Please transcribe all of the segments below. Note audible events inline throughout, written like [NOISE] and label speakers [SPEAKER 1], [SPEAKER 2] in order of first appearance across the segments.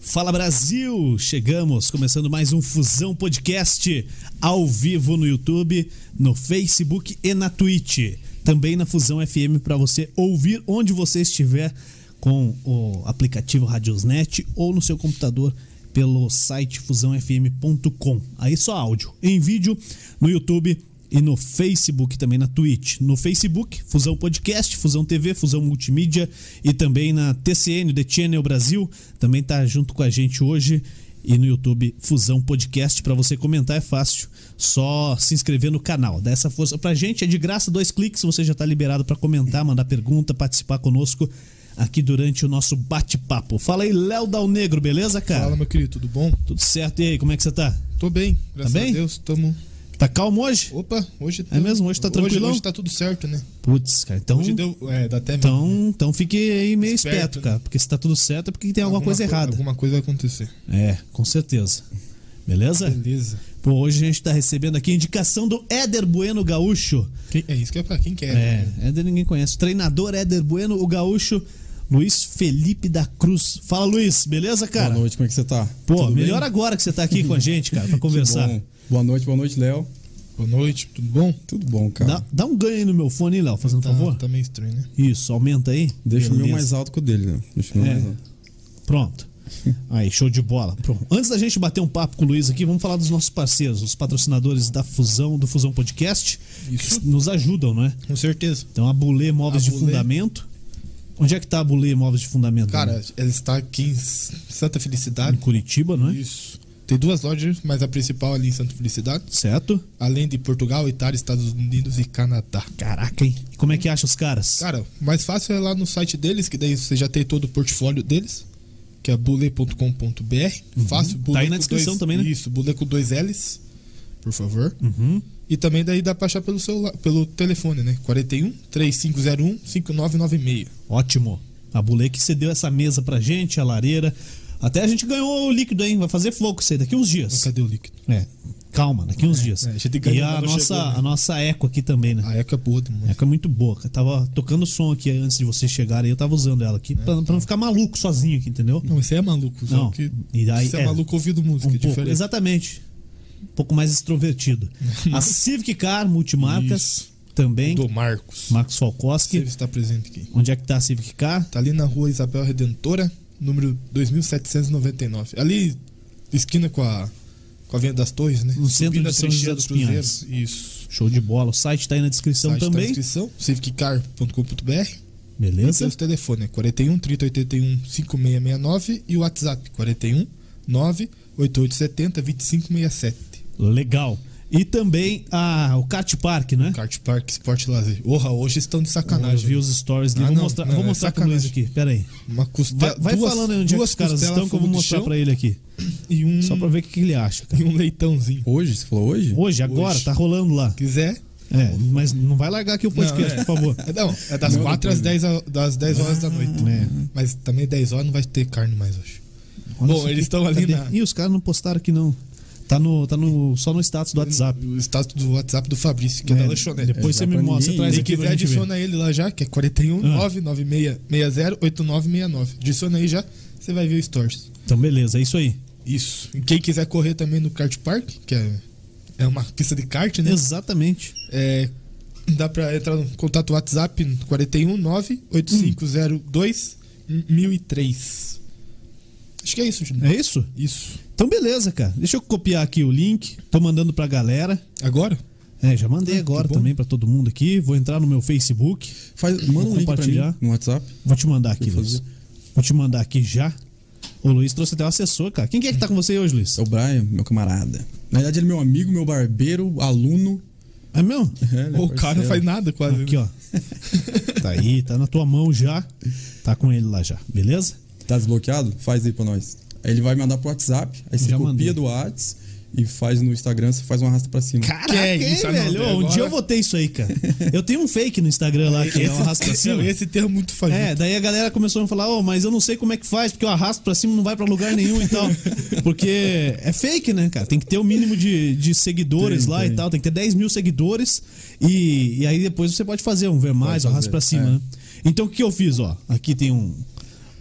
[SPEAKER 1] Fala Brasil! Chegamos, começando mais um Fusão Podcast ao vivo no YouTube, no Facebook e na Twitch. Também na Fusão FM para você ouvir onde você estiver com o aplicativo Radiosnet ou no seu computador pelo site fusãofm.com. Aí só áudio. Em vídeo no YouTube e no Facebook também na Twitch. No Facebook, Fusão Podcast, Fusão TV, Fusão Multimídia e também na TCN, The Channel Brasil, também tá junto com a gente hoje e no YouTube Fusão Podcast para você comentar é fácil, só se inscrever no canal. Dá essa força pra gente, é de graça, dois cliques, você já tá liberado para comentar, mandar pergunta, participar conosco aqui durante o nosso bate-papo. Fala aí, Léo Dal Negro, beleza, cara?
[SPEAKER 2] Fala, meu querido, tudo bom?
[SPEAKER 1] Tudo certo. E aí, como é que você tá?
[SPEAKER 2] Tô bem, graças
[SPEAKER 1] Tá bem?
[SPEAKER 2] a Deus. Tamo.
[SPEAKER 1] Tá calmo hoje?
[SPEAKER 2] Opa, hoje
[SPEAKER 1] É mesmo? Hoje tá tranquilão?
[SPEAKER 2] Hoje, tá tudo certo, né?
[SPEAKER 1] Putz, cara, então
[SPEAKER 2] Hoje
[SPEAKER 3] um
[SPEAKER 2] deu. É, dá até medo, né?
[SPEAKER 1] Então, então fique aí meio esperto,
[SPEAKER 2] Esperto, né?
[SPEAKER 1] cara. Porque se tá tudo certo é porque tem alguma, coisa
[SPEAKER 2] co-
[SPEAKER 1] errada.
[SPEAKER 2] Alguma coisa vai acontecer.
[SPEAKER 1] É, com certeza. Beleza?
[SPEAKER 2] Beleza.
[SPEAKER 1] Pô, hoje a gente tá recebendo aqui a indicação do Éder Bueno Gaúcho.
[SPEAKER 2] Quem- é isso que é pra quem quer.
[SPEAKER 1] É,
[SPEAKER 2] né?
[SPEAKER 1] Éder ninguém conhece. Treinador Éder Bueno, o Gaúcho, Luiz Felipe da Cruz. Fala, Luiz, beleza, cara?
[SPEAKER 3] Boa noite, como é que você tá?
[SPEAKER 1] Pô,
[SPEAKER 3] Tudo bem?
[SPEAKER 1] melhor agora que você tá aqui com a gente, cara, pra
[SPEAKER 3] Que
[SPEAKER 1] conversar.
[SPEAKER 3] bom. Boa noite, boa noite, Léo.
[SPEAKER 2] Boa noite, tudo bom?
[SPEAKER 3] Tudo bom, cara?
[SPEAKER 1] Dá, dá um ganho aí no meu fone, Léo, fazendo
[SPEAKER 2] Tá,
[SPEAKER 1] favor.
[SPEAKER 2] tá meio estranho, né?
[SPEAKER 1] Isso, aumenta aí.
[SPEAKER 3] Deixa o meu
[SPEAKER 1] Beleza.
[SPEAKER 3] mais alto que o dele, Léo. Deixa o meu
[SPEAKER 1] É.
[SPEAKER 3] mais alto.
[SPEAKER 1] Pronto. Aí, show de bola. Pronto. Antes da gente bater um papo com o Luiz aqui, vamos falar dos nossos parceiros, os patrocinadores da Fusão, do Fusão Podcast,
[SPEAKER 2] Isso.
[SPEAKER 1] que nos ajudam, não é?
[SPEAKER 2] Com certeza.
[SPEAKER 1] Então, a Bulê Móveis
[SPEAKER 2] A
[SPEAKER 1] de
[SPEAKER 2] Bulê.
[SPEAKER 1] Fundamento. Onde é que tá a Bulê Móveis de Fundamento?
[SPEAKER 2] Cara,
[SPEAKER 1] né?
[SPEAKER 2] ela está aqui em S- Santa
[SPEAKER 1] em
[SPEAKER 2] Felicidade.
[SPEAKER 1] Curitiba, não é?
[SPEAKER 2] Isso. Tem duas lojas, mas a principal ali em Santa Felicidade.
[SPEAKER 1] Certo?
[SPEAKER 2] Além de Portugal, Itália, Estados Unidos e Canadá.
[SPEAKER 1] Caraca, hein? E como é que acha os caras?
[SPEAKER 2] Cara, o mais fácil é lá no site deles, que daí você já tem todo o portfólio deles, que é bule.com.br. Fácil, bule
[SPEAKER 1] Tá aí na
[SPEAKER 2] com
[SPEAKER 1] descrição
[SPEAKER 2] dois-
[SPEAKER 1] também, né?
[SPEAKER 2] Isso, bule com dois L's, por favor.
[SPEAKER 1] Uhum.
[SPEAKER 2] E também daí dá pra achar pelo celular, pelo telefone, né? 41 3501 5996.
[SPEAKER 1] Ótimo. A Bulê que cedeu essa mesa pra gente, a lareira. Até a gente ganhou o líquido, hein? Vai fazer fogo isso aí daqui uns dias.
[SPEAKER 2] Cadê o líquido?
[SPEAKER 1] É, calma, daqui uns dias.
[SPEAKER 2] é, a gente ganhou,
[SPEAKER 1] e a
[SPEAKER 2] mas não
[SPEAKER 1] nossa,
[SPEAKER 2] chegou, né?
[SPEAKER 1] a nossa eco aqui também, né?
[SPEAKER 2] A eco é boa
[SPEAKER 1] A
[SPEAKER 2] demais.
[SPEAKER 1] eco é muito boa, cara. Tava tocando som aqui antes de vocês chegarem, eu tava usando ela
[SPEAKER 2] É,
[SPEAKER 1] aqui pra,
[SPEAKER 2] então.
[SPEAKER 1] pra não ficar maluco sozinho aqui, entendeu?
[SPEAKER 2] Não, esse aí é maluco, só
[SPEAKER 1] Não,
[SPEAKER 2] que
[SPEAKER 1] e aí
[SPEAKER 2] você é,
[SPEAKER 1] é.
[SPEAKER 2] maluco ouvindo música,
[SPEAKER 1] Um
[SPEAKER 2] é
[SPEAKER 1] pouco,
[SPEAKER 2] diferente.
[SPEAKER 1] exatamente. Um pouco mais extrovertido.
[SPEAKER 2] [LAUGHS]
[SPEAKER 1] a Civic Car Multimarcas
[SPEAKER 2] Isso.
[SPEAKER 1] também.
[SPEAKER 2] Do Marcos.
[SPEAKER 1] Marcos
[SPEAKER 2] Ele
[SPEAKER 1] Falcoski.
[SPEAKER 2] está presente aqui.
[SPEAKER 1] Onde é que tá a Civic Car?
[SPEAKER 2] Tá ali na rua Isabel Redentora, número 2799. Ali, esquina com a, com a Avenida das Torres, né?
[SPEAKER 1] No centro
[SPEAKER 2] Subindo
[SPEAKER 1] de
[SPEAKER 2] a
[SPEAKER 1] São
[SPEAKER 2] trincheira
[SPEAKER 1] José
[SPEAKER 2] do
[SPEAKER 1] dos
[SPEAKER 2] Cruzeiro. Isso.
[SPEAKER 1] Show de bola. O site tá aí na descrição
[SPEAKER 2] Site Tá na
[SPEAKER 1] também.
[SPEAKER 2] descrição, civiccar.com.br. E tem
[SPEAKER 1] Beleza?
[SPEAKER 2] os telefones, né? 41 3081 5669 e um, o WhatsApp, 41 98870 2567.
[SPEAKER 1] Legal. E também a, o Kart Park, né?
[SPEAKER 2] Kart Park Sport Lazer. Orra, hoje estão de
[SPEAKER 1] Eu vi
[SPEAKER 2] sacanagem.
[SPEAKER 1] os stories ali.
[SPEAKER 2] Ah,
[SPEAKER 1] vou
[SPEAKER 2] não,
[SPEAKER 1] mostrar,
[SPEAKER 2] não,
[SPEAKER 1] vou
[SPEAKER 2] é
[SPEAKER 1] mostrar pro Luiz
[SPEAKER 2] sacanagem.
[SPEAKER 1] aqui. Pera aí.
[SPEAKER 2] Uma costela,
[SPEAKER 1] Vai, vai
[SPEAKER 2] duas,
[SPEAKER 1] falando aí onde é que
[SPEAKER 2] duas
[SPEAKER 1] os caras
[SPEAKER 2] costelas
[SPEAKER 1] estão, que eu vou
[SPEAKER 2] fogo de
[SPEAKER 1] mostrar
[SPEAKER 2] chão
[SPEAKER 1] pra ele aqui.
[SPEAKER 2] E um,
[SPEAKER 1] Só pra ver o que que ele acha, cara.
[SPEAKER 2] e um leitãozinho.
[SPEAKER 3] Hoje? Você falou hoje?
[SPEAKER 1] Hoje, agora,
[SPEAKER 2] Hoje.
[SPEAKER 1] tá rolando lá.
[SPEAKER 2] Quiser,
[SPEAKER 1] É, mas não vai largar aqui o podcast,
[SPEAKER 2] Não, é.
[SPEAKER 1] por favor.
[SPEAKER 2] É, Não, é das
[SPEAKER 3] Não,
[SPEAKER 2] 4 às
[SPEAKER 3] depois,
[SPEAKER 2] 10, a- das 10 horas da noite.
[SPEAKER 1] É.
[SPEAKER 2] né? Mas também 10 horas não vai ter carne mais hoje.
[SPEAKER 1] Olha
[SPEAKER 2] [LAUGHS] Bom,
[SPEAKER 1] isso
[SPEAKER 2] eles
[SPEAKER 1] aqui.
[SPEAKER 2] estão ali
[SPEAKER 1] Cadê?
[SPEAKER 2] na-
[SPEAKER 1] Ih, os caras não postaram aqui, não. Tá, no, tá no, só no status do WhatsApp.
[SPEAKER 2] O status do WhatsApp do Fabrício, que é, da
[SPEAKER 1] É,
[SPEAKER 2] lanchonete.
[SPEAKER 1] Depois
[SPEAKER 3] É,
[SPEAKER 1] você
[SPEAKER 3] dá
[SPEAKER 1] me
[SPEAKER 3] pra
[SPEAKER 1] mostra,
[SPEAKER 3] ninguém
[SPEAKER 1] traz
[SPEAKER 2] Se
[SPEAKER 3] ir.
[SPEAKER 1] aqui
[SPEAKER 2] quiser,
[SPEAKER 1] pra gente ver.
[SPEAKER 2] adiciona ele lá já, que é 41
[SPEAKER 1] Ah.
[SPEAKER 2] 996 8969. Adiciona aí já, você vai ver o Stories.
[SPEAKER 1] Então, beleza, é isso aí.
[SPEAKER 2] Isso. E quem quiser correr também no Kart Park, que é, é uma pista de kart, né?
[SPEAKER 1] Exatamente.
[SPEAKER 2] É, dá pra entrar no contato WhatsApp 41
[SPEAKER 1] Hum.
[SPEAKER 2] 98502 1003. Acho que é isso, Júnior.
[SPEAKER 1] É isso?
[SPEAKER 2] Isso.
[SPEAKER 1] Então, beleza, cara. Deixa eu copiar aqui o link. Tô mandando pra galera.
[SPEAKER 2] Agora?
[SPEAKER 1] É, já mandei agora
[SPEAKER 2] Ah, bom.
[SPEAKER 1] também pra todo mundo aqui. Vou entrar no meu Facebook.
[SPEAKER 3] Faz, manda um link pra mim
[SPEAKER 1] compartilhar.
[SPEAKER 3] no WhatsApp.
[SPEAKER 1] Vou te mandar aqui,
[SPEAKER 3] Deixa eu
[SPEAKER 1] Luiz. Vou te mandar aqui já. O Luiz trouxe até o assessor, cara. Quem que é que tá com você aí hoje, Luiz?
[SPEAKER 3] É o Brian, meu camarada. Na verdade, ele é meu amigo, meu barbeiro, aluno. [LAUGHS]
[SPEAKER 1] É meu?
[SPEAKER 3] É, ele é
[SPEAKER 2] o cara não
[SPEAKER 3] parceiro.
[SPEAKER 2] faz nada quase. né?
[SPEAKER 1] Aqui, [LAUGHS] ó. Tá aí, tá na tua mão já. Tá com ele lá já, beleza?
[SPEAKER 3] Tá desbloqueado? Faz aí pra nós. Aí ele vai mandar pro WhatsApp, aí você
[SPEAKER 1] Já
[SPEAKER 3] copia
[SPEAKER 1] mandei.
[SPEAKER 3] do WhatsApp e faz no Instagram, você faz uma arrasta pra cima.
[SPEAKER 1] Caraca,
[SPEAKER 2] Que é
[SPEAKER 1] hein,
[SPEAKER 2] isso,
[SPEAKER 1] velho? Ô,
[SPEAKER 2] Arnaldo?
[SPEAKER 1] Um dia eu
[SPEAKER 2] Agora-
[SPEAKER 1] votei isso aí, cara. Eu tenho um fake no Instagram lá que é um [LAUGHS] arrasto pra cima.
[SPEAKER 2] assim, Esse termo é muito fajuto.
[SPEAKER 1] É, daí a galera começou a me falar, ô, mas eu não sei como é que faz, porque eu arrasto pra cima não vai pra lugar nenhum e
[SPEAKER 3] [LAUGHS]
[SPEAKER 1] tal. Porque é fake, né, cara? Tem que ter o mínimo de, de seguidores
[SPEAKER 3] Tem,
[SPEAKER 1] lá e
[SPEAKER 3] tem.
[SPEAKER 1] tal, tem que ter 10 mil seguidores e, e aí depois você pode fazer um ver mais, um
[SPEAKER 3] Pode é.
[SPEAKER 1] arrasto
[SPEAKER 3] fazer,
[SPEAKER 1] pra cima,
[SPEAKER 3] é.
[SPEAKER 1] né? Então o que eu fiz, ó? Aqui tem um.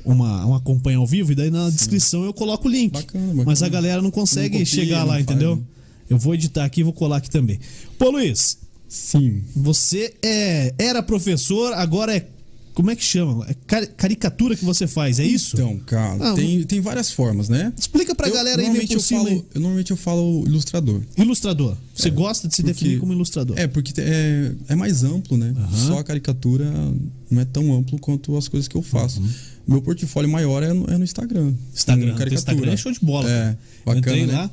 [SPEAKER 1] uma, um acompanha ao vivo, e daí na descrição eu coloco o link.
[SPEAKER 3] Bacana, bacana.
[SPEAKER 1] Mas a galera não consegue
[SPEAKER 3] Não copia,
[SPEAKER 1] chegar lá,
[SPEAKER 3] não faz,
[SPEAKER 1] entendeu?
[SPEAKER 3] né?
[SPEAKER 1] Eu vou editar aqui e vou colar aqui também. Pô, Luiz,
[SPEAKER 3] Sim.
[SPEAKER 1] você é, era professor, agora é. Como é que chama? É cari- caricatura que você faz, é isso?
[SPEAKER 3] Então, cara,
[SPEAKER 1] Ah,
[SPEAKER 3] tem, tem várias formas, né?
[SPEAKER 1] Explica pra
[SPEAKER 3] Eu-
[SPEAKER 1] galera aí bem
[SPEAKER 3] normalmente
[SPEAKER 1] por
[SPEAKER 3] eu
[SPEAKER 1] cima.
[SPEAKER 3] falo,
[SPEAKER 1] aí.
[SPEAKER 3] eu normalmente eu falo ilustrador.
[SPEAKER 1] Ilustrador. Você gosta de se
[SPEAKER 3] porque-
[SPEAKER 1] definir como ilustrador.
[SPEAKER 3] É, porque é, é mais amplo, né? Só a caricatura não é tão amplo quanto as coisas que eu faço. Meu portfólio maior é no, é no Instagram.
[SPEAKER 1] Uhum. Instagram,
[SPEAKER 3] Com
[SPEAKER 1] teu Instagram é show de bola,
[SPEAKER 3] É,
[SPEAKER 1] cara.
[SPEAKER 3] bacana.
[SPEAKER 1] Entrei
[SPEAKER 3] né?
[SPEAKER 1] lá.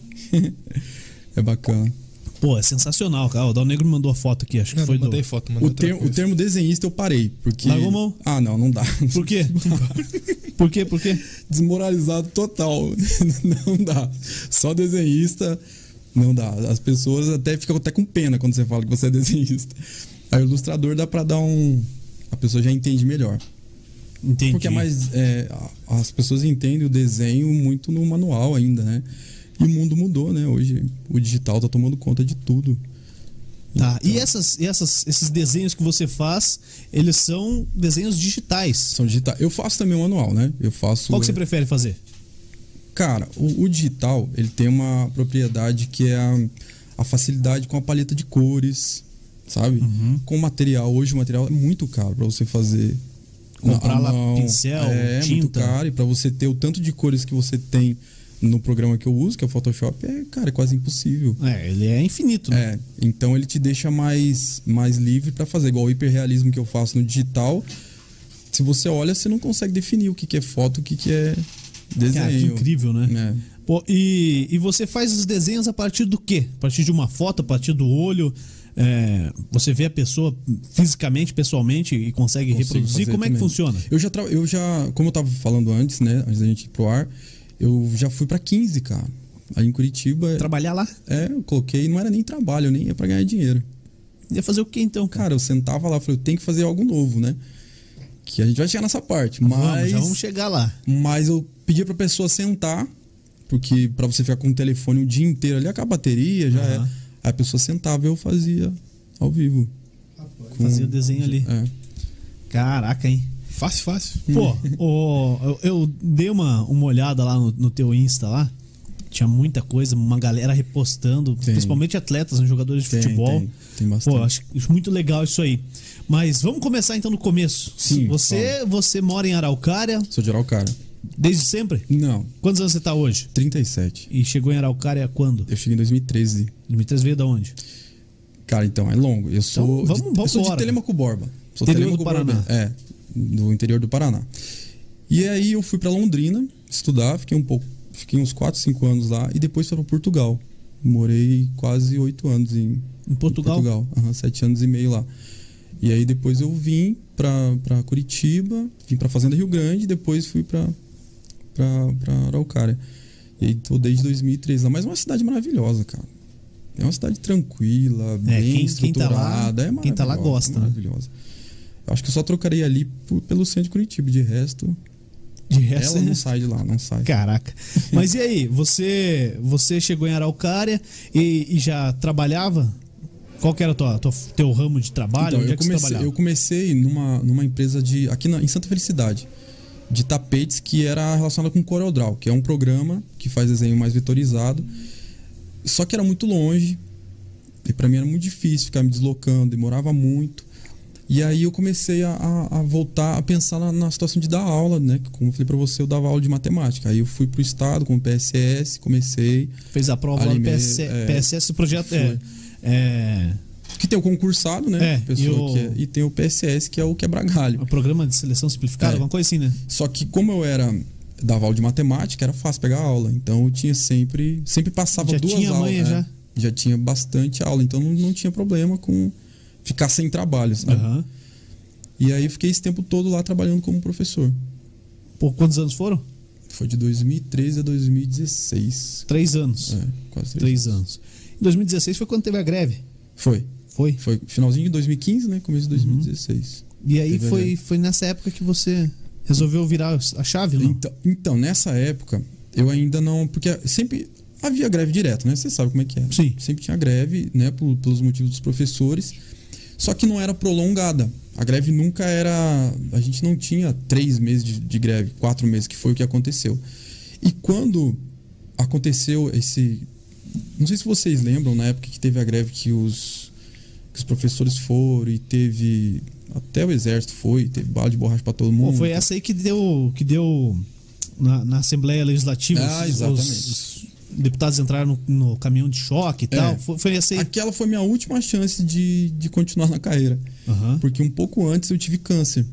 [SPEAKER 3] [LAUGHS] é bacana.
[SPEAKER 1] Pô, é sensacional, cara. O Dal Negro me mandou a foto aqui, acho que
[SPEAKER 2] Não,
[SPEAKER 1] foi
[SPEAKER 2] não mandei
[SPEAKER 1] do.
[SPEAKER 2] foto,
[SPEAKER 3] O,
[SPEAKER 2] mandei outra
[SPEAKER 3] termo- o
[SPEAKER 2] coisa.
[SPEAKER 3] termo desenhista eu parei, porque.
[SPEAKER 1] Largou a mão?
[SPEAKER 3] Ah, não, não dá.
[SPEAKER 1] [LAUGHS] Por
[SPEAKER 3] [LAUGHS]
[SPEAKER 1] quê? Por quê? Por quê?
[SPEAKER 3] Desmoralizado total. [LAUGHS] não dá. Só desenhista, não dá. As pessoas até ficam até com pena quando você fala que você é [LAUGHS] desenhista. Aí o ilustrador dá pra dar um. A pessoa já entende melhor.
[SPEAKER 1] Entendi.
[SPEAKER 3] Porque é mais. é, a- as pessoas entendem o desenho muito no manual ainda, né? E o mundo mudou, né? Hoje o digital tá tomando conta de tudo.
[SPEAKER 1] Tá. E
[SPEAKER 3] Então.
[SPEAKER 1] essas, e essas, esses desenhos que você faz, eles são desenhos digitais.
[SPEAKER 3] São digitais. Eu faço também o manual, né? Eu faço.
[SPEAKER 1] Qual que você prefere fazer?
[SPEAKER 3] Cara, o, o digital, ele tem uma propriedade que é a, a facilidade com a paleta de cores, sabe?
[SPEAKER 1] Uhum.
[SPEAKER 3] Com o material. Hoje o material é muito caro pra você fazer. na-
[SPEAKER 1] Comprar
[SPEAKER 3] à
[SPEAKER 1] lá
[SPEAKER 3] mão.
[SPEAKER 1] pincel,
[SPEAKER 3] é, muito
[SPEAKER 1] tinta.
[SPEAKER 3] caro. E pra você ter o tanto de cores que você tem no programa que eu uso, que é o Photoshop, é, cara, é quase impossível.
[SPEAKER 1] É, ele é infinito, né?
[SPEAKER 3] É, então ele te deixa mais, mais livre pra fazer, igual o hiperrealismo que eu faço no digital. Se você olha, você não consegue definir o que, que é foto, o que, que é desenho.
[SPEAKER 1] Cara, que incrível, né?
[SPEAKER 3] É.
[SPEAKER 1] Pô, e, e você faz os desenhos a partir do quê? A partir de uma foto, a partir do olho? É, você vê a pessoa fisicamente, pessoalmente e consegue
[SPEAKER 3] Consigo
[SPEAKER 1] reproduzir?
[SPEAKER 3] fazer
[SPEAKER 1] Como é que
[SPEAKER 3] também.
[SPEAKER 1] funciona?
[SPEAKER 3] Eu já, tra- eu já, como eu tava falando antes, né? Antes da gente ir pro ar, eu já fui pra 15, cara. Aí em Curitiba,
[SPEAKER 1] Trabalhar lá?
[SPEAKER 3] é, eu coloquei, não era nem trabalho, eu nem ia pra ganhar dinheiro.
[SPEAKER 1] Ia fazer o quê então, cara?
[SPEAKER 3] Cara, eu sentava lá, falei, eu tenho que fazer algo novo, né? Que a gente vai chegar nessa parte,
[SPEAKER 1] Vamos,
[SPEAKER 3] mas
[SPEAKER 1] já vamos chegar lá.
[SPEAKER 3] mas eu pedia pra pessoa sentar, porque pra você ficar com o telefone o dia inteiro ali, acaba a bateria, já é.
[SPEAKER 1] Aham.
[SPEAKER 3] Aí a pessoa sentava e eu fazia ao vivo. Com-
[SPEAKER 1] Fazer o desenho ali.
[SPEAKER 3] É.
[SPEAKER 1] Caraca, hein? [LAUGHS]
[SPEAKER 2] Fácil, fácil.
[SPEAKER 1] Pô, o- eu, eu dei uma, uma olhada lá no, no teu Insta lá. Tinha muita coisa, uma galera repostando,
[SPEAKER 3] Tem.
[SPEAKER 1] principalmente atletas, né, jogadores de
[SPEAKER 3] Tem,
[SPEAKER 1] futebol.
[SPEAKER 3] tem, tem bastante.
[SPEAKER 1] Pô, eu acho, acho muito legal isso aí. Mas vamos começar então no começo.
[SPEAKER 3] Sim,
[SPEAKER 1] Você, você mora em Araucária
[SPEAKER 3] Sou geral cara.
[SPEAKER 1] desde sempre?
[SPEAKER 3] Não,
[SPEAKER 1] Quantos anos você tá hoje?
[SPEAKER 3] 37.
[SPEAKER 1] E chegou em Araucária quando?
[SPEAKER 3] Eu cheguei em 2013.
[SPEAKER 1] 2013 veio da onde?
[SPEAKER 3] Cara, então é longo. Eu sou,
[SPEAKER 1] Então, vamos-
[SPEAKER 3] de, eu
[SPEAKER 1] vamos
[SPEAKER 3] sou de
[SPEAKER 1] embora.
[SPEAKER 3] Telemaco Borba. Sou
[SPEAKER 1] Interior do
[SPEAKER 3] Telemaco
[SPEAKER 1] Paraná.
[SPEAKER 3] Borba. É, do interior do Paraná. E aí eu fui pra Londrina estudar, fiquei um pouco, fiquei uns 4, 5 anos lá e depois fui pra Portugal. Morei quase 8 anos em,
[SPEAKER 1] Em Portugal?
[SPEAKER 3] Portugal. Aham, 7 anos e meio lá. E aí depois eu vim pra, pra Curitiba, vim pra Fazenda Rio Grande e depois fui pra, pra, pra Araucária. E aí tô desde 2003 lá, mas é uma cidade maravilhosa, cara. É uma cidade tranquila, bem
[SPEAKER 1] quem- quem tá
[SPEAKER 3] estruturada.
[SPEAKER 1] lá-
[SPEAKER 3] é maravilhosa,
[SPEAKER 1] quem tá lá gosta,
[SPEAKER 3] é
[SPEAKER 1] né?
[SPEAKER 3] maravilhosa. Eu acho que eu só trocaria ali por- pelo centro de Curitiba, de resto,
[SPEAKER 1] De resto, né?
[SPEAKER 3] ela não sai de É, lá, não sai.
[SPEAKER 1] Caraca. Mas e aí, você você chegou em Araucária e, e já trabalhava? Qual que era o tua, tua- teu ramo de trabalho?
[SPEAKER 3] Então,
[SPEAKER 1] Onde
[SPEAKER 3] eu,
[SPEAKER 1] é que você
[SPEAKER 3] comecei,
[SPEAKER 1] trabalhava?
[SPEAKER 3] eu comecei numa, numa empresa de. aqui na- em Santa Felicidade, de tapetes que era relacionada com Corel Draw, que é um programa que faz desenho mais vetorizado. Só que era muito longe, e para mim era muito difícil ficar me deslocando, demorava muito. E aí eu comecei a, a- a voltar a pensar na, na situação de dar aula, né? Que, Como eu falei para você, eu dava aula de matemática. Aí eu fui pro estado com o PSS, comecei.
[SPEAKER 1] Fez a prova lá no
[SPEAKER 3] Ali mesmo,
[SPEAKER 1] PS,
[SPEAKER 3] é.
[SPEAKER 1] PSS, o projeto é,
[SPEAKER 3] Foi.
[SPEAKER 1] é,
[SPEAKER 3] Que tem o concursado, né?
[SPEAKER 1] É,
[SPEAKER 3] Pessoa
[SPEAKER 1] e o-
[SPEAKER 3] que é- e tem o PSS, que é o quebra-galho.
[SPEAKER 1] o um programa de seleção simplificada,
[SPEAKER 3] É.
[SPEAKER 1] alguma coisa assim, né?
[SPEAKER 3] Só que como eu era dava aula de matemática, era fácil pegar aula. Então eu tinha sempre, sempre passava
[SPEAKER 1] Já
[SPEAKER 3] duas
[SPEAKER 1] tinha
[SPEAKER 3] aulas.
[SPEAKER 1] manha,
[SPEAKER 3] né?
[SPEAKER 1] já?
[SPEAKER 3] já tinha bastante aula, então não, não tinha problema com ficar sem trabalho, sabe?
[SPEAKER 1] Aham.
[SPEAKER 3] E aí eu fiquei esse tempo todo lá trabalhando como professor.
[SPEAKER 1] Pô, quantos anos foram?
[SPEAKER 3] Foi de 2013 a 2016.
[SPEAKER 1] Três anos.
[SPEAKER 3] É, quase três.
[SPEAKER 1] Três anos. Em 2016 foi quando teve a greve.
[SPEAKER 3] Foi.
[SPEAKER 1] Foi.
[SPEAKER 3] Foi finalzinho de 2015, né? Começo de
[SPEAKER 1] Uhum.
[SPEAKER 3] 2016.
[SPEAKER 1] E aí
[SPEAKER 3] Teve a
[SPEAKER 1] foi,
[SPEAKER 3] greve.
[SPEAKER 1] foi nessa época que você resolveu virar a chave, não?
[SPEAKER 3] Então, então, nessa época, eu ainda não. Porque sempre havia greve direto, né? Você sabe como é que é.
[SPEAKER 1] Sim.
[SPEAKER 3] Sempre tinha greve, né? por- pelos motivos dos professores. Só que não era prolongada. A greve nunca era. A gente não tinha três meses de, de greve, quatro meses, que foi o que aconteceu. E quando aconteceu esse. Não sei se vocês lembram, na época que teve a greve que os, que os professores foram e teve. Até o exército foi, teve bala de borracha para todo
[SPEAKER 1] Pô,
[SPEAKER 3] mundo.
[SPEAKER 1] foi essa aí que deu, que deu na, na Assembleia Legislativa.
[SPEAKER 3] Ah,
[SPEAKER 1] os,
[SPEAKER 3] exatamente.
[SPEAKER 1] os deputados entraram no, no caminhão de choque e
[SPEAKER 3] É.
[SPEAKER 1] tal. Foi, foi essa aí.
[SPEAKER 3] Aquela foi minha última chance de, de continuar na carreira.
[SPEAKER 1] Aham.
[SPEAKER 3] Porque um pouco antes eu tive câncer.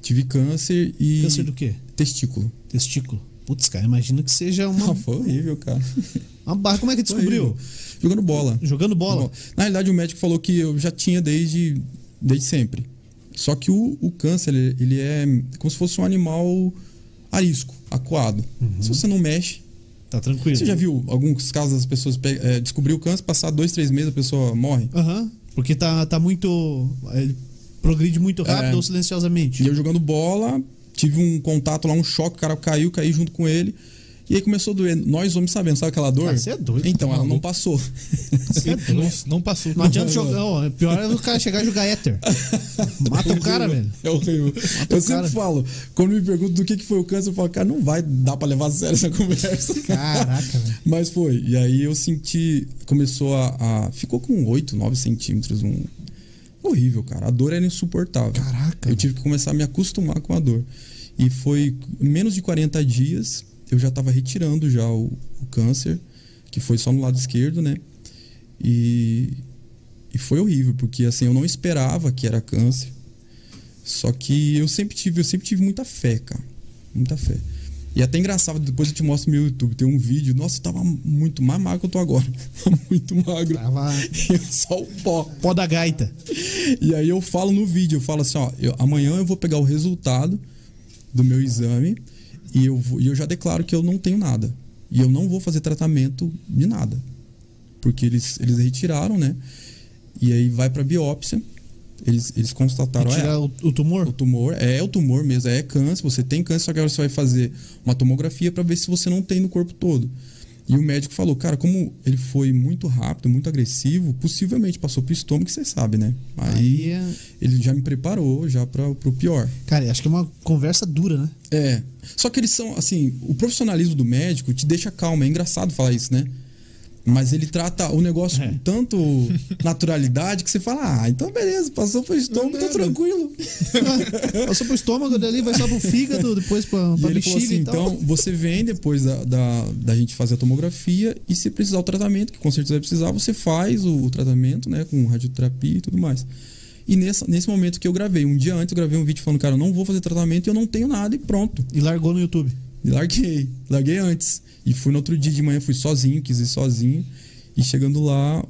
[SPEAKER 3] Tive câncer e.
[SPEAKER 1] Câncer do quê?
[SPEAKER 3] Testículo.
[SPEAKER 1] Testículo. Putz, cara, imagino que seja uma,
[SPEAKER 3] Ah, foi horrível, cara.
[SPEAKER 1] uma barra. Como é que [LAUGHS] descobriu?
[SPEAKER 3] Horrível. Jogando bola.
[SPEAKER 1] Jogando bola.
[SPEAKER 3] Bom, Na realidade, o médico falou que eu já tinha desde, desde sempre. Só que o, o câncer, ele, ele é como se fosse um animal arisco, acuado.
[SPEAKER 1] Uhum.
[SPEAKER 3] Se você não mexe.
[SPEAKER 1] Tá tranquilo.
[SPEAKER 3] Você já viu alguns casos das pessoas pe- eh, descobrir o câncer, passar dois, três meses a pessoa morre?
[SPEAKER 1] Aham. Porque tá, tá muito. Ele progride muito rápido
[SPEAKER 3] É.
[SPEAKER 1] ou silenciosamente.
[SPEAKER 3] E eu jogando bola, tive um contato lá, um choque, o cara caiu, caí junto com ele. E aí começou a doer. Nós homens sabemos, sabe aquela dor?
[SPEAKER 1] Ah, você é doido,
[SPEAKER 3] Então,
[SPEAKER 1] tá
[SPEAKER 3] ela não
[SPEAKER 1] maluco.
[SPEAKER 3] passou. [LAUGHS]
[SPEAKER 2] Nossa, não passou.
[SPEAKER 1] é Não adianta jogar. ó, pior é o cara chegar e jogar
[SPEAKER 3] [LAUGHS]
[SPEAKER 1] éter. Mata o cara, velho.
[SPEAKER 3] É horrível. Eu sempre
[SPEAKER 1] cara.
[SPEAKER 3] falo, quando me perguntam do que, que foi o câncer, eu falo, cara, não vai dar pra levar a sério essa [LAUGHS] conversa.
[SPEAKER 2] Caraca, velho.
[SPEAKER 3] Mas foi. E aí eu senti. Começou a. a- ficou com 8, 9 centímetros. Um, horrível, cara. A dor era insuportável.
[SPEAKER 1] Caraca.
[SPEAKER 3] Eu tive que começar a me acostumar com a dor. E foi menos de 40 dias, eu já tava retirando já o, o câncer, que foi só no lado esquerdo, né? E, e foi horrível, porque assim, eu não esperava que era câncer. Só que eu sempre tive, eu sempre tive muita fé, cara. Muita fé. E até engraçado, depois eu te mostro no meu YouTube, tem um vídeo, nossa, eu tava muito mais magro que eu tô agora. [LAUGHS] muito magro.
[SPEAKER 1] Tava.
[SPEAKER 3] Eu [LAUGHS] Só o pó.
[SPEAKER 1] Pó da gaita.
[SPEAKER 3] E aí eu falo no vídeo, eu falo assim, ó, eu- amanhã eu vou pegar o resultado do meu exame e eu, vou- e eu já declaro que eu não tenho nada. E eu não vou fazer tratamento de nada. Porque eles, eles retiraram, né? E aí vai pra biópsia. Eles, eles constataram. "Ah, é,
[SPEAKER 1] Tirar o, o tumor?
[SPEAKER 3] o tumor é o tumor mesmo, é câncer, você tem câncer, só que agora você vai fazer uma tomografia pra ver se você não tem no corpo todo. E o médico falou, cara, como ele foi muito rápido, muito agressivo, possivelmente passou pro estômago, que você sabe, né?
[SPEAKER 1] Aí
[SPEAKER 3] Aí
[SPEAKER 1] é-
[SPEAKER 3] ele já me preparou já para pro pior.
[SPEAKER 1] Cara, acho que é uma conversa dura,
[SPEAKER 3] [LAUGHS]
[SPEAKER 1] né?
[SPEAKER 3] É. Só que eles são, assim, o profissionalismo do médico te deixa calmo. É engraçado falar isso, né? Mas ele trata o negócio
[SPEAKER 1] É.
[SPEAKER 3] com tanto naturalidade que você fala, ah, então beleza, passou pro estômago, tô
[SPEAKER 2] nada."
[SPEAKER 3] tranquilo.
[SPEAKER 1] Passou pro estômago dali, vai só pro fígado, depois pra,
[SPEAKER 3] E
[SPEAKER 1] pra
[SPEAKER 3] ele
[SPEAKER 1] bexiga
[SPEAKER 3] falou assim,
[SPEAKER 1] e tal.
[SPEAKER 3] então você vem depois da, da, da gente fazer a tomografia e se precisar o tratamento, que com certeza vai precisar, você faz o, o tratamento, né, com radioterapia e tudo mais. E nessa, nesse momento que eu gravei, um dia antes eu gravei um vídeo falando, cara, eu não vou fazer tratamento e eu não tenho nada e pronto.
[SPEAKER 1] E largou no YouTube.
[SPEAKER 3] E larguei, larguei antes. E fui no outro dia de manhã, fui sozinho, quis ir sozinho. E chegando lá,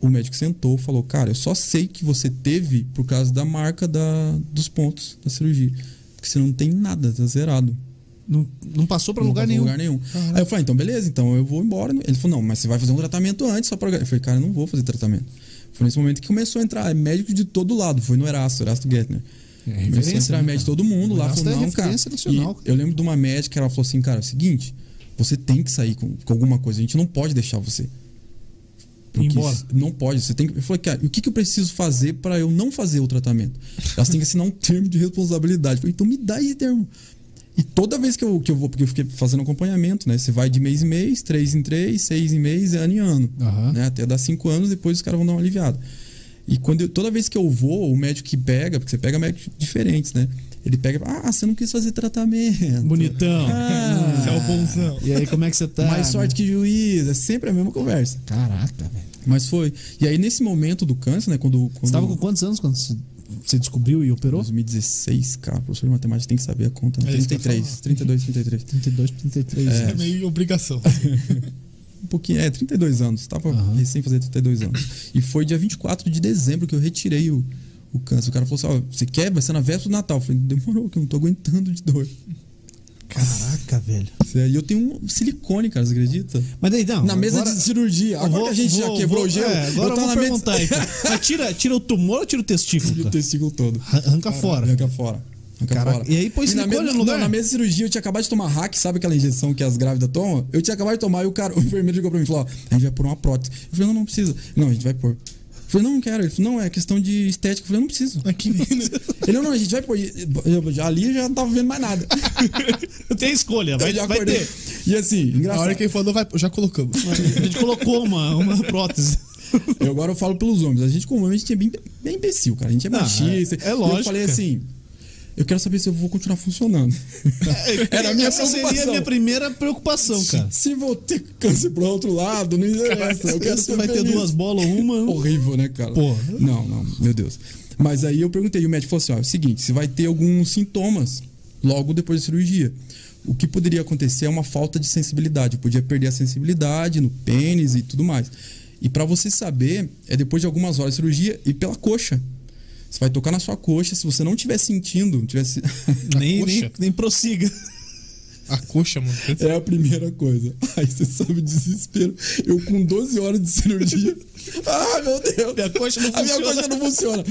[SPEAKER 3] o médico sentou, falou: Cara, eu só sei que você teve por causa da marca da, dos pontos da cirurgia. Porque você não tem nada, tá zerado.
[SPEAKER 1] Não, não passou pra
[SPEAKER 3] Não
[SPEAKER 1] lugar
[SPEAKER 3] tava em
[SPEAKER 1] nenhum.
[SPEAKER 3] lugar nenhum. Aí eu falei, então beleza, então eu vou embora. Ele falou, não, mas você vai fazer um tratamento antes só pra. Eu falei, cara, eu não vou fazer tratamento. Foi nesse momento que começou a entrar médico de todo lado. Foi no Erasto, Erasto Gettner. começou a
[SPEAKER 1] referência,
[SPEAKER 3] entrar
[SPEAKER 1] né,
[SPEAKER 3] É médico de todo mundo
[SPEAKER 1] O
[SPEAKER 3] lá.
[SPEAKER 1] Erasto
[SPEAKER 3] Falou,
[SPEAKER 1] é
[SPEAKER 3] não, cara.
[SPEAKER 1] referência nacional,
[SPEAKER 3] E
[SPEAKER 1] cara.
[SPEAKER 3] Eu lembro de uma médica, ela falou assim, cara, é o seguinte, você tem que sair com, com alguma coisa, a gente não pode deixar você. Porque
[SPEAKER 1] Embora.
[SPEAKER 3] isso- Não pode, você tem que. Eu falei, cara, e o que, que eu preciso fazer pra eu não fazer o tratamento? Elas têm que assinar um termo de responsabilidade. Eu falei, então me dá esse termo. E toda vez que eu, que eu vou, porque eu fiquei fazendo acompanhamento, né? Você vai de mês em mês, três em três, seis em mês, ano em ano.
[SPEAKER 1] Aham.
[SPEAKER 3] Né? Até dar cinco anos, depois os caras vão dar uma aliviada. E quando eu- toda vez que eu vou, o médico que pega, porque você pega médicos diferentes, né? Ele pega e fala, ah, você não quis fazer tratamento.
[SPEAKER 1] Bonitão.
[SPEAKER 3] Ah,
[SPEAKER 2] Você é o bonzão.
[SPEAKER 1] E aí, como é que você tá?
[SPEAKER 2] Ah,
[SPEAKER 3] mais
[SPEAKER 2] né?
[SPEAKER 3] sorte que juiz. É sempre a mesma conversa.
[SPEAKER 1] Caraca, velho.
[SPEAKER 3] Mas foi. E aí, nesse momento do câncer, né? Quando. quando
[SPEAKER 1] Você tava com quantos anos quando você- você descobriu e operou?
[SPEAKER 3] 2016, cara, professor de matemática tem que saber a conta. né?
[SPEAKER 2] É isso que eu ia
[SPEAKER 3] 33, 32, 33.
[SPEAKER 1] 32, 33
[SPEAKER 2] É
[SPEAKER 1] anos.
[SPEAKER 2] meio obrigação.
[SPEAKER 3] Um pouquinho, é, 32 anos. Tava
[SPEAKER 1] Aham.
[SPEAKER 3] recém fazer 32 anos. E foi dia 24 de dezembro que eu retirei o, o câncer. O cara falou assim: ó, você quer? Vai ser na véspera do Natal. Eu falei: demorou, que eu não tô aguentando de dor.
[SPEAKER 1] Caraca, velho.
[SPEAKER 3] E eu tenho um silicone, cara, você acredita?
[SPEAKER 1] Mas daí, não.
[SPEAKER 3] na mesa
[SPEAKER 1] agora-
[SPEAKER 3] de cirurgia. Agora
[SPEAKER 1] Vou-
[SPEAKER 3] que a gente já
[SPEAKER 1] vou-
[SPEAKER 3] quebrou
[SPEAKER 1] vou-
[SPEAKER 3] o gelo,
[SPEAKER 1] é, agora eu,
[SPEAKER 3] tava
[SPEAKER 1] vou
[SPEAKER 3] na mesa-
[SPEAKER 1] perguntar
[SPEAKER 3] [LAUGHS]
[SPEAKER 1] então. Mas tira, tira o tumor ou tira o testículo?
[SPEAKER 3] o
[SPEAKER 1] cara?
[SPEAKER 3] testículo todo.
[SPEAKER 1] Arranca fora.
[SPEAKER 3] Arranca fora. Arranca
[SPEAKER 1] Caraca,
[SPEAKER 3] fora.
[SPEAKER 1] e aí põe
[SPEAKER 3] na
[SPEAKER 1] silicone
[SPEAKER 3] mesma-
[SPEAKER 1] no lugar?
[SPEAKER 3] não, na mesma cirurgia eu tinha acabado de tomar hack, sabe aquela injeção que as grávidas tomam? [LAUGHS] Eu tinha acabado de tomar e o cara, o enfermeiro ligou pra mim e falou: ó, a gente vai pôr uma prótese. Eu falei: não, não precisa. Não, a gente vai pôr. Eu falei, não, não quero. Ele falou, não, é questão de estética. Eu falei, eu não preciso.
[SPEAKER 2] Aqui mesmo.
[SPEAKER 3] Ele, não, não, a gente vai pôr. Eu, já, ali eu já não tava vendo mais nada.
[SPEAKER 1] Não [LAUGHS] tem escolha, [LAUGHS] vai,
[SPEAKER 3] eu já
[SPEAKER 1] vai
[SPEAKER 3] acordei.
[SPEAKER 1] ter.
[SPEAKER 3] E assim,
[SPEAKER 2] Na
[SPEAKER 3] engraçado.
[SPEAKER 2] hora que ele falou, vai, já colocamos.
[SPEAKER 1] A gente colocou uma, uma prótese.
[SPEAKER 3] Eu agora eu falo pelos homens. A gente, como homem, a gente é bem, bem imbecil, cara. A gente é
[SPEAKER 1] Não,
[SPEAKER 3] machista.
[SPEAKER 1] é- é
[SPEAKER 3] E Eu
[SPEAKER 1] lógico,
[SPEAKER 3] falei
[SPEAKER 1] cara.
[SPEAKER 3] assim. Eu quero saber se eu vou continuar funcionando. [LAUGHS] É, Era a minha
[SPEAKER 1] Essa seria a
[SPEAKER 3] preocupação.
[SPEAKER 1] minha primeira preocupação, cara.
[SPEAKER 3] Se vou ter câncer pro outro lado, não interessa. É, Eu quero
[SPEAKER 1] Você vai
[SPEAKER 3] saber
[SPEAKER 1] ter duas
[SPEAKER 3] isso.
[SPEAKER 1] bolas ou uma.
[SPEAKER 3] Horrível, né, cara?
[SPEAKER 1] Porra.
[SPEAKER 3] Não, não, meu Deus. Mas aí eu perguntei, e o médico falou assim: ó, é o seguinte, você vai ter alguns sintomas logo depois da cirurgia. O que poderia acontecer é uma falta de sensibilidade. Podia perder a sensibilidade no pênis e tudo mais. E pra você saber, é depois de algumas horas de cirurgia e pela coxa. Você vai tocar na sua coxa, se você não estiver sentindo, não tivesse. [LAUGHS]
[SPEAKER 1] Nem,
[SPEAKER 2] Poxa.
[SPEAKER 1] nem, nem prossiga.
[SPEAKER 2] A coxa, mano.
[SPEAKER 3] É a primeira coisa. [LAUGHS] Aí você sabe o desespero. Eu com 12 horas de cirurgia. [LAUGHS] Ah, meu Deus!
[SPEAKER 1] Minha coxa [LAUGHS] não
[SPEAKER 3] A minha
[SPEAKER 1] funciona.
[SPEAKER 3] coxa não funciona.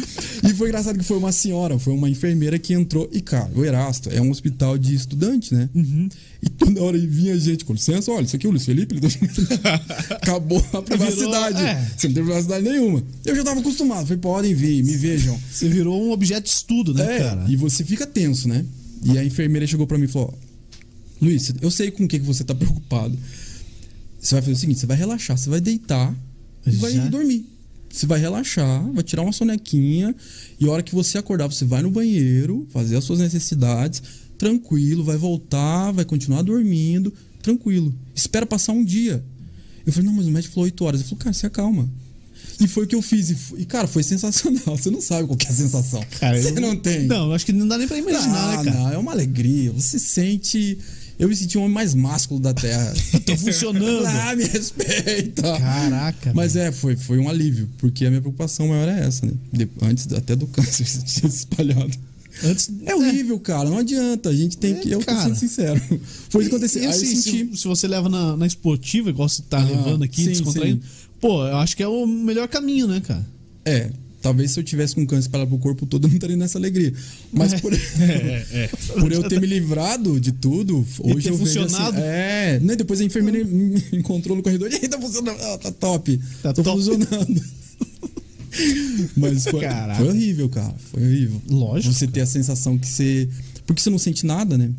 [SPEAKER 3] E foi engraçado que foi uma senhora, foi uma enfermeira que entrou. E, cara, o Erasto é um hospital de estudante, né?
[SPEAKER 1] Uhum.
[SPEAKER 3] E toda hora vinha gente, com licença, olha, isso aqui é o Luiz Felipe. ele
[SPEAKER 1] [LAUGHS]
[SPEAKER 3] tá- Acabou a privacidade.
[SPEAKER 1] é.
[SPEAKER 3] Você não tem privacidade nenhuma. Eu já tava acostumado. Falei, podem vir, me vejam.
[SPEAKER 1] Você virou um objeto de estudo, né,
[SPEAKER 3] É,
[SPEAKER 1] cara?
[SPEAKER 3] e você fica tenso, né? E a enfermeira chegou pra mim e falou: ó, Luiz, eu sei com o que que você tá [LAUGHS] preocupado. Você vai fazer o seguinte: você vai relaxar, você vai deitar e vai
[SPEAKER 1] Já?
[SPEAKER 3] dormir. Você vai relaxar, vai tirar uma sonequinha e a hora que você acordar, você vai no banheiro, fazer as suas necessidades, tranquilo, vai voltar, vai continuar dormindo, tranquilo. Espera passar um dia. Eu falei: não, mas o médico falou 8 horas. Ele falou: cara, se acalma. E foi o que eu fiz. E, f- e, cara, foi sensacional. [LAUGHS] Você não sabe qual que é a sensação.
[SPEAKER 1] Cara,
[SPEAKER 3] você
[SPEAKER 1] eu-
[SPEAKER 3] não tem.
[SPEAKER 1] Não, eu acho que não dá nem pra imaginar,
[SPEAKER 3] Ah,
[SPEAKER 1] né, cara?
[SPEAKER 3] não, é uma alegria. Você sente. Eu me senti o homem mais másculo
[SPEAKER 1] [LAUGHS]
[SPEAKER 3] da Terra.
[SPEAKER 1] Tô funcionando.
[SPEAKER 3] [LAUGHS] ah, me respeita.
[SPEAKER 1] Caraca,
[SPEAKER 3] Mas é, foi, foi um alívio, porque a minha preocupação maior é essa, né? De- antes até do câncer [LAUGHS] se tinha se espalhado.
[SPEAKER 1] Antes,
[SPEAKER 3] É horrível, cara. Não adianta. A gente tem
[SPEAKER 1] É,
[SPEAKER 3] que. Eu tô
[SPEAKER 1] cara.
[SPEAKER 3] sendo sincero. Foi
[SPEAKER 1] E-
[SPEAKER 3] isso que aconteceu.
[SPEAKER 1] e
[SPEAKER 3] Aí eu
[SPEAKER 1] assim,
[SPEAKER 3] senti.
[SPEAKER 1] se, se você leva na, na esportiva, igual você tá levando aqui,
[SPEAKER 3] sim,
[SPEAKER 1] descontraindo, pô, eu acho que é o melhor caminho, né, cara?
[SPEAKER 3] É, talvez se eu tivesse com câncer para pro corpo todo, eu não estaria nessa alegria.
[SPEAKER 1] É. [LAUGHS]
[SPEAKER 3] Mas por, por eu ter me livrado de tudo, hoje
[SPEAKER 1] ter
[SPEAKER 3] eu vejo
[SPEAKER 1] funcionado.
[SPEAKER 3] Assim, é, né? Depois a enfermeira me encontrou no corredor [LAUGHS] e aí tá funcionando. Ah, tá top.
[SPEAKER 1] Tá
[SPEAKER 3] Tô
[SPEAKER 1] top.
[SPEAKER 3] funcionando. Mas foi,
[SPEAKER 1] Caraca.
[SPEAKER 3] foi horrível, cara. Foi horrível.
[SPEAKER 1] Lógico,
[SPEAKER 3] Você ter a sensação que você. Porque você não sente nada, né?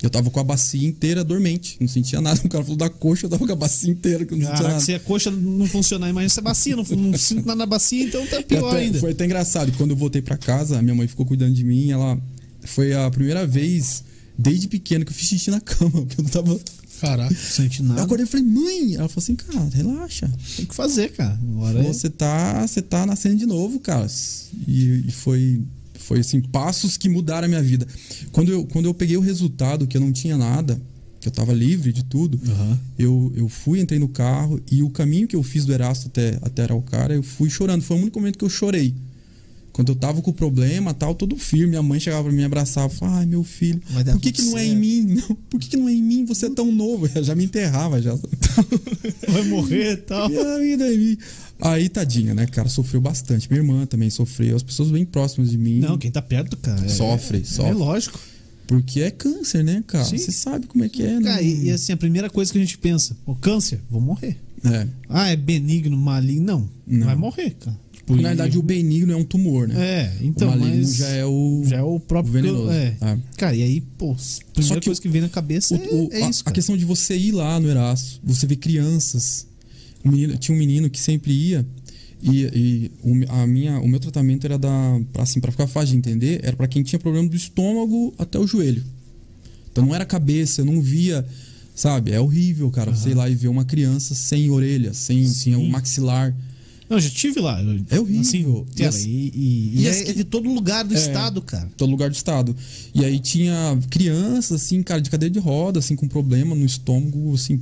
[SPEAKER 3] Eu tava com a bacia inteira dormente, não sentia nada. O cara falou da coxa, eu tava com a bacia inteira, que eu não sentia
[SPEAKER 1] Caraca,
[SPEAKER 3] nada.
[SPEAKER 1] se a coxa não funcionar, imagina se a bacia não, não sinto nada na bacia, então tá pior
[SPEAKER 3] Até-
[SPEAKER 1] ainda.
[SPEAKER 3] Foi até engraçado. Quando eu voltei pra casa, a minha mãe ficou cuidando de mim. Ela foi a primeira vez desde pequeno que eu fiz xixi na cama, [LAUGHS] porque eu não tava.
[SPEAKER 1] Ah.
[SPEAKER 2] Caraca.
[SPEAKER 1] Não sente
[SPEAKER 3] Eu
[SPEAKER 1] nada.
[SPEAKER 3] acordei e falei, mãe! Ela falou assim, cara, relaxa.
[SPEAKER 1] Tem que fazer, cara. Agora é...
[SPEAKER 3] Você tá, você tá nascendo de novo, cara. E, e foi, foi assim, passos que mudaram a minha vida. Quando eu, quando eu peguei o resultado, que eu não tinha nada, que eu tava livre de tudo,
[SPEAKER 1] Aham.
[SPEAKER 3] eu, eu fui, entrei no carro e o caminho que eu fiz do Erasto até, até Araucária, eu fui chorando. Foi o único momento que eu chorei. Quando eu tava com o problema, tal, todo firme, minha mãe chegava pra mim, me abraçava, falava, ai meu filho,
[SPEAKER 1] Vai dar
[SPEAKER 3] por que,
[SPEAKER 1] tudo
[SPEAKER 3] que não é em
[SPEAKER 1] certo."
[SPEAKER 3] mim? [LAUGHS] Não, por que, que não é em mim? Você é tão novo. [LAUGHS] Eu já me
[SPEAKER 1] [LAUGHS]
[SPEAKER 3] enterrava, já.
[SPEAKER 1] vai morrer e tal.
[SPEAKER 3] Minha vida em mim. Aí, tadinha, né, cara, sofreu bastante. Minha irmã também sofreu, as pessoas bem próximas de mim.
[SPEAKER 1] Não,
[SPEAKER 3] [LAUGHS]
[SPEAKER 1] quem tá perto, cara. é-
[SPEAKER 3] Sofre,
[SPEAKER 1] é,
[SPEAKER 3] sofre.
[SPEAKER 1] É lógico.
[SPEAKER 3] Porque é câncer, né, cara?
[SPEAKER 1] Sim.
[SPEAKER 3] Você sabe como é que é, né?
[SPEAKER 1] Cara, e, e assim, a primeira coisa que a gente pensa, o câncer, vou morrer.
[SPEAKER 3] É.
[SPEAKER 1] Ah, é benigno, maligno. Não,
[SPEAKER 3] Não.
[SPEAKER 1] vai morrer, cara. Tipo,
[SPEAKER 3] Na
[SPEAKER 1] e-
[SPEAKER 3] verdade, o benigno é um tumor, né?
[SPEAKER 1] É, então,
[SPEAKER 3] o maligno
[SPEAKER 1] mas...
[SPEAKER 3] já é o.
[SPEAKER 1] Já é o próprio.
[SPEAKER 3] O venenoso.
[SPEAKER 1] É.
[SPEAKER 3] Ah.
[SPEAKER 1] Cara, e aí, pô, a primeira
[SPEAKER 3] que
[SPEAKER 1] coisa que vem na cabeça é,
[SPEAKER 3] O- o-
[SPEAKER 1] é
[SPEAKER 3] a-
[SPEAKER 1] isso.
[SPEAKER 3] a,
[SPEAKER 1] Cara.
[SPEAKER 3] questão de você ir lá no Eraço, você vê crianças. Um menino- tinha um menino que sempre ia e, e o, me- a minha, o meu tratamento era da pra, assim para ficar fácil de entender era para quem tinha problema do estômago até o joelho. Então não era cabeça, eu não via, sabe? É horrível, cara. Você ir lá e ver uma criança sem orelha, sem, sem o maxilar.
[SPEAKER 1] Não, eu já tive lá. eu-
[SPEAKER 3] É horrível.
[SPEAKER 1] Assim,
[SPEAKER 3] E
[SPEAKER 1] cara,
[SPEAKER 3] as-
[SPEAKER 1] e, e-
[SPEAKER 3] e
[SPEAKER 1] e
[SPEAKER 3] as
[SPEAKER 1] é,
[SPEAKER 3] que-
[SPEAKER 1] é de todo lugar do estado, cara.
[SPEAKER 3] todo lugar do estado. E aí tinha crianças, assim, cara, de cadeira de roda, assim, com problema no estômago, assim,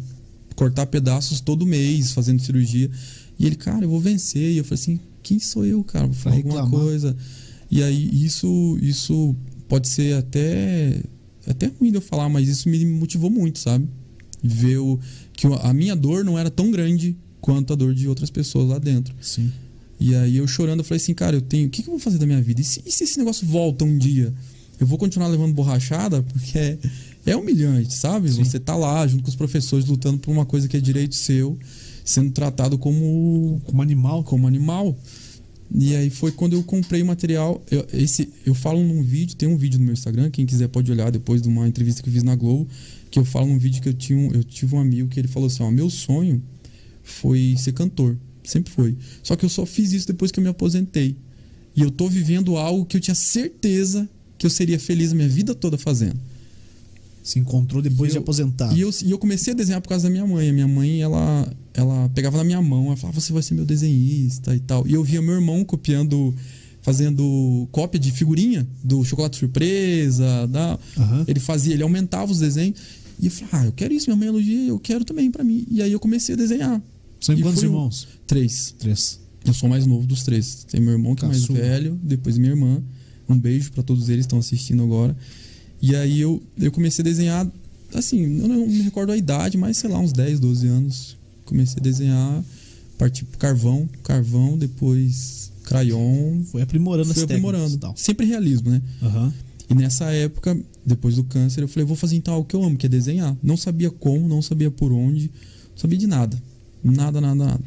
[SPEAKER 3] cortar pedaços todo mês, fazendo cirurgia. E ele, cara, eu vou vencer. E eu falei assim, quem sou eu, cara? Vou falar
[SPEAKER 1] Pra
[SPEAKER 3] alguma
[SPEAKER 1] reclamar.
[SPEAKER 3] coisa. E aí isso, isso pode ser até, até ruim de eu falar, mas isso me motivou muito, sabe? Ver o, que a minha dor não era tão grande quanto a dor de outras pessoas lá dentro.
[SPEAKER 1] Sim.
[SPEAKER 3] E aí eu chorando, eu falei assim, cara, eu tenho. O que, que eu vou fazer da minha vida? E se, e se esse negócio volta um dia? Eu vou continuar levando borrachada? Porque é, é humilhante, sabe? Você tá lá junto com os professores lutando por uma coisa que é direito seu, sendo tratado como,
[SPEAKER 1] Como animal.
[SPEAKER 3] como animal. E aí foi quando eu comprei o material. Eu, esse, eu falo num vídeo, tem um vídeo no meu Instagram, quem quiser pode olhar depois de uma entrevista que eu fiz na Globo, que eu falo num vídeo que eu, tinha, um- eu tive um amigo que ele falou assim, ó, meu sonho foi ser cantor. Sempre foi. Só que eu só fiz isso depois que eu me aposentei. E eu tô vivendo algo que eu tinha certeza que eu seria feliz a minha vida toda fazendo.
[SPEAKER 1] Se encontrou depois
[SPEAKER 3] E
[SPEAKER 1] de
[SPEAKER 3] eu-
[SPEAKER 1] aposentado.
[SPEAKER 3] E eu, e eu comecei a desenhar por causa da minha mãe. A minha mãe, ela, ela pegava na minha mão, ela falava, "Ah, você vai ser meu desenhista e tal. E eu via meu irmão copiando, fazendo cópia de figurinha do Chocolate Surpresa. Da...
[SPEAKER 1] Aham.
[SPEAKER 3] Ele fazia, ele aumentava os desenhos. E eu falava, ah, eu quero isso, minha mãe elogia, eu quero também pra mim. E aí eu comecei a desenhar.
[SPEAKER 1] São
[SPEAKER 3] e
[SPEAKER 1] quantos
[SPEAKER 3] foi um-
[SPEAKER 1] irmãos?
[SPEAKER 3] Três.
[SPEAKER 1] Três.
[SPEAKER 3] Eu sou o mais novo dos três. Tem meu irmão que é mais
[SPEAKER 1] Caçula.
[SPEAKER 3] velho, depois minha irmã. Um beijo pra todos eles que estão assistindo agora. E aí eu, eu comecei a desenhar, assim, eu não me recordo a idade, mas sei lá, uns 10, 12 anos. Comecei a desenhar, parti pro carvão, carvão, depois crayon.
[SPEAKER 1] Foi aprimorando
[SPEAKER 3] Fui
[SPEAKER 1] as técnicas
[SPEAKER 3] aprimorando.
[SPEAKER 1] e tal.
[SPEAKER 3] Sempre realismo, né?
[SPEAKER 1] Aham.
[SPEAKER 3] E nessa época, depois do câncer, eu falei, vou fazer então algo que eu amo, que é desenhar. Não sabia como, não sabia por onde, não sabia de nada. Nada, nada, nada.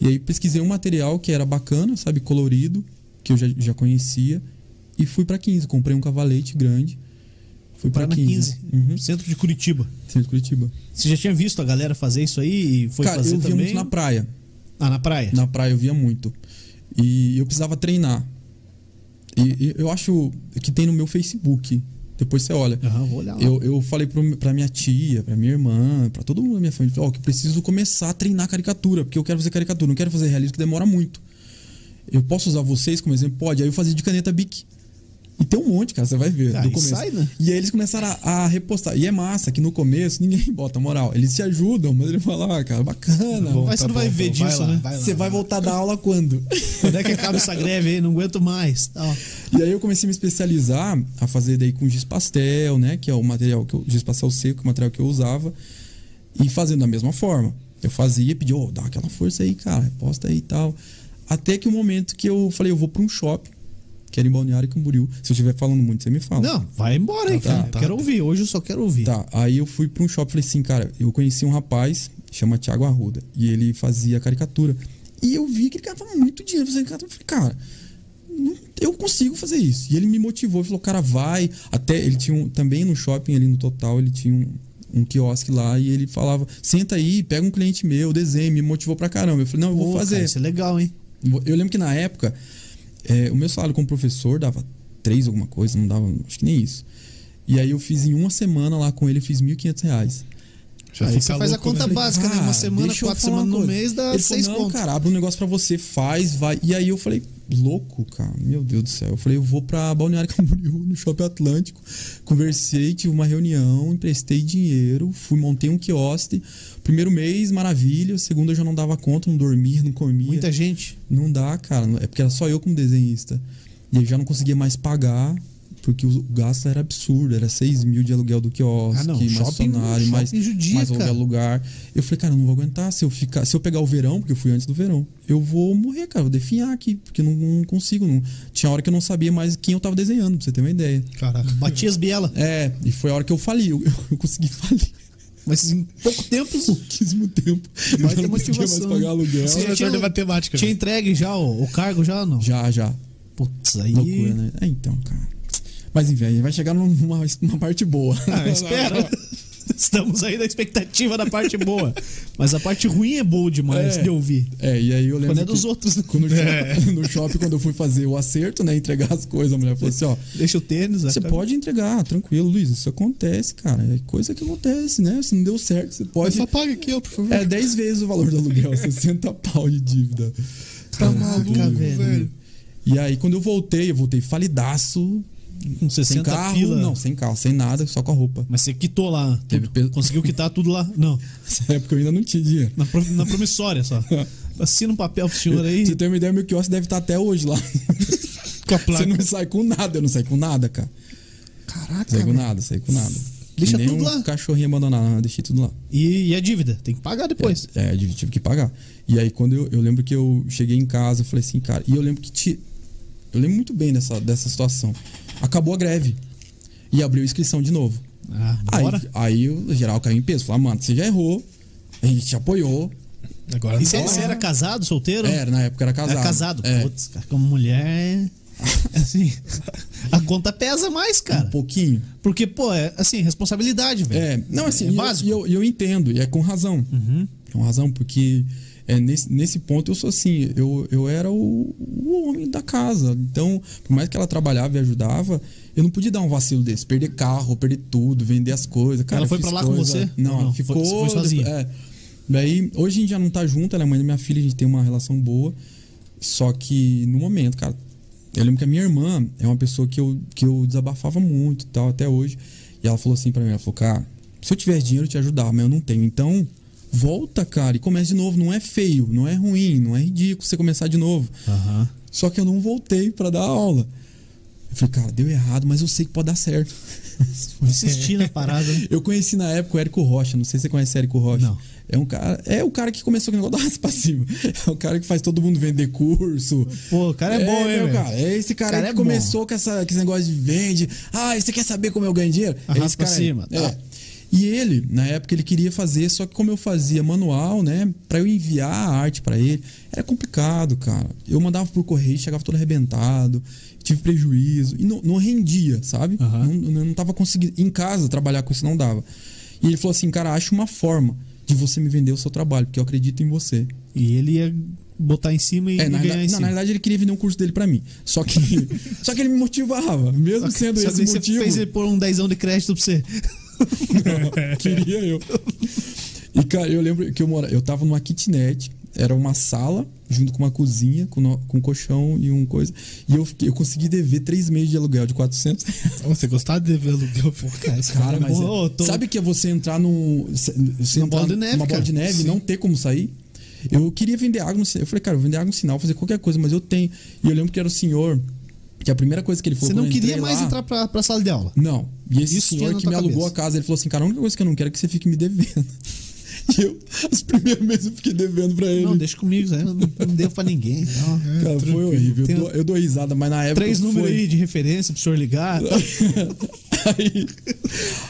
[SPEAKER 3] E aí pesquisei um material que era bacana, sabe, colorido, que eu já, já conhecia, e fui pra 15. Comprei um cavalete grande, fui pra
[SPEAKER 1] Paraná
[SPEAKER 3] 15.
[SPEAKER 1] 15,
[SPEAKER 3] Uhum,
[SPEAKER 1] centro de Curitiba.
[SPEAKER 3] centro de Curitiba.
[SPEAKER 1] Você já tinha visto a galera fazer isso aí e foi
[SPEAKER 3] Cara,
[SPEAKER 1] fazer
[SPEAKER 3] eu via
[SPEAKER 1] também?
[SPEAKER 3] muito na praia.
[SPEAKER 1] Ah, na praia?
[SPEAKER 3] Na praia eu via muito. E eu precisava treinar. E, e eu acho que tem no meu Facebook. Depois você olha.
[SPEAKER 1] Aham, vou olhar lá.
[SPEAKER 3] Eu, eu falei pro, pra minha tia, pra minha irmã, pra todo mundo da minha família, falei, ó, que eu preciso começar a treinar caricatura, porque eu quero fazer caricatura, não quero fazer realismo que demora muito. Eu posso usar vocês como exemplo? Pode. Aí eu fazia de caneta Bic. E tem um monte, cara, você vai ver.
[SPEAKER 1] Ah,
[SPEAKER 3] do
[SPEAKER 1] e
[SPEAKER 3] começo.
[SPEAKER 1] sai, né?
[SPEAKER 3] E aí eles começaram a, a repostar. E é massa que no começo ninguém [LAUGHS] bota moral. Eles se ajudam, mas ele fala, ah, cara, bacana.
[SPEAKER 1] Bom, Mas você não vai ver disso, né?
[SPEAKER 3] você vai
[SPEAKER 2] voltar.
[SPEAKER 3] voltar a dar aula quando?
[SPEAKER 1] Quando é que acaba essa greve aí? Não aguento mais. Tá, Tal.
[SPEAKER 3] E aí eu comecei a me especializar a fazer daí com giz pastel, né? Que é o material que eu, giz pastel seco, o material que eu usava, e fazendo da mesma forma. Eu fazia, pedia, ô, dá aquela força aí, cara, reposta aí e tal. Até que o momento que eu falei, eu vou pra um shopping, que era em Balneário Camboriú. Se eu estiver falando muito, você me fala.
[SPEAKER 1] Não, vai embora aí,
[SPEAKER 3] Tá,
[SPEAKER 1] cara.
[SPEAKER 3] tá.
[SPEAKER 1] quero ouvir. Hoje eu só quero ouvir.
[SPEAKER 3] Tá, aí eu fui pra um shopping e falei assim, cara, eu conheci um rapaz, chama Thiago Arruda, e ele fazia caricatura. E eu vi que ele ganhava muito dinheiro fazendo caricatura. Eu falei, cara, não- eu consigo fazer isso. E ele me motivou, falou, cara, vai. Até ele tinha um, também no shopping ali no Total, ele tinha um, um quiosque lá e ele falava, senta aí, pega um cliente meu, desenho, me motivou pra caramba. Eu falei, não, eu vou
[SPEAKER 1] Pô,
[SPEAKER 3] fazer.
[SPEAKER 1] cara, isso é legal, hein?
[SPEAKER 3] Eu lembro que na época, é, o meu salário como professor dava três alguma coisa, não dava, acho que nem isso. E aí eu fiz em uma semana lá com ele, eu fiz R$ 1.500 reais. Tá
[SPEAKER 1] Aí
[SPEAKER 2] fica
[SPEAKER 1] você faz a
[SPEAKER 2] louco,
[SPEAKER 1] conta
[SPEAKER 2] né?
[SPEAKER 1] básica, né? Uma
[SPEAKER 3] "Cara,
[SPEAKER 1] semana,
[SPEAKER 3] "Ah, deixa eu
[SPEAKER 1] quatro
[SPEAKER 3] falar uma
[SPEAKER 1] semanas no
[SPEAKER 3] coisa."
[SPEAKER 1] mês dá
[SPEAKER 3] Ele
[SPEAKER 1] seis
[SPEAKER 3] falou, não,
[SPEAKER 1] contas.
[SPEAKER 3] cara, abre um negócio pra você, faz, vai. E aí eu falei, louco, cara, meu Deus do céu. Eu falei, eu vou pra Balneário Camboriú, [LAUGHS] no Shopping Atlântico. Conversei, tive uma reunião, emprestei dinheiro, fui, montei um quiosque. Primeiro mês, maravilha. O segundo eu já não dava conta, não dormia, não comia.
[SPEAKER 1] Muita gente.
[SPEAKER 3] Não dá, cara. É porque era só eu como desenhista. E eu já não conseguia mais pagar, porque o gasto era absurdo. Era 6 mil de aluguel do quiosque,
[SPEAKER 1] Ah, não.
[SPEAKER 3] mais
[SPEAKER 1] Shopping-
[SPEAKER 3] funcionário, mais,
[SPEAKER 1] shopping judia,
[SPEAKER 3] mais aluguel
[SPEAKER 1] cara.
[SPEAKER 3] lugar. Eu falei, cara, eu não vou aguentar. Se eu, ficar, se eu pegar o verão, porque eu fui antes do verão, eu vou morrer, cara. Eu Vou definhar aqui, porque eu não, não consigo. Não. Tinha hora que eu não sabia mais quem eu tava desenhando, pra você ter uma ideia.
[SPEAKER 2] Caraca.
[SPEAKER 1] Matias Biela.
[SPEAKER 3] É, e foi a hora que eu fali. Eu, [LAUGHS] eu consegui falir. [LAUGHS]
[SPEAKER 1] Mas em pouco tempo
[SPEAKER 3] Pouquíssimo tempo. Eu
[SPEAKER 1] Baita
[SPEAKER 3] já não podia mais
[SPEAKER 1] motivação.
[SPEAKER 3] pagar aluguel.
[SPEAKER 1] Você já
[SPEAKER 2] Professor
[SPEAKER 1] tinha-
[SPEAKER 2] de matemática.
[SPEAKER 1] tinha
[SPEAKER 2] velho.
[SPEAKER 1] entregue já o, o cargo já ou não?
[SPEAKER 3] né? Já, já.
[SPEAKER 1] Putz, aí.
[SPEAKER 3] Loucura, né? É, então, cara. Mas enfim, a gente vai chegar numa, numa parte
[SPEAKER 1] [LAUGHS]
[SPEAKER 3] boa.
[SPEAKER 1] Ah, espera. Estamos aí na expectativa da parte boa. Mas a parte ruim é boa demais
[SPEAKER 3] É.
[SPEAKER 1] de ouvir.
[SPEAKER 3] É, e aí eu lembro.
[SPEAKER 1] Quando é dos
[SPEAKER 3] que-
[SPEAKER 1] outros, né?
[SPEAKER 3] Quando no,
[SPEAKER 1] [LAUGHS]
[SPEAKER 3] shopping, [LAUGHS] no shopping, quando eu fui fazer o acerto, né? Entregar as coisas, a mulher falou assim: ó,
[SPEAKER 1] Deixa o tênis.
[SPEAKER 3] você
[SPEAKER 1] a-
[SPEAKER 3] pode entregar, tranquilo, Luiz. Isso acontece, cara. É coisa que acontece, né? Se não deu certo, você
[SPEAKER 2] Mas
[SPEAKER 3] pode.
[SPEAKER 2] Só paga aqui, ó, por favor.
[SPEAKER 3] [LAUGHS] É 10 vezes o valor
[SPEAKER 1] [LAUGHS]
[SPEAKER 3] do aluguel, 60 pau de dívida. Tá
[SPEAKER 1] Caraca, velho.
[SPEAKER 3] E aí, quando eu voltei, eu voltei falidaço,
[SPEAKER 1] Com
[SPEAKER 3] sem
[SPEAKER 1] 60
[SPEAKER 3] carro.
[SPEAKER 1] pila.
[SPEAKER 3] Não, sem carro, sem nada, só com a roupa.
[SPEAKER 1] Mas você quitou lá. tudo.
[SPEAKER 3] Teve peso.
[SPEAKER 1] Conseguiu quitar tudo lá? Não.
[SPEAKER 3] Nessa época eu ainda não tinha dinheiro.
[SPEAKER 1] Na, pro- na promissória
[SPEAKER 3] [LAUGHS]
[SPEAKER 1] só. Assina um papel pro senhor aí.
[SPEAKER 3] Pra você ter uma ideia, meu quiosque deve estar até hoje lá.
[SPEAKER 1] Com a
[SPEAKER 3] Você
[SPEAKER 1] [LAUGHS] placa.
[SPEAKER 3] não sai com nada, eu não saí com nada, cara.
[SPEAKER 1] Caraca.
[SPEAKER 3] Saí com
[SPEAKER 1] velho.
[SPEAKER 3] nada, saí com nada.
[SPEAKER 1] Deixa
[SPEAKER 3] Nem
[SPEAKER 1] tudo
[SPEAKER 3] um
[SPEAKER 1] lá.
[SPEAKER 3] cachorrinho abandonado, né? deixei tudo lá.
[SPEAKER 1] E, e a dívida? Tem que pagar depois.
[SPEAKER 3] É, eu tive que pagar. E aí, quando eu, eu lembro que eu cheguei em casa, eu falei assim, cara, e eu lembro que te, eu lembro muito bem dessa, dessa situação. Acabou a greve e abriu a inscrição de novo.
[SPEAKER 1] Ah,
[SPEAKER 3] Aí,
[SPEAKER 1] bora.
[SPEAKER 3] aí o geral caiu em peso. Falou, ah, mano, você já errou, a gente te apoiou,
[SPEAKER 2] Agora
[SPEAKER 1] E você,
[SPEAKER 2] não
[SPEAKER 1] você
[SPEAKER 2] sei.
[SPEAKER 1] era casado, solteiro?
[SPEAKER 3] Era, na época era casado.
[SPEAKER 1] Era casado.
[SPEAKER 3] É,
[SPEAKER 1] Putz, cara, como mulher. é, Assim, a conta pesa mais, cara.
[SPEAKER 3] um pouquinho.
[SPEAKER 1] Porque, pô, é assim, responsabilidade, velho.
[SPEAKER 3] É, não, assim,
[SPEAKER 1] É
[SPEAKER 3] e eu-
[SPEAKER 1] básico. Uhum.
[SPEAKER 3] e eu, e eu entendo, e é com razão. Com razão, porque é, nesse, nesse ponto eu sou assim, eu, eu era o, o homem da casa. Então, por mais que ela trabalhava e ajudava, eu não podia dar um vacilo desse, perder carro, perder tudo, vender as coisas. Cara,
[SPEAKER 1] Ela
[SPEAKER 3] eu
[SPEAKER 1] foi
[SPEAKER 3] fiz
[SPEAKER 1] pra lá com
[SPEAKER 3] coisa-
[SPEAKER 1] você? Ou
[SPEAKER 3] Não,
[SPEAKER 1] não?
[SPEAKER 3] ela
[SPEAKER 1] Foi-
[SPEAKER 3] ficou.
[SPEAKER 1] você foi sozinha?
[SPEAKER 3] é. Daí, hoje a gente já não tá junto, ela é mãe da minha filha, a gente tem uma relação boa. Só que no momento, cara, eu lembro que a minha irmã é uma pessoa que eu, que eu desabafava muito e tal, até hoje. E ela falou assim pra mim, ela falou, cara, se eu tiver dinheiro eu te ajudava, mas eu não tenho. Então, volta, cara, e começa de novo. Não é feio, não é ruim, não é ridículo você começar de novo.
[SPEAKER 1] Aham.
[SPEAKER 3] Só que eu não voltei pra dar aula. Eu falei, cara, deu errado, mas eu sei que pode dar certo. [LAUGHS]
[SPEAKER 1] Insisti na parada. né?
[SPEAKER 3] Eu conheci na época o Érico Rocha, não sei se você conhece o Érico Rocha.
[SPEAKER 1] Não.
[SPEAKER 3] É um cara, é o cara que começou com o negócio da raspa passiva. [LAUGHS] É o cara que faz todo mundo vender curso.
[SPEAKER 1] Pô, o cara é bom, hein,
[SPEAKER 3] meu,
[SPEAKER 1] velho?
[SPEAKER 3] cara. É esse cara,
[SPEAKER 1] Cara
[SPEAKER 3] aí
[SPEAKER 1] é
[SPEAKER 3] que
[SPEAKER 1] bom.
[SPEAKER 3] começou com, essa, com esse negócio de vende. Ah, você quer saber como eu ganho dinheiro? é
[SPEAKER 1] Arrasta
[SPEAKER 3] esse
[SPEAKER 1] pra
[SPEAKER 3] cara. aí.
[SPEAKER 1] cima, tá.
[SPEAKER 3] É. E ele, na época, ele queria fazer, só que como eu fazia manual, né? Pra eu enviar a arte pra ele, era complicado, cara. Eu mandava pro correio, chegava todo arrebentado, tive prejuízo. E não, não rendia, sabe?
[SPEAKER 1] Aham.
[SPEAKER 3] Não, não, não tava conseguindo. Em casa, trabalhar com isso não dava. E ele falou assim, cara, acha uma forma de você me vender o seu trabalho, porque eu acredito em você.
[SPEAKER 1] E ele ia botar em cima e
[SPEAKER 3] É, na,
[SPEAKER 1] ganhar
[SPEAKER 3] realidade-
[SPEAKER 1] em
[SPEAKER 3] não, na
[SPEAKER 1] cima.
[SPEAKER 3] realidade ele queria vender um curso dele pra mim. Só que, [LAUGHS] só que ele me motivava, mesmo sendo
[SPEAKER 1] Só que
[SPEAKER 3] esse
[SPEAKER 1] aí você
[SPEAKER 3] motivo. [LAUGHS]
[SPEAKER 1] fez ele pôr um dezão de crédito pra você.
[SPEAKER 3] Queria eu. E, cara, eu lembro que eu morava. Eu tava numa kitnet, era uma sala, junto com uma cozinha, com, no- com um colchão e um coisa. E eu, fiquei- eu consegui dever três meses de aluguel de 400 reais.
[SPEAKER 2] Você gostava de ver aluguel? Pô, cara, esse
[SPEAKER 3] Cara, mas. é-
[SPEAKER 1] Ô, ô, tô-
[SPEAKER 3] Sabe que é você entrar num. Você entrar
[SPEAKER 1] bola de neve,
[SPEAKER 3] numa bola
[SPEAKER 1] cara.
[SPEAKER 3] de neve e não ter como sair. Eu queria vender água no sinal. Eu falei, cara, eu vou vender água no sinal, fazer qualquer coisa, mas eu tenho. E eu lembro que era o senhor, que a primeira coisa que ele falou
[SPEAKER 1] Você não
[SPEAKER 3] quando eu
[SPEAKER 1] queria
[SPEAKER 3] entrei
[SPEAKER 1] mais
[SPEAKER 3] lá-
[SPEAKER 1] entrar pra, pra sala de aula.
[SPEAKER 3] não. E esse
[SPEAKER 1] Isso tinha
[SPEAKER 3] senhor
[SPEAKER 1] na
[SPEAKER 3] que
[SPEAKER 1] tua
[SPEAKER 3] me alugou
[SPEAKER 1] cabeça.
[SPEAKER 3] a casa, ele falou assim, cara, a única coisa que eu não quero é que você fique me devendo. [LAUGHS] E eu, os primeiros meses eu fiquei devendo pra ele.
[SPEAKER 1] Não, deixa comigo, né? Eu não, não devo pra ninguém. Então.
[SPEAKER 3] Cara, foi horrível.
[SPEAKER 1] Tem
[SPEAKER 3] Eu dou, eu dou risada, mas na época.
[SPEAKER 1] Três números
[SPEAKER 3] foi...
[SPEAKER 1] aí de referência pro senhor ligar.
[SPEAKER 3] aí,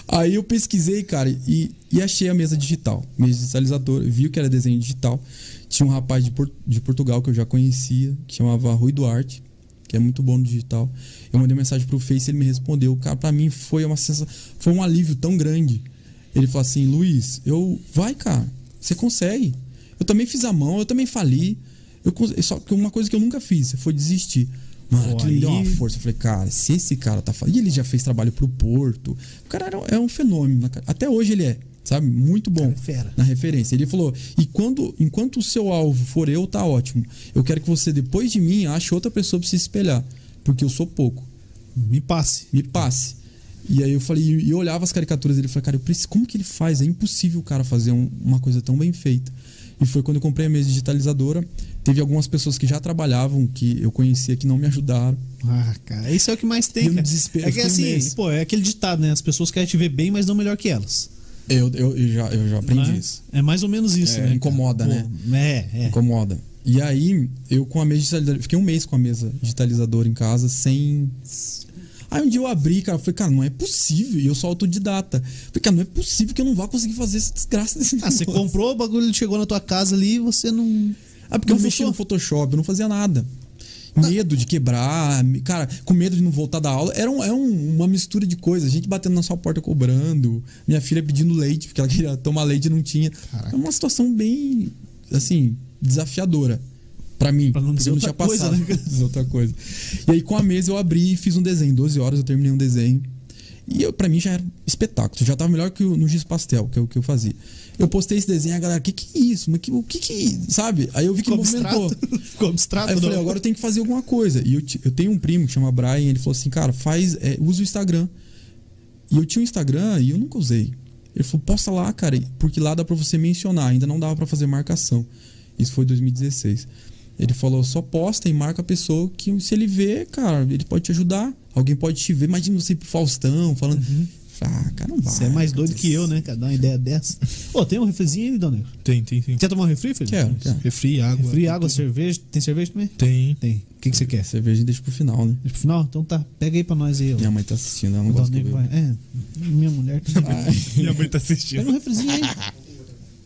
[SPEAKER 3] aí eu pesquisei, cara, e, e achei a mesa digital, mesa digitalizadora. Vi o que era desenho digital. Tinha um rapaz de, Por- de Portugal que eu já conhecia, que chamava Rui Duarte, que é muito bom no digital. Eu mandei uma mensagem pro Face, ele me respondeu. Cara, pra mim foi uma sensação, foi um alívio tão grande. Ele falou assim: "Luiz, eu vai, cara. Você consegue. Eu também fiz a mão, eu também fali. Eu cons- só que uma coisa que eu nunca fiz foi desistir. Mano,
[SPEAKER 1] Pô,
[SPEAKER 3] aquilo me deu uma
[SPEAKER 1] aí-
[SPEAKER 3] força. Eu falei, cara, se esse cara tá falando. E ele já fez trabalho pro Porto. O cara era- é um fenômeno. né, cara? Até hoje ele é, sabe? Muito bom.
[SPEAKER 1] Cara, é fera.
[SPEAKER 3] Na referência. Ele falou: e quando, enquanto o seu alvo for eu, tá ótimo. Eu quero que você, depois de mim, ache outra pessoa pra se espelhar. Porque eu sou pouco.
[SPEAKER 1] Me passe.
[SPEAKER 3] Me passe. E aí eu falei, e eu olhava as caricaturas dele e falei, cara, eu preciso, como que ele faz? É impossível o cara fazer um- uma coisa tão bem feita. E foi quando eu comprei a mesa digitalizadora. Teve algumas pessoas que já trabalhavam, que eu conhecia, que não me ajudaram.
[SPEAKER 1] Ah, cara, isso é o que mais tem,
[SPEAKER 3] E um
[SPEAKER 1] cara.
[SPEAKER 3] desespero,
[SPEAKER 1] é que
[SPEAKER 3] fiquei um
[SPEAKER 1] assim,
[SPEAKER 3] mês.
[SPEAKER 1] pô, é aquele ditado, né? As pessoas querem te ver bem, mas não melhor que elas.
[SPEAKER 3] Eu, eu, eu já, eu já aprendi
[SPEAKER 1] né?
[SPEAKER 3] isso.
[SPEAKER 1] É mais ou menos isso,
[SPEAKER 3] É,
[SPEAKER 1] né? cara?
[SPEAKER 3] incomoda,
[SPEAKER 1] Pô, É, é.
[SPEAKER 3] Incomoda. E aí, eu com a mesa digitalizadora. Fiquei um mês com a mesa digitalizadora em casa, sem. Aí um dia eu abri, cara, eu falei, cara, não é possível. E eu sou autodidata. Falei, cara, não é possível que eu não vá conseguir fazer essa desgraça desse
[SPEAKER 1] Ah, você
[SPEAKER 3] negócio.
[SPEAKER 1] comprou, o bagulho chegou na tua casa ali e você não.
[SPEAKER 3] Ah, porque
[SPEAKER 1] Não
[SPEAKER 3] eu mexia
[SPEAKER 1] voltou?
[SPEAKER 3] no Photoshop, eu não fazia nada. Medo de quebrar, me- cara, com medo de não voltar da aula. Era um- é um- uma mistura de coisas. Gente batendo na sua porta cobrando, minha filha pedindo leite, porque ela [LAUGHS] queria tomar leite e não tinha. É uma situação bem, assim, desafiadora pra mim.
[SPEAKER 1] Pra não
[SPEAKER 3] porque
[SPEAKER 1] dizer
[SPEAKER 3] eu não
[SPEAKER 1] outra
[SPEAKER 3] tinha
[SPEAKER 1] coisa,
[SPEAKER 3] passado.
[SPEAKER 1] né, cara?
[SPEAKER 3] Dizer [LAUGHS] outra coisa. E aí com a mesa eu abri e fiz um desenho. 12 horas eu terminei um desenho. E eu, pra mim já era espetáculo. Já tava melhor que o, no Giz Pastel, que é o que eu fazia. Eu postei esse desenho, a galera, que que é isso? Mas que, o que que... Sabe? Aí eu vi que
[SPEAKER 1] Ficou
[SPEAKER 3] movimentou.
[SPEAKER 1] abstrato. [LAUGHS] Ficou abstrato,
[SPEAKER 3] Aí eu
[SPEAKER 1] não.
[SPEAKER 3] falei, agora eu tenho que fazer alguma coisa. E eu, ti- eu tenho um primo que chama Brian, ele falou assim, cara, faz, é, usa o Instagram. E eu tinha o Instagram e eu nunca usei. Ele falou, posta lá, cara, porque lá dá pra você mencionar, ainda não dava pra fazer marcação. Isso foi em 2016. Ele falou, só posta e marca a pessoa que se ele vê, cara, ele pode te ajudar. Alguém pode te ver. Imagina você ir pro Faustão falando. Ah, cara, não vai.
[SPEAKER 1] Uhum. Você é mais doido
[SPEAKER 3] cara.
[SPEAKER 1] que eu, né, cara? Dá uma ideia dessa. Ô, tem um refrizinho aí, Dona Negra?
[SPEAKER 2] Tem, tem, tem.
[SPEAKER 1] Quer tomar um refri, filho?
[SPEAKER 3] Quero, quero.
[SPEAKER 2] Refri, água.
[SPEAKER 1] Refri,
[SPEAKER 2] tem
[SPEAKER 1] água,
[SPEAKER 2] tudo.
[SPEAKER 1] cerveja. Tem cerveja também?
[SPEAKER 2] Tem.
[SPEAKER 1] Tem. O que, que você quer?
[SPEAKER 3] Cerveja a gente deixa pro final, né?
[SPEAKER 1] No final? Então tá. Pega aí pra nós aí, ó. um
[SPEAKER 3] Minha mãe tá assistindo, ela não
[SPEAKER 1] O Dona
[SPEAKER 3] gosta Ah, que eu
[SPEAKER 1] Negra
[SPEAKER 3] beba.
[SPEAKER 1] vai. É, minha mulher.
[SPEAKER 2] Minha mãe tá
[SPEAKER 1] Pega
[SPEAKER 2] assistindo.
[SPEAKER 1] um refrizinho aí.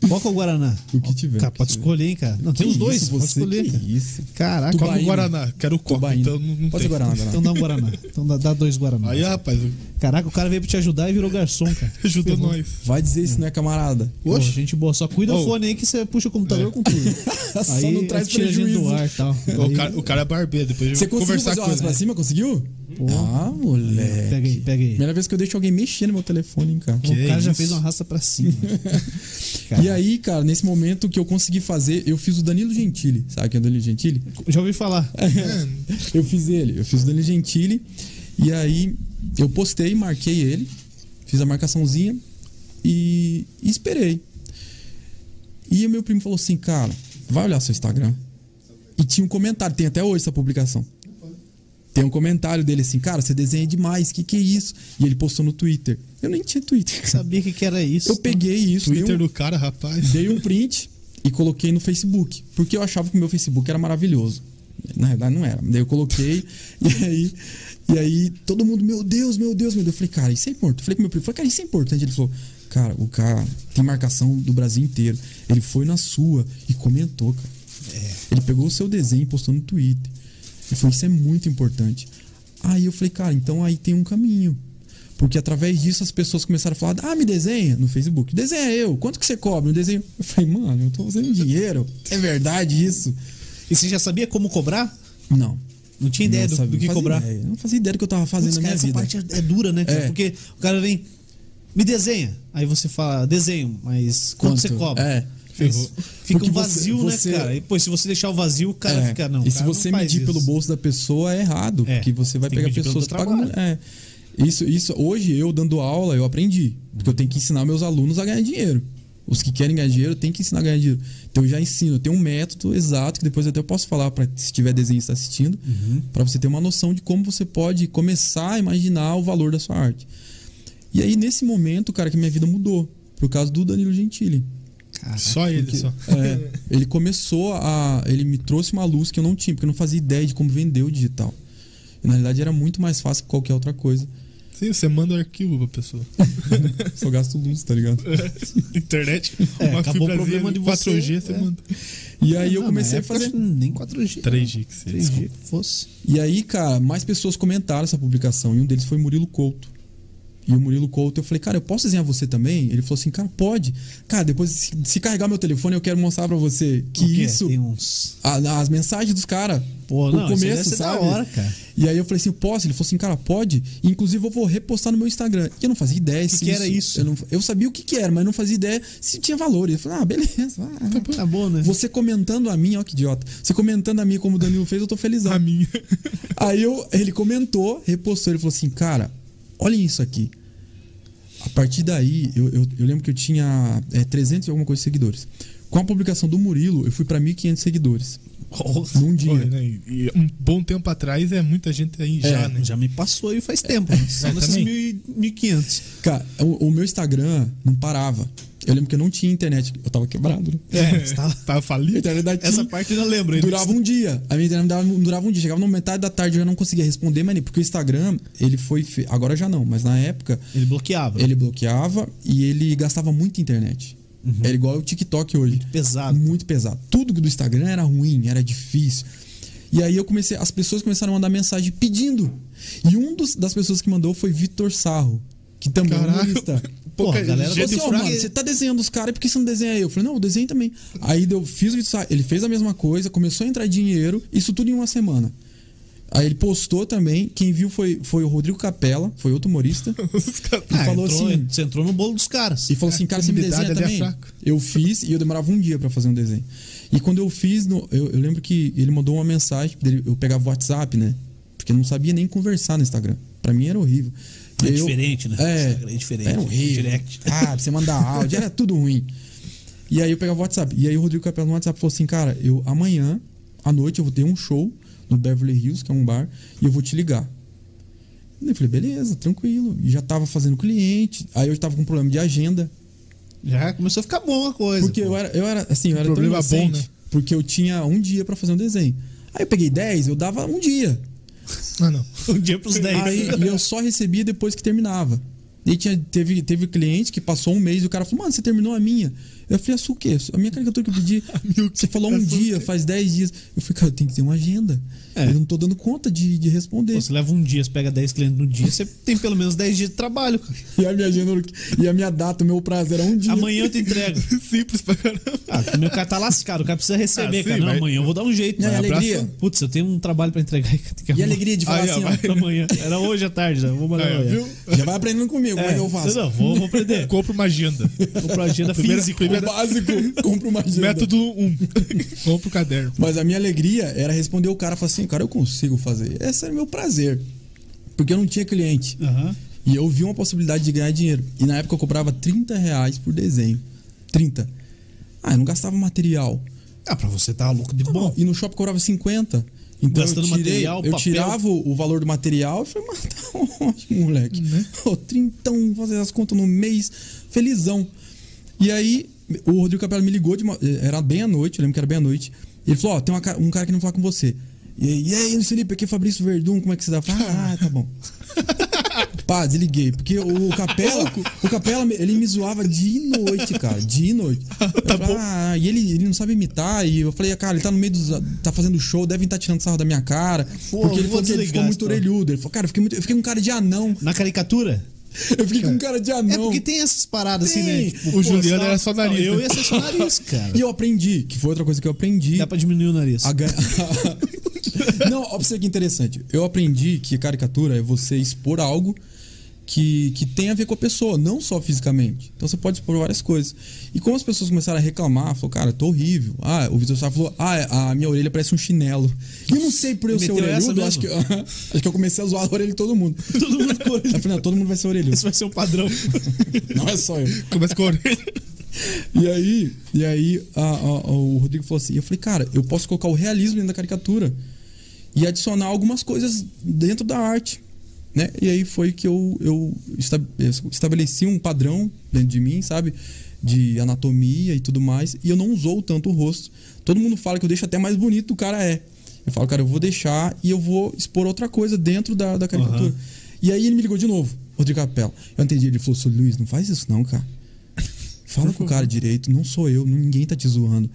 [SPEAKER 1] Qual que é o Guaraná?
[SPEAKER 3] O que tiver.
[SPEAKER 1] Cara,
[SPEAKER 3] o que
[SPEAKER 1] pode
[SPEAKER 3] tiver.
[SPEAKER 1] escolher, hein, cara. Não, tem os
[SPEAKER 3] Que
[SPEAKER 1] dois.
[SPEAKER 3] isso,
[SPEAKER 1] pode
[SPEAKER 3] você,
[SPEAKER 1] escolher.
[SPEAKER 3] que
[SPEAKER 1] cara.
[SPEAKER 3] isso.
[SPEAKER 1] Caraca.
[SPEAKER 2] Coca
[SPEAKER 3] Tubaína.
[SPEAKER 2] o Guaraná, quero Coca,
[SPEAKER 3] Tubaína.
[SPEAKER 2] então não, não
[SPEAKER 3] Pode ser
[SPEAKER 2] tem.
[SPEAKER 3] Guaraná, Guaraná.
[SPEAKER 1] Então dá um Guaraná. Então dá, dá dois Guaraná.
[SPEAKER 2] Aí, rapaz,
[SPEAKER 1] Caraca, o cara veio pra te ajudar e virou garçom, cara.
[SPEAKER 2] ajuda
[SPEAKER 1] Ferrou.
[SPEAKER 2] nós.
[SPEAKER 3] Vai dizer isso, né, camarada? [LAUGHS]
[SPEAKER 1] Pô, gente boa, só cuida do
[SPEAKER 2] Ô.
[SPEAKER 1] fone aí que você puxa o computador
[SPEAKER 2] É.
[SPEAKER 1] com tudo.
[SPEAKER 3] [LAUGHS] Só
[SPEAKER 1] Aí
[SPEAKER 3] não traz
[SPEAKER 1] tira a gente do
[SPEAKER 3] prejuízo.
[SPEAKER 1] ar e tal.
[SPEAKER 2] O
[SPEAKER 1] Aí-
[SPEAKER 2] cara, o cara é barbeiro, depois eu
[SPEAKER 3] Você
[SPEAKER 2] vou
[SPEAKER 3] conseguiu
[SPEAKER 2] conversar
[SPEAKER 3] fazer o
[SPEAKER 2] com
[SPEAKER 3] arrasto
[SPEAKER 2] ele.
[SPEAKER 3] pra cima? Conseguiu? Ah, moleque.
[SPEAKER 1] Pega aí, pega aí.
[SPEAKER 3] Primeira vez que eu deixo alguém mexer no meu telefone, hein, cara.
[SPEAKER 1] o cara já
[SPEAKER 2] isso?
[SPEAKER 1] fez uma raça pra cima. Cara,
[SPEAKER 3] E aí, cara, nesse momento que eu consegui fazer, eu fiz o Danilo Gentili. Sabe quem é o Danilo Gentili?
[SPEAKER 1] já ouvi falar.
[SPEAKER 3] É. eu fiz ele, eu fiz o Danilo Gentili. E aí eu postei, marquei ele, fiz a marcaçãozinha e, e esperei. E o meu primo falou assim, cara, vai olhar seu Instagram. E tinha um comentário, tem até hoje essa publicação. Tem um comentário dele assim, cara, você desenha demais, que que é isso? E ele postou no Twitter. Eu nem tinha Twitter. cara.
[SPEAKER 1] Sabia o que, que era isso.
[SPEAKER 3] Eu peguei isso, dei um-
[SPEAKER 2] Twitter do cara, rapaz.
[SPEAKER 3] dei um print e coloquei no Facebook. Porque eu achava que o meu Facebook era maravilhoso. Na verdade, não era. Daí eu coloquei [LAUGHS] e aí, e aí todo mundo, meu Deus, meu Deus, meu Deus. Eu falei, cara, isso é importante. Eu Falei com meu primo, falei, cara, isso é importante. Ele falou, cara, o cara tem marcação do Brasil inteiro. Ele foi na sua e comentou, cara. Ele pegou o seu desenho e postou no Twitter. Ele falou, isso é muito importante. Aí eu falei, cara, então aí tem um caminho. Porque através disso as pessoas começaram a falar, ah, me desenha no Facebook, desenha eu, quanto que você cobra? Eu desenho. Eu falei, mano, eu tô usando dinheiro. É verdade isso?
[SPEAKER 1] E você já sabia como cobrar?
[SPEAKER 3] Não.
[SPEAKER 1] Não tinha ideia
[SPEAKER 3] Não
[SPEAKER 1] do,
[SPEAKER 3] sabia,
[SPEAKER 1] do que
[SPEAKER 3] não fazia
[SPEAKER 1] cobrar.
[SPEAKER 3] ideia. Eu não fazia ideia do que eu tava fazendo
[SPEAKER 1] Putz,
[SPEAKER 3] na
[SPEAKER 1] cara,
[SPEAKER 3] minha
[SPEAKER 1] essa
[SPEAKER 3] vida.
[SPEAKER 1] parte é é dura, né? cara?
[SPEAKER 3] É.
[SPEAKER 1] Porque o cara vem, me desenha. Aí você fala, desenho, mas quanto,
[SPEAKER 3] Quanto?
[SPEAKER 1] você cobra?
[SPEAKER 3] É.
[SPEAKER 1] Mas Fica
[SPEAKER 3] Porque
[SPEAKER 1] um
[SPEAKER 3] você-
[SPEAKER 1] vazio,
[SPEAKER 3] você-
[SPEAKER 1] né, cara? E, pô, se você deixar o vazio, o cara
[SPEAKER 3] É,
[SPEAKER 1] fica, não.
[SPEAKER 3] E se
[SPEAKER 1] cara, não
[SPEAKER 3] você
[SPEAKER 1] faz
[SPEAKER 3] medir
[SPEAKER 1] isso.
[SPEAKER 3] pelo bolso da pessoa é errado,
[SPEAKER 1] É,
[SPEAKER 3] porque você vai
[SPEAKER 1] tem que
[SPEAKER 3] pegar
[SPEAKER 1] medir pelo
[SPEAKER 3] pessoas que
[SPEAKER 1] teu
[SPEAKER 3] pagam. É. Isso, isso, hoje eu dando aula, eu aprendi. Porque eu tenho que ensinar meus alunos a ganhar dinheiro. Os que querem ganhar dinheiro, eu tenho que ensinar a ganhar dinheiro. Então eu já ensino, eu tenho um método exato que depois até eu posso falar para se tiver desenho está assistindo,
[SPEAKER 1] Uhum.
[SPEAKER 3] para você ter uma noção de como você pode começar a imaginar o valor da sua arte. E aí nesse momento, cara, que minha vida mudou por causa do Danilo Gentili.
[SPEAKER 1] Cara,
[SPEAKER 2] Só ele, só.
[SPEAKER 3] É, ele começou a. Ele me trouxe uma luz que eu não tinha, porque eu não fazia ideia de como vender o digital. E, na realidade era muito mais fácil que qualquer outra coisa.
[SPEAKER 2] Sim, você manda o arquivo pra
[SPEAKER 1] [LAUGHS]
[SPEAKER 2] pessoa.
[SPEAKER 3] Só gasto luz, tá ligado?
[SPEAKER 2] Internet,
[SPEAKER 1] É,
[SPEAKER 2] uma
[SPEAKER 1] acabou o
[SPEAKER 2] fibrazinha
[SPEAKER 1] problema
[SPEAKER 2] ali,
[SPEAKER 1] de
[SPEAKER 2] 4G,
[SPEAKER 1] você,
[SPEAKER 2] você
[SPEAKER 1] é.
[SPEAKER 2] manda.
[SPEAKER 3] E aí eu
[SPEAKER 1] Não, é
[SPEAKER 3] comecei
[SPEAKER 1] na
[SPEAKER 3] a
[SPEAKER 1] época,
[SPEAKER 3] fazer.
[SPEAKER 1] Nem 4G.
[SPEAKER 2] 3G, que seria.
[SPEAKER 1] 3G que fosse.
[SPEAKER 3] E aí, cara, mais pessoas comentaram essa publicação. E um deles foi Murilo Couto. E o Murilo Couto, eu falei, cara, eu posso desenhar você também? Ele falou assim, cara, pode. Cara, depois se, se carregar meu telefone, eu quero mostrar pra você que
[SPEAKER 1] O quê?
[SPEAKER 3] isso.
[SPEAKER 1] Tem um uns.
[SPEAKER 3] a- as mensagens dos caras.
[SPEAKER 1] Pô,
[SPEAKER 3] O
[SPEAKER 1] não, isso
[SPEAKER 3] começo,
[SPEAKER 1] deve ser
[SPEAKER 3] sabe?
[SPEAKER 1] da hora, cara.
[SPEAKER 3] E aí eu falei assim, eu posso? Ele falou assim, cara, pode. Inclusive eu vou repostar no meu Instagram. E eu não fazia ideia se
[SPEAKER 1] que era isso?
[SPEAKER 3] Eu, não- eu sabia o que, que era, mas não fazia ideia se tinha valor. E eu falei, ah, beleza. vai, vai.
[SPEAKER 1] Tá bom, né?
[SPEAKER 3] Você comentando a mim, ó que idiota. Você comentando a mim como o Danilo fez, eu tô felizão.
[SPEAKER 2] A minha.
[SPEAKER 3] Aí eu, ele comentou, repostou, ele falou assim, cara, olhem isso aqui. A partir daí, eu, eu, eu lembro que eu tinha é, 300 e alguma coisa de seguidores. Com a publicação do Murilo, eu fui pra 1.500 seguidores.
[SPEAKER 1] Porra,
[SPEAKER 3] Num dia.
[SPEAKER 2] Olha, né, e um bom tempo atrás é muita gente aí já,
[SPEAKER 3] É.
[SPEAKER 2] né?
[SPEAKER 1] já me passou aí faz tempo. né? Só
[SPEAKER 2] É,
[SPEAKER 1] nesses
[SPEAKER 2] também.
[SPEAKER 1] mil e- 1500.
[SPEAKER 3] Cara, o, o meu Instagram não parava. Eu lembro que eu não tinha internet. Eu tava quebrado, né?
[SPEAKER 1] É, você
[SPEAKER 2] [LAUGHS]
[SPEAKER 1] tava-
[SPEAKER 2] Tava Tá
[SPEAKER 3] A
[SPEAKER 2] falido.
[SPEAKER 3] internet da tia
[SPEAKER 1] Essa parte eu não lembro. ainda.
[SPEAKER 3] durava um dia. A minha internet dava- durava um dia. Chegava na metade da tarde, eu já não conseguia responder, mas nem- porque o Instagram, ele foi. fe- Agora já não, mas na época,
[SPEAKER 1] Ele bloqueava.
[SPEAKER 3] ele bloqueava e ele gastava muita internet. Era igual o TikTok hoje.
[SPEAKER 1] pesado.
[SPEAKER 3] Muito pesado. Tudo do Instagram era ruim, era difícil. E aí eu comecei, as pessoas começaram a mandar mensagem pedindo. E um dos- das pessoas que mandou foi Vitor Sarro, que também é
[SPEAKER 2] Caralho.
[SPEAKER 3] humorista.
[SPEAKER 1] Porra, a galera
[SPEAKER 3] Falou
[SPEAKER 2] gente
[SPEAKER 3] assim, ó,
[SPEAKER 2] fraca.
[SPEAKER 1] é
[SPEAKER 3] mano, você tá desenhando os caras, por que você não desenha eu? Eu falei, não, eu desenho também. Aí eu fiz o vídeo, sabe? ele fez a mesma coisa, começou a entrar dinheiro, isso tudo em uma semana. Aí ele postou também, quem viu foi, foi o Rodrigo Capella, foi outro humorista.
[SPEAKER 2] Os caras-
[SPEAKER 1] Ah,
[SPEAKER 3] falou
[SPEAKER 1] entrou-
[SPEAKER 3] assim-
[SPEAKER 1] Você entrou no bolo dos caras.
[SPEAKER 3] E falou assim,
[SPEAKER 2] A
[SPEAKER 3] cara, você me
[SPEAKER 2] comunidade
[SPEAKER 3] desenha
[SPEAKER 2] ali é
[SPEAKER 3] também?
[SPEAKER 2] fraca.
[SPEAKER 3] eu fiz e eu demorava um dia pra fazer um desenho. E quando eu fiz, no- eu, eu lembro que ele mandou uma mensagem, tipo, dele- eu pegava o WhatsApp, né? Porque eu não sabia nem conversar no Instagram. Pra mim era horrível.
[SPEAKER 1] É
[SPEAKER 3] Eu-
[SPEAKER 1] diferente, né?
[SPEAKER 3] É,
[SPEAKER 1] Instagram é diferente.
[SPEAKER 3] Era horrível.
[SPEAKER 1] Direct.
[SPEAKER 3] Ah, pra você mandar áudio, era tudo ruim. E aí eu pegava o WhatsApp. E aí o Rodrigo Capela no WhatsApp falou assim, cara, eu amanhã, à noite, eu vou ter um show no Beverly Hills, que é um bar, e eu vou te ligar. Eu falei, beleza, tranquilo. E já tava fazendo cliente. Aí eu tava com um problema de agenda.
[SPEAKER 1] Já começou a ficar bom a coisa.
[SPEAKER 3] Porque eu era, eu era assim, eu era tão
[SPEAKER 2] problema bom,
[SPEAKER 3] inocente,
[SPEAKER 2] né?
[SPEAKER 3] Porque eu tinha um dia pra fazer um desenho. Aí eu peguei 10, eu dava um dia.
[SPEAKER 2] Ah, não.
[SPEAKER 1] Um
[SPEAKER 2] [LAUGHS]
[SPEAKER 1] dia pros 10.
[SPEAKER 3] Aí e eu só recebia depois que terminava. E tinha, teve, teve cliente que passou um mês e o cara falou, mano, você terminou a minha. Eu Eu falei, açúcar o quê? [LAUGHS] A minha caricatura que eu pedi. você falou um dia, faz 10 dias. Eu falei, cara, eu tenho que ter uma agenda.
[SPEAKER 1] É.
[SPEAKER 3] Eu não tô dando conta de, de responder.
[SPEAKER 1] Pô, Você leva um dia, você pega 10 clientes no dia, você tem pelo menos 10 dias de trabalho. cara.
[SPEAKER 3] E a minha agenda e a minha data, o meu prazo era um dia.
[SPEAKER 1] Amanhã eu te entrego.
[SPEAKER 2] Simples pra caramba.
[SPEAKER 1] Ah, meu cara tá lascado, o cara precisa receber,
[SPEAKER 2] Ah, sim,
[SPEAKER 1] cara. Não,
[SPEAKER 2] mas-
[SPEAKER 1] amanhã eu vou dar um jeito.
[SPEAKER 3] E a
[SPEAKER 1] Vai, abraço.
[SPEAKER 3] alegria.
[SPEAKER 1] Putz, eu tenho um trabalho pra entregar. aí que eu tenho que
[SPEAKER 3] E a
[SPEAKER 1] arrumar.
[SPEAKER 3] alegria de falar
[SPEAKER 2] Aí, ó,
[SPEAKER 3] assim, ó,
[SPEAKER 2] vai.
[SPEAKER 1] Amanhã. Era hoje à tarde, já. Vou mandar
[SPEAKER 2] Aí, ó,
[SPEAKER 1] amanhã.
[SPEAKER 2] É, viu?
[SPEAKER 3] já vai aprendendo comigo, como é que eu faço?
[SPEAKER 1] Não, vou, vou aprender.
[SPEAKER 2] Compra uma agenda.
[SPEAKER 1] Comprar É. [LAUGHS] agenda
[SPEAKER 2] Primeira-
[SPEAKER 1] física.
[SPEAKER 3] O [LAUGHS] básico, compra uma agenda.
[SPEAKER 2] Método [LAUGHS] 1. Compra o caderno.
[SPEAKER 3] Mas a minha alegria era responder o cara, falar assim, cara, eu consigo fazer. Esse era o meu prazer. Porque eu não tinha cliente.
[SPEAKER 1] Aham.
[SPEAKER 3] E eu vi uma possibilidade de ganhar dinheiro. E na época eu cobrava 30 reais por desenho. 30. Ah, eu não gastava material.
[SPEAKER 1] Ah, pra você tá louco de bom.
[SPEAKER 3] E no shopping cobrava 50. Então
[SPEAKER 1] Gastando
[SPEAKER 3] eu, tirei,
[SPEAKER 1] material,
[SPEAKER 3] eu
[SPEAKER 1] papel.
[SPEAKER 3] tirava o valor do material e falei, mas [LAUGHS] tá ótimo, moleque.
[SPEAKER 1] Né?
[SPEAKER 3] Ô, trintão, fazer as contas no mês, felizão. E aí, o Rodrigo Capela me ligou, de uma- eh, era bem à noite, eu lembro que era bem à noite. Ele falou, ó, tem uma ca- um cara que não falar com você. E aí, e aí, Luiz Felipe, aqui é Fabrício Verdun, como é que você dá? Eu falei, Ah, tá bom. Pá, desliguei. Porque o Capela, o Capela, ele me zoava de noite, cara. De noite.
[SPEAKER 1] Tá
[SPEAKER 3] Eu falava, ah, e ele, ele não sabe imitar. E eu falei, cara, ele tá no meio dos. Tá fazendo show, devem estar tirando sarro da minha cara.
[SPEAKER 1] Pô,
[SPEAKER 3] porque ele
[SPEAKER 1] vou
[SPEAKER 3] falou que
[SPEAKER 1] desligar
[SPEAKER 3] ele
[SPEAKER 1] tá."
[SPEAKER 3] ficou
[SPEAKER 1] essa-
[SPEAKER 3] muito orelhudo. Ele falou, cara, eu fiquei, muito, eu fiquei com cara de anão.
[SPEAKER 1] Na caricatura?
[SPEAKER 3] Eu fiquei com cara de anão.
[SPEAKER 1] É porque tem essas paradas assim, né?
[SPEAKER 3] Tem.
[SPEAKER 1] Tipo,
[SPEAKER 2] O
[SPEAKER 1] pô,
[SPEAKER 2] Juliano
[SPEAKER 1] você
[SPEAKER 2] era só nariz,
[SPEAKER 1] Não, Eu
[SPEAKER 2] né?
[SPEAKER 1] ia ser só nariz, [LAUGHS] cara.
[SPEAKER 3] E eu aprendi, que foi outra coisa que eu aprendi.
[SPEAKER 1] Dá pra diminuir o nariz.
[SPEAKER 3] A ganha- [LAUGHS] Não, observe que é interessante. Eu aprendi que caricatura é você expor algo que, que tem a ver com a pessoa, não só fisicamente. Então você pode expor várias coisas. E como as pessoas começaram a reclamar, falou, cara, eu tô horrível. Ah, o Vitor Sá falou, ah, a minha orelha parece um chinelo. E eu não sei por eu ser
[SPEAKER 1] Meteu essa
[SPEAKER 3] orelhudo, eu [LAUGHS] acho que,
[SPEAKER 1] mesmo?
[SPEAKER 3] acho que eu comecei a zoar a orelha de todo
[SPEAKER 1] [LAUGHS]
[SPEAKER 3] mundo.
[SPEAKER 1] Todo mundo com
[SPEAKER 3] Eu
[SPEAKER 1] orelha.
[SPEAKER 3] falei, não, todo mundo vai ser orelhudo.
[SPEAKER 1] Esse vai ser um padrão.
[SPEAKER 3] Não é só eu.
[SPEAKER 2] Começa com a orelha.
[SPEAKER 3] E aí, e aí a- a- a- o Rodrigo falou assim: eu falei, cara, eu posso colocar o realismo dentro da caricatura e adicionar algumas coisas dentro da arte. Né? E aí foi que eu, eu esta- estabeleci um padrão dentro de mim, sabe? De anatomia e tudo mais. E eu não usou tanto o rosto. Todo mundo fala que eu deixo até mais bonito do cara é. Eu falo, cara, eu vou deixar e eu vou expor outra coisa dentro da, da caricatura.
[SPEAKER 1] Aham.
[SPEAKER 3] E aí ele me ligou de novo, Rodrigo Capela. Eu entendi, ele falou, "Seu Luiz, não faz isso não, cara. Fala com o cara direito, não sou eu, ninguém tá te zoando.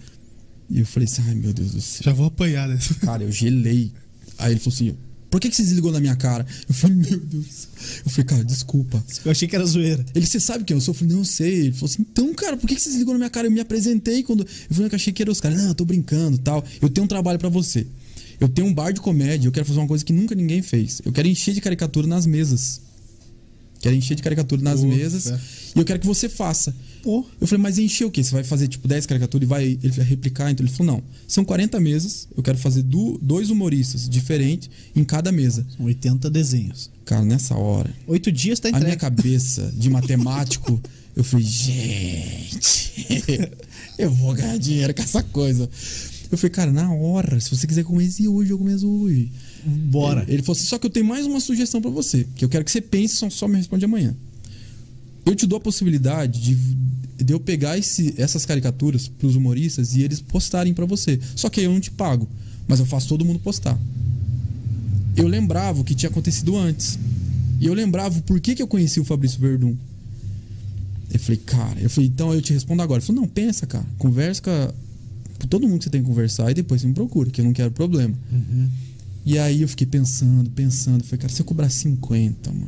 [SPEAKER 3] E eu falei assim, ai meu Deus do céu.
[SPEAKER 2] Já vou apanhar dessa.
[SPEAKER 3] Cara, eu gelei. Aí ele falou assim, por que, que você desligou na minha cara? Eu falei, meu Deus. do céu." Eu falei, cara, desculpa.
[SPEAKER 1] Eu achei que era zoeira.
[SPEAKER 3] Ele, você sabe quem eu sou? Eu falei, não eu sei. Ele falou assim, então, cara, por que, que você desligou na minha cara? Eu me apresentei quando. Eu falei, que achei que era os caras. Não, eu tô brincando tal. Eu tenho um trabalho pra você. Eu tenho um bar de comédia, eu quero fazer uma coisa que nunca ninguém fez. Eu quero encher de caricatura nas mesas. Quero encher de caricatura nas
[SPEAKER 2] Nossa.
[SPEAKER 3] mesas. E eu quero que você faça.
[SPEAKER 1] Pô.
[SPEAKER 3] Eu falei, mas encher o quê? Você vai fazer tipo 10 caricaturas e vai ele vai replicar? Então ele falou, não. São 40 mesas, eu quero fazer du- dois humoristas diferentes em cada mesa.
[SPEAKER 1] 80 desenhos.
[SPEAKER 3] Cara, nessa hora,
[SPEAKER 1] Oito dias tá
[SPEAKER 3] a minha
[SPEAKER 1] entregue.
[SPEAKER 3] cabeça de matemático, eu falei, gente, [LAUGHS] eu vou ganhar dinheiro com essa coisa. Eu falei, cara, na hora, se você quiser que eu comece hoje, eu começo hoje.
[SPEAKER 1] Bora.
[SPEAKER 3] Ele, ele falou assim: só que eu tenho mais uma sugestão pra você, que eu quero que você pense, só, só me responde amanhã. Eu te dou a possibilidade de, de eu pegar esse- essas caricaturas pros humoristas e eles postarem pra você. Só que aí eu não te pago, mas eu faço todo mundo postar. Eu lembrava o que tinha acontecido antes. E eu lembrava por que, que eu conheci o Fabrício Verdun. Eu falei, cara, eu falei, então eu te respondo agora. Ele falou, não, pensa, cara. Conversa com a- com todo mundo que você tem que conversar e depois você me procura, que eu não quero problema. E aí eu fiquei pensando, pensando. Falei, cara, se eu cobrar 50, mano,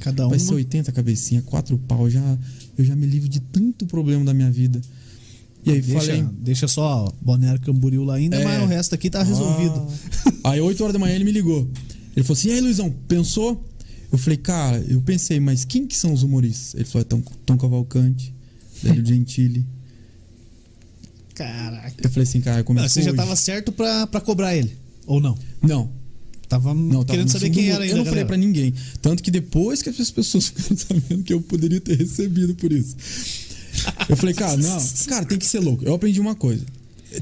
[SPEAKER 1] Cada um.
[SPEAKER 3] vai ser 80 cabecinha, 4 pau, já, eu já me livro de tanto problema da minha vida. E aí
[SPEAKER 1] Deixa,
[SPEAKER 3] falei.
[SPEAKER 1] deixa só Balneário Camboriú lá ainda,
[SPEAKER 3] É.
[SPEAKER 1] mas o resto aqui tá resolvido.
[SPEAKER 3] Ah. Aí 8 horas da manhã ele me ligou. Ele falou assim: "E aí, Luizão, pensou?" Eu falei: "Cara, eu pensei, mas quem que são os humoristas?" Ele falou: "É "Tom, Tom Cavalcante,
[SPEAKER 1] [LAUGHS]
[SPEAKER 3] Velho Gentili."
[SPEAKER 1] Caraca.
[SPEAKER 3] Eu falei assim: "Cara,
[SPEAKER 1] Não,
[SPEAKER 3] começou
[SPEAKER 1] Ah, você já
[SPEAKER 3] Ah. hoje."
[SPEAKER 1] tava certo pra, pra cobrar ele. Ou não?
[SPEAKER 3] Não.
[SPEAKER 1] Tava
[SPEAKER 3] Não, tava
[SPEAKER 1] querendo
[SPEAKER 3] no
[SPEAKER 1] saber
[SPEAKER 3] fundo
[SPEAKER 1] quem
[SPEAKER 3] do-
[SPEAKER 1] era ainda.
[SPEAKER 3] Eu não falei
[SPEAKER 1] galera.
[SPEAKER 3] pra ninguém. Tanto que depois que as pessoas [LAUGHS] ficaram sabendo que eu poderia ter recebido por isso. Eu falei, cara, não, cara, tem que ser louco. Eu aprendi uma coisa.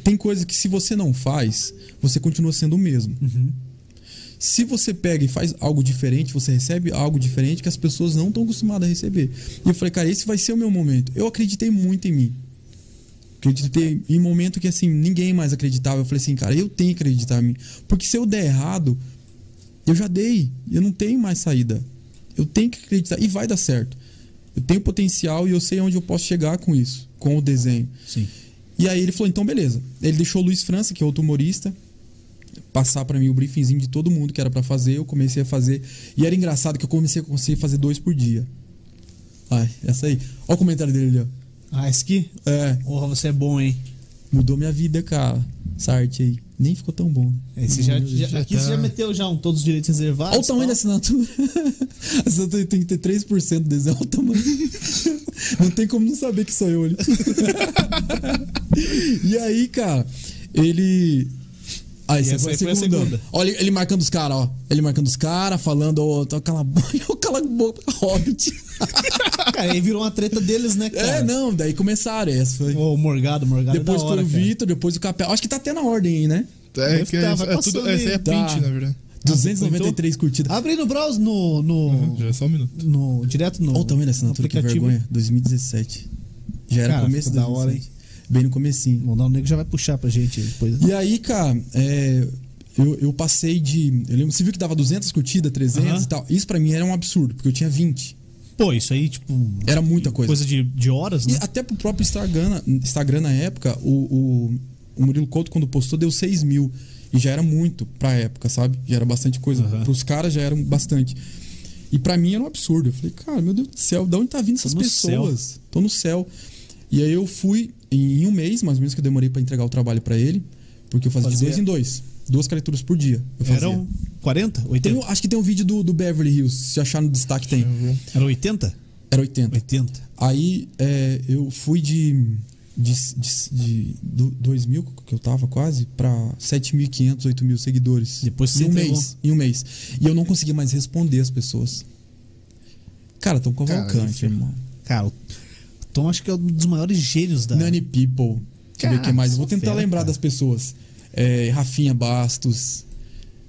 [SPEAKER 3] Tem coisa que se você não faz, você continua sendo o mesmo.
[SPEAKER 1] Uhum.
[SPEAKER 3] Se você pega e faz algo diferente, você recebe algo diferente que as pessoas não estão acostumadas a receber. E eu falei, cara, esse vai ser o meu momento. Eu acreditei muito em mim. Acreditei em momento que assim, ninguém mais acreditava. Eu falei assim, cara, eu tenho que acreditar em mim. Porque se eu der errado, eu já dei. Eu não tenho mais saída. Eu tenho que acreditar. E vai dar certo. Eu tenho potencial e eu sei onde eu posso chegar com isso, com o desenho.
[SPEAKER 1] Sim.
[SPEAKER 3] E aí ele falou, então beleza. Ele deixou o Luiz França, que é outro humorista, passar pra mim o briefingzinho de todo mundo que era pra fazer. Eu comecei a fazer. E era engraçado que eu comecei a conseguir fazer dois por dia. Ai, essa aí. Olha o comentário dele ali, ó.
[SPEAKER 1] Ah, esse aqui?
[SPEAKER 3] É,
[SPEAKER 1] Porra, você é bom, hein?
[SPEAKER 3] mudou minha vida, cara. Essa arte aí. Nem ficou tão bom.
[SPEAKER 1] Esse já, já,
[SPEAKER 2] já
[SPEAKER 1] aqui
[SPEAKER 2] tá.
[SPEAKER 1] É, você já meteu já um todos os direitos reservados. tá?
[SPEAKER 3] Olha o tamanho da
[SPEAKER 1] tal.
[SPEAKER 3] assinatura. [LAUGHS] A assinatura tem que ter 3% do desenho. Olha o tamanho. [LAUGHS] Não tem como não saber que sou eu ali. [LAUGHS] E aí, cara, ele. Ah, Aí,
[SPEAKER 1] E
[SPEAKER 3] você
[SPEAKER 1] essa
[SPEAKER 3] foi é
[SPEAKER 1] aí
[SPEAKER 3] a
[SPEAKER 1] foi a
[SPEAKER 3] segunda.
[SPEAKER 1] segunda.
[SPEAKER 3] Olha ele marcando os caras, ó. Ele marcando os caras, falando, ô, tá cala a [LAUGHS] boca, cala a boca, [LAUGHS] hobbit.
[SPEAKER 1] [LAUGHS] Cara, aí virou uma treta deles, né, cara?
[SPEAKER 3] É, não, daí começaram. Essa foi.
[SPEAKER 1] Ô, Morgado, Morgado
[SPEAKER 3] Depois
[SPEAKER 1] é da hora,
[SPEAKER 3] foi o
[SPEAKER 1] cara.
[SPEAKER 3] Vitor, depois o Capel. Acho que tá até na ordem aí, né?
[SPEAKER 2] É,
[SPEAKER 1] Deve
[SPEAKER 2] que
[SPEAKER 1] tá,
[SPEAKER 2] é,
[SPEAKER 1] vai
[SPEAKER 2] é tudo,
[SPEAKER 1] passando
[SPEAKER 2] essa aí é
[SPEAKER 1] aí.
[SPEAKER 2] print,
[SPEAKER 3] Tá.
[SPEAKER 2] na verdade.
[SPEAKER 3] 293 curtidas.
[SPEAKER 1] Abre no browser, no... no,
[SPEAKER 2] Já é só um
[SPEAKER 1] Tá.
[SPEAKER 2] minuto.
[SPEAKER 1] no direto no
[SPEAKER 3] Olha o tamanho da assinatura, que
[SPEAKER 1] Um aplicativo.
[SPEAKER 3] vergonha. 2017. Já era
[SPEAKER 1] Cara,
[SPEAKER 3] começo
[SPEAKER 1] ficou
[SPEAKER 3] da
[SPEAKER 1] da hora,
[SPEAKER 3] hora, hein? Bem no comecinho.
[SPEAKER 1] Não, não, o nego já vai puxar pra gente depois.
[SPEAKER 3] E aí, cara, é, eu, eu passei de... Eu lembro, você viu que dava 200 curtidas, 300
[SPEAKER 1] Aham.
[SPEAKER 3] e tal? Isso pra mim era um absurdo, porque eu tinha 20.
[SPEAKER 1] Pô, isso aí, tipo...
[SPEAKER 3] Era muita coisa.
[SPEAKER 1] Coisa de, de horas,
[SPEAKER 3] E
[SPEAKER 1] né?
[SPEAKER 3] até pro próprio Instagram, na- Instagram na época, o, o, o Murilo Couto, quando postou, deu 6 mil. E já era muito pra época, sabe? Já era bastante coisa.
[SPEAKER 1] Aham.
[SPEAKER 3] Pros caras já era bastante. E pra mim era um absurdo. Eu falei, cara, meu Deus do céu, de onde tá vindo essas
[SPEAKER 1] no
[SPEAKER 3] pessoas? Tô no céu. E aí eu fui, em em um mês, mais ou menos, que eu demorei pra entregar o trabalho pra ele, porque eu fazia, de
[SPEAKER 1] Fazia. um
[SPEAKER 3] dois em dois. Duas caricaturas por dia. Eu fazia.
[SPEAKER 1] Eram 40?
[SPEAKER 3] Tem
[SPEAKER 1] 80?
[SPEAKER 3] um- acho que tem um vídeo do, do Beverly Hills, se achar no destaque tem.
[SPEAKER 1] Era um 80?
[SPEAKER 3] Era 80.
[SPEAKER 1] 80.
[SPEAKER 3] Aí é, eu fui de, de, de, de do- 2 mil, que eu tava quase, pra 7.500, 8 mil seguidores.
[SPEAKER 1] Depois você
[SPEAKER 3] em um
[SPEAKER 1] entregou.
[SPEAKER 3] mês. Em um mês. E eu não conseguia mais responder as pessoas. Cara, tão cavalcante,
[SPEAKER 2] Cara,
[SPEAKER 3] irmão.
[SPEAKER 1] Cara, o Tom acho que é um dos maiores gênios da...
[SPEAKER 3] Nani People. Deixa eu ver o que
[SPEAKER 1] Cara,
[SPEAKER 3] mais. Eu
[SPEAKER 1] só
[SPEAKER 3] vou tentar
[SPEAKER 1] fera,
[SPEAKER 3] lembrar
[SPEAKER 1] cara.
[SPEAKER 3] das pessoas. É, Rafinha Bastos.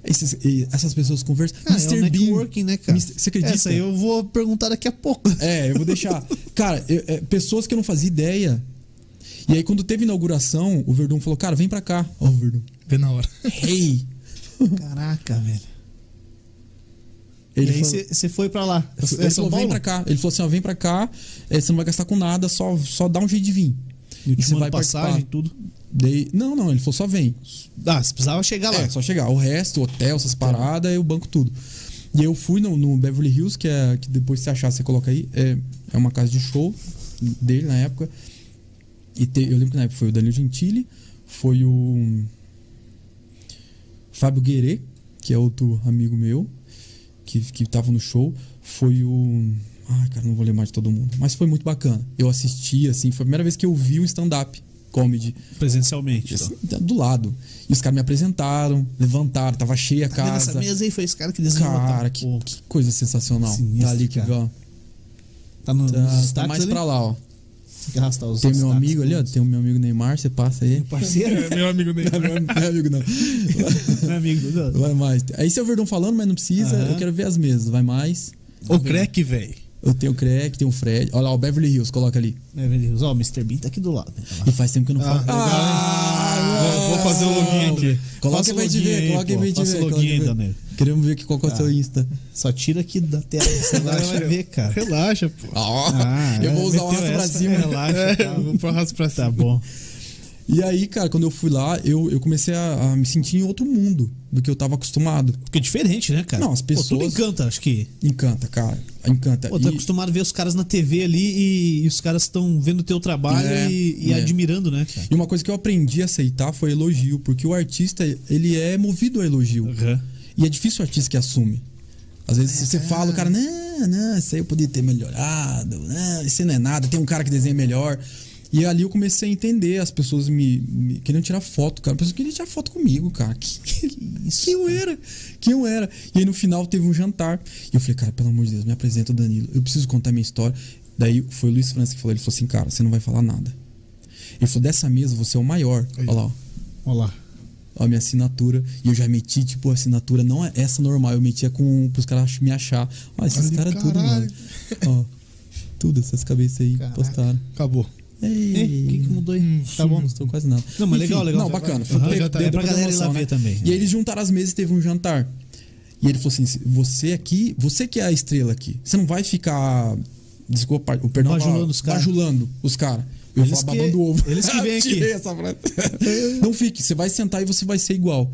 [SPEAKER 3] Esses- e- essas pessoas conversam.
[SPEAKER 1] Ah,
[SPEAKER 3] Mr.
[SPEAKER 1] é o
[SPEAKER 3] Bean.
[SPEAKER 1] networking, né, cara?
[SPEAKER 3] Mr. Você acredita?
[SPEAKER 1] Essa aí eu vou perguntar daqui a pouco.
[SPEAKER 3] É, eu vou deixar. cara, eu- é, pessoas que eu não fazia ideia. E aí, quando teve inauguração, o Verdun falou: Cara, vem pra cá. Ó, o Verdun.
[SPEAKER 2] Vê
[SPEAKER 1] [LAUGHS]
[SPEAKER 2] na hora.
[SPEAKER 3] Hey!
[SPEAKER 1] [LAUGHS] Caraca, velho.
[SPEAKER 3] Ele
[SPEAKER 1] e aí
[SPEAKER 3] falou,
[SPEAKER 1] você foi pra lá. É
[SPEAKER 3] ele falou,
[SPEAKER 1] São
[SPEAKER 3] vem
[SPEAKER 1] Paulo?
[SPEAKER 3] pra cá. Ele falou assim: Ó, vem pra cá. é, você não vai gastar com nada, só, só dá um jeito de vir.
[SPEAKER 1] Eu te
[SPEAKER 3] você
[SPEAKER 1] mando
[SPEAKER 3] vai
[SPEAKER 1] passagem,
[SPEAKER 3] participar.
[SPEAKER 1] tudo.
[SPEAKER 3] Daí, não, não, ele falou: Só vem.
[SPEAKER 1] Ah, você precisava chegar lá.
[SPEAKER 3] É, só chegar. O resto, hotel, essas paradas, eu banco tudo. E eu fui no, no Beverly Hills, que é que depois você achar, você coloca aí. É, é uma casa de show dele na época. E te- eu lembro que na época foi o Danilo Gentili, foi o Fábio Guerê, que é outro amigo meu, que, que tava no show. Foi o. Ai, cara, não vou lembrar de todo mundo. Mas foi muito bacana. Eu assisti, assim, foi a primeira vez que eu vi um stand-up comedy.
[SPEAKER 1] Presencialmente. então.
[SPEAKER 3] Assim, tá do lado. E os caras me apresentaram, levantaram, tava cheia a
[SPEAKER 1] Tá vendo Essa
[SPEAKER 3] casa.
[SPEAKER 1] mesa aí foi esse cara que desenhou.
[SPEAKER 3] Cara,
[SPEAKER 1] tá?
[SPEAKER 3] que,
[SPEAKER 1] Pô,
[SPEAKER 3] que coisa sensacional.
[SPEAKER 1] Sinistro,
[SPEAKER 3] tá ali que
[SPEAKER 1] cara.
[SPEAKER 3] ó,
[SPEAKER 1] tá no, nos
[SPEAKER 3] tá, tá
[SPEAKER 1] destaques
[SPEAKER 3] mais
[SPEAKER 1] ali?
[SPEAKER 3] pra lá, ó.
[SPEAKER 1] Tem que arrastar os
[SPEAKER 3] Tem meu
[SPEAKER 1] destaques.
[SPEAKER 3] amigo ali, ó. Tem o meu amigo Neymar, você
[SPEAKER 1] [LAUGHS]
[SPEAKER 3] passa aí.
[SPEAKER 1] Meu parceiro,
[SPEAKER 2] É, Meu amigo Ney.
[SPEAKER 3] Não, não é amigo, não.
[SPEAKER 1] meu amigo. não.
[SPEAKER 3] Vai mais. Aí seu Verdão falando, mas não precisa.
[SPEAKER 1] Aham.
[SPEAKER 3] Eu quero ver as mesas. Vai mais.
[SPEAKER 1] O crack, velho.
[SPEAKER 3] Eu tenho o Crack, tenho o Fred. Olha lá, o Beverly Hills, coloca ali.
[SPEAKER 1] É, meu Deus. Ó, o Mr. Bean tá aqui do lado.
[SPEAKER 3] E faz tempo que
[SPEAKER 1] Ah,
[SPEAKER 3] eu não falo. Ah,
[SPEAKER 1] legal, hein?
[SPEAKER 2] vou- vou fazer o login aqui.
[SPEAKER 3] Coloca
[SPEAKER 1] Faça
[SPEAKER 3] aí
[SPEAKER 1] o
[SPEAKER 3] pra gente
[SPEAKER 1] login
[SPEAKER 3] ver,
[SPEAKER 1] aí,
[SPEAKER 3] coloca aí
[SPEAKER 1] pô.
[SPEAKER 3] pra gente
[SPEAKER 1] Faça
[SPEAKER 3] ver.
[SPEAKER 1] o login
[SPEAKER 3] coloca aí
[SPEAKER 1] aí,
[SPEAKER 3] pra-
[SPEAKER 1] Danilo. Ah.
[SPEAKER 3] Queremos ver aqui qual que é o seu Insta.
[SPEAKER 1] Só tira aqui da
[SPEAKER 3] [LAUGHS]
[SPEAKER 1] tela. Você vai ver, cara.
[SPEAKER 2] Relaxa, pô.
[SPEAKER 3] Ó,
[SPEAKER 1] Ah,
[SPEAKER 3] eu vou usar o
[SPEAKER 1] meteu
[SPEAKER 3] rastro pra
[SPEAKER 1] essa,
[SPEAKER 3] cima.
[SPEAKER 1] Relaxa,
[SPEAKER 2] É,
[SPEAKER 1] tá,
[SPEAKER 2] vou pro arrasto pra cima.
[SPEAKER 1] Tá bom.
[SPEAKER 3] E aí, cara, quando eu fui lá, eu, eu comecei a, a me sentir em outro mundo do que eu tava acostumado.
[SPEAKER 1] Porque é diferente, né, cara?
[SPEAKER 3] Não, as
[SPEAKER 1] Pô, tudo
[SPEAKER 3] pessoas-
[SPEAKER 1] encanta, acho que.
[SPEAKER 3] Encanta, cara. Encanta.
[SPEAKER 1] Pô, tá
[SPEAKER 3] E-
[SPEAKER 1] acostumado a ver os caras na TV ali e, e os caras estão vendo o teu trabalho
[SPEAKER 3] É,
[SPEAKER 1] e, e
[SPEAKER 3] é.
[SPEAKER 1] admirando, né, cara?
[SPEAKER 3] e uma coisa que eu aprendi a aceitar foi elogio, porque o artista, ele é movido a elogio.
[SPEAKER 1] Aham.
[SPEAKER 3] E é difícil o artista que assume. Às vezes você fala, o cara, não, não, isso aí eu podia ter melhorado, não, isso aí não é nada, tem um cara que desenha melhor. E ali eu comecei a entender, as pessoas me, me queriam tirar foto, cara. As pessoas queriam tirar foto comigo, cara. Que, [LAUGHS]
[SPEAKER 1] isso,
[SPEAKER 3] quem eu era? Quem eu era? E aí no final teve um jantar. E eu falei, cara, pelo amor de Deus, me apresenta o Danilo. Eu preciso contar minha história. Daí foi o Luiz França que falou, ele falou assim, cara, você não vai falar nada. Ele falou, dessa mesa você é o maior. Olha lá, ó
[SPEAKER 1] Olha lá.
[SPEAKER 3] a minha assinatura. E eu já meti, tipo, a assinatura não é essa normal. Eu metia com pros caras ach- me achar. Ó, esses
[SPEAKER 2] Ali,
[SPEAKER 3] caras tudo, mano.
[SPEAKER 2] caralho.
[SPEAKER 3] Ó, tudo, essas cabeças aí
[SPEAKER 1] Caraca.
[SPEAKER 3] postaram.
[SPEAKER 2] Acabou.
[SPEAKER 1] Ei, o que, que mudou
[SPEAKER 2] Hum,
[SPEAKER 1] aí? tá bom.
[SPEAKER 3] Não estou quase nada.
[SPEAKER 1] Não, mas legal, legal.
[SPEAKER 3] Não,
[SPEAKER 1] Já
[SPEAKER 3] bacana.
[SPEAKER 1] vai.
[SPEAKER 3] Foi
[SPEAKER 1] Aham,
[SPEAKER 3] deu-
[SPEAKER 1] já tá.
[SPEAKER 3] deu
[SPEAKER 1] É pra
[SPEAKER 3] dar uma
[SPEAKER 1] galera ir lá
[SPEAKER 3] noção,
[SPEAKER 1] ver também.
[SPEAKER 3] E aí eles juntaram as mesas e teve um jantar. E ele falou assim: você aqui, você que é a estrela aqui. Você não vai ficar Desculpa, o perdão.
[SPEAKER 1] Bajulando os cara.
[SPEAKER 3] Bajulando os caras. Eu
[SPEAKER 1] Eles
[SPEAKER 3] falo
[SPEAKER 1] que-
[SPEAKER 3] babando o ovo.
[SPEAKER 1] eles
[SPEAKER 3] [LAUGHS]
[SPEAKER 1] que vêm aqui.
[SPEAKER 3] Tirei essa frase. Não fique, você vai sentar e você vai ser igual.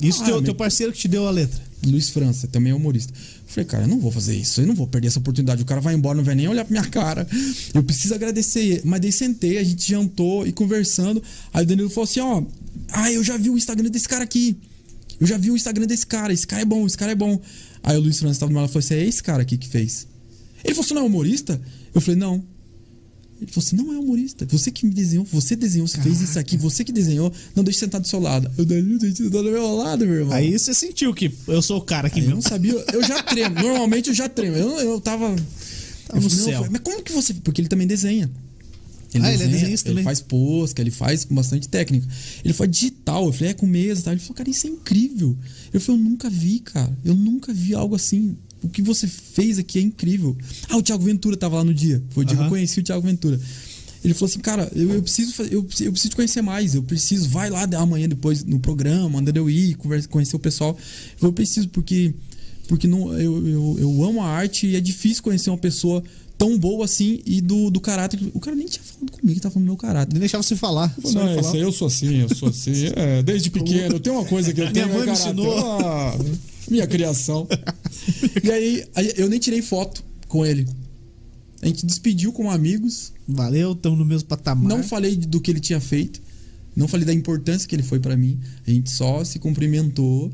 [SPEAKER 1] Isso
[SPEAKER 3] Ah,
[SPEAKER 1] teu,
[SPEAKER 3] meu-
[SPEAKER 1] teu parceiro que te deu a letra.
[SPEAKER 3] Luiz França, também é humorista. Eu Falei, cara, eu não vou fazer isso, eu não vou perder essa oportunidade. O cara vai embora, não vai nem olhar pra minha cara. Eu preciso agradecer ele. Mas daí sentei, a gente jantou e conversando. Aí o Danilo falou assim: ó, ah, eu já vi o Instagram desse cara aqui. Eu já vi o Instagram desse cara, esse cara é bom, esse cara é bom. Aí o Luiz França tava do meu lado e falou assim: é esse cara aqui que fez. Ele falou, você não é humorista? Eu falei, não. Ele falou assim: não é humorista. Você que me desenhou, você desenhou, você fez isso aqui, você que desenhou. Não, deixa eu sentar do seu lado. Eu, Danilo, deixa eu sentar do meu lado, meu irmão.
[SPEAKER 1] Aí você sentiu que eu sou o cara aqui
[SPEAKER 3] Eu não
[SPEAKER 1] mesmo.
[SPEAKER 3] sabia, eu já tremo. Normalmente eu já tremo. Eu, eu tava. eu
[SPEAKER 1] Tá no
[SPEAKER 3] falei, não,
[SPEAKER 1] céu.
[SPEAKER 3] mas como que você. Porque ele também desenha.
[SPEAKER 1] Ah, ele é desenhista
[SPEAKER 3] ele
[SPEAKER 1] também.
[SPEAKER 3] faz posca, ele faz com bastante técnica. Ele faz digital, eu falei, é com mesa, tá? Ele falou, cara, isso é incrível. Eu falei, eu nunca vi, cara. Eu nunca vi algo assim. O que você fez aqui é incrível. Ah, o Thiago Ventura tava lá no dia. Foi o dia que eu
[SPEAKER 1] Aham.
[SPEAKER 3] conheci o Thiago Ventura. Ele falou assim, cara, eu, eu preciso fa- eu, preciso- eu preciso te conhecer mais, eu preciso, vai lá de- amanhã depois no programa, anda eu ir, conversa, conhecer o pessoal. Eu falei, eu preciso, porque, porque não, eu, eu, eu amo a arte e é difícil conhecer uma pessoa tão boa assim e do, do caráter. O cara nem tinha falado comigo, tava falando do meu caráter.
[SPEAKER 1] Nem deixava você falar. Só
[SPEAKER 4] Não,
[SPEAKER 1] ia
[SPEAKER 4] isso
[SPEAKER 1] falar.
[SPEAKER 4] aí eu sou assim, eu sou assim. É, desde pequeno, tem uma coisa que eu tenho.
[SPEAKER 1] mãe
[SPEAKER 4] é
[SPEAKER 1] me
[SPEAKER 4] caráter.
[SPEAKER 1] ensinou.
[SPEAKER 4] Ah, minha criação.
[SPEAKER 3] E aí, aí eu nem tirei foto com ele. A gente despediu como amigos,
[SPEAKER 1] Valeu, estamos no mesmo patamar.
[SPEAKER 3] Não falei do que ele tinha feito, não falei da importância que ele foi pra mim. A gente só se cumprimentou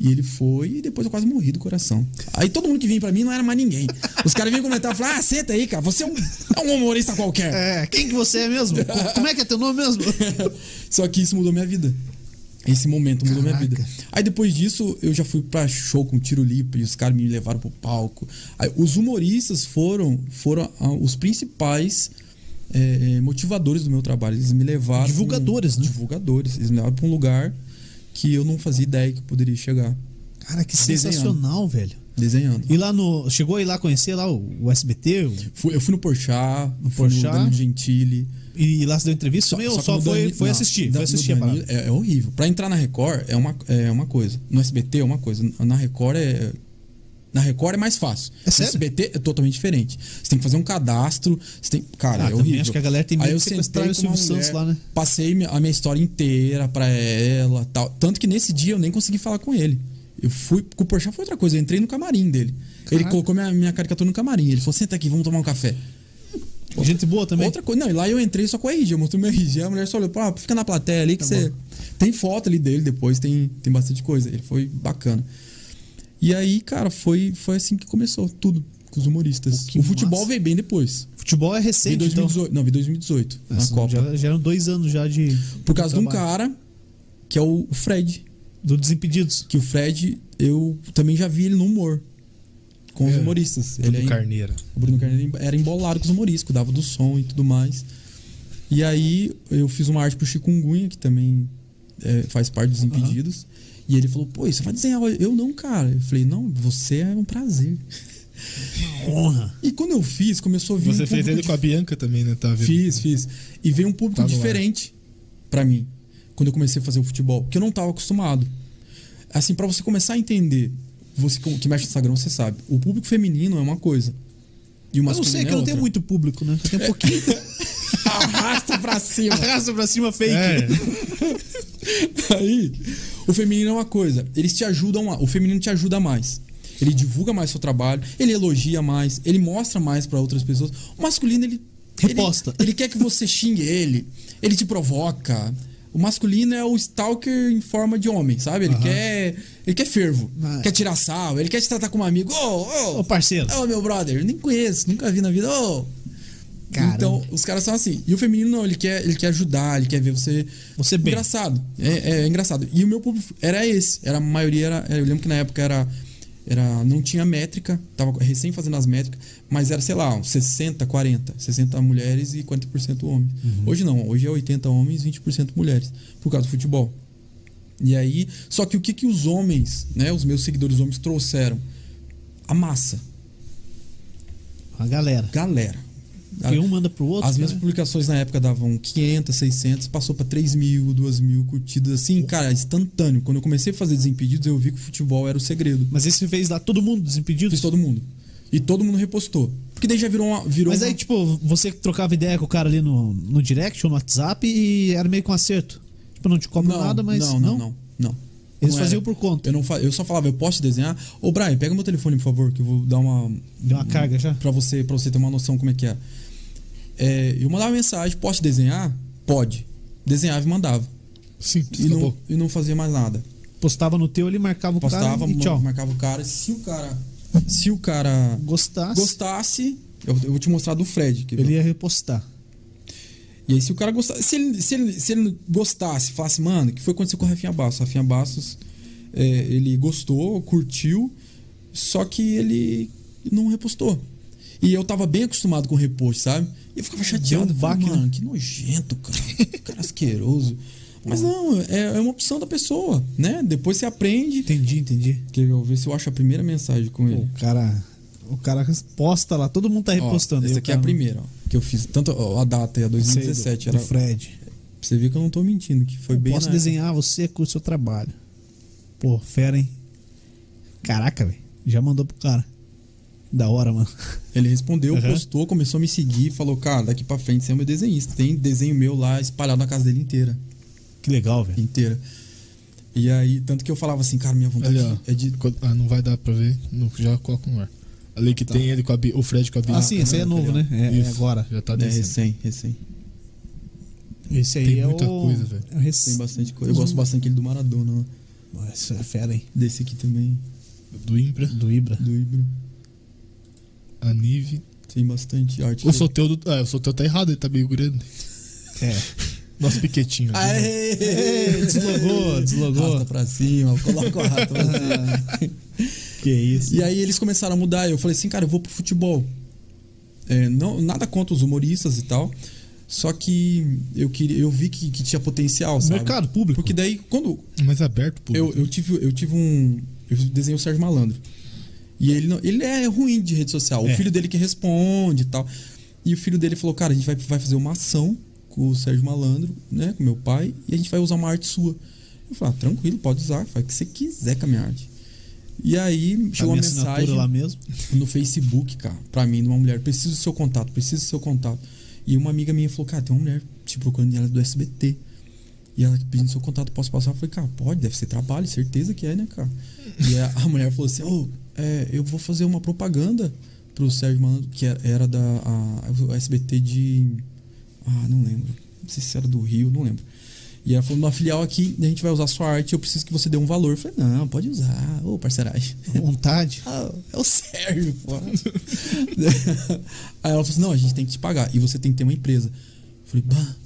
[SPEAKER 3] e ele foi e depois eu quase morri do coração. Aí todo mundo que vinha pra mim não era mais ninguém. Os caras vinham comentar e falaram: "Ah, senta aí, cara, você é um, é um humorista qualquer".
[SPEAKER 1] É, quem que você é mesmo? Co- Como é que é teu nome [LAUGHS] mesmo?
[SPEAKER 3] [LAUGHS] Só que isso mudou minha vida. Esse momento mudou minha
[SPEAKER 1] Caraca.
[SPEAKER 3] vida. Aí depois disso, eu já fui pra show com Tiro Lipa e os caras me levaram pro palco. Aí, os humoristas foram foram ah, os principais eh, eh, motivadores do meu trabalho. Eles me levaram.
[SPEAKER 1] Divulgadores, né?
[SPEAKER 3] Divulgadores. Eles me levaram pra um lugar que eu não fazia ideia que eu poderia chegar.
[SPEAKER 1] Cara, que
[SPEAKER 3] Desenhando.
[SPEAKER 1] sensacional, velho.
[SPEAKER 3] Desenhando.
[SPEAKER 1] E lá no. Chegou aí lá conhecer lá o, o SBT? o-
[SPEAKER 3] Fui- eu fui no Porchat, fui
[SPEAKER 1] Porchat?
[SPEAKER 3] no Danilo Gentili.
[SPEAKER 1] e lá se deu entrevista? Só, só,
[SPEAKER 3] que no
[SPEAKER 1] foi,
[SPEAKER 3] Danilo-
[SPEAKER 1] foi
[SPEAKER 3] não,
[SPEAKER 1] assistir.
[SPEAKER 3] da-
[SPEAKER 1] Foi
[SPEAKER 3] no
[SPEAKER 1] assistir a
[SPEAKER 3] Danilo
[SPEAKER 1] parada.
[SPEAKER 3] é, é horrível. Pra entrar na Record é uma, é uma coisa. No SBT é uma coisa. Na Record é. Na Record é mais fácil.
[SPEAKER 1] É sério?
[SPEAKER 3] No SBT é totalmente diferente. Você tem que fazer um cadastro. Você tem.
[SPEAKER 1] Ah,
[SPEAKER 3] Cara, é
[SPEAKER 1] também
[SPEAKER 3] horrível.
[SPEAKER 1] acho que a galera tem medo
[SPEAKER 3] Aí eu
[SPEAKER 1] de sequestrar
[SPEAKER 3] sentei
[SPEAKER 1] o
[SPEAKER 3] com uma
[SPEAKER 1] Silvio Santos
[SPEAKER 3] mulher,
[SPEAKER 1] lá, né?
[SPEAKER 3] Passei mi- a minha história inteira pra ela tal. Tanto que nesse dia eu nem consegui falar com ele. Eu fui. Com o Porchat foi outra coisa. Eu entrei no camarim dele. Ele colocou minha, minha caricatura no camarim. Ele falou: senta aqui, vamos tomar um café.
[SPEAKER 1] Gente boa também.
[SPEAKER 3] Outra coisa, não, e lá eu entrei só com a RG, eu mostrei meu RG, a mulher só olhou, pá, fica na plateia ali que
[SPEAKER 1] Tá
[SPEAKER 3] você. Tem foto ali dele depois, tem, tem bastante coisa. Ele foi bacana. E aí, cara, foi, foi assim que começou tudo com os humoristas.
[SPEAKER 1] Pô, que
[SPEAKER 3] o futebol
[SPEAKER 1] massa.
[SPEAKER 3] veio bem depois.
[SPEAKER 1] Futebol é
[SPEAKER 3] Em
[SPEAKER 1] recente, então.
[SPEAKER 3] 2018. Não, vi 2018, na
[SPEAKER 1] Nossa,
[SPEAKER 3] Copa.
[SPEAKER 1] Já, já eram dois anos já de.
[SPEAKER 3] Por causa de um
[SPEAKER 1] trabalho.
[SPEAKER 3] cara que é o o Fred.
[SPEAKER 1] Do Desimpedidos.
[SPEAKER 3] Que o Fred, eu também já vi ele no humor. Com os
[SPEAKER 2] É,
[SPEAKER 3] humoristas.
[SPEAKER 2] Bruno
[SPEAKER 3] Ele é,
[SPEAKER 2] Carneira.
[SPEAKER 3] O Bruno Carneiro era embolado com os humoristas, cuidava do som e tudo mais. E aí eu fiz uma arte pro Chikungunya, que também é, faz parte dos Impedidos. E ele falou, pô, você vai desenhar? hoje?" Eu não, cara. Eu falei, não, você é um prazer.
[SPEAKER 1] Honra.
[SPEAKER 3] E quando eu fiz, começou a vir.
[SPEAKER 2] Você
[SPEAKER 3] um
[SPEAKER 2] fez
[SPEAKER 3] público
[SPEAKER 2] ele com a Bianca também, né? Tá vendo?
[SPEAKER 3] Fiz, fiz. E veio um público
[SPEAKER 2] Tá no ar.
[SPEAKER 3] diferente pra mim quando eu comecei a fazer o futebol, porque eu não tava acostumado. Assim, pra você começar a entender, você que que mexe no Instagram, você sabe, o público feminino é uma coisa. E o
[SPEAKER 1] Eu não
[SPEAKER 3] masculino
[SPEAKER 1] sei que
[SPEAKER 3] é
[SPEAKER 1] eu não
[SPEAKER 3] outra.
[SPEAKER 1] tenho muito público, né? Eu tenho um pouquinho.
[SPEAKER 3] Arrasta pra
[SPEAKER 1] [LAUGHS]
[SPEAKER 3] cima. [LAUGHS]
[SPEAKER 1] Arrasta pra cima fake.
[SPEAKER 2] É,
[SPEAKER 3] Aí, o feminino é uma coisa. Eles te ajudam. a- o feminino te ajuda mais. Ele divulga mais seu trabalho, ele elogia mais, ele mostra mais pra outras pessoas. O masculino, ele. ele-
[SPEAKER 1] Reposta.
[SPEAKER 3] Ele, quer que você xingue ele, ele te provoca. O masculino é o stalker em forma de homem, sabe? Ele quer. Ele quer fervo.
[SPEAKER 1] Ah, é.
[SPEAKER 3] Quer tirar sal, ele quer te tratar como amigo. Ô, ô,
[SPEAKER 1] Ô, parceiro.
[SPEAKER 3] Ô, meu brother, nem conheço, nunca vi na vida. Ô.
[SPEAKER 1] Caramba.
[SPEAKER 3] Então, os caras são assim. E o feminino não, ele quer, ele quer ajudar, ele quer ver você.
[SPEAKER 1] Você bem.
[SPEAKER 3] Engraçado. É, é engraçado. E o meu público era esse. Era a maioria era. Eu lembro que na época era. era não tinha métrica, tava recém fazendo as métricas, mas era, sei lá, uns 60, 40. 60 mulheres e 40% homens.
[SPEAKER 1] Uhum.
[SPEAKER 3] Hoje não, hoje é 80 homens e 20% mulheres, por causa do futebol. E aí, só que o que, que os homens, né, os meus seguidores homens trouxeram? A massa,
[SPEAKER 1] A galera.
[SPEAKER 3] galera.
[SPEAKER 1] Porque um manda pro outro.
[SPEAKER 3] As
[SPEAKER 1] né?
[SPEAKER 3] minhas publicações na época davam 500, 600, passou pra 3 mil, 2 mil curtidas, assim, cara, instantâneo. Quando eu comecei a fazer Desimpedidos, eu vi que o futebol era o segredo.
[SPEAKER 1] Mas esse fez lá todo mundo desimpedido?
[SPEAKER 3] Fiz todo mundo. E todo mundo repostou. Porque daí já virou uma. Virou
[SPEAKER 1] Mas
[SPEAKER 3] uma-
[SPEAKER 1] aí, tipo, você trocava ideia com o cara ali no, no direct ou no WhatsApp e era meio com acerto. Tipo, não te cobram
[SPEAKER 3] não,
[SPEAKER 1] nada, mas.
[SPEAKER 3] Não, não, não. não.
[SPEAKER 1] Eles
[SPEAKER 3] Não era.
[SPEAKER 1] faziam por conta.
[SPEAKER 3] Eu, não fa- eu só falava, eu posso desenhar? Ô, Brian, pega meu telefone, por favor, que eu vou dar uma.
[SPEAKER 1] Deu uma carga já?
[SPEAKER 3] Pra você, pra você ter uma noção como é que é. É, eu mandava mensagem, posso desenhar? Pode. Desenhava e mandava.
[SPEAKER 2] Sim,
[SPEAKER 3] E não,
[SPEAKER 2] acabou.
[SPEAKER 3] e não fazia mais nada.
[SPEAKER 1] Postava no teu, ele marcava o
[SPEAKER 3] Postava,
[SPEAKER 1] cara e tchau.
[SPEAKER 3] ma- marcava o cara. Se o cara. Se o cara
[SPEAKER 1] Gostasse,
[SPEAKER 3] gostasse. Eu, eu vou te mostrar do Fred. Que
[SPEAKER 1] ele ia repostar.
[SPEAKER 3] E aí, se o cara gostasse. Se ele, se ele, se ele gostasse, falasse, mano, o que foi que aconteceu com o Rafinha Bastos? O Rafinha Bastos, é, ele gostou, curtiu, só que ele não repostou. E eu tava bem acostumado com o repost, sabe? E eu ficava chateado.
[SPEAKER 1] Deu um
[SPEAKER 3] eu falava,
[SPEAKER 1] baque, né?
[SPEAKER 3] mano, que nojento, cara. Que
[SPEAKER 1] [LAUGHS]
[SPEAKER 3] cara asqueroso. Mas não, é, é uma opção da pessoa, né? Depois você aprende.
[SPEAKER 1] Entendi, entendi.
[SPEAKER 3] Quer ver? eu ver se eu acho a primeira mensagem com ele.
[SPEAKER 1] O cara. O cara posta lá, todo mundo tá
[SPEAKER 3] Ó,
[SPEAKER 1] repostando.
[SPEAKER 3] essa
[SPEAKER 1] Aí o
[SPEAKER 3] aqui é a
[SPEAKER 1] cara-
[SPEAKER 3] primeira, ó, que eu fiz. Tanto ó, a data é a
[SPEAKER 1] Sei,
[SPEAKER 3] 2017.
[SPEAKER 1] do, do
[SPEAKER 3] Era,
[SPEAKER 1] Fred.
[SPEAKER 3] Você viu que eu não tô mentindo, que foi
[SPEAKER 1] Eu
[SPEAKER 3] bem.
[SPEAKER 1] posso
[SPEAKER 3] na época.
[SPEAKER 1] desenhar você com o seu trabalho. Pô, fera, hein? Caraca, velho. Já mandou pro cara. Da hora, mano. [LAUGHS]
[SPEAKER 3] Ele respondeu,
[SPEAKER 1] Aham.
[SPEAKER 3] postou, começou a me seguir, falou, cara, daqui pra frente você é meu desenhista. Tem desenho meu lá espalhado na casa dele inteira.
[SPEAKER 1] Que legal, velho.
[SPEAKER 3] Inteira. E aí, tanto que eu falava assim, cara, minha vontade
[SPEAKER 2] Ali, ó.
[SPEAKER 3] é de.
[SPEAKER 2] Quando- Ah, não vai dar pra ver. Não, já coloca no ar. Ali que tem ele com a Bi- o Fred com a Bianca.
[SPEAKER 1] Tá. Ah, sim, esse aí é
[SPEAKER 2] né?
[SPEAKER 1] novo, né? É, é
[SPEAKER 2] Isso,
[SPEAKER 1] agora.
[SPEAKER 2] Já tá
[SPEAKER 3] É,
[SPEAKER 2] descendo.
[SPEAKER 3] recém, recém.
[SPEAKER 1] Esse aí
[SPEAKER 2] Tem
[SPEAKER 1] é
[SPEAKER 2] muita
[SPEAKER 1] o.
[SPEAKER 2] coisa, velho.
[SPEAKER 1] é o rec-
[SPEAKER 3] Tem bastante coisa. Eu gosto bastante daquele do Maradona, ó.
[SPEAKER 1] Nossa, é fera, hein?
[SPEAKER 3] desse aqui também,
[SPEAKER 2] Do Imbra,
[SPEAKER 1] Do Ibra.
[SPEAKER 3] do Ibro.
[SPEAKER 2] a Nive.
[SPEAKER 3] Tem bastante arte.
[SPEAKER 2] O Soteudo. Ah, o Soteudo tá errado, ele tá meio grande.
[SPEAKER 1] É.
[SPEAKER 2] Nosso piquetinho.
[SPEAKER 1] Ah,
[SPEAKER 2] ali, né?
[SPEAKER 1] [LAUGHS]
[SPEAKER 3] Aê!
[SPEAKER 1] Deslogou,
[SPEAKER 3] Arrasta
[SPEAKER 1] deslogou. Ah.
[SPEAKER 3] pra cima, coloca o
[SPEAKER 1] [LAUGHS]
[SPEAKER 3] arrasta pra cima.
[SPEAKER 1] [LAUGHS] Que isso. Tá
[SPEAKER 3] E aí eles começaram a mudar. Eu falei assim, cara, eu vou pro futebol. É, não, nada contra os humoristas e tal. Só que eu, queria, eu vi que, que tinha potencial, sabe?
[SPEAKER 1] Mercado público.
[SPEAKER 3] Porque daí, quando
[SPEAKER 2] Mas aberto, pô.
[SPEAKER 3] eu,
[SPEAKER 1] né?
[SPEAKER 3] eu, tive, eu tive um. Eu desenhei o Sérgio Malandro. E ele, não, ele é ruim de rede social.
[SPEAKER 1] É.
[SPEAKER 3] O filho dele que responde e tal. E o filho dele falou: Cara, a gente vai, vai fazer uma ação com o Sérgio Malandro, né? Com meu pai. E a gente vai usar uma arte sua. Eu falei: ah, Tranquilo, pode usar. Faz o que você quiser com a minha arte. E aí
[SPEAKER 1] a
[SPEAKER 3] chegou
[SPEAKER 1] minha
[SPEAKER 3] uma
[SPEAKER 1] assinatura
[SPEAKER 3] mensagem
[SPEAKER 1] lá mesmo.
[SPEAKER 3] no Facebook, cara, pra mim, de uma mulher. Preciso do seu contato, preciso do seu contato. E uma amiga minha falou, cara, tem uma mulher te procurando e ela é do SBT. E ela pedindo seu contato, posso passar? Eu falei, cara, pode, deve ser trabalho, certeza que é, né, cara? E a, a mulher falou assim, ô, é, eu vou fazer uma propaganda pro Sérgio Malandro, que era, era da a- o SBT de... Ah, não lembro. Não sei se era do Rio, não lembro. E ela falou, numa filial aqui, a gente vai usar sua arte, eu preciso que você dê um valor. Eu falei, não, pode usar, ô, parceragem.
[SPEAKER 1] Vontade.
[SPEAKER 3] Ah, é o Sérgio, pô. [LAUGHS] Aí ela falou assim: não, a gente tem que te pagar. E você tem que ter uma empresa. Eu falei, bah,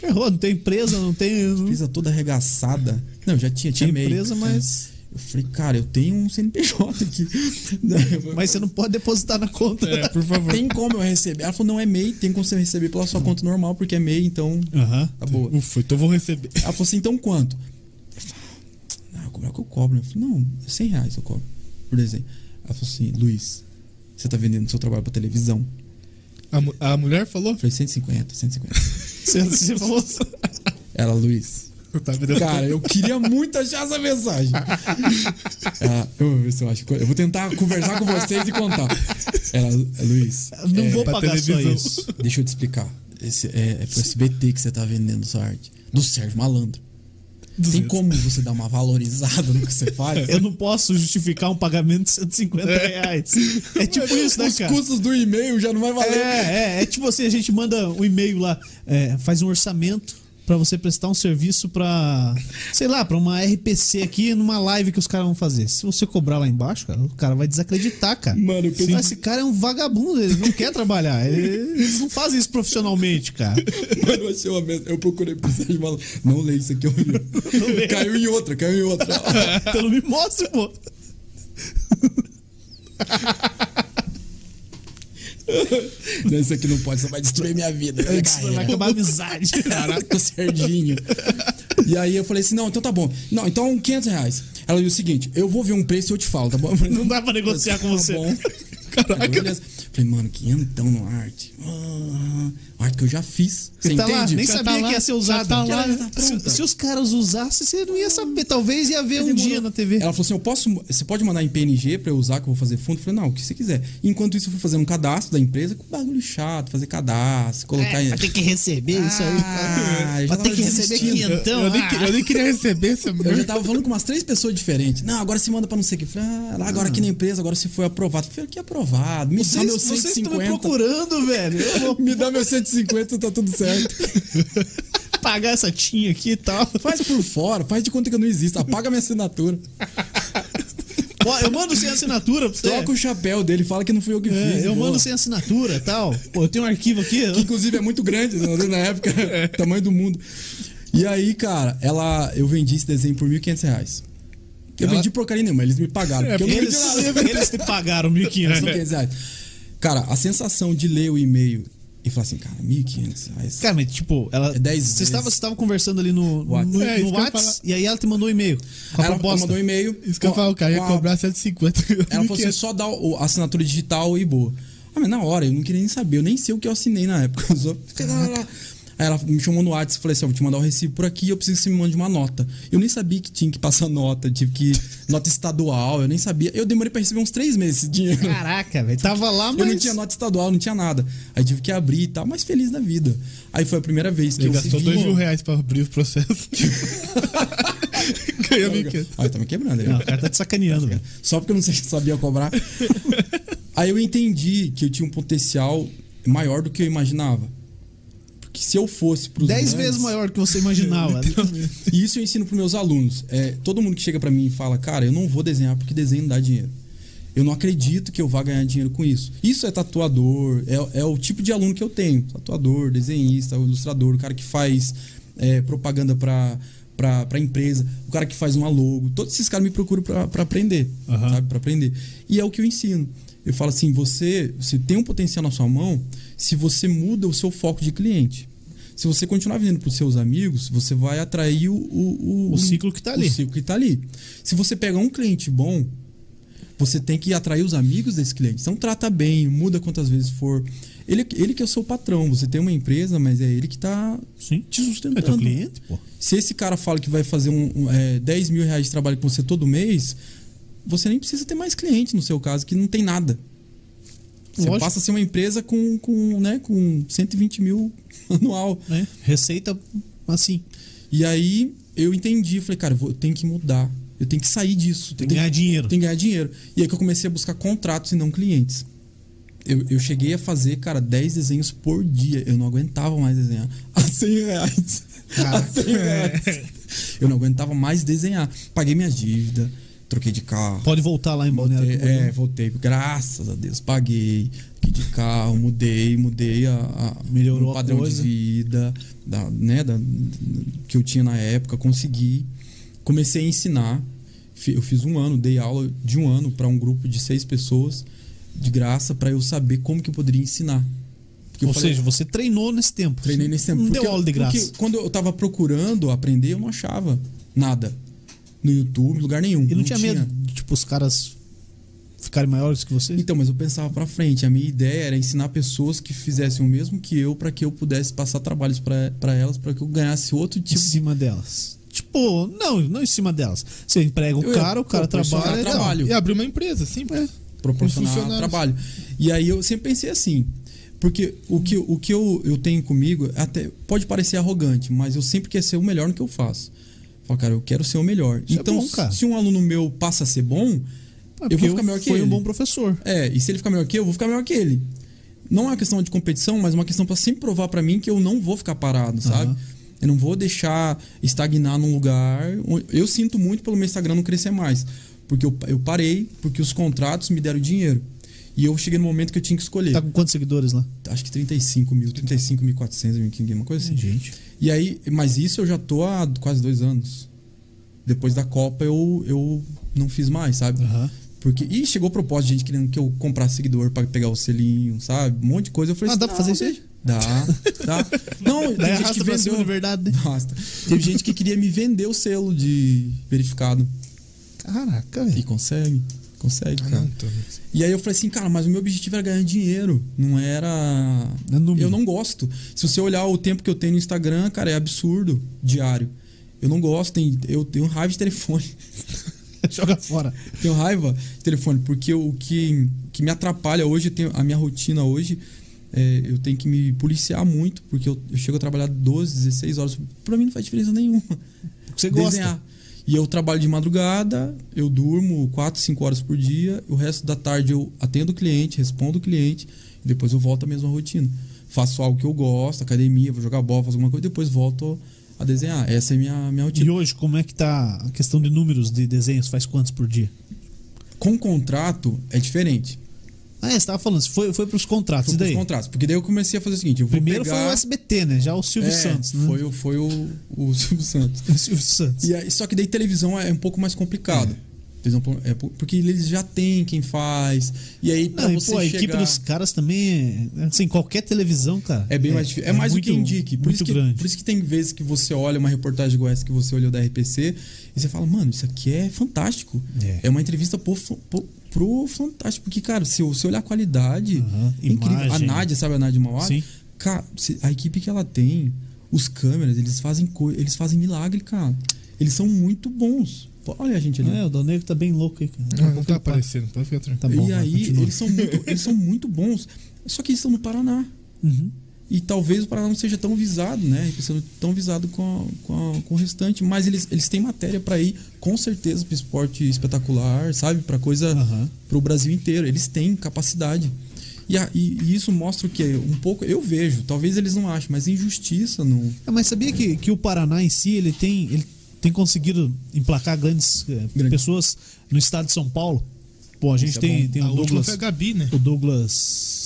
[SPEAKER 1] Ferrou, não tem empresa, não tem. Não
[SPEAKER 3] empresa toda arregaçada. Não, já tinha, tinha
[SPEAKER 1] tem
[SPEAKER 3] MEI.
[SPEAKER 1] empresa, mas.
[SPEAKER 3] Eu falei, cara, eu tenho um CNPJ aqui. [LAUGHS]
[SPEAKER 1] Mas você não pode depositar na conta.
[SPEAKER 2] É, por favor.
[SPEAKER 3] tem como eu receber? Ela falou, não, é MEI, tem como você receber pela sua conta normal, porque é MEI, então
[SPEAKER 1] Aham.
[SPEAKER 3] tá boa.
[SPEAKER 2] Ufa, então eu vou receber.
[SPEAKER 3] Ela falou assim, então quanto? Eu falei, Ah, como é que eu cobro? Eu falei, não, 100 reais eu cobro por desenho. Ela falou assim, Luiz, você tá vendendo seu trabalho pra televisão.
[SPEAKER 2] A, mu- a mulher falou?
[SPEAKER 3] Eu falei, 150, 150.
[SPEAKER 1] Você, você falou.
[SPEAKER 3] Ela, Luiz.
[SPEAKER 2] [LAUGHS] Tá me dando-
[SPEAKER 3] Cara, eu queria muito achar essa
[SPEAKER 2] [LAUGHS]
[SPEAKER 3] mensagem. Ela, eu vou ver se eu acho. Eu vou tentar conversar com vocês e contar. Ela, Luiz,
[SPEAKER 1] Não
[SPEAKER 3] é,
[SPEAKER 1] vou
[SPEAKER 2] pra
[SPEAKER 1] pagar só
[SPEAKER 2] televisão.
[SPEAKER 1] isso.
[SPEAKER 3] deixa eu te explicar. Esse é, é pro SBT que você tá vendendo sua arte. Do Sérgio Malandro. Tem como você dar uma valorizada no que você faz?
[SPEAKER 1] Eu não posso justificar um pagamento de 150 reais. É tipo isso, né,
[SPEAKER 3] Os
[SPEAKER 1] cara?
[SPEAKER 3] custos do e-mail já não vai valer.
[SPEAKER 1] É, é, é tipo assim, a gente manda um e-mail lá, é, faz um orçamento pra você prestar um serviço pra, sei lá, pra uma RPC aqui numa live que os caras vão fazer. Se você cobrar lá embaixo, cara, o cara vai desacreditar, cara.
[SPEAKER 3] Mano, eu
[SPEAKER 1] Sim.
[SPEAKER 3] pensei-
[SPEAKER 1] esse cara é um vagabundo, ele não quer trabalhar. Ele- Eles não fazem isso profissionalmente, cara.
[SPEAKER 3] [LAUGHS]
[SPEAKER 1] [LAUGHS]
[SPEAKER 3] Mano, eu achei uma merda. Eu procurei pro Sérgio Malandro. Não leio isso aqui, eu li. Caiu em outra, caiu em
[SPEAKER 1] [LAUGHS]
[SPEAKER 3] outra.
[SPEAKER 1] Então não me mostra, pô.
[SPEAKER 3] Não, isso aqui não pode, isso vai destruir minha vida. Minha
[SPEAKER 1] É Senão Vai
[SPEAKER 3] carreira.
[SPEAKER 1] acabar a amizade.
[SPEAKER 3] Caraca, Serginho. E aí eu falei assim: não, então tá bom. Não, então 500 reais. Ela disse o seguinte: eu vou ver um preço e eu te falo, tá bom? Eu falei,
[SPEAKER 1] Não dá pra negociar com
[SPEAKER 3] tá
[SPEAKER 1] você.
[SPEAKER 3] bom. Caraca. Beleza. Falei, mano, quinhentão no arte. Ah, Ai, que eu já fiz. Você
[SPEAKER 1] Tá lá,
[SPEAKER 3] entende?
[SPEAKER 1] nem
[SPEAKER 2] Já
[SPEAKER 1] sabia
[SPEAKER 2] tá lá,
[SPEAKER 1] que ia ser
[SPEAKER 2] já
[SPEAKER 1] usado.
[SPEAKER 2] tá lá,
[SPEAKER 1] Se-
[SPEAKER 2] já tá
[SPEAKER 1] se,
[SPEAKER 2] pronta.
[SPEAKER 1] os caras usassem, você não ia saber. Talvez ia ver
[SPEAKER 3] Aí
[SPEAKER 1] um
[SPEAKER 3] demorou.
[SPEAKER 1] dia na TV.
[SPEAKER 3] Ela falou assim: eu posso. Você pode mandar em PNG pra eu usar, que eu vou fazer fundo? Eu falei, não, o que você quiser. Enquanto isso, eu fui fazendo um cadastro da empresa com bagulho chato, fazer cadastro, colocar em.
[SPEAKER 1] É, vai ter que
[SPEAKER 2] É
[SPEAKER 1] receber isso
[SPEAKER 3] Ah,
[SPEAKER 1] aí.
[SPEAKER 3] eu já
[SPEAKER 1] Vai ter
[SPEAKER 3] tava
[SPEAKER 1] que receber
[SPEAKER 3] desistindo.
[SPEAKER 1] quinhentão.
[SPEAKER 2] eu, nem,
[SPEAKER 1] ah.
[SPEAKER 2] que- eu nem queria receber essa
[SPEAKER 3] Eu
[SPEAKER 2] merda.
[SPEAKER 3] já tava falando com umas três pessoas diferentes. Não, agora se manda pra não sei o que. Eu Falei, ah, lá agora aqui na empresa, agora se foi aprovado. Eu Falei, que aprovado. tá Me dá
[SPEAKER 1] Vocês,
[SPEAKER 3] meu
[SPEAKER 1] vocês estão me
[SPEAKER 3] 150.
[SPEAKER 1] procurando, velho. Eu vou
[SPEAKER 3] Me dá meu 150, tá tudo certo.
[SPEAKER 1] pagar essa tinha aqui e tal.
[SPEAKER 3] Faz por fora, faz de conta que eu não existo. Apaga minha assinatura.
[SPEAKER 1] Ó, eu mando sem assinatura pra você.
[SPEAKER 3] Troca o chapéu dele, fala que não fui eu que
[SPEAKER 1] É,
[SPEAKER 3] fiz.
[SPEAKER 1] eu
[SPEAKER 3] boa.
[SPEAKER 1] mando sem assinatura e tal. Pô, eu tenho um arquivo aqui.
[SPEAKER 3] que inclusive é muito grande né, na [LAUGHS] época, tamanho do mundo. E aí, cara, ela, eu vendi esse desenho por 1.500 reais. Eu
[SPEAKER 2] Ela-
[SPEAKER 3] vendi porcaria nenhuma, eles me pagaram. É, porque eu não vendi
[SPEAKER 1] É, Eles,
[SPEAKER 3] [LAUGHS] nada.
[SPEAKER 1] eles te pagaram 1.500.
[SPEAKER 2] É.
[SPEAKER 3] 1.500 reais. é. Cara, a sensação de ler o e-mail e falar assim, cara, 1.500 reais.
[SPEAKER 1] Cara, mas tipo, ela.
[SPEAKER 3] É dez
[SPEAKER 1] Vocês
[SPEAKER 3] vezes.
[SPEAKER 1] estavam- vocês estavam conversando ali no,
[SPEAKER 3] Whats.
[SPEAKER 1] no,
[SPEAKER 2] É, isso
[SPEAKER 1] no
[SPEAKER 2] que eu ia
[SPEAKER 1] Whats e aí ela te mandou um e-mail. Com a
[SPEAKER 3] Aí ela
[SPEAKER 1] proposta.
[SPEAKER 3] mandou um e-mail.
[SPEAKER 2] Isso que eu
[SPEAKER 3] com a-
[SPEAKER 2] falo, cara, ia
[SPEAKER 3] com a-
[SPEAKER 2] cobrar 150.
[SPEAKER 3] Ela falou assim, só dá o- a assinatura digital e boa. Ah, mas na hora, eu não queria nem saber, eu nem sei o que eu assinei na época. [LAUGHS] Eu só- Aí ela me chamou no WhatsApp e falei assim: ó, vou te mandar o recibo por aqui, eu preciso que você me mande uma nota. Eu nem sabia que tinha que passar nota, tive que. nota estadual, eu nem sabia. Eu demorei pra receber uns três meses esse dinheiro.
[SPEAKER 2] [LAUGHS]
[SPEAKER 1] Caraca, velho. Tava lá, mas.
[SPEAKER 3] Eu não tinha nota estadual, não tinha nada. Aí tive que abrir e tal, mas feliz da vida. Aí foi a primeira vez que
[SPEAKER 2] Ele
[SPEAKER 3] eu
[SPEAKER 2] gastou
[SPEAKER 3] recebi-
[SPEAKER 2] 2 mil reais pra abrir o processo. Ganhou 1.500.
[SPEAKER 3] Ah, tá me quebrando, né?
[SPEAKER 1] Não, o cara tá te sacaneando, velho.
[SPEAKER 3] Só porque eu não sei se sabia cobrar. Aí eu entendi que eu tinha um potencial maior do que eu imaginava. Porque se eu fosse pros
[SPEAKER 1] Dez
[SPEAKER 3] grandes-
[SPEAKER 1] vezes maior do que você imaginava.
[SPEAKER 3] E isso eu ensino pros meus alunos. É, todo mundo que chega pra mim e fala, cara, eu não vou desenhar porque desenho não dá dinheiro. Eu não acredito que eu vá ganhar dinheiro com isso. Isso é tatuador, é, é o tipo de aluno que eu tenho. Tatuador, desenhista, ilustrador, o cara que faz é, propaganda pra, pra, pra empresa, o cara que faz uma logo. Todos esses caras me procuram pra, pra aprender,
[SPEAKER 1] Aham.
[SPEAKER 3] sabe? Pra aprender. E é o que eu ensino. Eu falo assim, você, você tem um potencial na sua mão se você muda o seu foco de cliente. Se você continuar vendendo pros seus amigos, você vai atrair o... O,
[SPEAKER 1] O ciclo que tá ali.
[SPEAKER 3] O ciclo que tá ali. Se você pegar um cliente bom, você tem que atrair os amigos desse cliente. Então trata bem, muda quantas vezes for. Ele, ele que é o seu patrão. Você tem uma empresa, mas é ele que tá
[SPEAKER 1] Sim.
[SPEAKER 3] te
[SPEAKER 1] É teu
[SPEAKER 3] sustentando.
[SPEAKER 1] cliente, pô.
[SPEAKER 3] Se esse cara fala que vai fazer um, um, é, 10 mil reais de trabalho com você todo mês, você nem precisa ter mais cliente no seu caso, que não tem nada. Você
[SPEAKER 1] Lógico.
[SPEAKER 3] passa a ser uma empresa com, com, né, com 120 mil [LAUGHS] anual.
[SPEAKER 1] né? Receita assim.
[SPEAKER 3] E aí eu entendi, falei, cara, eu vou- eu tenho que mudar. Eu tenho que sair disso.
[SPEAKER 1] Tem que ganhar dinheiro.
[SPEAKER 3] Tem que ganhar dinheiro. E aí que eu comecei a buscar contratos e não clientes. Eu, eu cheguei a fazer, cara, 10 desenhos por dia. Eu não aguentava mais desenhar. [LAUGHS] A 100 reais. a 100
[SPEAKER 1] [LAUGHS] é.
[SPEAKER 3] reais. Eu não aguentava mais desenhar. Paguei minha dívida, troquei de carro.
[SPEAKER 1] Pode voltar lá em Balneário.
[SPEAKER 3] Voltei,
[SPEAKER 1] Camboriú.
[SPEAKER 3] é, voltei. Graças a Deus, paguei. Fiquei de carro, mudei, mudei a, a-
[SPEAKER 1] Melhorou
[SPEAKER 3] o
[SPEAKER 1] a
[SPEAKER 3] padrão
[SPEAKER 1] coisa.
[SPEAKER 3] de vida da, né, da- que eu tinha na época, consegui. Comecei a ensinar. Fi- Eu fiz um ano, dei aula de um ano para um grupo de seis pessoas de graça para eu saber como que eu poderia ensinar. Porque eu
[SPEAKER 1] Ou
[SPEAKER 3] falei,
[SPEAKER 1] seja, você treinou nesse tempo.
[SPEAKER 3] Treinei nesse tempo.
[SPEAKER 1] Não
[SPEAKER 3] Porque-
[SPEAKER 1] deu aula de graça.
[SPEAKER 3] Porque quando eu tava procurando aprender, eu não achava nada. No YouTube, em lugar nenhum.
[SPEAKER 1] E não, tinha medo de, tipo, os caras ficarem maiores que você?
[SPEAKER 3] Então, mas eu pensava pra frente. A minha ideia era ensinar pessoas que fizessem o mesmo que eu pra que eu pudesse passar trabalhos pra pra elas, pra que eu ganhasse outro
[SPEAKER 1] em
[SPEAKER 3] tipo de
[SPEAKER 1] cima delas. Tipo, não, não em cima delas. Você emprega o
[SPEAKER 3] Eu-
[SPEAKER 1] cara, o
[SPEAKER 3] pô,
[SPEAKER 1] cara
[SPEAKER 3] proporcionar
[SPEAKER 1] trabalha. Ah,
[SPEAKER 3] trabalho.
[SPEAKER 2] E abriu uma empresa, simples. Com
[SPEAKER 3] proporcionar
[SPEAKER 2] funcionários.
[SPEAKER 3] É, trabalho. E aí eu sempre pensei assim, porque o que, o que eu, eu tenho comigo é até pode parecer arrogante, mas eu sempre quero ser o melhor no que eu faço. Falo, cara, eu quero ser o melhor.
[SPEAKER 1] Isso é
[SPEAKER 3] então,
[SPEAKER 1] bom, cara.
[SPEAKER 3] se um aluno meu passa a ser bom,
[SPEAKER 1] Não,
[SPEAKER 3] eu
[SPEAKER 1] porque
[SPEAKER 3] vou ficar melhor que
[SPEAKER 1] foi
[SPEAKER 3] ele.
[SPEAKER 1] um bom professor.
[SPEAKER 3] É, e se ele ficar melhor que eu, eu vou ficar melhor que ele. Não é uma questão de competição, mas uma questão pra sempre provar pra mim que eu não vou ficar parado, sabe? Eu não vou deixar estagnar num lugar. Eu sinto muito pelo meu Instagram não crescer mais. Porque eu, eu parei, porque os contratos me deram dinheiro. E eu cheguei no momento que eu tinha que escolher.
[SPEAKER 1] Tá com quantos seguidores lá?
[SPEAKER 3] Acho que 35 mil, 35 mil 400, uma coisa assim.
[SPEAKER 1] gente.
[SPEAKER 3] E aí, mas isso eu já tô há quase dois anos. Depois da Copa eu, eu não fiz mais, sabe?
[SPEAKER 1] Aham.
[SPEAKER 3] Porque. E chegou proposta de gente querendo que eu comprasse seguidor pra pegar o selinho, sabe? Um monte de coisa. Eu falei
[SPEAKER 1] Ah,
[SPEAKER 3] assim,
[SPEAKER 1] dá pra fazer isso aí?
[SPEAKER 3] Dá,
[SPEAKER 1] [LAUGHS]
[SPEAKER 3] dá. Não,
[SPEAKER 1] Daí
[SPEAKER 3] tem gente que
[SPEAKER 1] arrasta pra cima, na
[SPEAKER 3] vendeu.
[SPEAKER 1] verdade. né?
[SPEAKER 3] Arrasta. Teve gente que queria me vender o selo de verificado.
[SPEAKER 1] Caraca,
[SPEAKER 3] E
[SPEAKER 1] velho.
[SPEAKER 3] consegue. Consegue,
[SPEAKER 2] Ah,
[SPEAKER 3] cara.
[SPEAKER 2] não, tô... [LAUGHS]
[SPEAKER 3] E aí eu falei assim, cara, mas o meu objetivo era ganhar dinheiro, não era.
[SPEAKER 1] Não é número.
[SPEAKER 3] Eu não gosto. Se você olhar o tempo que eu tenho no Instagram, cara, é absurdo, diário. Eu não gosto, tem- eu tenho raiva de telefone.
[SPEAKER 1] Joga fora.
[SPEAKER 3] tenho raiva de telefone, porque o que, que me atrapalha hoje, eu tenho- a minha rotina hoje, é, eu tenho que me policiar muito, porque eu, eu chego a trabalhar 12, 16 horas. Pra mim não faz diferença nenhuma.
[SPEAKER 1] Você gosta.
[SPEAKER 3] E eu trabalho de madrugada, eu durmo 4, 5 horas por dia, o resto da tarde eu atendo o cliente, respondo o cliente, e depois eu volto à mesma rotina. Faço algo que eu gosto, academia, vou jogar bola, faço alguma coisa, depois volto a desenhar. Essa é minha, minha rotina.
[SPEAKER 1] E hoje, como é que tá a questão de números de desenhos? Faz quantos por dia?
[SPEAKER 3] Com contrato é diferente.
[SPEAKER 1] Ah, é, você tava falando, foi, foi pros contratos.
[SPEAKER 3] Foi
[SPEAKER 1] e
[SPEAKER 3] com os
[SPEAKER 1] daí?
[SPEAKER 3] contratos. Porque daí eu comecei a fazer o seguinte: eu vou
[SPEAKER 1] Primeiro
[SPEAKER 3] pegar...
[SPEAKER 1] foi o SBT, né? Já o Silvio
[SPEAKER 3] É,
[SPEAKER 1] Santos, né?
[SPEAKER 3] Foi, o- foi o, o Silvio Santos.
[SPEAKER 1] [LAUGHS] o Silvio Santos.
[SPEAKER 3] E aí- só que daí televisão é um pouco mais complicado. Televisão é po- porque eles já têm quem faz. E aí, pra
[SPEAKER 1] Não, e,
[SPEAKER 3] você
[SPEAKER 1] pô, a
[SPEAKER 3] chegar...
[SPEAKER 1] equipe dos caras também, é- assim, qualquer televisão, cara.
[SPEAKER 3] É bem mais difícil. É, mais
[SPEAKER 1] muito-
[SPEAKER 3] do que indique. Por,
[SPEAKER 1] muito
[SPEAKER 3] isso que,
[SPEAKER 1] grande.
[SPEAKER 3] por isso que tem vezes que você olha uma reportagem igual essa que você olhou da RPC e você fala, mano, isso aqui é fantástico.
[SPEAKER 1] É.
[SPEAKER 3] É, uma entrevista pro, fa- pro, pro fantástico. Porque, cara, se você olhar a qualidade,
[SPEAKER 1] Aham,
[SPEAKER 3] é incrível. A
[SPEAKER 1] imagem.
[SPEAKER 3] Nádia, sabe a Nádia Mauá?
[SPEAKER 1] Sim.
[SPEAKER 3] Cara, se- a equipe que ela tem, os câmeras, eles fazem co- eles fazem milagre, cara. Eles são muito bons. Pô, Olha a gente ali.
[SPEAKER 1] É, o Dal Negro tá bem louco aí, cara. Daqui a
[SPEAKER 2] não, não
[SPEAKER 1] pouco
[SPEAKER 2] tá
[SPEAKER 1] ele para.
[SPEAKER 2] aparecendo, pode ficar tranquilo.
[SPEAKER 1] Tá bom,
[SPEAKER 3] e
[SPEAKER 1] vai,
[SPEAKER 3] aí,
[SPEAKER 1] continua.
[SPEAKER 3] eles são, muito, eles são muito bons. Só que eles estão no Paraná.
[SPEAKER 1] Uhum.
[SPEAKER 3] E talvez o Paraná não seja tão visado, né? Ele seja tão visado com, a- com, a- com o restante. Mas eles, eles têm matéria para ir, com certeza, para esporte espetacular, sabe? Para coisa.
[SPEAKER 1] Aham.
[SPEAKER 3] para o Brasil inteiro. Eles têm capacidade. E, a- e- e isso mostra o que é um pouco. Eu vejo, talvez eles não achem, mas injustiça no.
[SPEAKER 1] É, mas sabia que, que o Paraná em si, ele tem, ele tem conseguido emplacar grandes eh,
[SPEAKER 3] Grande.
[SPEAKER 1] pessoas no estado de São Paulo? Pô, a gente
[SPEAKER 3] Isso é
[SPEAKER 1] tem,
[SPEAKER 3] bom.
[SPEAKER 1] tem
[SPEAKER 2] A
[SPEAKER 1] o
[SPEAKER 2] última
[SPEAKER 1] Douglas.
[SPEAKER 2] foi a Gabi, né?
[SPEAKER 1] O Douglas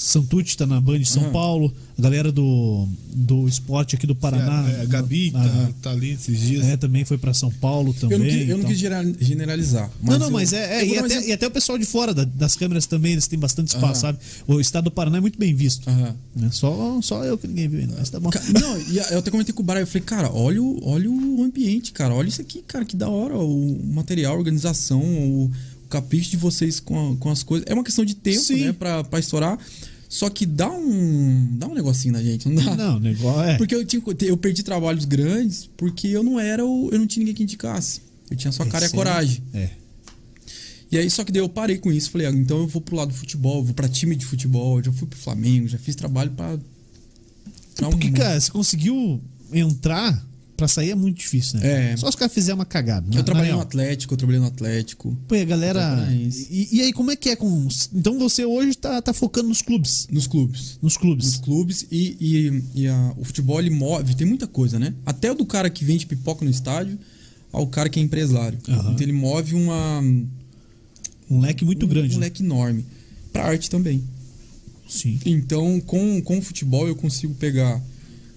[SPEAKER 1] Santucci tá na Band de São
[SPEAKER 3] Aham.
[SPEAKER 1] Paulo, a galera do, do esporte aqui do Paraná.
[SPEAKER 2] É, a Gabi tá,
[SPEAKER 1] Aham.
[SPEAKER 2] tá ali esses dias.
[SPEAKER 1] É, também foi pra São Paulo também.
[SPEAKER 3] eu não, quis, eu não
[SPEAKER 1] então.
[SPEAKER 3] quis geral- generalizar.
[SPEAKER 1] não, não,
[SPEAKER 3] eu-
[SPEAKER 1] mas é. é,
[SPEAKER 3] eu vou
[SPEAKER 1] e,
[SPEAKER 3] dar um
[SPEAKER 1] até,
[SPEAKER 3] exemplo.
[SPEAKER 1] e até o pessoal de fora da- das câmeras também, eles têm bastante espaço,
[SPEAKER 3] Aham.
[SPEAKER 1] sabe? O estado do Paraná é muito bem visto.
[SPEAKER 3] Aham.
[SPEAKER 1] né? Só, só eu que ninguém viu ainda, mas tá bom.
[SPEAKER 3] Ca- Não, e a- eu até comentei com o Bara, eu falei, cara, olha o, olha o ambiente, cara, olha isso aqui, cara, que da hora, o material, a organização, o, o capricho de vocês com, a- com as coisas. É uma questão de tempo,
[SPEAKER 1] Sim.
[SPEAKER 3] né, pra, pra estourar. Só que dá um. dá um negocinho na gente, não dá?
[SPEAKER 1] Não, o negócio é.
[SPEAKER 3] Porque eu, tinha, eu perdi trabalhos grandes porque eu não era o. Eu não tinha ninguém que indicasse. Eu tinha só a cara e a
[SPEAKER 1] Esse
[SPEAKER 3] coragem.
[SPEAKER 1] É.
[SPEAKER 3] E aí, só que daí eu parei com isso. Falei, ah, então eu vou pro lado do futebol, eu vou pra time de futebol, eu já fui pro Flamengo, já fiz trabalho pra. pra
[SPEAKER 1] Porque,
[SPEAKER 3] um-
[SPEAKER 1] cara, se conseguiu entrar, pra sair é muito difícil, né?
[SPEAKER 3] É.
[SPEAKER 1] Só se o cara fizer uma cagada. é na-
[SPEAKER 3] Eu
[SPEAKER 1] na
[SPEAKER 3] trabalhei no
[SPEAKER 1] real.
[SPEAKER 3] Atlético, eu trabalhei no Atlético.
[SPEAKER 1] Pô, e a galera.
[SPEAKER 3] Paranaense.
[SPEAKER 1] E, e aí, como é que é com. os- Então você hoje tá, tá focando nos clubes.
[SPEAKER 3] Nos clubes.
[SPEAKER 1] Nos
[SPEAKER 3] Nos
[SPEAKER 1] clubes.
[SPEAKER 3] clubes e, e- e a- o futebol ele move, tem muita coisa, né? Até o do cara que vende pipoca no estádio ao cara que é empresário.
[SPEAKER 1] Aham.
[SPEAKER 3] Então ele move uma.
[SPEAKER 1] Um leque muito
[SPEAKER 3] um-
[SPEAKER 1] grande.
[SPEAKER 3] Um
[SPEAKER 1] né?
[SPEAKER 3] leque enorme. Pra arte também.
[SPEAKER 1] Sim.
[SPEAKER 3] Então, com, com o futebol, eu consigo pegar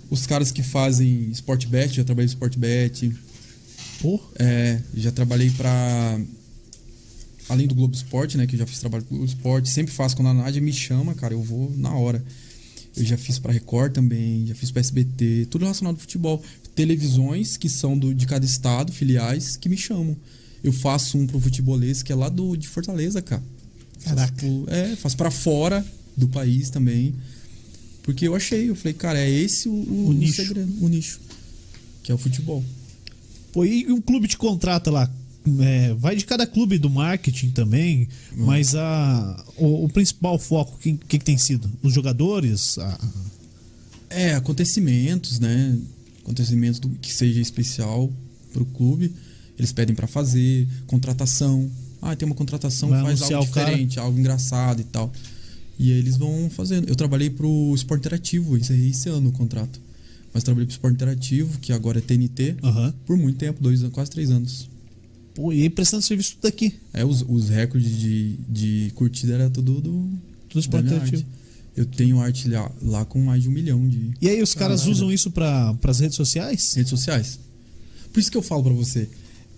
[SPEAKER 3] os caras que fazem Sportbet, já trabalhei em Sportbet,
[SPEAKER 1] Pô,
[SPEAKER 3] é, já trabalhei pra. Além do Globo Esporte, né? Que eu já fiz trabalho com o Globo Esporte, sempre faço quando a Nádia me chama, cara, eu vou na hora. Eu já fiz pra Record também, já fiz pra SBT, tudo relacionado ao futebol. Televisões que são do, de cada estado, filiais, que me chamam. Eu faço um pro futebolês que é lá do, de Fortaleza, cara.
[SPEAKER 1] Caraca.
[SPEAKER 3] Faço, pro- é, faço pra fora do país também. Porque eu achei, eu falei, cara, é esse o, o-
[SPEAKER 1] O
[SPEAKER 3] o
[SPEAKER 1] nicho.
[SPEAKER 3] segredo, o nicho. Que é o futebol.
[SPEAKER 1] Pô, e um clube te contrata lá? É, vai de cada clube do marketing também,
[SPEAKER 3] Hum.
[SPEAKER 1] mas a, o, o principal foco, o que, que, que tem sido? Os jogadores? A-
[SPEAKER 3] É, acontecimentos, né? Acontecimentos do- que seja especial pro clube. Eles pedem pra fazer, contratação. Ah, tem uma contratação,
[SPEAKER 1] Vai
[SPEAKER 3] faz
[SPEAKER 1] anunciar
[SPEAKER 3] algo
[SPEAKER 1] o cara.
[SPEAKER 3] diferente, algo engraçado e tal. E aí eles vão fazendo. Eu trabalhei pro Esporte Interativo, encerrei esse ano o contrato. Mas trabalhei pro Esporte Interativo, que agora é TNT,
[SPEAKER 1] Aham.
[SPEAKER 3] por muito tempo, dois, anos, quase três anos.
[SPEAKER 1] Pô, e aí prestando serviço tudo aqui.
[SPEAKER 3] É, os, os recordes de, de curtida era tudo do.
[SPEAKER 1] Tudo Esporte
[SPEAKER 3] da minha
[SPEAKER 1] Interativo.
[SPEAKER 3] arte. Eu tenho arte lá, lá com mais de um milhão de,
[SPEAKER 1] E aí os caras
[SPEAKER 3] Caralho.
[SPEAKER 1] usam isso para as redes sociais?
[SPEAKER 3] redes sociais. Por isso que eu falo pra você.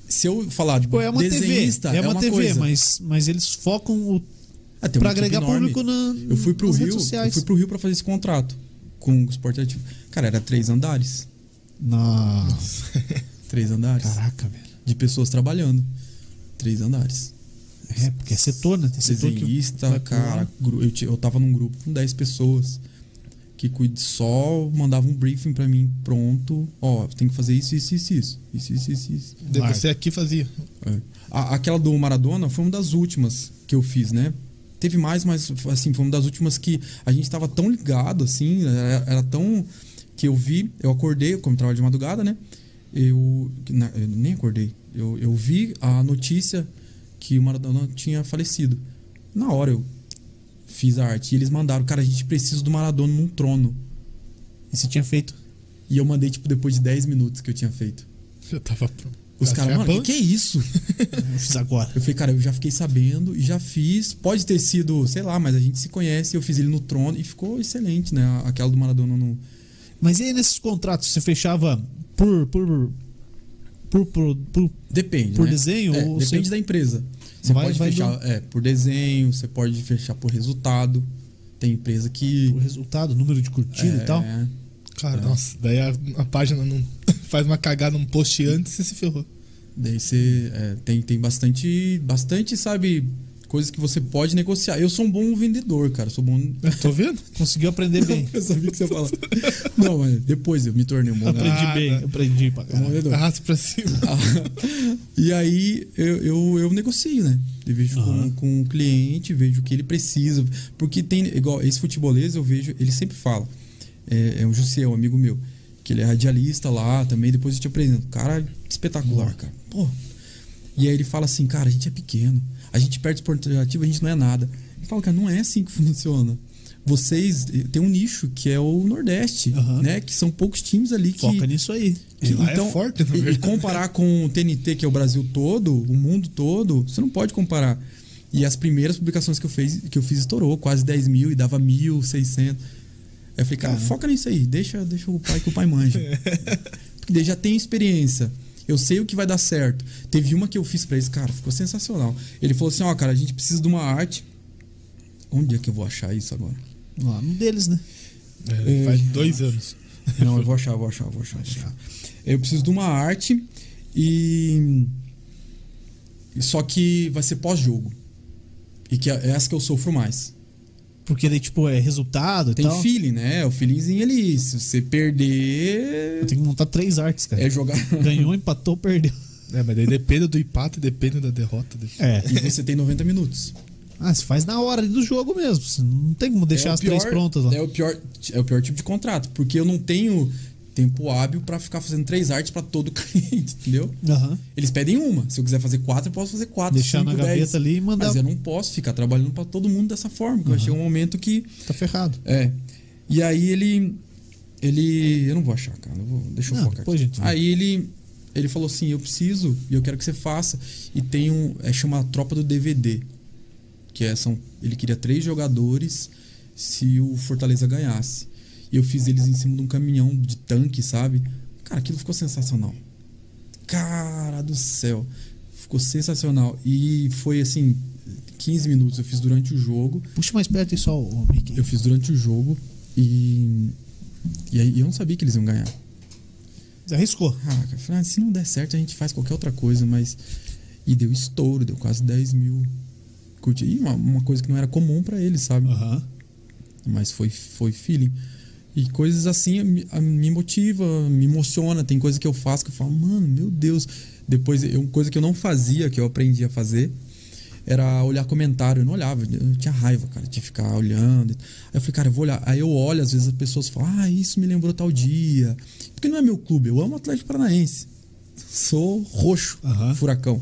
[SPEAKER 3] Se eu falar de
[SPEAKER 1] Pô, é uma TV,
[SPEAKER 3] desenhista,
[SPEAKER 1] é uma, TV,
[SPEAKER 3] coisa.
[SPEAKER 1] mas, mas eles focam o,
[SPEAKER 3] Ah, tem uma
[SPEAKER 1] pra
[SPEAKER 3] equipe
[SPEAKER 1] agregar
[SPEAKER 3] enorme.
[SPEAKER 1] público na,
[SPEAKER 3] Eu fui pro
[SPEAKER 1] nas
[SPEAKER 3] Rio,
[SPEAKER 1] redes
[SPEAKER 3] eu
[SPEAKER 1] sociais.
[SPEAKER 3] fui pro Rio para fazer esse contrato com o Esporte Ativo. Cara, era três andares,
[SPEAKER 1] Na-
[SPEAKER 3] três andares
[SPEAKER 1] Caraca, velho.
[SPEAKER 3] de pessoas trabalhando. Três andares.
[SPEAKER 1] É, porque é setor, né? Tem setor que.
[SPEAKER 3] Desenhista, cara. gru- Eu, ti- eu tava num grupo com 10 pessoas que cuid- só mandava um briefing pra mim pronto. Ó, tem que fazer isso, isso, isso, isso. Isso, isso, isso, isso.
[SPEAKER 2] De
[SPEAKER 1] Marca.
[SPEAKER 2] você aqui fazia.
[SPEAKER 3] É. A- aquela do Maradona foi uma das últimas que eu fiz, né? Teve mais, mas assim, foi uma das últimas que a gente tava tão ligado, assim, era, era tão. Que eu vi, eu acordei, como eu trabalho de madrugada, né? Eu, na- eu nem acordei. Eu, eu vi a notícia que o Maradona tinha falecido. Na hora eu fiz a arte. E eles mandaram, cara, a gente precisa do Maradona num trono.
[SPEAKER 1] E você tinha feito.
[SPEAKER 3] E eu mandei, tipo, depois de 10 minutos que eu tinha feito.
[SPEAKER 2] Eu tava pronto.
[SPEAKER 3] Os
[SPEAKER 2] Ah, foi
[SPEAKER 3] caras,
[SPEAKER 2] a
[SPEAKER 3] mano, que,
[SPEAKER 2] banda?
[SPEAKER 3] que é isso?
[SPEAKER 1] Eu fiz agora.
[SPEAKER 3] Eu falei, cara, eu já fiquei sabendo e já fiz. Pode ter sido, sei lá, mas a gente se conhece. Eu fiz ele no trono e ficou excelente, né? Aquela do Maradona no.
[SPEAKER 1] Mas e aí nesses contratos, você fechava por. por. por. por, por-
[SPEAKER 3] Depende.
[SPEAKER 1] Por
[SPEAKER 3] né?
[SPEAKER 1] desenho
[SPEAKER 3] É,
[SPEAKER 1] ou
[SPEAKER 3] depende
[SPEAKER 1] você-
[SPEAKER 3] da empresa. Você
[SPEAKER 1] Vai-
[SPEAKER 3] pode
[SPEAKER 1] vai
[SPEAKER 3] fechar é, por desenho, você pode fechar por resultado. Tem empresa que.
[SPEAKER 1] por resultado, número de curtida
[SPEAKER 3] é,
[SPEAKER 1] e tal.
[SPEAKER 2] Cara, nossa, daí a, a página não [LAUGHS] faz uma cagada num post antes e se ferrou.
[SPEAKER 3] Daí você é, tem, tem bastante, bastante, sabe, coisas que você pode negociar. Eu sou um bom vendedor, cara. Sou bom. [LAUGHS]
[SPEAKER 2] Tô vendo?
[SPEAKER 1] Conseguiu aprender bem.
[SPEAKER 3] Eu sabia que você
[SPEAKER 1] [LAUGHS]
[SPEAKER 3] ia falar. Não, mas depois eu me tornei um bom vendedor.
[SPEAKER 1] Aprendi
[SPEAKER 2] Ah,
[SPEAKER 1] bem,
[SPEAKER 2] tá.
[SPEAKER 1] aprendi pra
[SPEAKER 3] Um bom
[SPEAKER 1] caralho.
[SPEAKER 3] vendedor.
[SPEAKER 2] [LAUGHS] Arrasta pra cima.
[SPEAKER 3] Ah, [LAUGHS] e aí eu, eu, eu negocio, né? Eu vejo com, com o cliente, vejo o que ele precisa. Porque tem, igual esse futebolês, eu vejo, ele sempre fala. É, é um Jussiel, um amigo meu, que ele é radialista lá também, depois eu te apresento. Cara, espetacular, cara. Pô. E aí ele fala assim, cara, a gente é pequeno, a gente perde esportivo, a gente não é nada. Ele fala, cara, não é assim que funciona. Vocês eh, tem um nicho que é o Nordeste,
[SPEAKER 1] Aham.
[SPEAKER 3] né? Que são poucos times ali que então-
[SPEAKER 1] Foca nisso aí.
[SPEAKER 2] Que lá é forte, na
[SPEAKER 3] e- e
[SPEAKER 1] né?
[SPEAKER 2] verdade.
[SPEAKER 3] comparar com o TNT, que é o Brasil todo, o mundo todo, você não pode comparar. E as primeiras publicações que eu fiz, que eu fiz estourou quase 10 mil e dava 1.600. Aí eu falei,
[SPEAKER 2] Tá.
[SPEAKER 3] cara, foca nisso aí, deixa, deixa o pai que o
[SPEAKER 2] [LAUGHS]
[SPEAKER 3] pai manja. Porque daí já tem experiência. Eu sei o que vai dar certo. Teve uma que eu fiz pra eles, cara, ficou sensacional. Ele falou assim: ó, cara, a gente precisa de uma arte. Onde é que eu vou achar isso agora?
[SPEAKER 1] Lá no deles, né?
[SPEAKER 2] É, faz dois anos.
[SPEAKER 3] Não, eu vou achar, eu vou achar, eu vou achar. eu vou achar. Eu preciso de uma arte e. e Só que vai ser pós-jogo. E que é essa que eu sofro mais.
[SPEAKER 1] Porque daí, tipo, é resultado e
[SPEAKER 3] Tem
[SPEAKER 1] tal.
[SPEAKER 3] feeling, né? O feelingzinho ali. Se você perder.
[SPEAKER 1] Eu tenho que montar três artes, cara.
[SPEAKER 3] É
[SPEAKER 1] [LAUGHS]
[SPEAKER 3] jogar.
[SPEAKER 1] Ganhou, empatou, perdeu.
[SPEAKER 2] É, mas daí depende do empate, depende da derrota. depende-
[SPEAKER 1] É.
[SPEAKER 3] e você tem 90 minutos.
[SPEAKER 1] Ah, você faz na hora ali do jogo mesmo. Você não tem como deixar
[SPEAKER 3] É o
[SPEAKER 1] as três
[SPEAKER 3] pior-
[SPEAKER 1] prontas lá.
[SPEAKER 3] É o, pior, é o pior tipo de contrato. Porque eu não tenho tempo hábil pra ficar fazendo três artes pra todo [LAUGHS] cliente, entendeu?
[SPEAKER 1] Aham.
[SPEAKER 3] Eles pedem uma. Se eu quiser fazer quatro, eu posso fazer quatro.
[SPEAKER 1] Deixar
[SPEAKER 3] cinco,
[SPEAKER 1] na gaveta
[SPEAKER 3] dez.
[SPEAKER 1] ali e mandar-
[SPEAKER 3] Mas eu não posso ficar trabalhando pra todo mundo dessa forma. porque Vai chegar um momento que.
[SPEAKER 1] Tá ferrado.
[SPEAKER 3] É. E aí ele. Ele. Eu não vou achar, cara. Eu vou, deixa eu
[SPEAKER 1] Não,
[SPEAKER 3] focar.
[SPEAKER 1] depois
[SPEAKER 3] aqui.
[SPEAKER 1] a gente vê.
[SPEAKER 3] Aí ele. Ele falou assim: eu preciso e eu quero que você faça. E tem um. É chamado Tropa do DVD. Que é, são, ele queria três jogadores se o Fortaleza ganhasse. E eu fiz eles em cima de um caminhão de tanque, sabe? Cara, aquilo ficou sensacional. Cara do céu. Ficou sensacional. E foi assim: 15 minutos eu fiz durante o jogo.
[SPEAKER 1] Puxa mais perto aí só o Mickey.
[SPEAKER 3] Eu fiz durante o jogo e. E aí eu não sabia que eles iam ganhar.
[SPEAKER 1] Você Arriscou.
[SPEAKER 3] Ah, cara, eu falei, ah, se não der certo, a gente faz qualquer outra coisa, mas. E deu estouro, deu quase 10 mil. Curti. E uma, uma coisa que não era comum pra eles, sabe?
[SPEAKER 1] Aham.
[SPEAKER 3] Mas foi, foi feeling. E coisas assim me, a- me motiva, me emociona. Tem coisa que eu faço que eu falo, mano, meu Deus. Depois, eu- uma coisa que eu não fazia, que eu aprendi a fazer, era olhar comentário. Eu não olhava, eu tinha raiva, cara, de ficar olhando. Aí eu falei, cara, eu vou olhar. Aí eu olho, às vezes as pessoas falam, ah, isso me lembrou tal dia. Porque não é meu clube, eu amo Atlético Paranaense. Sou roxo,
[SPEAKER 1] Aham.
[SPEAKER 3] furacão.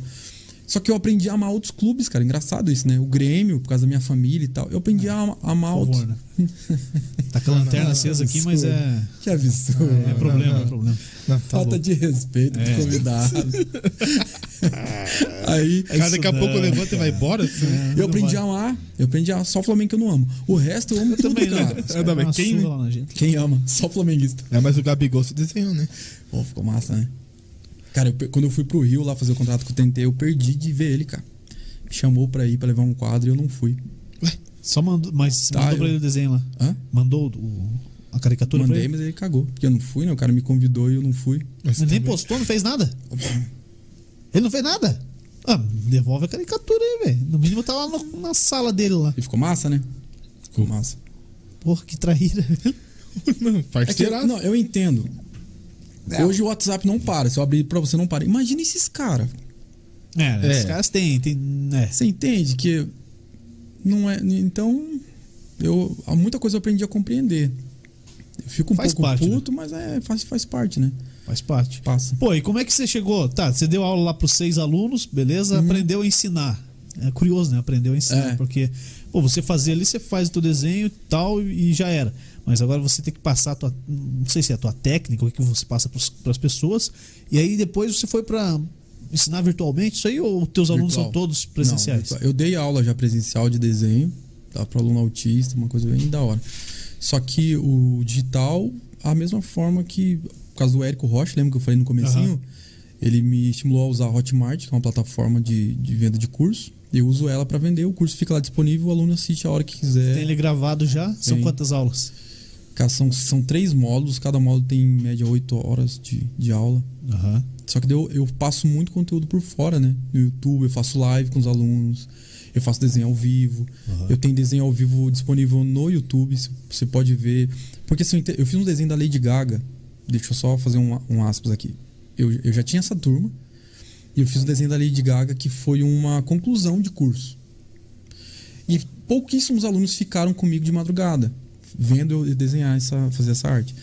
[SPEAKER 3] Só que eu aprendi a amar outros clubes, cara. Engraçado isso, né? O Grêmio, por causa da minha família e tal. Eu aprendi a ama- amar
[SPEAKER 1] É. Por
[SPEAKER 3] outros.
[SPEAKER 1] favor,
[SPEAKER 3] [LAUGHS]
[SPEAKER 1] né? Tá com a lanterna acesa aqui, mas é.
[SPEAKER 3] Que absurdo.
[SPEAKER 1] É problema, é problema.
[SPEAKER 2] Não, tá
[SPEAKER 3] Falta
[SPEAKER 2] louco.
[SPEAKER 3] de respeito pro
[SPEAKER 1] É.
[SPEAKER 3] convidado. Aí
[SPEAKER 2] Cara, daqui a
[SPEAKER 1] Isso
[SPEAKER 2] pouco
[SPEAKER 1] não,
[SPEAKER 2] levanta e vai embora. assim.
[SPEAKER 3] eu aprendi
[SPEAKER 1] vai.
[SPEAKER 3] a amar. Eu aprendi a amar só o Flamengo que eu não amo. O resto [LAUGHS] eu amo tudo,
[SPEAKER 1] Também, né?
[SPEAKER 3] cara.
[SPEAKER 1] Os
[SPEAKER 2] É,
[SPEAKER 1] caras
[SPEAKER 2] não, mas
[SPEAKER 1] dão uma
[SPEAKER 2] quem-
[SPEAKER 1] surra lá na gente.
[SPEAKER 3] Quem ama? Só flamenguista.
[SPEAKER 2] É, mas o Gabigol se desenhou, né? [LAUGHS]
[SPEAKER 3] Pô, ficou massa, né? Cara, eu pe- quando eu fui pro Rio lá fazer o contrato com o TNT, eu perdi de ver ele, cara. Me chamou pra ir pra levar um quadro e eu não fui.
[SPEAKER 1] Só mandou, mas
[SPEAKER 3] Tá,
[SPEAKER 1] mandou pra
[SPEAKER 3] eu-
[SPEAKER 1] ele o desenho lá.
[SPEAKER 3] Hã?
[SPEAKER 1] Mandou o- a caricatura
[SPEAKER 3] Mandei,
[SPEAKER 1] pra ele.
[SPEAKER 3] mas ele cagou. Porque eu não fui, né? O cara me convidou e eu não fui.
[SPEAKER 2] Mas
[SPEAKER 1] Ele nem
[SPEAKER 2] também-
[SPEAKER 1] postou, não fez nada. Ele não fez nada. Ah, devolve a caricatura aí, velho. No mínimo tá lá no- na sala dele lá.
[SPEAKER 3] E ficou massa, né? Ficou massa.
[SPEAKER 1] Porra, que traíra. [LAUGHS]
[SPEAKER 2] Não,
[SPEAKER 3] É que,
[SPEAKER 2] parceiraço.
[SPEAKER 3] não, eu entendo.
[SPEAKER 1] Né?
[SPEAKER 3] Hoje o WhatsApp não para. Se eu abrir pra você, não para. Imagina esses caras.
[SPEAKER 1] É, né?
[SPEAKER 2] É.
[SPEAKER 1] os caras têm, tem. É.
[SPEAKER 3] Você entende que não é. Então, eu há muita coisa eu aprendi a compreender. Eu fico um
[SPEAKER 1] Faz
[SPEAKER 3] pouco
[SPEAKER 1] parte, né?
[SPEAKER 3] puto, mas é faz, faz parte, né?
[SPEAKER 1] Faz parte.
[SPEAKER 3] Passa.
[SPEAKER 1] Pô, e como é que você chegou? Tá, você deu aula lá pros seis alunos, beleza? Aprendeu a ensinar. É curioso, né? Aprendeu a ensinar.
[SPEAKER 3] Uhum. É.
[SPEAKER 1] Porque, pô, você fazia ali, você faz o teu desenho e tal, e já era. Mas agora você tem que passar a tua. Não sei se é a tua técnica, o que que você passa para as pessoas. E aí depois você foi pra ensinar virtualmente isso aí, ou teus alunos
[SPEAKER 3] Virtual.
[SPEAKER 1] são todos
[SPEAKER 3] Não,
[SPEAKER 1] presenciais?
[SPEAKER 3] virtual. eu dei aula já presencial de desenho, dá para aluno autista, uma coisa bem da hora. Só que o digital, a mesma forma que por causa do Érico Rocha, lembra que eu falei no comecinho?
[SPEAKER 1] Aham.
[SPEAKER 3] Ele me estimulou a usar a Hotmart, que é uma plataforma de, de venda de curso. Eu uso ela para vender, o curso fica lá disponível, o aluno assiste a hora que quiser.
[SPEAKER 1] Tem ele gravado já? São
[SPEAKER 3] Tem.
[SPEAKER 1] quantas aulas?
[SPEAKER 3] Cara, são, são três módulos, cada módulo tem em média oito horas de, de aula.
[SPEAKER 1] Aham.
[SPEAKER 3] Só que daí eu, eu passo muito conteúdo por fora, né? No YouTube, eu faço live com os alunos, eu faço desenho ao vivo. Eu tenho desenho ao vivo disponível no YouTube, se- você pode ver. Porque assim, eu inte- eu fiz um desenho da Lady Gaga. Deixa eu só fazer um, um aspas aqui. Eu, eu já tinha essa turma, e eu fiz um desenho da Lady Gaga que foi uma conclusão de curso. E pouquíssimos alunos ficaram comigo de madrugada, vendo eu desenhar essa, fazer essa arte.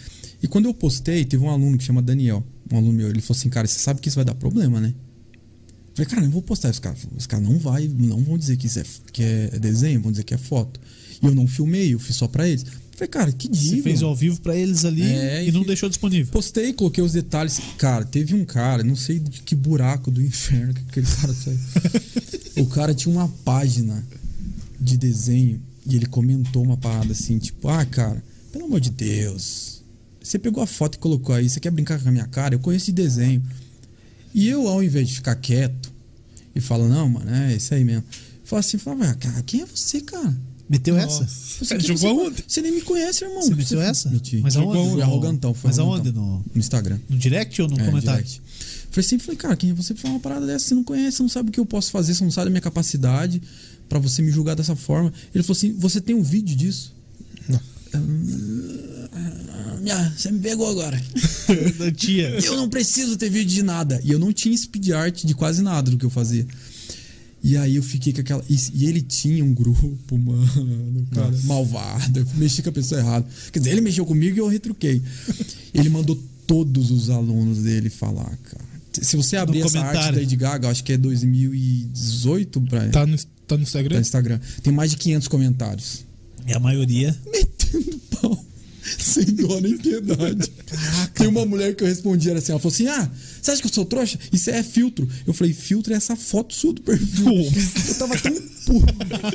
[SPEAKER 3] E quando eu postei, teve um aluno que chama Daniel, um aluno meu, ele falou assim, cara, você sabe que isso vai dar problema, né? Eu Falei, cara, não vou postar isso, cara. Os caras não vai, não vão dizer que isso é, que é desenho, vão dizer que é foto. E eu não filmei, eu fiz só pra eles. Eu Falei, cara, que dia.
[SPEAKER 1] Você fez ao vivo pra eles ali
[SPEAKER 3] É,
[SPEAKER 1] e não
[SPEAKER 3] enfim.
[SPEAKER 1] deixou disponível.
[SPEAKER 3] Postei, coloquei os detalhes. Cara, teve um cara, não sei de que buraco do [LAUGHS] inferno que aquele cara saiu. o cara tinha uma página de desenho e ele comentou uma parada assim, tipo, ah, cara, pelo amor de Deus. Você pegou a foto e colocou aí, você quer brincar com a minha cara? Eu conheço de desenho. E eu, ao invés de ficar quieto e falar, não, mano, é isso aí mesmo. Fala assim, falava, cara, quem é você, cara?
[SPEAKER 1] Meteu
[SPEAKER 2] Nossa.
[SPEAKER 1] essa?
[SPEAKER 3] Você,
[SPEAKER 2] Cara,
[SPEAKER 3] quem
[SPEAKER 2] jogou
[SPEAKER 3] você-
[SPEAKER 2] aonde?
[SPEAKER 3] Você nem me conhece, irmão.
[SPEAKER 1] Você meteu essa?
[SPEAKER 3] Meti.
[SPEAKER 1] Mas
[SPEAKER 3] Jogou
[SPEAKER 1] aonde?
[SPEAKER 3] aonde?
[SPEAKER 1] No-
[SPEAKER 3] Arrogantão, foi
[SPEAKER 1] Mas
[SPEAKER 3] arrogantão.
[SPEAKER 1] aonde? No-
[SPEAKER 3] no Instagram.
[SPEAKER 1] No direct ou no
[SPEAKER 3] É,
[SPEAKER 1] comentário?
[SPEAKER 3] direct. Falei assim, falei, cara, quem é você pra falar uma parada dessa? Você não conhece, você não sabe o que eu posso fazer, você não sabe a minha capacidade pra você me julgar dessa forma. Ele falou assim, você tem um vídeo disso?
[SPEAKER 2] Não.
[SPEAKER 3] Ah, você me pegou agora.
[SPEAKER 1] Da tia.
[SPEAKER 3] eu [LAUGHS] não preciso ter vídeo de nada. E eu não tinha speed art de quase nada do que eu fazia. E aí eu fiquei com aquela. E, e ele tinha um grupo, [LAUGHS] mano, cara, malvado. Eu mexi com a pessoa errada. Quer dizer, ele mexeu comigo e eu retruquei. Ele mandou todos os alunos dele falar, cara. Se você abrir essa arte
[SPEAKER 1] comentário.
[SPEAKER 3] da Lady Gaga, eu acho que é 2018, Brian.
[SPEAKER 2] Tá no, tá no
[SPEAKER 3] Tá
[SPEAKER 2] Instagram?
[SPEAKER 3] no Instagram. Tem mais de 500 comentários.
[SPEAKER 1] É a maioria.
[SPEAKER 3] metendo pau. [LAUGHS] Sem dó nem piedade. Tem uma mulher que eu respondi, era assim, ela falou assim: Ah, você acha que eu sou trouxa? Isso é filtro. Eu falei, filtro é essa foto sua do perfil. Eu tava tão puto.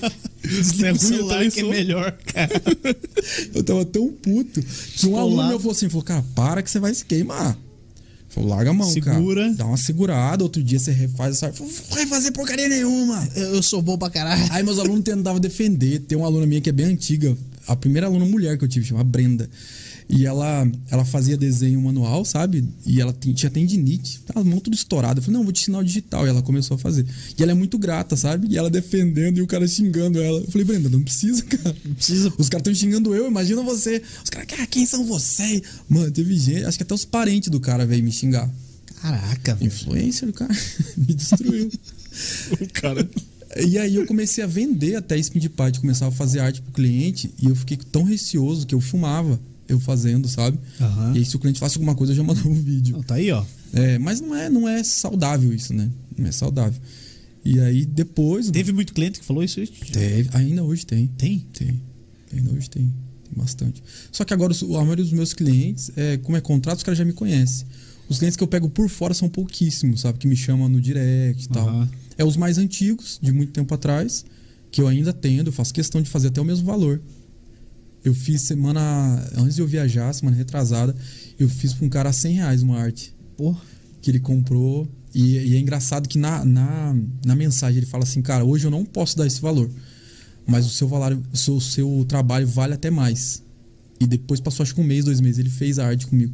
[SPEAKER 1] [LAUGHS] Desliga
[SPEAKER 2] ruim,
[SPEAKER 1] o celular
[SPEAKER 2] eu também
[SPEAKER 1] que é
[SPEAKER 2] sou.
[SPEAKER 1] melhor, cara.
[SPEAKER 3] Eu tava tão puto. Que um aluno
[SPEAKER 1] Escolado.
[SPEAKER 3] meu falou assim: falou, cara, para que você vai se queimar. Falou, larga a mão,
[SPEAKER 1] Segura.
[SPEAKER 3] cara. Dá uma segurada, outro dia você refaz essa. Falou, Não vai fazer porcaria nenhuma.
[SPEAKER 1] Eu sou bom pra caralho.
[SPEAKER 3] Aí meus alunos tentavam defender. Tem uma aluna minha que é bem antiga, a primeira aluna mulher que eu tive, chama Brenda. E ela, ela fazia desenho manual, sabe? E ela ti- tinha tendinite, tava a mão tudo estourada. Eu falei, não, vou te ensinar o digital. E ela começou a fazer. E ela é muito grata, sabe? E ela defendendo e o cara xingando ela. Eu falei, Brenda, não precisa, [LAUGHS] cara. Não
[SPEAKER 1] precisa, pô.
[SPEAKER 3] Os caras estão xingando eu, imagina você. Os caras, cara, quem são vocês? Mano, teve gente, acho que até os parentes do cara veio me xingar.
[SPEAKER 1] Caraca, velho.
[SPEAKER 3] Influencer, do cara, [LAUGHS] me destruiu.
[SPEAKER 2] O cara.
[SPEAKER 3] E aí eu comecei a vender até Speed Party, começava a fazer arte pro cliente e eu fiquei tão receoso que eu filmava eu fazendo, sabe?
[SPEAKER 1] Aham.
[SPEAKER 3] E aí se o cliente faz alguma coisa, eu já mandava um [LAUGHS] vídeo.
[SPEAKER 1] Não, Tá aí, ó.
[SPEAKER 3] É, mas não é, não é saudável isso, né? Não é saudável. E aí depois...
[SPEAKER 1] Teve muito cliente que falou isso? aí?
[SPEAKER 3] Teve, ainda hoje tem.
[SPEAKER 1] Tem?
[SPEAKER 3] Tem. Ainda hoje tem. Tem bastante. Só que agora os- a maioria dos meus clientes, é, como é contrato, os caras já me conhecem. Os clientes que eu pego por fora são pouquíssimos, sabe? Que me chamam no direct e tal.
[SPEAKER 1] Aham.
[SPEAKER 3] É os mais antigos, de muito tempo atrás, que eu ainda tendo, eu faço questão de fazer até o mesmo valor. Eu fiz semana. Antes de eu viajar, semana retrasada, eu fiz pra um cara a 100 reais uma arte
[SPEAKER 1] Porra.
[SPEAKER 3] que ele comprou. E, e é engraçado que na, na, na mensagem ele fala assim, cara, hoje eu não posso dar esse valor. Mas o seu valor, o seu, o seu trabalho vale até mais. E depois passou acho que um mês, dois meses, ele fez a arte comigo.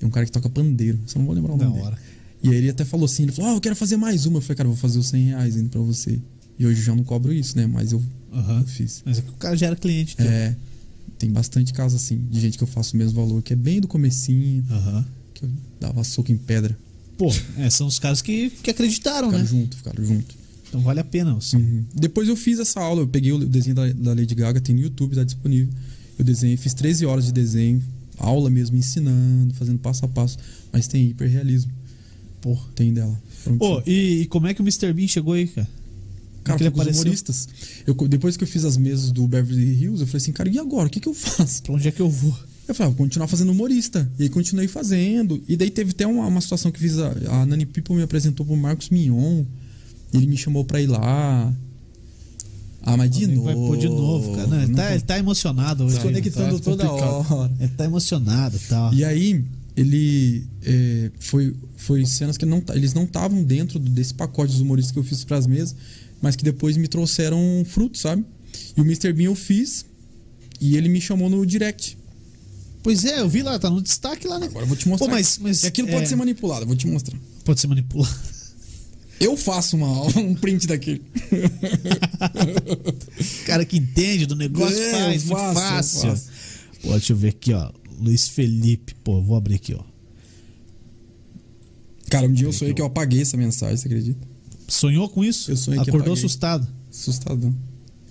[SPEAKER 3] É um cara que toca pandeiro, só não vou lembrar o
[SPEAKER 1] Da
[SPEAKER 3] nome dele.
[SPEAKER 1] hora.
[SPEAKER 3] E aí ele até falou assim, ele falou, ah, eu quero fazer mais uma. Eu falei, cara, eu vou fazer os 100 reais indo pra você. E hoje eu já não cobro isso, né? Mas eu,
[SPEAKER 1] Aham.
[SPEAKER 3] eu fiz.
[SPEAKER 1] Mas é que o cara já era cliente teu.
[SPEAKER 3] É, tem bastante caso assim, de gente que eu faço o mesmo valor, que é bem do comecinho,
[SPEAKER 1] Aham.
[SPEAKER 3] que eu dava soco em pedra.
[SPEAKER 1] Pô, é, são os caras que, que acreditaram,
[SPEAKER 3] Ficaram
[SPEAKER 1] né?
[SPEAKER 3] junto, ficaram junto.
[SPEAKER 1] Então vale a pena. Assim.
[SPEAKER 3] Uhum. Depois eu fiz essa aula, eu peguei o desenho da, da Lady Gaga, tem no YouTube, tá disponível. Eu desenhei, fiz 13 horas de desenho, aula mesmo, ensinando, fazendo passo a passo, mas tem hiperrealismo. Pô, tem dela. Pronto.
[SPEAKER 1] Pô, e, e como é que o Mr. Bean chegou aí, cara?
[SPEAKER 3] cara,
[SPEAKER 1] que ele
[SPEAKER 3] foi com os
[SPEAKER 1] apareceu?
[SPEAKER 3] humoristas. Eu, co- depois que eu fiz as mesas do Beverly Hills, eu falei assim, cara, e agora? O que, que eu [LAUGHS] faço?
[SPEAKER 1] Pra onde é que eu vou?
[SPEAKER 3] Eu falei, ah, vou continuar fazendo humorista. E aí continuei fazendo. E daí teve até uma, uma situação que fiz. A, a Nani People me apresentou pro Marcos Mignon. Ele me chamou pra ir lá. Ah, mas de
[SPEAKER 1] Ele
[SPEAKER 3] novo.
[SPEAKER 1] Vai pôr de novo, cara. Não, ele,
[SPEAKER 3] Não
[SPEAKER 1] tá,
[SPEAKER 3] vou-
[SPEAKER 1] ele tá emocionado hoje.
[SPEAKER 3] Tá, conectando
[SPEAKER 2] tá
[SPEAKER 3] toda
[SPEAKER 2] complicado.
[SPEAKER 3] hora.
[SPEAKER 1] Ele tá emocionado e tal.
[SPEAKER 3] E aí, ele. é, foi, foi cenas que não, ta- eles não estavam dentro do- desse pacote dos humoristas que eu fiz pras mesas, mas que depois me trouxeram um fruto, sabe? E o Mr. Bean eu fiz. E ele me chamou no direct.
[SPEAKER 1] Pois é, eu vi lá, tá no destaque lá, né?
[SPEAKER 3] Agora eu vou te mostrar.
[SPEAKER 1] Pô, mas, mas
[SPEAKER 3] e aquilo
[SPEAKER 1] é,
[SPEAKER 3] pode ser manipulado, eu vou te mostrar.
[SPEAKER 1] pode ser manipulado.
[SPEAKER 3] Eu faço uma, [LAUGHS] um print daquele.
[SPEAKER 1] cara que entende do negócio
[SPEAKER 3] É,
[SPEAKER 1] faz,
[SPEAKER 3] eu
[SPEAKER 1] muito
[SPEAKER 3] faço, eu
[SPEAKER 1] fácil.
[SPEAKER 3] faço.
[SPEAKER 1] Ó, deixa eu ver aqui, ó. Luiz Felipe, pô, vou abrir aqui, ó.
[SPEAKER 3] Cara, um dia eu sonhei que eu apaguei essa mensagem, você acredita?
[SPEAKER 1] Sonhou com isso?
[SPEAKER 3] Eu sonhei que
[SPEAKER 1] Acordou
[SPEAKER 3] apaguei.
[SPEAKER 1] assustado.
[SPEAKER 3] Assustadão.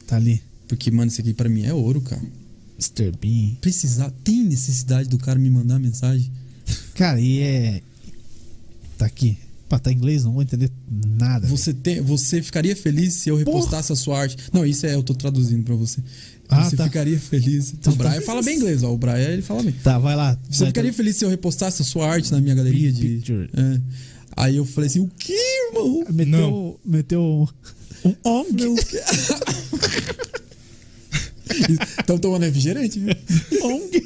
[SPEAKER 1] Tá ali.
[SPEAKER 3] Porque, mano, isso aqui pra mim é ouro, cara.
[SPEAKER 1] Mr. Bean.
[SPEAKER 3] Precisar. Tem necessidade do cara me mandar mensagem?
[SPEAKER 1] Cara, e é. Tá aqui. Pá, tá em inglês, não vou entender nada.
[SPEAKER 3] Você, tem, você ficaria feliz se eu repostasse a sua arte? Não, isso é eu tô traduzindo pra você.
[SPEAKER 1] Ah,
[SPEAKER 3] você
[SPEAKER 1] tá.
[SPEAKER 3] ficaria feliz. o Brian fala bem inglês, ó. O Brian ele fala bem.
[SPEAKER 1] Tá, vai lá.
[SPEAKER 3] Você
[SPEAKER 1] Vai,
[SPEAKER 3] ficaria
[SPEAKER 1] tá-
[SPEAKER 3] feliz se eu repostasse a sua arte na minha galeria de.
[SPEAKER 1] Picture.
[SPEAKER 3] É. Aí eu falei assim, o que, irmão?
[SPEAKER 1] Meteu, meteu um, um ONG.
[SPEAKER 3] Estão tomando Então, refrigerante, viu?
[SPEAKER 1] ONG.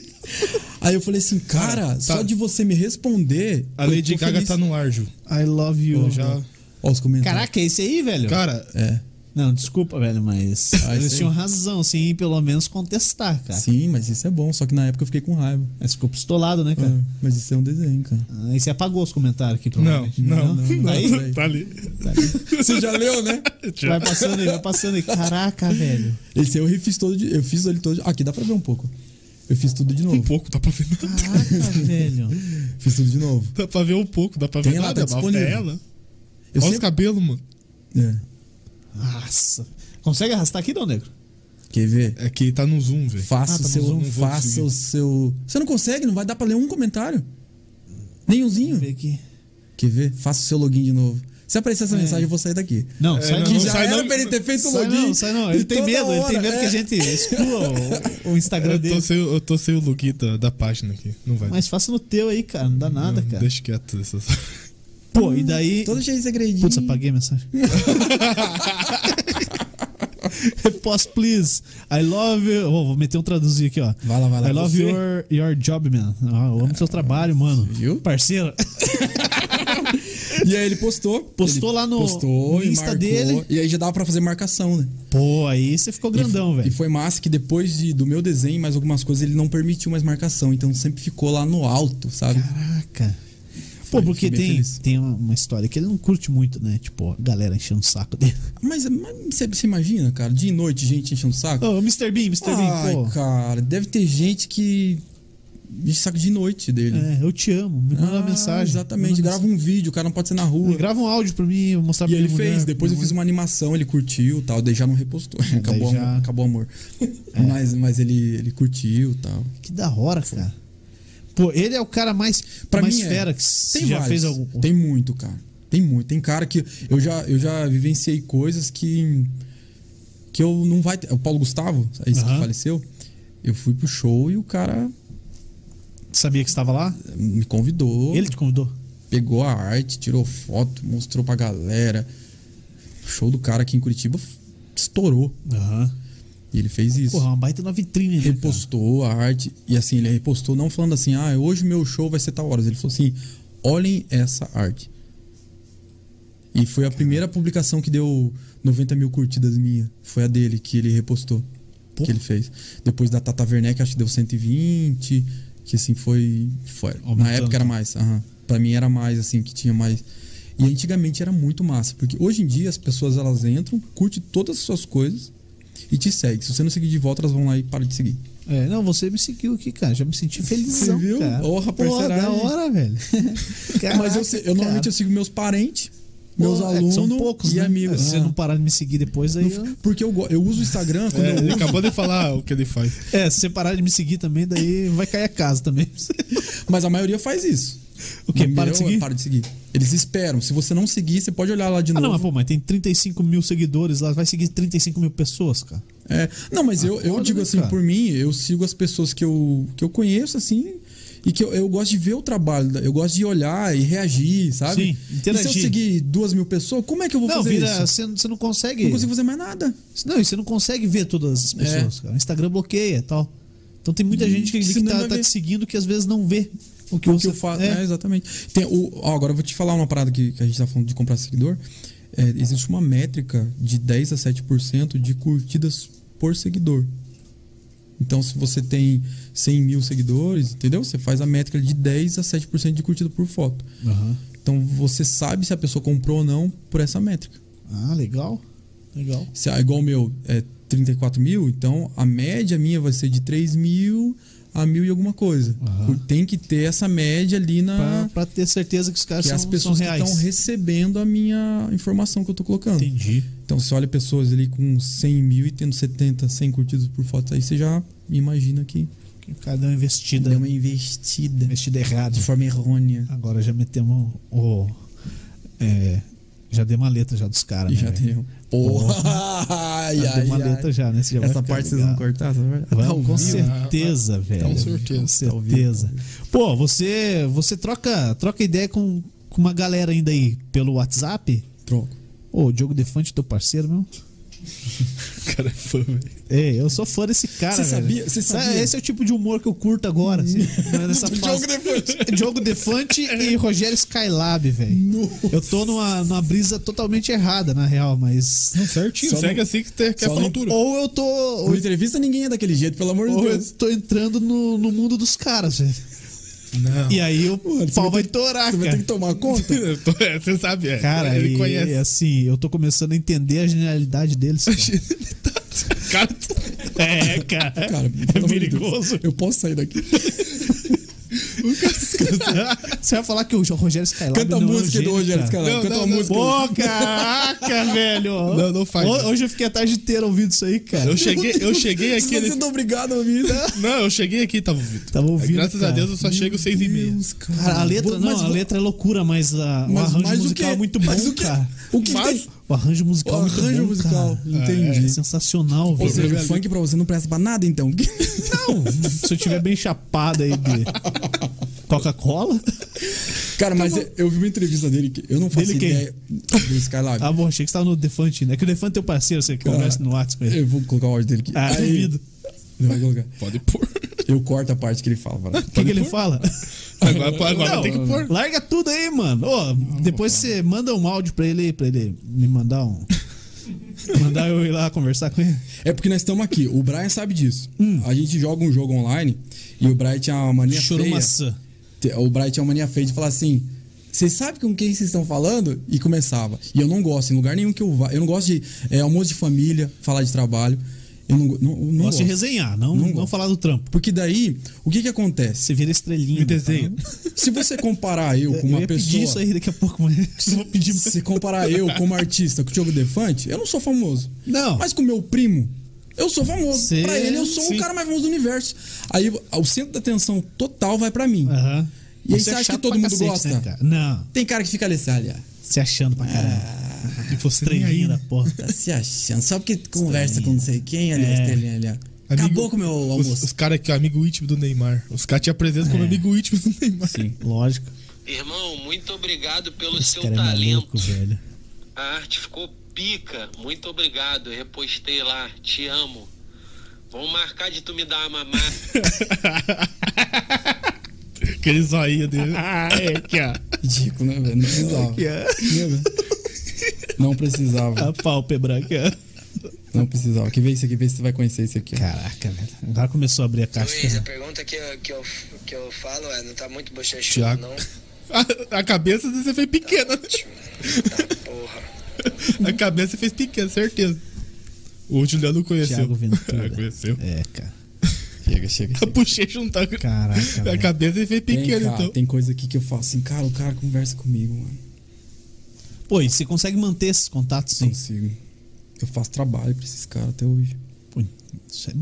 [SPEAKER 3] Aí eu falei assim, cara, só de você me responder.
[SPEAKER 2] A
[SPEAKER 3] eu
[SPEAKER 2] Lady
[SPEAKER 3] tô
[SPEAKER 2] Gaga
[SPEAKER 3] feliz.
[SPEAKER 2] tá no ar, Ju.
[SPEAKER 1] I love you. né?
[SPEAKER 2] Eu já...
[SPEAKER 3] Ó, os comentários.
[SPEAKER 1] Caraca, é esse aí, velho?
[SPEAKER 2] Cara,
[SPEAKER 3] É.
[SPEAKER 1] Não, desculpa, velho,
[SPEAKER 2] [LAUGHS]
[SPEAKER 1] mas
[SPEAKER 3] Ah,
[SPEAKER 1] eles
[SPEAKER 3] isso aí.
[SPEAKER 1] tinham razão, sim, em pelo menos contestar, cara.
[SPEAKER 3] Sim, mas isso é bom. Só que na época eu fiquei com raiva.
[SPEAKER 1] Mas ficou pistolado, né, cara?
[SPEAKER 3] Ah, mas isso é um desenho, cara.
[SPEAKER 1] Aí você apagou os comentários aqui,
[SPEAKER 2] Ah. não,
[SPEAKER 1] provavelmente.
[SPEAKER 2] não, não,
[SPEAKER 1] Tá aí?
[SPEAKER 3] não.
[SPEAKER 2] [LAUGHS] Tá ali.
[SPEAKER 3] Você já leu, né?
[SPEAKER 1] Vai passando aí, vai passando aí. Caraca, velho.
[SPEAKER 3] Esse aí eu refiz todo. De, eu fiz ele todo. Aqui dá pra ver um pouco. Eu fiz tudo de
[SPEAKER 2] Um [LAUGHS]
[SPEAKER 3] novo.
[SPEAKER 2] pouco, dá pra ver nada.
[SPEAKER 1] Caraca,
[SPEAKER 2] [LAUGHS]
[SPEAKER 1] velho.
[SPEAKER 3] Fiz tudo de novo.
[SPEAKER 2] Dá pra ver um pouco, dá pra
[SPEAKER 3] Tem
[SPEAKER 2] ver
[SPEAKER 3] ela,
[SPEAKER 2] nada. mas
[SPEAKER 3] tá disponível.
[SPEAKER 2] É ela. Olha
[SPEAKER 3] Eu
[SPEAKER 2] os
[SPEAKER 3] sempre-
[SPEAKER 2] cabelos, mano.
[SPEAKER 3] É.
[SPEAKER 1] Nossa. Consegue arrastar aqui, não, negro?
[SPEAKER 3] Quer ver?
[SPEAKER 2] É que tá no zoom, velho.
[SPEAKER 3] Faça
[SPEAKER 1] Ah, tá
[SPEAKER 3] o
[SPEAKER 1] no
[SPEAKER 3] seu.
[SPEAKER 1] Zoom,
[SPEAKER 2] vou
[SPEAKER 3] faça
[SPEAKER 2] conseguir.
[SPEAKER 3] o seu. Você não consegue? Não vai dar pra ler um comentário? Nenhumzinho?
[SPEAKER 1] Vê aqui.
[SPEAKER 3] Quer ver? Faça o seu login de novo. Se aparecer essa mensagem, eu vou sair daqui.
[SPEAKER 1] É. Não,
[SPEAKER 2] É,
[SPEAKER 1] sai
[SPEAKER 2] não,
[SPEAKER 1] não.
[SPEAKER 3] Que
[SPEAKER 2] não
[SPEAKER 3] já
[SPEAKER 2] sai
[SPEAKER 3] era
[SPEAKER 2] não.
[SPEAKER 3] pra ele ter feito o
[SPEAKER 1] Sai
[SPEAKER 3] login.
[SPEAKER 1] não, sai não. Ele
[SPEAKER 3] E
[SPEAKER 1] tem
[SPEAKER 3] toda
[SPEAKER 1] medo, ele tem
[SPEAKER 3] hora,
[SPEAKER 1] medo que
[SPEAKER 3] é.
[SPEAKER 1] a gente exclua o, o Instagram
[SPEAKER 2] Eu tô,
[SPEAKER 1] dele.
[SPEAKER 2] sem, eu tô sem o login da, da página aqui. Não vai.
[SPEAKER 1] Mas faça no teu aí, cara. Não dá nada,
[SPEAKER 2] Não,
[SPEAKER 1] cara.
[SPEAKER 2] Deixa quieto essas.
[SPEAKER 1] Pô, e daí.
[SPEAKER 3] Todo cheio de segredinho.
[SPEAKER 1] Putz, apaguei a
[SPEAKER 3] [LAUGHS]
[SPEAKER 1] mensagem. Posso, É please. I love you. Ô, vou meter um traduzir aqui, ó.
[SPEAKER 3] Vai lá, vai lá,
[SPEAKER 1] I love
[SPEAKER 3] você.
[SPEAKER 1] your, your job, man. Ah, eu amo seu trabalho, mano.
[SPEAKER 3] viu?
[SPEAKER 1] Parceiro.
[SPEAKER 3] E aí ele postou.
[SPEAKER 1] Postou
[SPEAKER 3] Ele
[SPEAKER 1] lá no-
[SPEAKER 3] postou
[SPEAKER 1] no
[SPEAKER 3] e
[SPEAKER 1] Insta
[SPEAKER 3] marcou,
[SPEAKER 1] dele.
[SPEAKER 3] E aí já dava pra fazer marcação, né?
[SPEAKER 1] Pô, aí você ficou grandão,
[SPEAKER 3] E
[SPEAKER 1] velho.
[SPEAKER 3] foi massa que depois de- do meu desenho, mais algumas coisas, ele não permitiu mais marcação. Então sempre ficou lá no alto, sabe?
[SPEAKER 1] Caraca. Pô,
[SPEAKER 3] Foi-
[SPEAKER 1] porque
[SPEAKER 3] foi bem
[SPEAKER 1] tem,
[SPEAKER 3] feliz.
[SPEAKER 1] tem uma- uma história que ele não curte muito, né? Tipo, a galera enchendo o saco dele.
[SPEAKER 3] Mas, mas você, você imagina, cara? Dia e noite, gente enchendo o saco?
[SPEAKER 1] Ô, Mr. Bean, Mr.
[SPEAKER 3] Ai,
[SPEAKER 1] Bean, pô.
[SPEAKER 3] cara, deve ter gente que enche o saco de noite dele.
[SPEAKER 1] É, eu te amo. Me manda
[SPEAKER 3] Ah,
[SPEAKER 1] uma mensagem.
[SPEAKER 3] Exatamente.
[SPEAKER 1] Manda
[SPEAKER 3] Grava um vídeo, o cara não pode ser na
[SPEAKER 1] uma-
[SPEAKER 3] rua.
[SPEAKER 1] Grava um áudio pra mim, eu vou mostrar
[SPEAKER 3] E
[SPEAKER 1] pra
[SPEAKER 3] ele
[SPEAKER 1] minha mulher,
[SPEAKER 3] fez, depois eu
[SPEAKER 1] minha É,
[SPEAKER 3] fiz uma animação, ele curtiu e tal, daí já não repostou. [LAUGHS] acabou,
[SPEAKER 1] já- É.
[SPEAKER 3] o amor, acabou o
[SPEAKER 1] [LAUGHS]
[SPEAKER 3] amor. Mas, mas ele, ele curtiu e tal.
[SPEAKER 1] Que da hora, cara. Pô, ele é o cara mais,
[SPEAKER 3] Pra
[SPEAKER 1] mais
[SPEAKER 3] mim é.
[SPEAKER 1] fera que s-
[SPEAKER 3] Tem
[SPEAKER 1] já
[SPEAKER 3] vários.
[SPEAKER 1] fez algum.
[SPEAKER 3] Tem muito, cara. Tem muito. Tem cara que eu já, eu já vivenciei coisas que que eu não vai ter. O Paulo Gustavo, é esse
[SPEAKER 1] Aham.
[SPEAKER 3] que faleceu, eu fui pro show e o cara
[SPEAKER 1] Sabia que estava lá?
[SPEAKER 3] me convidou,
[SPEAKER 1] Ele te convidou.
[SPEAKER 3] pegou a arte, tirou foto, mostrou pra galera. O show do cara aqui em Curitiba f- estourou.
[SPEAKER 1] Aham.
[SPEAKER 3] E ele fez isso.
[SPEAKER 1] Porra, uma baita na vitrine, né? cara?
[SPEAKER 3] repostou a arte e assim ele repostou não falando assim ah hoje meu show vai ser tal horas ele falou assim olhem essa arte e foi a primeira publicação que deu 90 mil curtidas minha foi a dele que ele repostou que ele fez depois da Tata Werneck acho que deu 120 que assim foi, foi na
[SPEAKER 1] Aumentando.
[SPEAKER 3] época era mais aham. Pra mim era mais assim, que tinha mais. E antigamente era muito massa, porque hoje em dia as pessoas elas entram, curtem todas as suas coisas e te seguem. Se você não seguir de volta, elas vão lá e param de seguir.
[SPEAKER 1] É, não, você me seguiu aqui, cara. Já me senti feliz.
[SPEAKER 3] Você viu?
[SPEAKER 1] Cara.
[SPEAKER 3] Porra,
[SPEAKER 1] Porra, da
[SPEAKER 3] parceiragem.
[SPEAKER 1] hora, velho.
[SPEAKER 3] [LAUGHS] Mas eu, se- eu normalmente eu sigo meus parentes, meus
[SPEAKER 1] Porra, é que
[SPEAKER 3] alunos
[SPEAKER 1] são poucos,
[SPEAKER 3] e
[SPEAKER 1] né?
[SPEAKER 3] amigos.
[SPEAKER 1] Se você
[SPEAKER 3] Ah.
[SPEAKER 1] não parar de me seguir depois, aí.
[SPEAKER 3] Não [LAUGHS]
[SPEAKER 1] eu-
[SPEAKER 3] fi- Porque eu, go- eu uso o Instagram quando
[SPEAKER 2] É,
[SPEAKER 3] eu
[SPEAKER 2] [LAUGHS] ele acabou de falar o que ele faz.
[SPEAKER 1] É, se você parar de me seguir também, daí vai cair a casa também. [LAUGHS]
[SPEAKER 3] Mas a maioria faz isso.
[SPEAKER 1] O quê?
[SPEAKER 3] Na
[SPEAKER 1] Para de
[SPEAKER 3] minha,
[SPEAKER 1] seguir?
[SPEAKER 3] Para de seguir. Eles esperam. Se você não seguir, você pode olhar lá de
[SPEAKER 1] Ah, não,
[SPEAKER 3] novo.
[SPEAKER 1] mas pô, mas tem 35 mil seguidores lá, vai seguir 35 mil pessoas, cara.
[SPEAKER 3] É, não, mas eu, eu
[SPEAKER 1] foda,
[SPEAKER 3] digo
[SPEAKER 1] né,
[SPEAKER 3] assim,
[SPEAKER 1] cara?
[SPEAKER 3] por mim, eu sigo as pessoas que eu, que eu conheço, assim, e que eu, eu gosto de ver o trabalho, da- eu gosto de olhar e reagir, sabe?
[SPEAKER 1] Sim, interagir.
[SPEAKER 3] E se eu seguir duas mil pessoas, como é que eu vou
[SPEAKER 1] Não,
[SPEAKER 3] fazer
[SPEAKER 1] vira,
[SPEAKER 3] isso?
[SPEAKER 1] né, você, você não consegue.
[SPEAKER 3] Não consigo fazer mais nada.
[SPEAKER 1] Não, e você não consegue ver todas
[SPEAKER 3] é.
[SPEAKER 1] as pessoas, cara. O Instagram bloqueia e tal. Então tem muita gente que, que
[SPEAKER 3] senão
[SPEAKER 1] tá,
[SPEAKER 3] vai
[SPEAKER 1] tá
[SPEAKER 3] ver.
[SPEAKER 1] te seguindo que às vezes não vê o que
[SPEAKER 3] é o
[SPEAKER 1] você
[SPEAKER 3] que eu faço.
[SPEAKER 1] É.
[SPEAKER 3] É, exatamente. Tem o, ó, agora eu vou te falar uma parada que, que a gente tá falando de comprar seguidor. É, existe uma métrica de 10 a 7% de curtidas por seguidor. Então, se você tem 100 mil seguidores, entendeu? Você faz a métrica de 10 a 7% de curtida por foto.
[SPEAKER 1] Aham.
[SPEAKER 3] Então, você sabe se a pessoa comprou ou não por essa métrica.
[SPEAKER 1] Ah, legal. Legal.
[SPEAKER 3] Se, ah, igual o meu é 34 mil, então a média minha vai ser de 3 mil a mil e alguma coisa.
[SPEAKER 1] Aham.
[SPEAKER 3] Tem que ter essa média ali na,
[SPEAKER 1] Pra, pra ter certeza que os caras
[SPEAKER 3] Ah. que
[SPEAKER 1] são,
[SPEAKER 3] as pessoas
[SPEAKER 1] são
[SPEAKER 3] que
[SPEAKER 1] reais.
[SPEAKER 3] estão recebendo a minha informação que eu tô colocando.
[SPEAKER 1] Entendi.
[SPEAKER 3] Então, você olha pessoas ali com 100 mil e tendo 70, 100 curtidas por foto, aí você já imagina que
[SPEAKER 1] Que o cara deu uma investida.
[SPEAKER 3] deu uma investida
[SPEAKER 1] Investida errada.
[SPEAKER 3] de forma errônea.
[SPEAKER 1] Agora já metemos o. é, já deu uma letra já dos caras.
[SPEAKER 3] E
[SPEAKER 1] né,
[SPEAKER 3] já um
[SPEAKER 1] velho?
[SPEAKER 3] deu. Ah, é. Porra! Ai,
[SPEAKER 1] Já deu uma
[SPEAKER 3] ai, ai.
[SPEAKER 1] letra já, né? Você já vai
[SPEAKER 3] Essa
[SPEAKER 1] ficar
[SPEAKER 3] parte vocês vão
[SPEAKER 1] ligado.
[SPEAKER 3] cortar? tá vendo?
[SPEAKER 1] Vamos,
[SPEAKER 3] Tá
[SPEAKER 1] com
[SPEAKER 3] ouvindo?
[SPEAKER 1] certeza,
[SPEAKER 3] Ah, tá.
[SPEAKER 1] velho.
[SPEAKER 2] com certeza.
[SPEAKER 1] Com certeza. Pô, você, você troca, troca ideia com, com uma galera ainda aí pelo WhatsApp?
[SPEAKER 3] Troco.
[SPEAKER 1] Ô, o Diogo Defante, teu parceiro, meu.
[SPEAKER 2] O cara é fã, velho.
[SPEAKER 1] É, eu sou fã desse cara,
[SPEAKER 3] Você
[SPEAKER 1] velho.
[SPEAKER 3] sabia- você
[SPEAKER 1] Sabe,
[SPEAKER 3] sabia?
[SPEAKER 1] Esse é o tipo de humor que eu curto agora.
[SPEAKER 3] [LAUGHS]
[SPEAKER 1] assim, nessa fase.
[SPEAKER 3] Diogo Defante.
[SPEAKER 1] Diogo Defante e
[SPEAKER 3] [LAUGHS]
[SPEAKER 1] Rogério Skylab, velho.
[SPEAKER 3] No.
[SPEAKER 1] Eu tô numa, numa brisa totalmente errada, na real, mas.
[SPEAKER 2] Certinho,
[SPEAKER 3] Só
[SPEAKER 2] segue
[SPEAKER 3] não-
[SPEAKER 2] assim que você quer
[SPEAKER 3] só
[SPEAKER 2] falar
[SPEAKER 3] não-
[SPEAKER 2] tudo.
[SPEAKER 1] Ou eu tô. Ou,
[SPEAKER 3] Uma entrevista ninguém é daquele jeito, pelo amor de
[SPEAKER 1] ou
[SPEAKER 3] Deus.
[SPEAKER 1] eu tô entrando no, no mundo dos caras, velho.
[SPEAKER 2] Não.
[SPEAKER 1] E aí o
[SPEAKER 3] Mano, você
[SPEAKER 1] pau
[SPEAKER 3] vai
[SPEAKER 1] vai torar,
[SPEAKER 3] Ah, Você vai ter que
[SPEAKER 1] cara.
[SPEAKER 3] tomar [LAUGHS] conta.
[SPEAKER 2] Eu tô- é, Você sabe, é.
[SPEAKER 1] Cara,
[SPEAKER 2] ele
[SPEAKER 1] e,
[SPEAKER 2] conhece.
[SPEAKER 1] assim, eu tô começando a entender a genialidade deles. cara.
[SPEAKER 2] Cara,
[SPEAKER 1] é, cara.
[SPEAKER 3] Cara, pelo amor de Deus.
[SPEAKER 1] perigoso.
[SPEAKER 3] Eu posso sair daqui.
[SPEAKER 1] [LAUGHS] Você vai falar que o Rogério Skylab
[SPEAKER 3] Canta a
[SPEAKER 1] não é um
[SPEAKER 3] música do
[SPEAKER 1] gênio, cara.
[SPEAKER 3] Rogério Escalado.
[SPEAKER 2] Não,
[SPEAKER 3] Canta
[SPEAKER 2] não,
[SPEAKER 3] uma
[SPEAKER 2] não.
[SPEAKER 3] música.
[SPEAKER 1] Pô, caraca,
[SPEAKER 3] [LAUGHS]
[SPEAKER 1] velho.
[SPEAKER 2] Não, não faz
[SPEAKER 1] Ho-
[SPEAKER 2] isso.
[SPEAKER 1] Hoje eu fiquei a tarde inteira ouvindo isso aí, cara.
[SPEAKER 2] eu cheguei, eu cheguei aqui.
[SPEAKER 3] Você Tá
[SPEAKER 2] ele-
[SPEAKER 3] não é obrigado a ouvir.
[SPEAKER 2] Não, eu cheguei aqui, tava ouvindo.
[SPEAKER 1] Tava ouvindo,
[SPEAKER 3] É,
[SPEAKER 2] Graças a
[SPEAKER 1] cara.
[SPEAKER 2] Deus eu só chego seis e meia.
[SPEAKER 1] Cara, a letra,
[SPEAKER 3] Vou-
[SPEAKER 1] não,
[SPEAKER 3] mas
[SPEAKER 1] a
[SPEAKER 3] vou-
[SPEAKER 1] letra é loucura, mas a, o
[SPEAKER 3] Mas
[SPEAKER 1] arranjo
[SPEAKER 3] mais o
[SPEAKER 1] musical
[SPEAKER 3] quê?
[SPEAKER 1] é muito bom,
[SPEAKER 3] Mas o quê?
[SPEAKER 1] cara.
[SPEAKER 3] O que
[SPEAKER 1] Mas-
[SPEAKER 3] tem-
[SPEAKER 1] O arranjo musical
[SPEAKER 3] O
[SPEAKER 1] é muito
[SPEAKER 3] arranjo
[SPEAKER 1] bom,
[SPEAKER 3] musical,
[SPEAKER 1] cara.
[SPEAKER 3] entendi.
[SPEAKER 1] É sensacional,
[SPEAKER 3] Ou
[SPEAKER 1] velho.
[SPEAKER 3] seja,
[SPEAKER 2] Obrigado.
[SPEAKER 3] o funk pra você não presta pra nada, então.
[SPEAKER 1] Não, se eu tiver bem chapado aí de
[SPEAKER 3] [LAUGHS]
[SPEAKER 1] Coca-Cola.
[SPEAKER 3] Cara, mas eu- eu vi uma entrevista dele que eu não faço
[SPEAKER 1] Então, Dele quem?
[SPEAKER 3] ideia do Skylab.
[SPEAKER 1] Ah, bom, achei que você tava no Defante, né? Que o Defante é teu parceiro, você conversa no WhatsApp com ele.
[SPEAKER 3] [LAUGHS] Eu vou colocar o áudio dele aqui.
[SPEAKER 1] Ah,
[SPEAKER 3] Aí-
[SPEAKER 1] duvido.
[SPEAKER 3] Eu vou colocar.
[SPEAKER 2] Pode pôr.
[SPEAKER 3] Eu corto a parte que ele fala. vai lá.
[SPEAKER 1] O que, que ele fala?
[SPEAKER 2] Agora, agora
[SPEAKER 1] Não,
[SPEAKER 2] tem que pôr.
[SPEAKER 1] Larga tudo aí, mano. Ô, depois você manda um áudio pra ele, pra ele me mandar um.
[SPEAKER 3] [LAUGHS]
[SPEAKER 1] mandar eu ir lá conversar com ele.
[SPEAKER 3] É porque nós estamos aqui. O Brian sabe disso.
[SPEAKER 1] Hum.
[SPEAKER 3] A gente joga um jogo online e o Brian tinha uma mania
[SPEAKER 1] Chorou
[SPEAKER 3] feia.
[SPEAKER 1] maçã.
[SPEAKER 3] Te- O Brian tinha uma mania feia de falar assim: vocês sabem com quem vocês estão falando? E começava. E eu não gosto, em lugar nenhum que eu vá. Eu não gosto de é, almoço de família, falar de trabalho. Eu não, go- não, não
[SPEAKER 1] Gosto
[SPEAKER 3] gosto.
[SPEAKER 1] de resenhar, não, não,
[SPEAKER 3] gosto.
[SPEAKER 1] falar do trampo.
[SPEAKER 3] Porque daí, o que que acontece?
[SPEAKER 1] Você vira estrelinha.
[SPEAKER 2] Me desenha.
[SPEAKER 1] tá?
[SPEAKER 3] Se você comparar eu com
[SPEAKER 1] [LAUGHS] Eu
[SPEAKER 3] uma
[SPEAKER 1] ia pedir
[SPEAKER 3] pessoa.
[SPEAKER 1] isso aí daqui a pouco,
[SPEAKER 3] [LAUGHS]
[SPEAKER 1] mas eu vou pedir.
[SPEAKER 3] Se você comparar eu como artista com o Diogo Defante, eu não sou famoso.
[SPEAKER 1] Não.
[SPEAKER 3] Mas com meu primo, eu sou famoso.
[SPEAKER 1] Cê-
[SPEAKER 3] Pra ele, eu sou
[SPEAKER 1] sim.
[SPEAKER 3] o cara mais famoso do universo. Aí o centro da atenção total vai pra mim.
[SPEAKER 1] Aham.
[SPEAKER 3] E aí
[SPEAKER 1] é
[SPEAKER 3] você acha que
[SPEAKER 1] chato
[SPEAKER 3] todo
[SPEAKER 1] pra
[SPEAKER 3] mundo
[SPEAKER 1] cacete,
[SPEAKER 3] gosta?
[SPEAKER 1] né, cara? Não,
[SPEAKER 3] Tem cara que fica ali, assim, olha,
[SPEAKER 1] se achando pra caramba.
[SPEAKER 3] Ah,
[SPEAKER 1] Tipo, estrelinha da
[SPEAKER 3] [LAUGHS]
[SPEAKER 1] porra.
[SPEAKER 3] tá se achando. Só porque conversa com não sei quem, ali,
[SPEAKER 1] É.
[SPEAKER 3] a estrelinha ali, ó.
[SPEAKER 2] Amigo-
[SPEAKER 3] Acabou com o meu
[SPEAKER 2] Os,
[SPEAKER 3] almoço.
[SPEAKER 2] os caras que é amigo íntimo do Neymar. Os caras te apresentam
[SPEAKER 3] É.
[SPEAKER 2] como amigo íntimo do Neymar.
[SPEAKER 1] Lógico.
[SPEAKER 5] Irmão, muito obrigado pelo
[SPEAKER 1] Esse
[SPEAKER 5] seu
[SPEAKER 1] cara é
[SPEAKER 5] talento.
[SPEAKER 1] maluco, velho.
[SPEAKER 5] A arte ficou pica. Muito obrigado. Repostei lá. Te amo. Vamos marcar de tu me dar uma mamada.
[SPEAKER 2] Aquele zoinho dele.
[SPEAKER 1] [LAUGHS] Ah, é que ó.
[SPEAKER 3] [LAUGHS] Ridículo, né, velho? Não precisava. Né, velho? Não precisava.
[SPEAKER 1] A pálpebra branca.
[SPEAKER 3] Não precisava. Que vê isso aqui, vê se você vai conhecer isso aqui. ó.
[SPEAKER 1] Caraca, velho. Agora começou a né? abrir a caixa.
[SPEAKER 6] Luiz, a pergunta que eu, que eu, que eu falo é, não tá muito bochechudo,
[SPEAKER 2] Thiago.
[SPEAKER 6] não.
[SPEAKER 2] A, a cabeça você
[SPEAKER 1] [LAUGHS]
[SPEAKER 2] fez pequena.
[SPEAKER 6] Tá,
[SPEAKER 2] a cabeça você fez pequena, certeza. O Juliano conheceu.
[SPEAKER 1] Thiago Ventura.
[SPEAKER 2] [LAUGHS] Ah, conheceu.
[SPEAKER 1] É, cara.
[SPEAKER 3] Chega, chega.
[SPEAKER 2] A
[SPEAKER 3] chega.
[SPEAKER 2] bochecha não tá.
[SPEAKER 1] Caraca,
[SPEAKER 2] A
[SPEAKER 1] velho.
[SPEAKER 2] cabeça você fez
[SPEAKER 4] Vem
[SPEAKER 2] pequena,
[SPEAKER 4] cá,
[SPEAKER 2] então.
[SPEAKER 4] Tem coisa aqui que eu falo assim, cara, o cara conversa comigo, mano.
[SPEAKER 1] Pô, e você consegue manter esses contatos? Sim.
[SPEAKER 3] Consigo. Eu faço trabalho pra esses caras até hoje.
[SPEAKER 1] Pô, isso é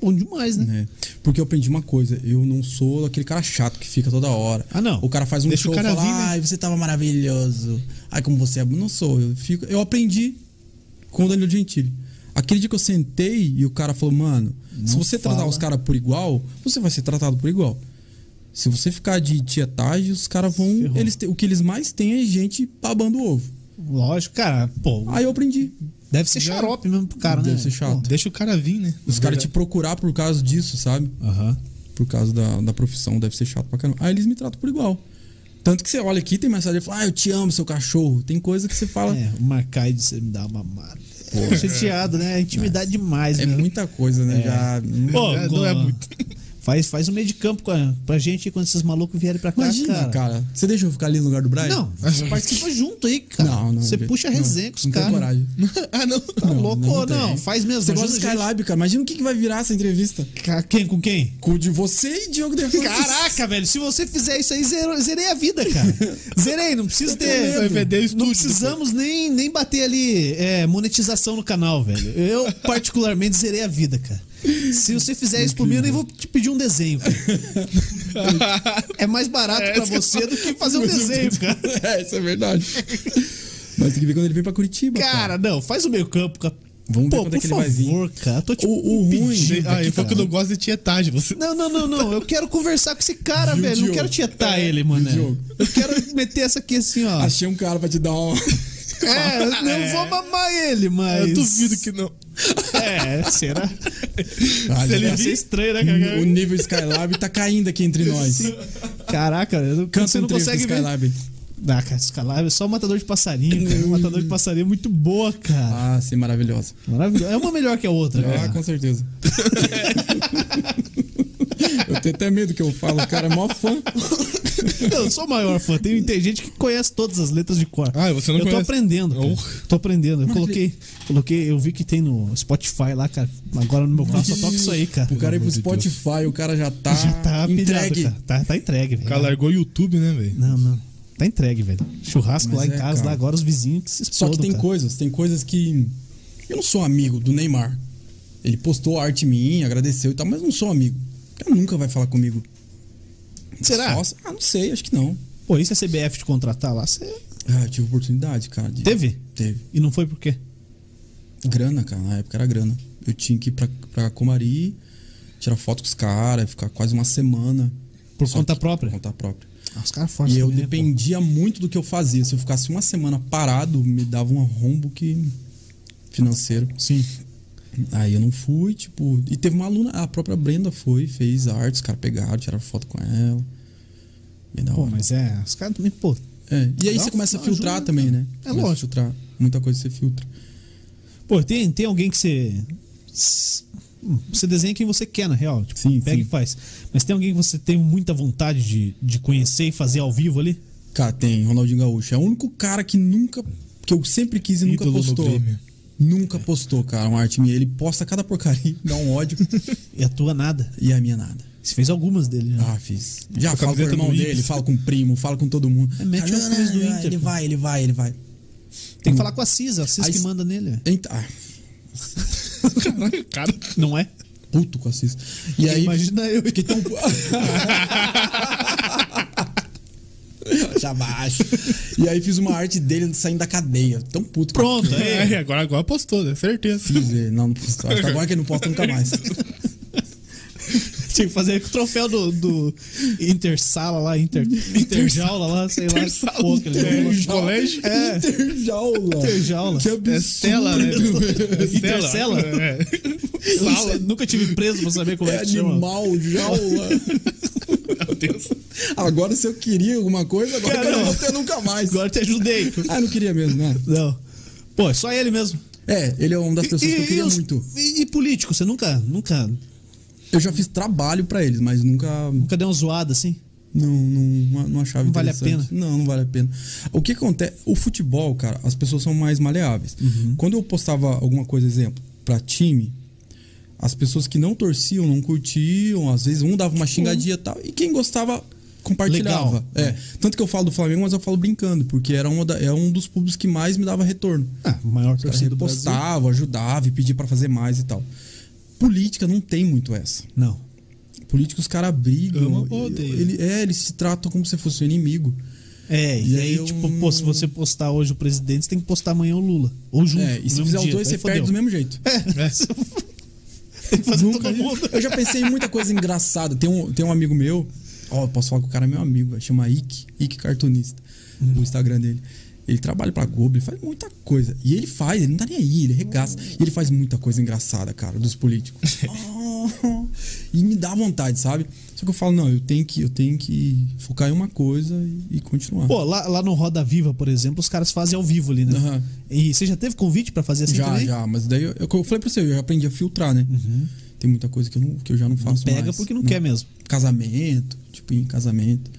[SPEAKER 1] bom demais, né?
[SPEAKER 3] né? Porque eu aprendi uma coisa, eu não sou aquele cara chato que fica toda hora.
[SPEAKER 1] Ah, não.
[SPEAKER 3] O cara faz um
[SPEAKER 2] Deixa o
[SPEAKER 3] show e
[SPEAKER 2] cara
[SPEAKER 3] fala,
[SPEAKER 2] vir, né?
[SPEAKER 3] ai, você tava maravilhoso. Ai, como você é. bom." Não sou. Eu, fico, eu aprendi com o Danilo Gentili. Aquele dia que eu sentei e o cara falou, mano, se você tratar
[SPEAKER 1] fala.
[SPEAKER 3] os caras por igual, você vai ser tratado por igual. Se você ficar de tietagem, os caras vão.
[SPEAKER 1] Ferrou.
[SPEAKER 3] Eles te- o que eles mais têm é gente babando o ovo.
[SPEAKER 1] Lógico, cara. Pô,
[SPEAKER 3] Aí eu aprendi.
[SPEAKER 1] deve ser xarope mesmo pro cara, né?
[SPEAKER 3] Deve ser chato.
[SPEAKER 2] Deixa o cara vir, né?
[SPEAKER 3] Os caras te procurar por causa disso, sabe?
[SPEAKER 1] Pô, Aham.
[SPEAKER 3] por causa da, da profissão, deve ser chato pra caramba. Aí eles me tratam por igual. Tanto que você olha aqui, tem mensagem que fala, ah, eu te amo, seu cachorro. Tem coisa que você fala. É,
[SPEAKER 1] É, o Marcai de você me dá uma mamada. Pô, chateado, né? Intimidade demais, né?
[SPEAKER 3] é muita coisa, né? Já.
[SPEAKER 1] Pô,
[SPEAKER 2] É,
[SPEAKER 1] com-
[SPEAKER 2] não é muito.
[SPEAKER 1] [LAUGHS] Faz, faz um meio de campo com a- pra gente quando esses malucos vierem pra cá,
[SPEAKER 3] Imagina, cara. Você deixa eu ficar ali no lugar do Brian?
[SPEAKER 1] Não, você participa junto aí, cara.
[SPEAKER 3] Não, não.
[SPEAKER 1] Você
[SPEAKER 3] gente,
[SPEAKER 1] puxa a
[SPEAKER 3] não,
[SPEAKER 1] resenha com os
[SPEAKER 3] não tenho
[SPEAKER 1] caras. [LAUGHS]
[SPEAKER 3] coragem.
[SPEAKER 2] ah, não.
[SPEAKER 1] Tá louco? Não,
[SPEAKER 3] tem.
[SPEAKER 1] faz mesmo.
[SPEAKER 3] Você
[SPEAKER 1] ajuda
[SPEAKER 3] gosta do
[SPEAKER 1] a gente.
[SPEAKER 3] Skylab, cara. Imagina o que, que vai virar essa entrevista.
[SPEAKER 1] Ca- Quem com quem?
[SPEAKER 3] Com o de você e Diogo Defante.
[SPEAKER 1] [LAUGHS] Caraca, velho, se você fizer isso aí, zero- zerei a vida, [LAUGHS] cara. zerei, não precisa ter.
[SPEAKER 2] Vai vender o estúdio
[SPEAKER 1] Não precisamos nem, nem bater ali é, monetização no canal, velho. Eu, particularmente, zerei a vida, cara. Se você fizer isso por mim, eu nem vou te pedir um desenho, cara. É mais barato pra você do que fazer um desenho, cara.
[SPEAKER 3] [LAUGHS] é, isso é verdade. Mas tem que ver quando ele vem pra Curitiba.
[SPEAKER 1] Cara, não, faz o meio campo, cara.
[SPEAKER 3] Vamos ver
[SPEAKER 1] Pô,
[SPEAKER 3] quando
[SPEAKER 1] por
[SPEAKER 3] é que ele vai vir.
[SPEAKER 1] favor, cara. eu Tô te
[SPEAKER 3] O- o ruim-
[SPEAKER 1] pedindo
[SPEAKER 2] Ah,
[SPEAKER 1] aqui,
[SPEAKER 2] eu falo que
[SPEAKER 1] cara.
[SPEAKER 2] eu não gosto de tietagem. Você...
[SPEAKER 1] Não, não, não, não. Eu quero conversar com esse cara,
[SPEAKER 3] Viu,
[SPEAKER 1] velho. Não
[SPEAKER 3] Diogo?
[SPEAKER 1] quero tietar
[SPEAKER 3] É,
[SPEAKER 1] ele,
[SPEAKER 3] viu,
[SPEAKER 1] mano.
[SPEAKER 3] Diogo?
[SPEAKER 1] Eu quero meter essa aqui assim, ó.
[SPEAKER 3] Achei um cara pra te
[SPEAKER 1] [LAUGHS]
[SPEAKER 3] dar um.
[SPEAKER 1] É, eu não vou mamar ele, mas.
[SPEAKER 2] Eu duvido que não.
[SPEAKER 1] É, será?
[SPEAKER 3] Caralho,
[SPEAKER 1] Deve
[SPEAKER 3] né?
[SPEAKER 1] ser estranho, né,
[SPEAKER 3] O
[SPEAKER 1] cara?
[SPEAKER 3] nível Skylab tá caindo
[SPEAKER 1] [LAUGHS]
[SPEAKER 3] aqui entre nós.
[SPEAKER 1] Caraca, eu não-
[SPEAKER 3] Canta
[SPEAKER 1] você
[SPEAKER 3] um
[SPEAKER 1] não
[SPEAKER 3] trecho do
[SPEAKER 1] consegue ver.
[SPEAKER 3] Skylab.
[SPEAKER 1] Ah, cara, Scalab é só um matador de passarinho, cara. Um matador de passarinho é muito boa, cara.
[SPEAKER 3] Ah, sim, maravilhosa.
[SPEAKER 1] Maravilhoso. É uma melhor que a outra,
[SPEAKER 3] Ah,
[SPEAKER 1] cara. [LAUGHS]
[SPEAKER 3] com certeza. eu tenho até medo que eu falo, o cara é mó fã.
[SPEAKER 1] Não, eu sou o maior fã. Tem, tem gente que conhece todas as letras de cor.
[SPEAKER 2] Ah, você não
[SPEAKER 1] eu
[SPEAKER 2] conhece?
[SPEAKER 1] tô aprendendo. cara. Tô aprendendo. Eu coloquei, coloquei, eu vi que tem no Spotify lá, cara. Agora no meu carro só toca isso aí, cara.
[SPEAKER 3] O cara ir pro
[SPEAKER 2] de Deus.
[SPEAKER 3] Spotify, o cara já tá,
[SPEAKER 1] já tá pilhado,
[SPEAKER 3] entregue.
[SPEAKER 1] cara. Tá, tá entregue,
[SPEAKER 2] O cara
[SPEAKER 1] velho.
[SPEAKER 2] largou o YouTube, né, velho?
[SPEAKER 1] Não, não. Tá entregue, velho. Churrasco
[SPEAKER 3] Mas
[SPEAKER 1] lá em
[SPEAKER 3] é,
[SPEAKER 1] casa,
[SPEAKER 3] cara.
[SPEAKER 1] lá agora os vizinhos que se explodam,
[SPEAKER 3] Só que tem
[SPEAKER 1] cara.
[SPEAKER 3] coisas, tem coisas que. Eu não sou amigo do Neymar. Ele postou arte minha, agradeceu e tal, mas eu não sou amigo. O cara nunca vai falar comigo.
[SPEAKER 1] Será?
[SPEAKER 3] Só se- ah, não sei, acho que não.
[SPEAKER 1] Pô, e se a CBF te contratar lá, você
[SPEAKER 3] Ah, eu tive oportunidade, cara. de-
[SPEAKER 1] teve?
[SPEAKER 3] Teve.
[SPEAKER 1] E não foi por quê?
[SPEAKER 3] Grana, cara. Na época era grana. Eu tinha que ir pra, pra Comari, tirar foto com os caras, ficar quase uma semana.
[SPEAKER 1] Por
[SPEAKER 3] Só
[SPEAKER 1] conta
[SPEAKER 3] que-
[SPEAKER 1] própria?
[SPEAKER 3] Por conta própria.
[SPEAKER 1] Ah, os caras
[SPEAKER 3] e
[SPEAKER 1] também, né,
[SPEAKER 3] eu
[SPEAKER 1] pô?
[SPEAKER 3] dependia muito do que eu fazia. Se eu ficasse uma semana parado, me dava um arrombo que... financeiro.
[SPEAKER 1] Sim.
[SPEAKER 3] Aí eu não fui, tipo. E teve uma aluna, a própria Brenda foi, fez arte, os caras pegaram, tiraram foto com ela. Bem da
[SPEAKER 1] Pô,
[SPEAKER 3] hora.
[SPEAKER 1] mas é, os caras também, pô.
[SPEAKER 3] É, E aí
[SPEAKER 1] Dá
[SPEAKER 3] você
[SPEAKER 1] um-
[SPEAKER 3] começa a
[SPEAKER 1] dá
[SPEAKER 3] filtrar
[SPEAKER 1] ajuda,
[SPEAKER 3] também,
[SPEAKER 1] cara.
[SPEAKER 3] né?
[SPEAKER 1] É
[SPEAKER 3] Começa a
[SPEAKER 1] lógico.
[SPEAKER 3] filtrar. Muita coisa você filtra.
[SPEAKER 1] Pô, tem, tem alguém que você. hum, Você desenha quem você quer, na real. Tipo,
[SPEAKER 3] Sim,
[SPEAKER 1] pega
[SPEAKER 3] sim.
[SPEAKER 1] e faz. Mas tem alguém que você tem muita vontade de, de conhecer e fazer ao vivo ali?
[SPEAKER 3] Cara, tem Ronaldinho Gaúcho. É o único cara que nunca. que eu sempre quis e nunca
[SPEAKER 2] Ídolo no
[SPEAKER 3] postou.
[SPEAKER 2] Grêmio.
[SPEAKER 3] Nunca postou, cara, uma arte minha. Ele posta cada porcaria, [LAUGHS] dá um ódio.
[SPEAKER 1] E a tua nada.
[SPEAKER 3] e a minha nada.
[SPEAKER 1] Você fez algumas dele, né?
[SPEAKER 3] Ah, fiz. Já
[SPEAKER 2] Com a
[SPEAKER 3] falo com o
[SPEAKER 2] camiseta
[SPEAKER 3] irmão
[SPEAKER 2] do Inter.
[SPEAKER 3] dele, falo com o primo, falo com todo mundo.
[SPEAKER 1] É, mete
[SPEAKER 3] Cara,
[SPEAKER 1] uma camisa do Inter,
[SPEAKER 3] Ele
[SPEAKER 1] pô.
[SPEAKER 3] vai, ele vai, ele vai.
[SPEAKER 1] tem que falar com a Cisa, a Cisa
[SPEAKER 3] Aí
[SPEAKER 1] que
[SPEAKER 3] se-
[SPEAKER 1] manda nele.
[SPEAKER 3] [LAUGHS]
[SPEAKER 1] velho.
[SPEAKER 3] Eita. ah,
[SPEAKER 2] Caralho, cara.
[SPEAKER 1] Não é?
[SPEAKER 3] Puto com a Cis. E aí.
[SPEAKER 1] Imagina eu.
[SPEAKER 3] Fiquei tão. Já baixo. [LAUGHS] E aí fiz uma arte dele saindo da cadeia. Tão puto.
[SPEAKER 1] Pronto, é.
[SPEAKER 2] É, agora, agora postou, né? Certeza.
[SPEAKER 3] Fiz ele. Não, não posso. Acho que Agora é que ele não posta nunca mais.
[SPEAKER 1] Tinha que fazer com o troféu do, do Intersala lá, inter, Interjaula lá, sei lá.
[SPEAKER 2] Interjaula,
[SPEAKER 1] Pô, aquele negócio.
[SPEAKER 2] De colégio?
[SPEAKER 1] É.
[SPEAKER 3] Interjaula.
[SPEAKER 1] Interjaula.
[SPEAKER 3] Que
[SPEAKER 2] É
[SPEAKER 3] absurdo.
[SPEAKER 2] cela, né? velho?
[SPEAKER 1] Intercela?
[SPEAKER 2] É.
[SPEAKER 1] Eu não
[SPEAKER 2] Sala.
[SPEAKER 1] sei, nunca tive preso pra saber como
[SPEAKER 3] É
[SPEAKER 1] é que chama.
[SPEAKER 3] animal, jaula.
[SPEAKER 2] né, [LAUGHS] Meu Deus.
[SPEAKER 3] Agora se eu queria alguma coisa, agora
[SPEAKER 1] Cara,
[SPEAKER 3] eu não
[SPEAKER 1] não.
[SPEAKER 3] vou ter nunca mais.
[SPEAKER 1] Agora te ajudei.
[SPEAKER 3] Ah, não queria mesmo, né?
[SPEAKER 1] Não. Pô, é só ele mesmo.
[SPEAKER 3] É, ele é uma das pessoas que eu queria
[SPEAKER 1] os-
[SPEAKER 3] muito.
[SPEAKER 1] e- e político, você nunca, nunca,
[SPEAKER 3] Eu já fiz trabalho pra eles, mas nunca
[SPEAKER 1] nunca deu uma zoada assim?
[SPEAKER 3] Não, não, não achava
[SPEAKER 1] Não vale a
[SPEAKER 3] interessante. Não, não vale a pena. O que acontece? O futebol, cara, as pessoas são mais maleáveis.
[SPEAKER 1] Uhum.
[SPEAKER 3] Quando eu postava alguma coisa, exemplo, pra time, as pessoas que não torciam, não curtiam, às vezes um dava uma xingadinha e tal, e quem gostava compartilhava.
[SPEAKER 1] Legal.
[SPEAKER 3] É. Tanto que eu falo do Flamengo, mas eu falo brincando, porque era uma da- é um dos públicos que mais me dava retorno.
[SPEAKER 1] Ah, o maior
[SPEAKER 3] Os caras
[SPEAKER 1] torcida do Brasil.
[SPEAKER 3] repostavam, ajudavam e pediam pra fazer mais e tal. Política não tem muito essa.
[SPEAKER 1] Não.
[SPEAKER 3] Políticos, os caras brigam.
[SPEAKER 2] Ama ou odeia?
[SPEAKER 3] ele, é, eles se tratam como se fosse um inimigo.
[SPEAKER 1] É, e,
[SPEAKER 3] E
[SPEAKER 1] aí,
[SPEAKER 3] aí eu
[SPEAKER 1] tipo, pô,
[SPEAKER 3] não-
[SPEAKER 1] se você postar hoje o presidente, você tem que postar amanhã o Lula. Ou junto.
[SPEAKER 3] É, e se
[SPEAKER 1] no mesmo
[SPEAKER 3] fizer os
[SPEAKER 1] dia,
[SPEAKER 3] dois,
[SPEAKER 1] daí
[SPEAKER 3] você perde
[SPEAKER 1] fodeu.
[SPEAKER 3] do mesmo jeito.
[SPEAKER 1] Tem que fazer
[SPEAKER 3] Nunca-
[SPEAKER 1] todo mundo.
[SPEAKER 3] Eu já pensei em muita coisa engraçada. Tem um, tem um amigo meu, ó, eu posso falar que o cara é meu amigo, vai chamar Ike, Ike Cartunista,
[SPEAKER 1] Uhum.
[SPEAKER 3] o Instagram dele. Ele trabalha pra Globo, ele faz muita coisa. E ele faz, ele não tá nem aí, ele regaça. E ele faz muita coisa engraçada, cara,
[SPEAKER 1] [LAUGHS]
[SPEAKER 3] dos políticos. [LAUGHS] Oh, e me dá vontade, sabe? Só que eu falo, não, eu tenho que, eu tenho que focar em uma coisa e, e continuar.
[SPEAKER 1] Pô, lá, lá no Roda Viva, por exemplo, os caras fazem ao vivo ali, né?
[SPEAKER 3] Aham.
[SPEAKER 1] E você já teve convite pra fazer assim
[SPEAKER 3] já,
[SPEAKER 1] também?
[SPEAKER 3] já, mas daí eu, eu falei pra você, eu já aprendi a filtrar, né? Tem muita coisa que eu, não, que eu já não faço
[SPEAKER 1] Pega
[SPEAKER 3] mais.
[SPEAKER 1] porque não, quer mesmo.
[SPEAKER 3] casamento, tipo, em casamento.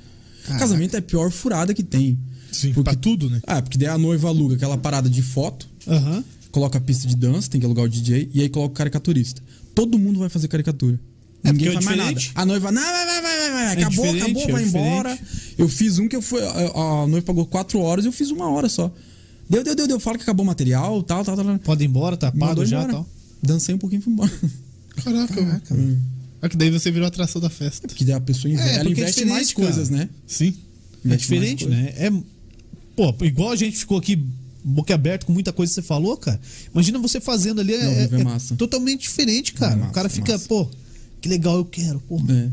[SPEAKER 3] Casamento é a pior furada que tem.
[SPEAKER 2] Sim,
[SPEAKER 3] porque
[SPEAKER 2] pra tudo, né?
[SPEAKER 3] Ah, porque daí a noiva aluga aquela parada de foto,
[SPEAKER 1] Aham.
[SPEAKER 3] coloca a pista de dança, tem que alugar o DJ, e aí coloca o caricaturista. Todo mundo vai fazer caricatura.
[SPEAKER 1] É, porque
[SPEAKER 3] Ninguém
[SPEAKER 1] é
[SPEAKER 3] faz mais nada.
[SPEAKER 1] diferente.
[SPEAKER 3] A noiva, não, vai, vai, vai, vai, vai.
[SPEAKER 1] É
[SPEAKER 3] Acabou,
[SPEAKER 1] diferente,
[SPEAKER 3] acabou,
[SPEAKER 1] é
[SPEAKER 3] vai
[SPEAKER 1] diferente.
[SPEAKER 3] embora. Eu fiz um que eu fui. A, a noiva pagou quatro horas e eu fiz uma hora só. Deu, deu, deu, deu. Fala que acabou o material, tal, tal, tal. tal.
[SPEAKER 1] Pode ir embora, tá pago
[SPEAKER 3] Mandou
[SPEAKER 1] já e
[SPEAKER 3] embora.
[SPEAKER 1] tal.
[SPEAKER 3] Dancei um pouquinho e fui embora. [LAUGHS]
[SPEAKER 2] Caraca, Caraca mano. É que daí você virou a atração da festa.
[SPEAKER 3] Porque daí a pessoa investe, ela
[SPEAKER 1] porque é
[SPEAKER 3] investe
[SPEAKER 1] diferente,
[SPEAKER 3] mais
[SPEAKER 1] cara.
[SPEAKER 3] coisas, né?
[SPEAKER 2] Sim.
[SPEAKER 1] É
[SPEAKER 3] Investe
[SPEAKER 1] diferente,
[SPEAKER 3] mais coisas.
[SPEAKER 1] né? É. Pô, igual a gente ficou aqui boca aberta com muita coisa que você falou, cara. Imagina você fazendo ali.
[SPEAKER 3] Não,
[SPEAKER 1] é,
[SPEAKER 3] vivo é
[SPEAKER 1] é
[SPEAKER 3] massa.
[SPEAKER 1] totalmente diferente, cara.
[SPEAKER 3] É massa,
[SPEAKER 1] o cara
[SPEAKER 3] é
[SPEAKER 1] fica,
[SPEAKER 3] massa.
[SPEAKER 1] pô, que legal eu quero, porra.
[SPEAKER 3] É.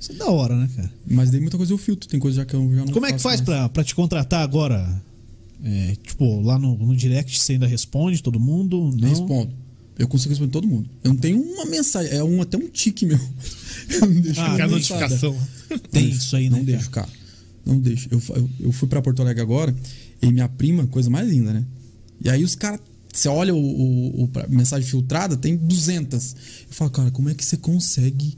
[SPEAKER 1] Isso é da hora, né, cara?
[SPEAKER 3] Mas daí muita coisa eu filtro, tem coisa já que eu já não
[SPEAKER 1] Como é que
[SPEAKER 3] faço
[SPEAKER 1] faz
[SPEAKER 3] mais.
[SPEAKER 1] pra, pra te contratar agora? É, tipo, lá no, no direct você ainda responde todo mundo? Não?
[SPEAKER 3] Respondo. Eu consigo responder todo mundo. Eu não tenho uma mensagem, é um, até um tique meu. [LAUGHS] Eu não deixo
[SPEAKER 1] Ah,
[SPEAKER 3] uma
[SPEAKER 2] Que a
[SPEAKER 1] cara,
[SPEAKER 3] mensagem.
[SPEAKER 2] notificação.
[SPEAKER 1] Tem isso aí, né?
[SPEAKER 3] Não deixo, cara. Não deixo. Eu, fa- eu, eu fui pra Porto Alegre agora e minha prima, coisa mais linda, né? E aí os caras. Você olha o, o- o pra- mensagem filtrada, tem 200. Eu falo, cara, como é que você consegue?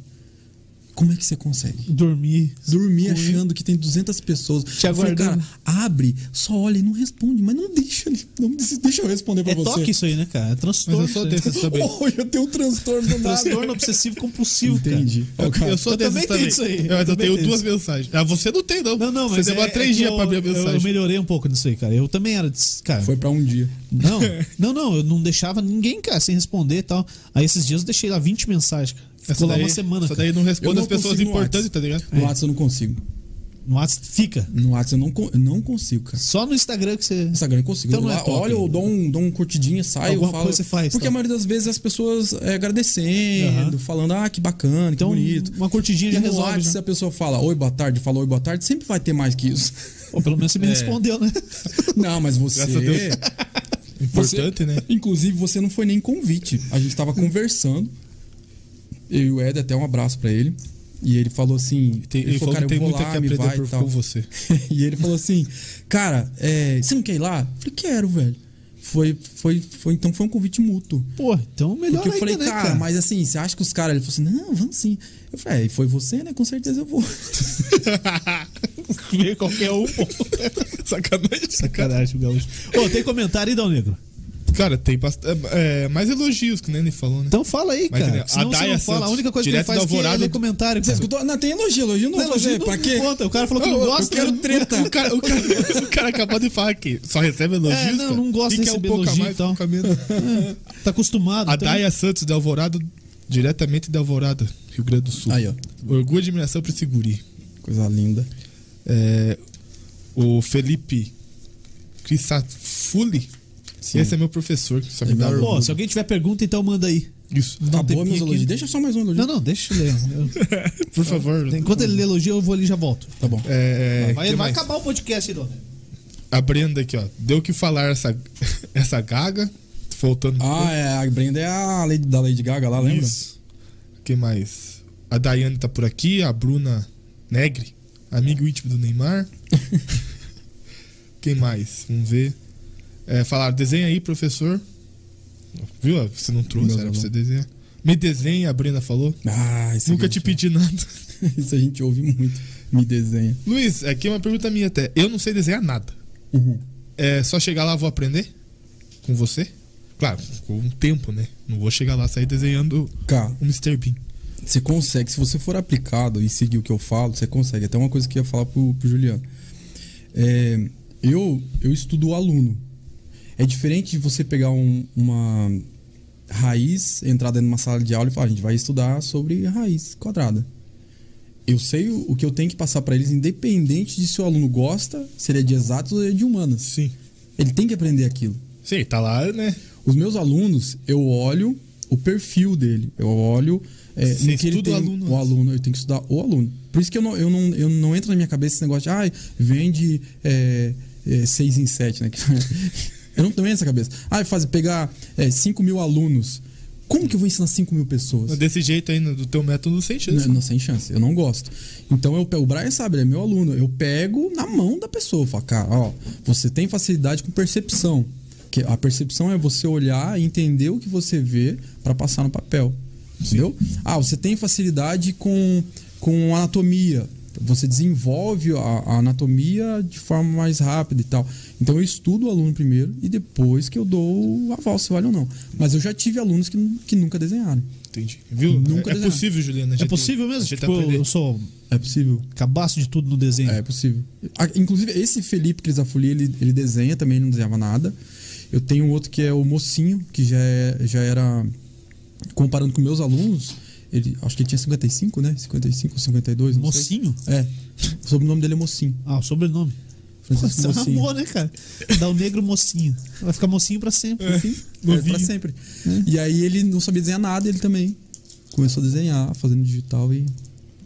[SPEAKER 3] Como é que você consegue?
[SPEAKER 1] Cara? Dormir.
[SPEAKER 3] Dormir
[SPEAKER 1] Com-
[SPEAKER 3] achando que tem 200 pessoas.
[SPEAKER 1] Te
[SPEAKER 3] Eu falei,
[SPEAKER 1] aguardando.
[SPEAKER 3] cara, abre, só olha e não responde, mas não deixa ele. Não des- deixa eu responder pra
[SPEAKER 1] É
[SPEAKER 3] você.
[SPEAKER 1] toque isso aí, né, cara? É transtorno.
[SPEAKER 2] Mas eu sou
[SPEAKER 1] isso aí.
[SPEAKER 2] desses
[SPEAKER 3] [LAUGHS]
[SPEAKER 2] também.
[SPEAKER 3] Oh, eu tenho um transtorno do nada.
[SPEAKER 1] Transtorno obsessivo compulsivo,
[SPEAKER 3] Entendi.
[SPEAKER 1] Tá cara.
[SPEAKER 3] Ó,
[SPEAKER 2] Eu,
[SPEAKER 3] cara,
[SPEAKER 2] eu sou
[SPEAKER 1] eu
[SPEAKER 2] desses
[SPEAKER 1] também tenho isso aí, eu
[SPEAKER 2] Eu, mas eu
[SPEAKER 1] também
[SPEAKER 2] tenho
[SPEAKER 1] tenho
[SPEAKER 2] duas
[SPEAKER 1] isso.
[SPEAKER 2] mensagens. Ah, você não tem, não.
[SPEAKER 1] Não, não, mas
[SPEAKER 2] Você demora
[SPEAKER 1] é- é
[SPEAKER 2] três
[SPEAKER 1] que
[SPEAKER 2] dias
[SPEAKER 1] eu,
[SPEAKER 2] pra abrir a
[SPEAKER 1] eu-
[SPEAKER 2] mensagem.
[SPEAKER 1] Eu melhorei um pouco nisso aí, cara. Eu também era, des- cara.
[SPEAKER 3] Foi pra um dia.
[SPEAKER 1] Não,
[SPEAKER 2] [LAUGHS]
[SPEAKER 1] não, não, eu não deixava ninguém, cara, sem responder e tal. Aí esses dias eu deixei lá 20 mensagens, cara.
[SPEAKER 2] Essa
[SPEAKER 1] Ficou lá
[SPEAKER 2] daí-
[SPEAKER 1] uma semana.
[SPEAKER 2] Essa
[SPEAKER 1] cara.
[SPEAKER 2] daí não
[SPEAKER 3] Eu
[SPEAKER 2] responde
[SPEAKER 3] não
[SPEAKER 2] as pessoas
[SPEAKER 3] consigo no
[SPEAKER 2] importantes,
[SPEAKER 3] WhatsApp.
[SPEAKER 2] tá ligado?
[SPEAKER 1] É.
[SPEAKER 3] No WhatsApp eu não consigo.
[SPEAKER 1] No WhatsApp fica.
[SPEAKER 3] No WhatsApp eu não, con- eu não consigo, cara.
[SPEAKER 1] Só no Instagram que você.
[SPEAKER 3] No Instagram eu consigo.
[SPEAKER 1] Então
[SPEAKER 3] eu
[SPEAKER 1] não é
[SPEAKER 3] lá,
[SPEAKER 1] toque.
[SPEAKER 3] olha, eu dou um, dou um curtidinha, saio,
[SPEAKER 1] Alguma
[SPEAKER 3] eu falo.
[SPEAKER 1] coisa você faz,
[SPEAKER 3] Porque
[SPEAKER 1] tá.
[SPEAKER 3] a maioria das vezes as pessoas é, agradecendo,
[SPEAKER 1] Aham.
[SPEAKER 3] falando, ah, que bacana,
[SPEAKER 1] Então,
[SPEAKER 3] que bonito.
[SPEAKER 1] uma curtidinha
[SPEAKER 3] E
[SPEAKER 1] já
[SPEAKER 3] no
[SPEAKER 1] resolve,
[SPEAKER 3] WhatsApp,
[SPEAKER 1] né?
[SPEAKER 3] se a pessoa fala, oi, boa tarde, fala oi, boa tarde, sempre vai ter mais que isso. [LAUGHS]
[SPEAKER 1] Pô, pelo menos você me respondeu, né?
[SPEAKER 3] Não, mas você.
[SPEAKER 2] Graças a Deus.
[SPEAKER 1] É.
[SPEAKER 2] Importante,
[SPEAKER 3] Você-
[SPEAKER 2] né?
[SPEAKER 3] Inclusive, você não foi nem convite. A gente tava conversando. Eu e o Ed, até um abraço pra ele. E ele falou assim:
[SPEAKER 2] Tem, ele falou que tem muito que aprender por- com você.
[SPEAKER 3] [LAUGHS] e ele falou assim: Cara, é, você não quer ir lá? Eu falei: Quero, velho. Foi, foi, foi, então foi um convite mútuo.
[SPEAKER 1] Pô, então melhor
[SPEAKER 3] Porque eu
[SPEAKER 1] ainda,
[SPEAKER 3] falei,
[SPEAKER 1] né,
[SPEAKER 3] cara, mas assim, você acha que os caras. Ele falou assim: Não, vamos sim. Eu falei: é, e foi você, né? Com certeza eu vou.
[SPEAKER 1] Vê qualquer um, pô. [LAUGHS]
[SPEAKER 2] Sacanagem.
[SPEAKER 1] Sacanagem, o gaúcho. Ô, tem comentário aí, Dal Negro?
[SPEAKER 2] Cara, tem bastante. É, mais elogios que nem ele falou, né?
[SPEAKER 1] Então fala aí,
[SPEAKER 2] Mas,
[SPEAKER 1] cara.
[SPEAKER 2] né, a
[SPEAKER 1] Senão você
[SPEAKER 2] Daia
[SPEAKER 1] não fala. A
[SPEAKER 2] Santos,
[SPEAKER 1] única coisa
[SPEAKER 2] direto
[SPEAKER 1] que ele
[SPEAKER 2] da
[SPEAKER 1] faz é
[SPEAKER 2] Alvorada.
[SPEAKER 1] ler comentário.
[SPEAKER 3] Você
[SPEAKER 1] Cara.
[SPEAKER 3] escutou? Não, tem elogio, elogio eu não, vou fazer.
[SPEAKER 1] não
[SPEAKER 3] Pra quê?
[SPEAKER 1] conta. O cara falou que não
[SPEAKER 2] Eu- eu
[SPEAKER 1] gosta.
[SPEAKER 3] quero
[SPEAKER 1] né?
[SPEAKER 3] treta.
[SPEAKER 2] O [LAUGHS] cara, o, cara, o cara acabou de falar que só recebe elogios.
[SPEAKER 1] É, não,
[SPEAKER 2] cara.
[SPEAKER 1] não gosta
[SPEAKER 2] E
[SPEAKER 1] de
[SPEAKER 2] quer
[SPEAKER 1] receber
[SPEAKER 2] um pouco
[SPEAKER 1] elogio
[SPEAKER 2] a mais,
[SPEAKER 1] e tal.
[SPEAKER 2] um pouco a
[SPEAKER 1] [LAUGHS]
[SPEAKER 2] menos.
[SPEAKER 1] Tá acostumado.
[SPEAKER 2] A
[SPEAKER 1] então-
[SPEAKER 2] Daia Santos de Alvorada, diretamente de Alvorada, Rio Grande do Sul.
[SPEAKER 3] Aí, ó.
[SPEAKER 2] Orgulho e admiração pra esse guri.
[SPEAKER 3] Coisa linda.
[SPEAKER 2] É, o Felipe Crissafulli.
[SPEAKER 3] Sim.
[SPEAKER 2] Esse é meu professor. Só me dá
[SPEAKER 3] Legal.
[SPEAKER 2] orgulho.
[SPEAKER 1] Pô, se alguém tiver pergunta, então manda aí.
[SPEAKER 2] Isso.
[SPEAKER 1] Não tem
[SPEAKER 3] Acabou meus
[SPEAKER 1] pique.
[SPEAKER 3] elogios. Deixa só mais um elogio.
[SPEAKER 1] Não, não, deixa eu ler. Eu-
[SPEAKER 2] Por favor.
[SPEAKER 1] Enquanto ele elogia, eu vou ali e já volto.
[SPEAKER 3] Tá bom.
[SPEAKER 2] É,
[SPEAKER 1] Vai,
[SPEAKER 2] que
[SPEAKER 1] vai
[SPEAKER 2] mais?
[SPEAKER 1] acabar o podcast, Dona.
[SPEAKER 2] A Brenda aqui, ó. Deu o que falar essa, [LAUGHS] essa gaga. Faltando.
[SPEAKER 3] Ah, é, a Brenda é a Lady, da Lady Gaga lá, lembra?
[SPEAKER 2] Isso. Quem mais? A Daiane tá por aqui, a Bruna Negre, amigo íntimo do Neymar. Quem mais? Vamos ver. É, falaram, desenha aí, professor. Viu? Você não trouxe,
[SPEAKER 3] Não,
[SPEAKER 2] era
[SPEAKER 3] não,
[SPEAKER 2] pra
[SPEAKER 3] não.
[SPEAKER 2] você desenhar. Me desenha, a Brenda falou.
[SPEAKER 3] Ah, isso
[SPEAKER 2] Nunca
[SPEAKER 3] a
[SPEAKER 2] te
[SPEAKER 3] gente,
[SPEAKER 2] pedi nada. [LAUGHS]
[SPEAKER 3] [LAUGHS] Isso a gente ouve muito. me desenha.
[SPEAKER 2] Luiz, aqui é uma pergunta minha até. Eu não sei desenhar nada.
[SPEAKER 3] Uhum.
[SPEAKER 2] É só chegar lá vou aprender? Com você? Claro, com um tempo, né? Não vou chegar lá e sair desenhando
[SPEAKER 3] Cara,
[SPEAKER 2] o Mr. Bean.
[SPEAKER 3] Você consegue, se você for aplicado e seguir o que eu falo, você consegue. Até uma coisa que eu ia falar pro, pro Juliano. É, eu, eu estudo o aluno. É diferente de você pegar um- uma raiz, entrar dentro de uma sala de aula e falar, a gente vai estudar sobre raiz quadrada. Eu sei o, o que eu tenho que passar para eles, independente de se o aluno gosta, se ele é de exatas ou é de humanas.
[SPEAKER 2] Sim.
[SPEAKER 3] Ele tem que aprender aquilo.
[SPEAKER 2] Sim, tá lá, né?
[SPEAKER 3] Os meus alunos, eu olho o perfil dele. Eu olho. É,
[SPEAKER 2] Você
[SPEAKER 3] no que ele
[SPEAKER 2] estuda o
[SPEAKER 3] tem,
[SPEAKER 2] aluno
[SPEAKER 3] o aluno. Eu tenho que estudar o aluno. Por isso que eu não, eu não, eu não entra na minha cabeça esse negócio de. Ai, vende 6 em 7, né? [LAUGHS] eu não tenho essa cabeça. Ai, fazer, pegar 5 mil alunos. Como que eu vou ensinar 5 mil pessoas?
[SPEAKER 2] Desse jeito ainda, do teu método não sei chance.
[SPEAKER 3] Não, não, sem chance, eu não gosto. Então eu pe- o Brian sabe, ele é meu aluno. Eu pego na mão da pessoa, eu falo, cara, ó, você tem facilidade com percepção. Que a percepção é você olhar e entender o que você vê pra passar no papel. Entendeu? Ah, você tem facilidade com, com anatomia. Você desenvolve a, a anatomia de forma mais rápida e tal. Então eu estudo o aluno primeiro e depois que eu dou o aval, se vale ou não. Mas eu já tive alunos que, nu- que nunca desenharam.
[SPEAKER 2] Entendi. Viu?
[SPEAKER 3] Nunca
[SPEAKER 2] é, é
[SPEAKER 3] desenhar.
[SPEAKER 2] possível, Juliana. a
[SPEAKER 1] É
[SPEAKER 2] gente-
[SPEAKER 1] possível
[SPEAKER 2] a
[SPEAKER 1] mesmo?
[SPEAKER 2] gente
[SPEAKER 1] Tipo,
[SPEAKER 2] aprender.
[SPEAKER 1] eu sou
[SPEAKER 3] É possível.
[SPEAKER 1] cabaço de tudo no desenho.
[SPEAKER 3] É, é possível. Ah, inclusive, esse Felipe Crisafoli, ele, ele desenha também, ele não desenhava nada. Eu tenho um outro que é o Mocinho, que já, é- já era. Comparando com meus alunos, ele acho que ele tinha 55, né? 55 ou 52, não
[SPEAKER 1] Mocinho?
[SPEAKER 3] sei. É. O sobrenome dele é Mocinho.
[SPEAKER 1] Ah, o sobrenome.
[SPEAKER 3] Francisco
[SPEAKER 1] Nossa,
[SPEAKER 3] Mocinho.
[SPEAKER 1] amor, né, cara? Dá o negro mocinho. Vai ficar mocinho pra sempre.
[SPEAKER 3] É, pra sempre.
[SPEAKER 1] É.
[SPEAKER 3] E aí ele não sabia desenhar nada, ele também. Começou a desenhar, fazendo digital e.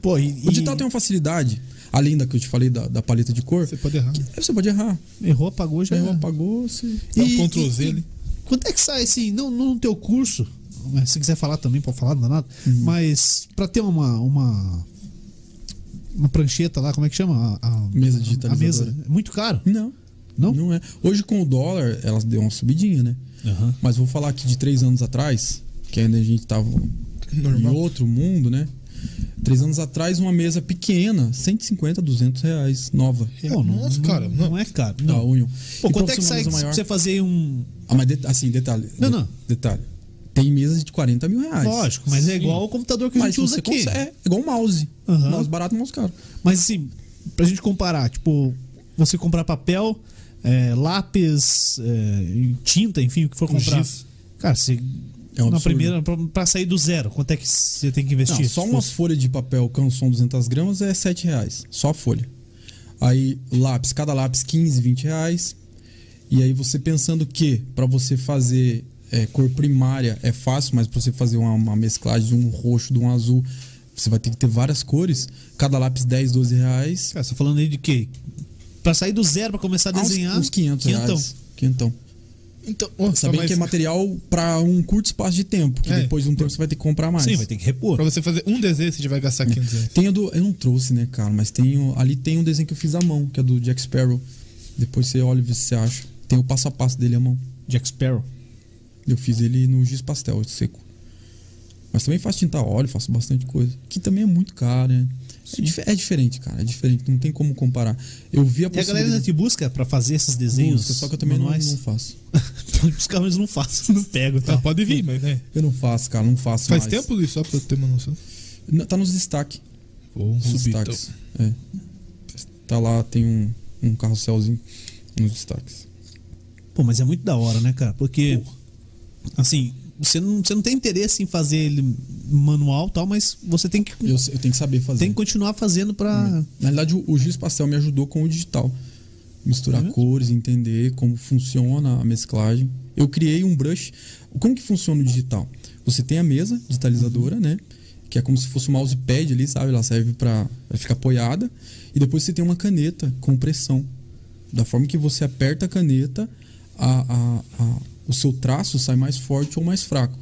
[SPEAKER 1] Pô, e,
[SPEAKER 3] O digital tem uma facilidade, além da que eu te falei da, da paleta de cor.
[SPEAKER 1] tá
[SPEAKER 2] Você pode errar.
[SPEAKER 3] que Você pode errar.
[SPEAKER 1] errou, apagou, já
[SPEAKER 3] Já
[SPEAKER 1] errou.
[SPEAKER 3] apagou, você.
[SPEAKER 2] Dá um Ctrl Z ali.
[SPEAKER 1] Quanto é que sai, assim, não não no teu curso, mas se quiser falar também, pode falar, não dá nada,
[SPEAKER 3] Uhum.
[SPEAKER 1] mas pra ter uma, uma uma prancheta lá, como é que chama? A, a-
[SPEAKER 3] Mesa
[SPEAKER 1] a- A
[SPEAKER 3] digitalizadora.
[SPEAKER 1] mesa. É muito caro.
[SPEAKER 3] Não.
[SPEAKER 1] Não?
[SPEAKER 3] é. Hoje com o dólar, ela deu uma subidinha, né?
[SPEAKER 1] Aham.
[SPEAKER 3] Mas vou falar aqui de três anos atrás, que ainda a gente tava
[SPEAKER 2] Normal.
[SPEAKER 3] em outro mundo, né? Três anos atrás, uma mesa pequena, 150, 200 reais, nova.
[SPEAKER 1] Pô, não,
[SPEAKER 2] Nossa, cara,
[SPEAKER 1] Não,
[SPEAKER 2] não.
[SPEAKER 1] é caro.
[SPEAKER 3] Da
[SPEAKER 1] Não.
[SPEAKER 3] Union.
[SPEAKER 1] Pô,
[SPEAKER 3] E
[SPEAKER 1] quanto
[SPEAKER 3] pra
[SPEAKER 1] é que
[SPEAKER 3] uma
[SPEAKER 1] sai
[SPEAKER 3] mesa
[SPEAKER 1] pra
[SPEAKER 3] Então, maior-
[SPEAKER 1] você fazer um.
[SPEAKER 3] Ah, mas de- assim, detalhe.
[SPEAKER 1] Não,
[SPEAKER 3] de-
[SPEAKER 1] não.
[SPEAKER 3] Detalhe. Tem mesas de 40 mil reais.
[SPEAKER 1] Lógico, mas é igual o computador que a
[SPEAKER 3] Mas
[SPEAKER 1] gente usa
[SPEAKER 3] você
[SPEAKER 1] aqui.
[SPEAKER 3] consegue. É igual um mouse.
[SPEAKER 1] Aham.
[SPEAKER 3] Mouse barato, mouse caro.
[SPEAKER 1] Mas assim, pra gente comparar, tipo, você comprar papel, é, lápis, é, tinta, enfim, o que for
[SPEAKER 2] Com
[SPEAKER 1] comprar.
[SPEAKER 2] giz.
[SPEAKER 1] Cara, você.
[SPEAKER 3] É um
[SPEAKER 1] na
[SPEAKER 3] absurdo.
[SPEAKER 1] primeira, pra, pra sair do zero, quanto é que você tem que investir?
[SPEAKER 3] Não, só
[SPEAKER 1] Se
[SPEAKER 3] uma
[SPEAKER 1] fosse-
[SPEAKER 3] folha de papel canson 200 gramas é 7 reais. Só a folha. Aí, lápis, cada lápis 15, 20 reais. E aí você pensando que para você fazer é, cor primária é fácil, mas para você fazer uma, uma mesclagem de um roxo, de um azul, você vai ter que ter várias cores. Cada lápis 10, 12 reais.
[SPEAKER 1] Cara, você tá falando aí de quê? Pra sair do zero, pra começar a
[SPEAKER 3] Ah, uns-
[SPEAKER 1] desenhar.
[SPEAKER 3] uns 500
[SPEAKER 1] quinhentão.
[SPEAKER 3] reais. Quinhentão.
[SPEAKER 2] Então, nossa,
[SPEAKER 3] Sabendo
[SPEAKER 2] mas
[SPEAKER 3] que é material para um curto espaço de tempo, que
[SPEAKER 2] É.
[SPEAKER 3] depois de um tempo você vai ter que comprar mais.
[SPEAKER 1] Sim, vai ter que repor.
[SPEAKER 2] pra você fazer um desenho, você já vai gastar 500 reais.
[SPEAKER 3] [LAUGHS] Tem a do. Eu não trouxe, né, cara? Mas tem o- ali tem um desenho que eu fiz à mão, que é do Jack Sparrow. Depois você olha e vê se você acha. Tem o passo a passo dele à mão.
[SPEAKER 1] Jack Sparrow.
[SPEAKER 3] Eu fiz ele no giz pastel seco. Mas também faço tinta a óleo, faço bastante coisa. Que também é muito caro, né? É, dife- é diferente, cara. É diferente. Não tem como comparar. Eu vi
[SPEAKER 1] E
[SPEAKER 3] a
[SPEAKER 1] a galera ainda
[SPEAKER 3] possibilidade
[SPEAKER 1] te busca pra fazer esses
[SPEAKER 3] de
[SPEAKER 1] desenhos.
[SPEAKER 3] música, só que eu também não,
[SPEAKER 1] manuais?
[SPEAKER 3] não faço.
[SPEAKER 1] [LAUGHS] Pode buscar, mas não faço. Não pego.
[SPEAKER 2] Tá,
[SPEAKER 1] Tá.
[SPEAKER 2] pode vir, mas né?
[SPEAKER 3] Eu não faço, cara. Não faço
[SPEAKER 2] Faz
[SPEAKER 3] mais.
[SPEAKER 2] tempo, Luiz, só pra eu ter uma noção.
[SPEAKER 3] N- Tá nos destaques.
[SPEAKER 2] Vou
[SPEAKER 3] Nos
[SPEAKER 2] subir. então. [LAUGHS]
[SPEAKER 3] destaques. É. Tá lá, tem um, um carrosselzinho nos destaques.
[SPEAKER 1] Pô, mas é muito da hora, né, cara? Porque, assim, você não, você não tem interesse em fazer ele manual e tal, mas você tem que,
[SPEAKER 3] Eu, Hum. eu tenho que saber fazer.
[SPEAKER 1] tem que continuar fazendo pra.
[SPEAKER 3] Na realidade, o, o giz pastel me ajudou com o digital. Misturar
[SPEAKER 1] É mesmo?
[SPEAKER 3] cores, entender como funciona a mesclagem. Eu criei um brush. Como que funciona o digital? Você tem a mesa digitalizadora, né? Que é como se fosse um mousepad ali, sabe? Ela serve para ficar apoiada. E depois você tem uma caneta com pressão. Da forma que você aperta a caneta, a- a- a- o seu traço sai mais forte ou mais fraco.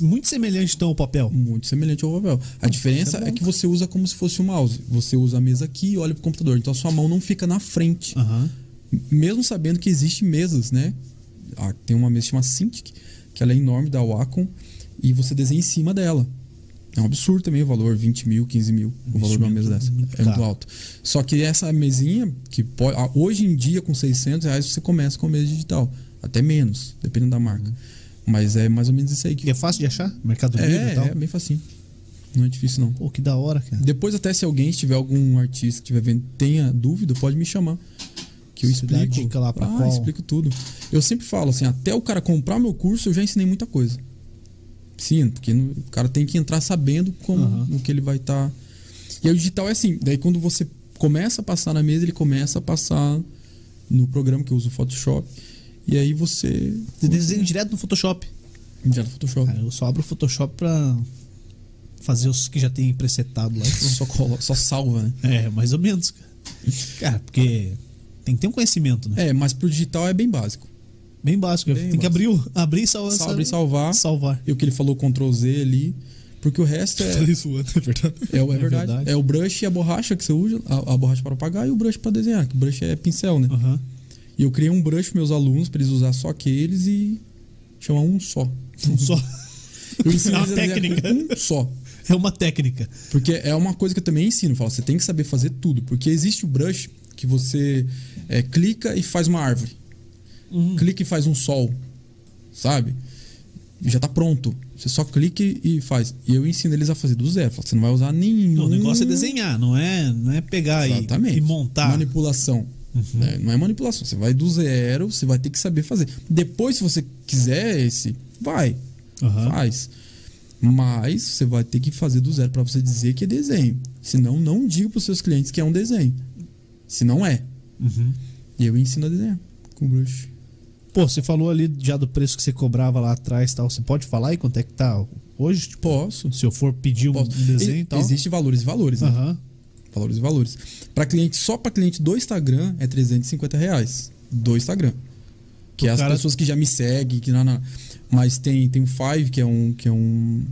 [SPEAKER 1] Muito semelhante, então, ao papel.
[SPEAKER 3] Muito semelhante ao papel. A diferença é, que você usa como se fosse um mouse. Você usa a mesa aqui e olha pro computador. Então a sua mão não fica na frente.
[SPEAKER 1] Aham.
[SPEAKER 3] Mesmo sabendo que existem mesas, né? Ah, tem uma mesa chamada Cintiq, que ela é enorme da Wacom, e você desenha em cima dela. É um absurdo também o valor, 20 mil, 15 mil, o valor de uma mesa dessa.
[SPEAKER 1] muito
[SPEAKER 3] É muito
[SPEAKER 1] caro.
[SPEAKER 3] alto. Só que essa mesinha, que pode, ah, hoje em dia com 600 reais você começa com mesa digital. Até menos, dependendo da marca. Mas é mais ou menos isso aí.
[SPEAKER 1] E
[SPEAKER 3] Que
[SPEAKER 1] é fácil de achar? Mercado
[SPEAKER 3] é,
[SPEAKER 1] Livre e tal?
[SPEAKER 3] é bem facinho. Não é difícil não.
[SPEAKER 1] Pô, que da hora, cara.
[SPEAKER 3] Depois até se alguém tiver algum artista que tiver vendo, tenha dúvida, pode me chamar. Que eu
[SPEAKER 1] Você dá a
[SPEAKER 3] explico.
[SPEAKER 1] dica lá pra
[SPEAKER 3] ah,
[SPEAKER 1] qual?
[SPEAKER 3] explico tudo. Eu sempre falo assim, até o cara comprar meu curso, eu já ensinei muita coisa. Sim, porque no- o cara tem que entrar sabendo como
[SPEAKER 1] Aham.
[SPEAKER 3] o que ele vai estar. E aí o digital é assim, daí quando você começa a passar na mesa, ele começa a passar no programa que eu uso o Photoshop. E aí você.
[SPEAKER 1] Você desenha direto no Photoshop.
[SPEAKER 3] Já no Photoshop.
[SPEAKER 1] Cara, eu só abro o Photoshop pra fazer os que já tem presetado
[SPEAKER 3] [LAUGHS]
[SPEAKER 1] lá. e pronto.
[SPEAKER 3] Só, colo- só salva, né?
[SPEAKER 1] É, mais ou menos, cara. Cara, porque tem que ter um conhecimento, né?
[SPEAKER 3] É, mas pro digital é bem básico.
[SPEAKER 1] Bem básico.
[SPEAKER 3] Bem
[SPEAKER 1] tem que abrir, o- abrir e salvar.
[SPEAKER 3] Salva e salvar.
[SPEAKER 1] Salvar.
[SPEAKER 3] E o que ele falou, Ctrl Z ali. Porque o
[SPEAKER 1] [LAUGHS]
[SPEAKER 3] resto é.
[SPEAKER 2] Falei zoando, é verdade.
[SPEAKER 3] É, o- é
[SPEAKER 1] É
[SPEAKER 3] verdade.
[SPEAKER 1] verdade.
[SPEAKER 3] É o brush e a borracha que você usa, a, a borracha para apagar e o brush para desenhar, que brush é pincel, né?
[SPEAKER 1] Aham.
[SPEAKER 3] E eu criei um brush para meus alunos, para eles usar só aqueles e chamar
[SPEAKER 1] [LAUGHS]
[SPEAKER 3] um só.
[SPEAKER 1] Um
[SPEAKER 3] [LAUGHS]
[SPEAKER 1] só.
[SPEAKER 3] Eu ensino
[SPEAKER 1] É uma
[SPEAKER 3] eles a desenhar
[SPEAKER 1] técnica.
[SPEAKER 3] com um só.
[SPEAKER 1] É uma técnica.
[SPEAKER 3] Porque é uma coisa que eu também ensino, eu falo, você tem que saber fazer tudo, porque existe o brush que você é, clica e faz uma árvore.
[SPEAKER 1] Uhum.
[SPEAKER 3] Clica e faz um sol. Sabe? E Já tá pronto. Você só clica e- e faz. E eu ensino eles a fazer do zero. Eu falo, Você não vai usar nenhum.
[SPEAKER 1] Não, o negócio é desenhar, não é, não é pegar e,
[SPEAKER 3] Exatamente.
[SPEAKER 1] e montar. Uhum.
[SPEAKER 3] Manipulação. né? não é manipulação. Você vai do zero, você vai ter que saber fazer. Depois, se você quiser esse, vai.
[SPEAKER 1] Aham.
[SPEAKER 3] Faz. Mas você vai ter que fazer do zero para você dizer que é desenho. Senão, não diga para os seus clientes que é um desenho. Se não é.
[SPEAKER 1] Uhum.
[SPEAKER 3] E eu ensino a desenhar com brush.
[SPEAKER 1] Pô, você falou ali já do preço que você cobrava lá atrás e tal. Você pode falar aí quanto é que tá hoje? Tipo,
[SPEAKER 3] Posso.
[SPEAKER 1] se eu for pedir um
[SPEAKER 3] posso.
[SPEAKER 1] desenho e tal.
[SPEAKER 3] Existe valores e valores, né?
[SPEAKER 1] Aham.
[SPEAKER 3] Valores e valores. Para cliente, só para cliente do Instagram é 350 reais. Do Instagram. Que
[SPEAKER 1] O
[SPEAKER 3] é as
[SPEAKER 1] cara-
[SPEAKER 3] pessoas que já me seguem, que não, não. Mas tem, tem o Five, que é um. Que é um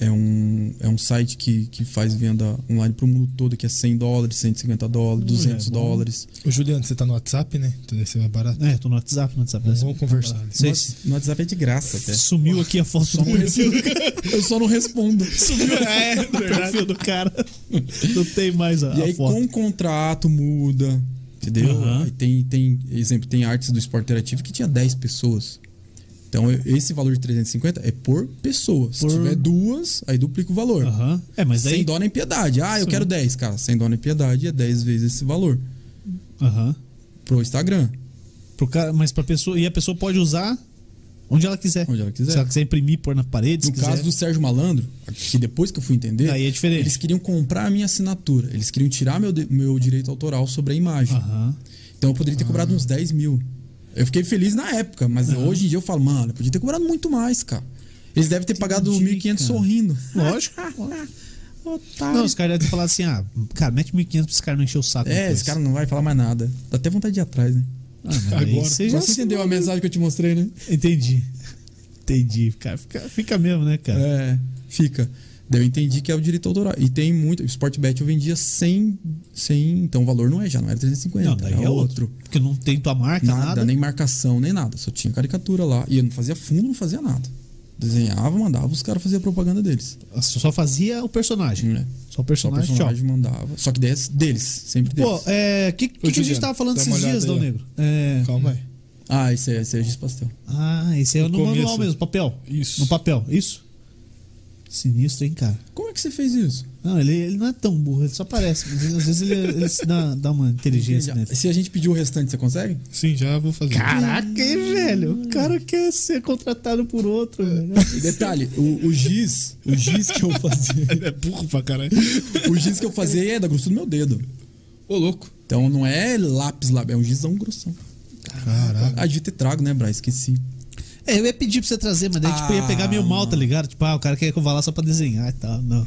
[SPEAKER 3] é um, é um site que, que faz venda online pro mundo todo, que é 100 dólares, 150 dólares, 200
[SPEAKER 1] é bom.
[SPEAKER 3] dólares.
[SPEAKER 2] Ô, Juliano, você tá no WhatsApp, né? Tu deve ser mais barato.
[SPEAKER 1] É, tô no WhatsApp, no WhatsApp.
[SPEAKER 2] Vamos,
[SPEAKER 1] né?
[SPEAKER 2] vamos conversar. né?
[SPEAKER 1] Sei se-
[SPEAKER 3] Nossa, No WhatsApp é de graça até.
[SPEAKER 1] Sumiu aqui a foto do perfil. um
[SPEAKER 3] [LAUGHS] Eu só não respondo.
[SPEAKER 1] Sumiu um [LAUGHS] é, o perfil do cara. Não tem mais a,
[SPEAKER 3] E
[SPEAKER 1] a
[SPEAKER 3] aí
[SPEAKER 1] foto.
[SPEAKER 3] com o contrato muda, entendeu?
[SPEAKER 1] Tá Aham.
[SPEAKER 3] Aí tem, tem, exemplo, tem artes do esporte interativo que tinha 10 pessoas. Então eu- esse valor de 350 é por pessoa. Se
[SPEAKER 1] Por-
[SPEAKER 3] tiver duas, aí duplica o valor.
[SPEAKER 1] Aham. É, mas
[SPEAKER 3] Sem
[SPEAKER 1] aí.
[SPEAKER 3] dó nem piedade. Ah, eu
[SPEAKER 1] Sim.
[SPEAKER 3] quero 10, cara. Sem dó nem piedade é 10 vezes esse valor
[SPEAKER 1] Aham.
[SPEAKER 3] pro Instagram,
[SPEAKER 1] Pro cara, mas pra pessoa. E a pessoa pode usar onde ela quiser.
[SPEAKER 3] onde ela
[SPEAKER 1] Se
[SPEAKER 3] quiser.
[SPEAKER 1] ela quiser imprimir, pôr na parede,
[SPEAKER 3] No
[SPEAKER 1] se quiser.
[SPEAKER 3] caso do Sérgio Malandro, que depois que eu fui entender,
[SPEAKER 1] Aí é diferente.
[SPEAKER 3] eles queriam comprar a minha assinatura. Eles queriam tirar meu, de- meu direito autoral sobre a imagem.
[SPEAKER 1] Aham.
[SPEAKER 3] Então eu poderia ter cobrado
[SPEAKER 1] Ah.
[SPEAKER 3] uns 10 mil. Eu fiquei feliz na época, mas hoje em dia eu falo, mano, eu podia ter cobrado muito mais, cara. Eles devem ter pagado
[SPEAKER 1] Entendi,
[SPEAKER 3] 1.500
[SPEAKER 1] cara.
[SPEAKER 3] sorrindo.
[SPEAKER 1] Lógico.
[SPEAKER 3] Otário.
[SPEAKER 1] Não, os caras devem falar assim: ah, cara, mete 1.500 pra esse cara não encher o saco.
[SPEAKER 3] é,
[SPEAKER 1] depois.
[SPEAKER 3] esse cara não vai falar mais nada. Dá até vontade de ir atrás, né?
[SPEAKER 1] Ah, mas aí
[SPEAKER 2] Agora.
[SPEAKER 1] Você já
[SPEAKER 3] Você entendeu a mensagem que eu te mostrei, né?
[SPEAKER 1] Entendi. Entendi. Cara, fica, fica mesmo, né, cara?
[SPEAKER 3] É, fica. Daí eu entendi que é o direito autoral. E tem muito. O Sportbet eu vendia 100, 100. Então o valor não é já, não era 350.
[SPEAKER 1] não, daí
[SPEAKER 3] era
[SPEAKER 1] é outro. Porque não tem tua marca,
[SPEAKER 3] Nada,
[SPEAKER 1] nada.
[SPEAKER 3] nem marcação, nem nada. Só tinha caricatura lá. E eu não fazia fundo, não fazia nada. Desenhava, mandava, os caras faziam a propaganda deles.
[SPEAKER 1] Só fazia o personagem.
[SPEAKER 3] É.
[SPEAKER 1] Só o
[SPEAKER 3] Só o
[SPEAKER 1] personagem, tchau.
[SPEAKER 3] personagem mandava. Só que deles, deles sempre deles.
[SPEAKER 1] Pô, é. O que, que, que a gente
[SPEAKER 2] Juliano,
[SPEAKER 1] tava falando
[SPEAKER 2] dá
[SPEAKER 1] esses
[SPEAKER 2] uma
[SPEAKER 1] dias,
[SPEAKER 2] olhada
[SPEAKER 1] Dão
[SPEAKER 2] aí, ó.
[SPEAKER 1] Negro? É,
[SPEAKER 2] Calma aí.
[SPEAKER 3] Ah, esse é, esse é Giz Pastel.
[SPEAKER 1] ah, esse é no
[SPEAKER 2] começo.
[SPEAKER 1] manual mesmo, papel.
[SPEAKER 2] Isso.
[SPEAKER 1] No papel, isso? Sinistro, hein, cara?
[SPEAKER 3] Como é que você fez isso?
[SPEAKER 1] Não, ele, ele não é tão burro, ele só parece. Mas ele- às vezes ele, ele se dá, dá uma inteligência nele.
[SPEAKER 3] Se a gente pedir o restante, você consegue?
[SPEAKER 2] Sim, já vou fazer.
[SPEAKER 1] Caraca, hein, velho? O cara quer ser contratado por outro, velho.
[SPEAKER 3] E [LAUGHS] detalhe, o, o giz, o giz que eu fazia,
[SPEAKER 2] Ele é burro pra caralho.
[SPEAKER 3] [LAUGHS] o giz que eu fazia é da grossura do meu dedo.
[SPEAKER 2] Ô, louco.
[SPEAKER 3] Então não é lápis lá, é um gizão grossão.
[SPEAKER 2] Caraca.
[SPEAKER 3] Ah, devia ter trago, né, Braz? Esqueci.
[SPEAKER 1] É, eu ia pedir pra você trazer, mas daí tipo, eu ia pegar meio
[SPEAKER 3] Ah,
[SPEAKER 1] mal, tá ligado? Tipo, ah, o cara quer que eu vá lá só pra desenhar e tal. Não.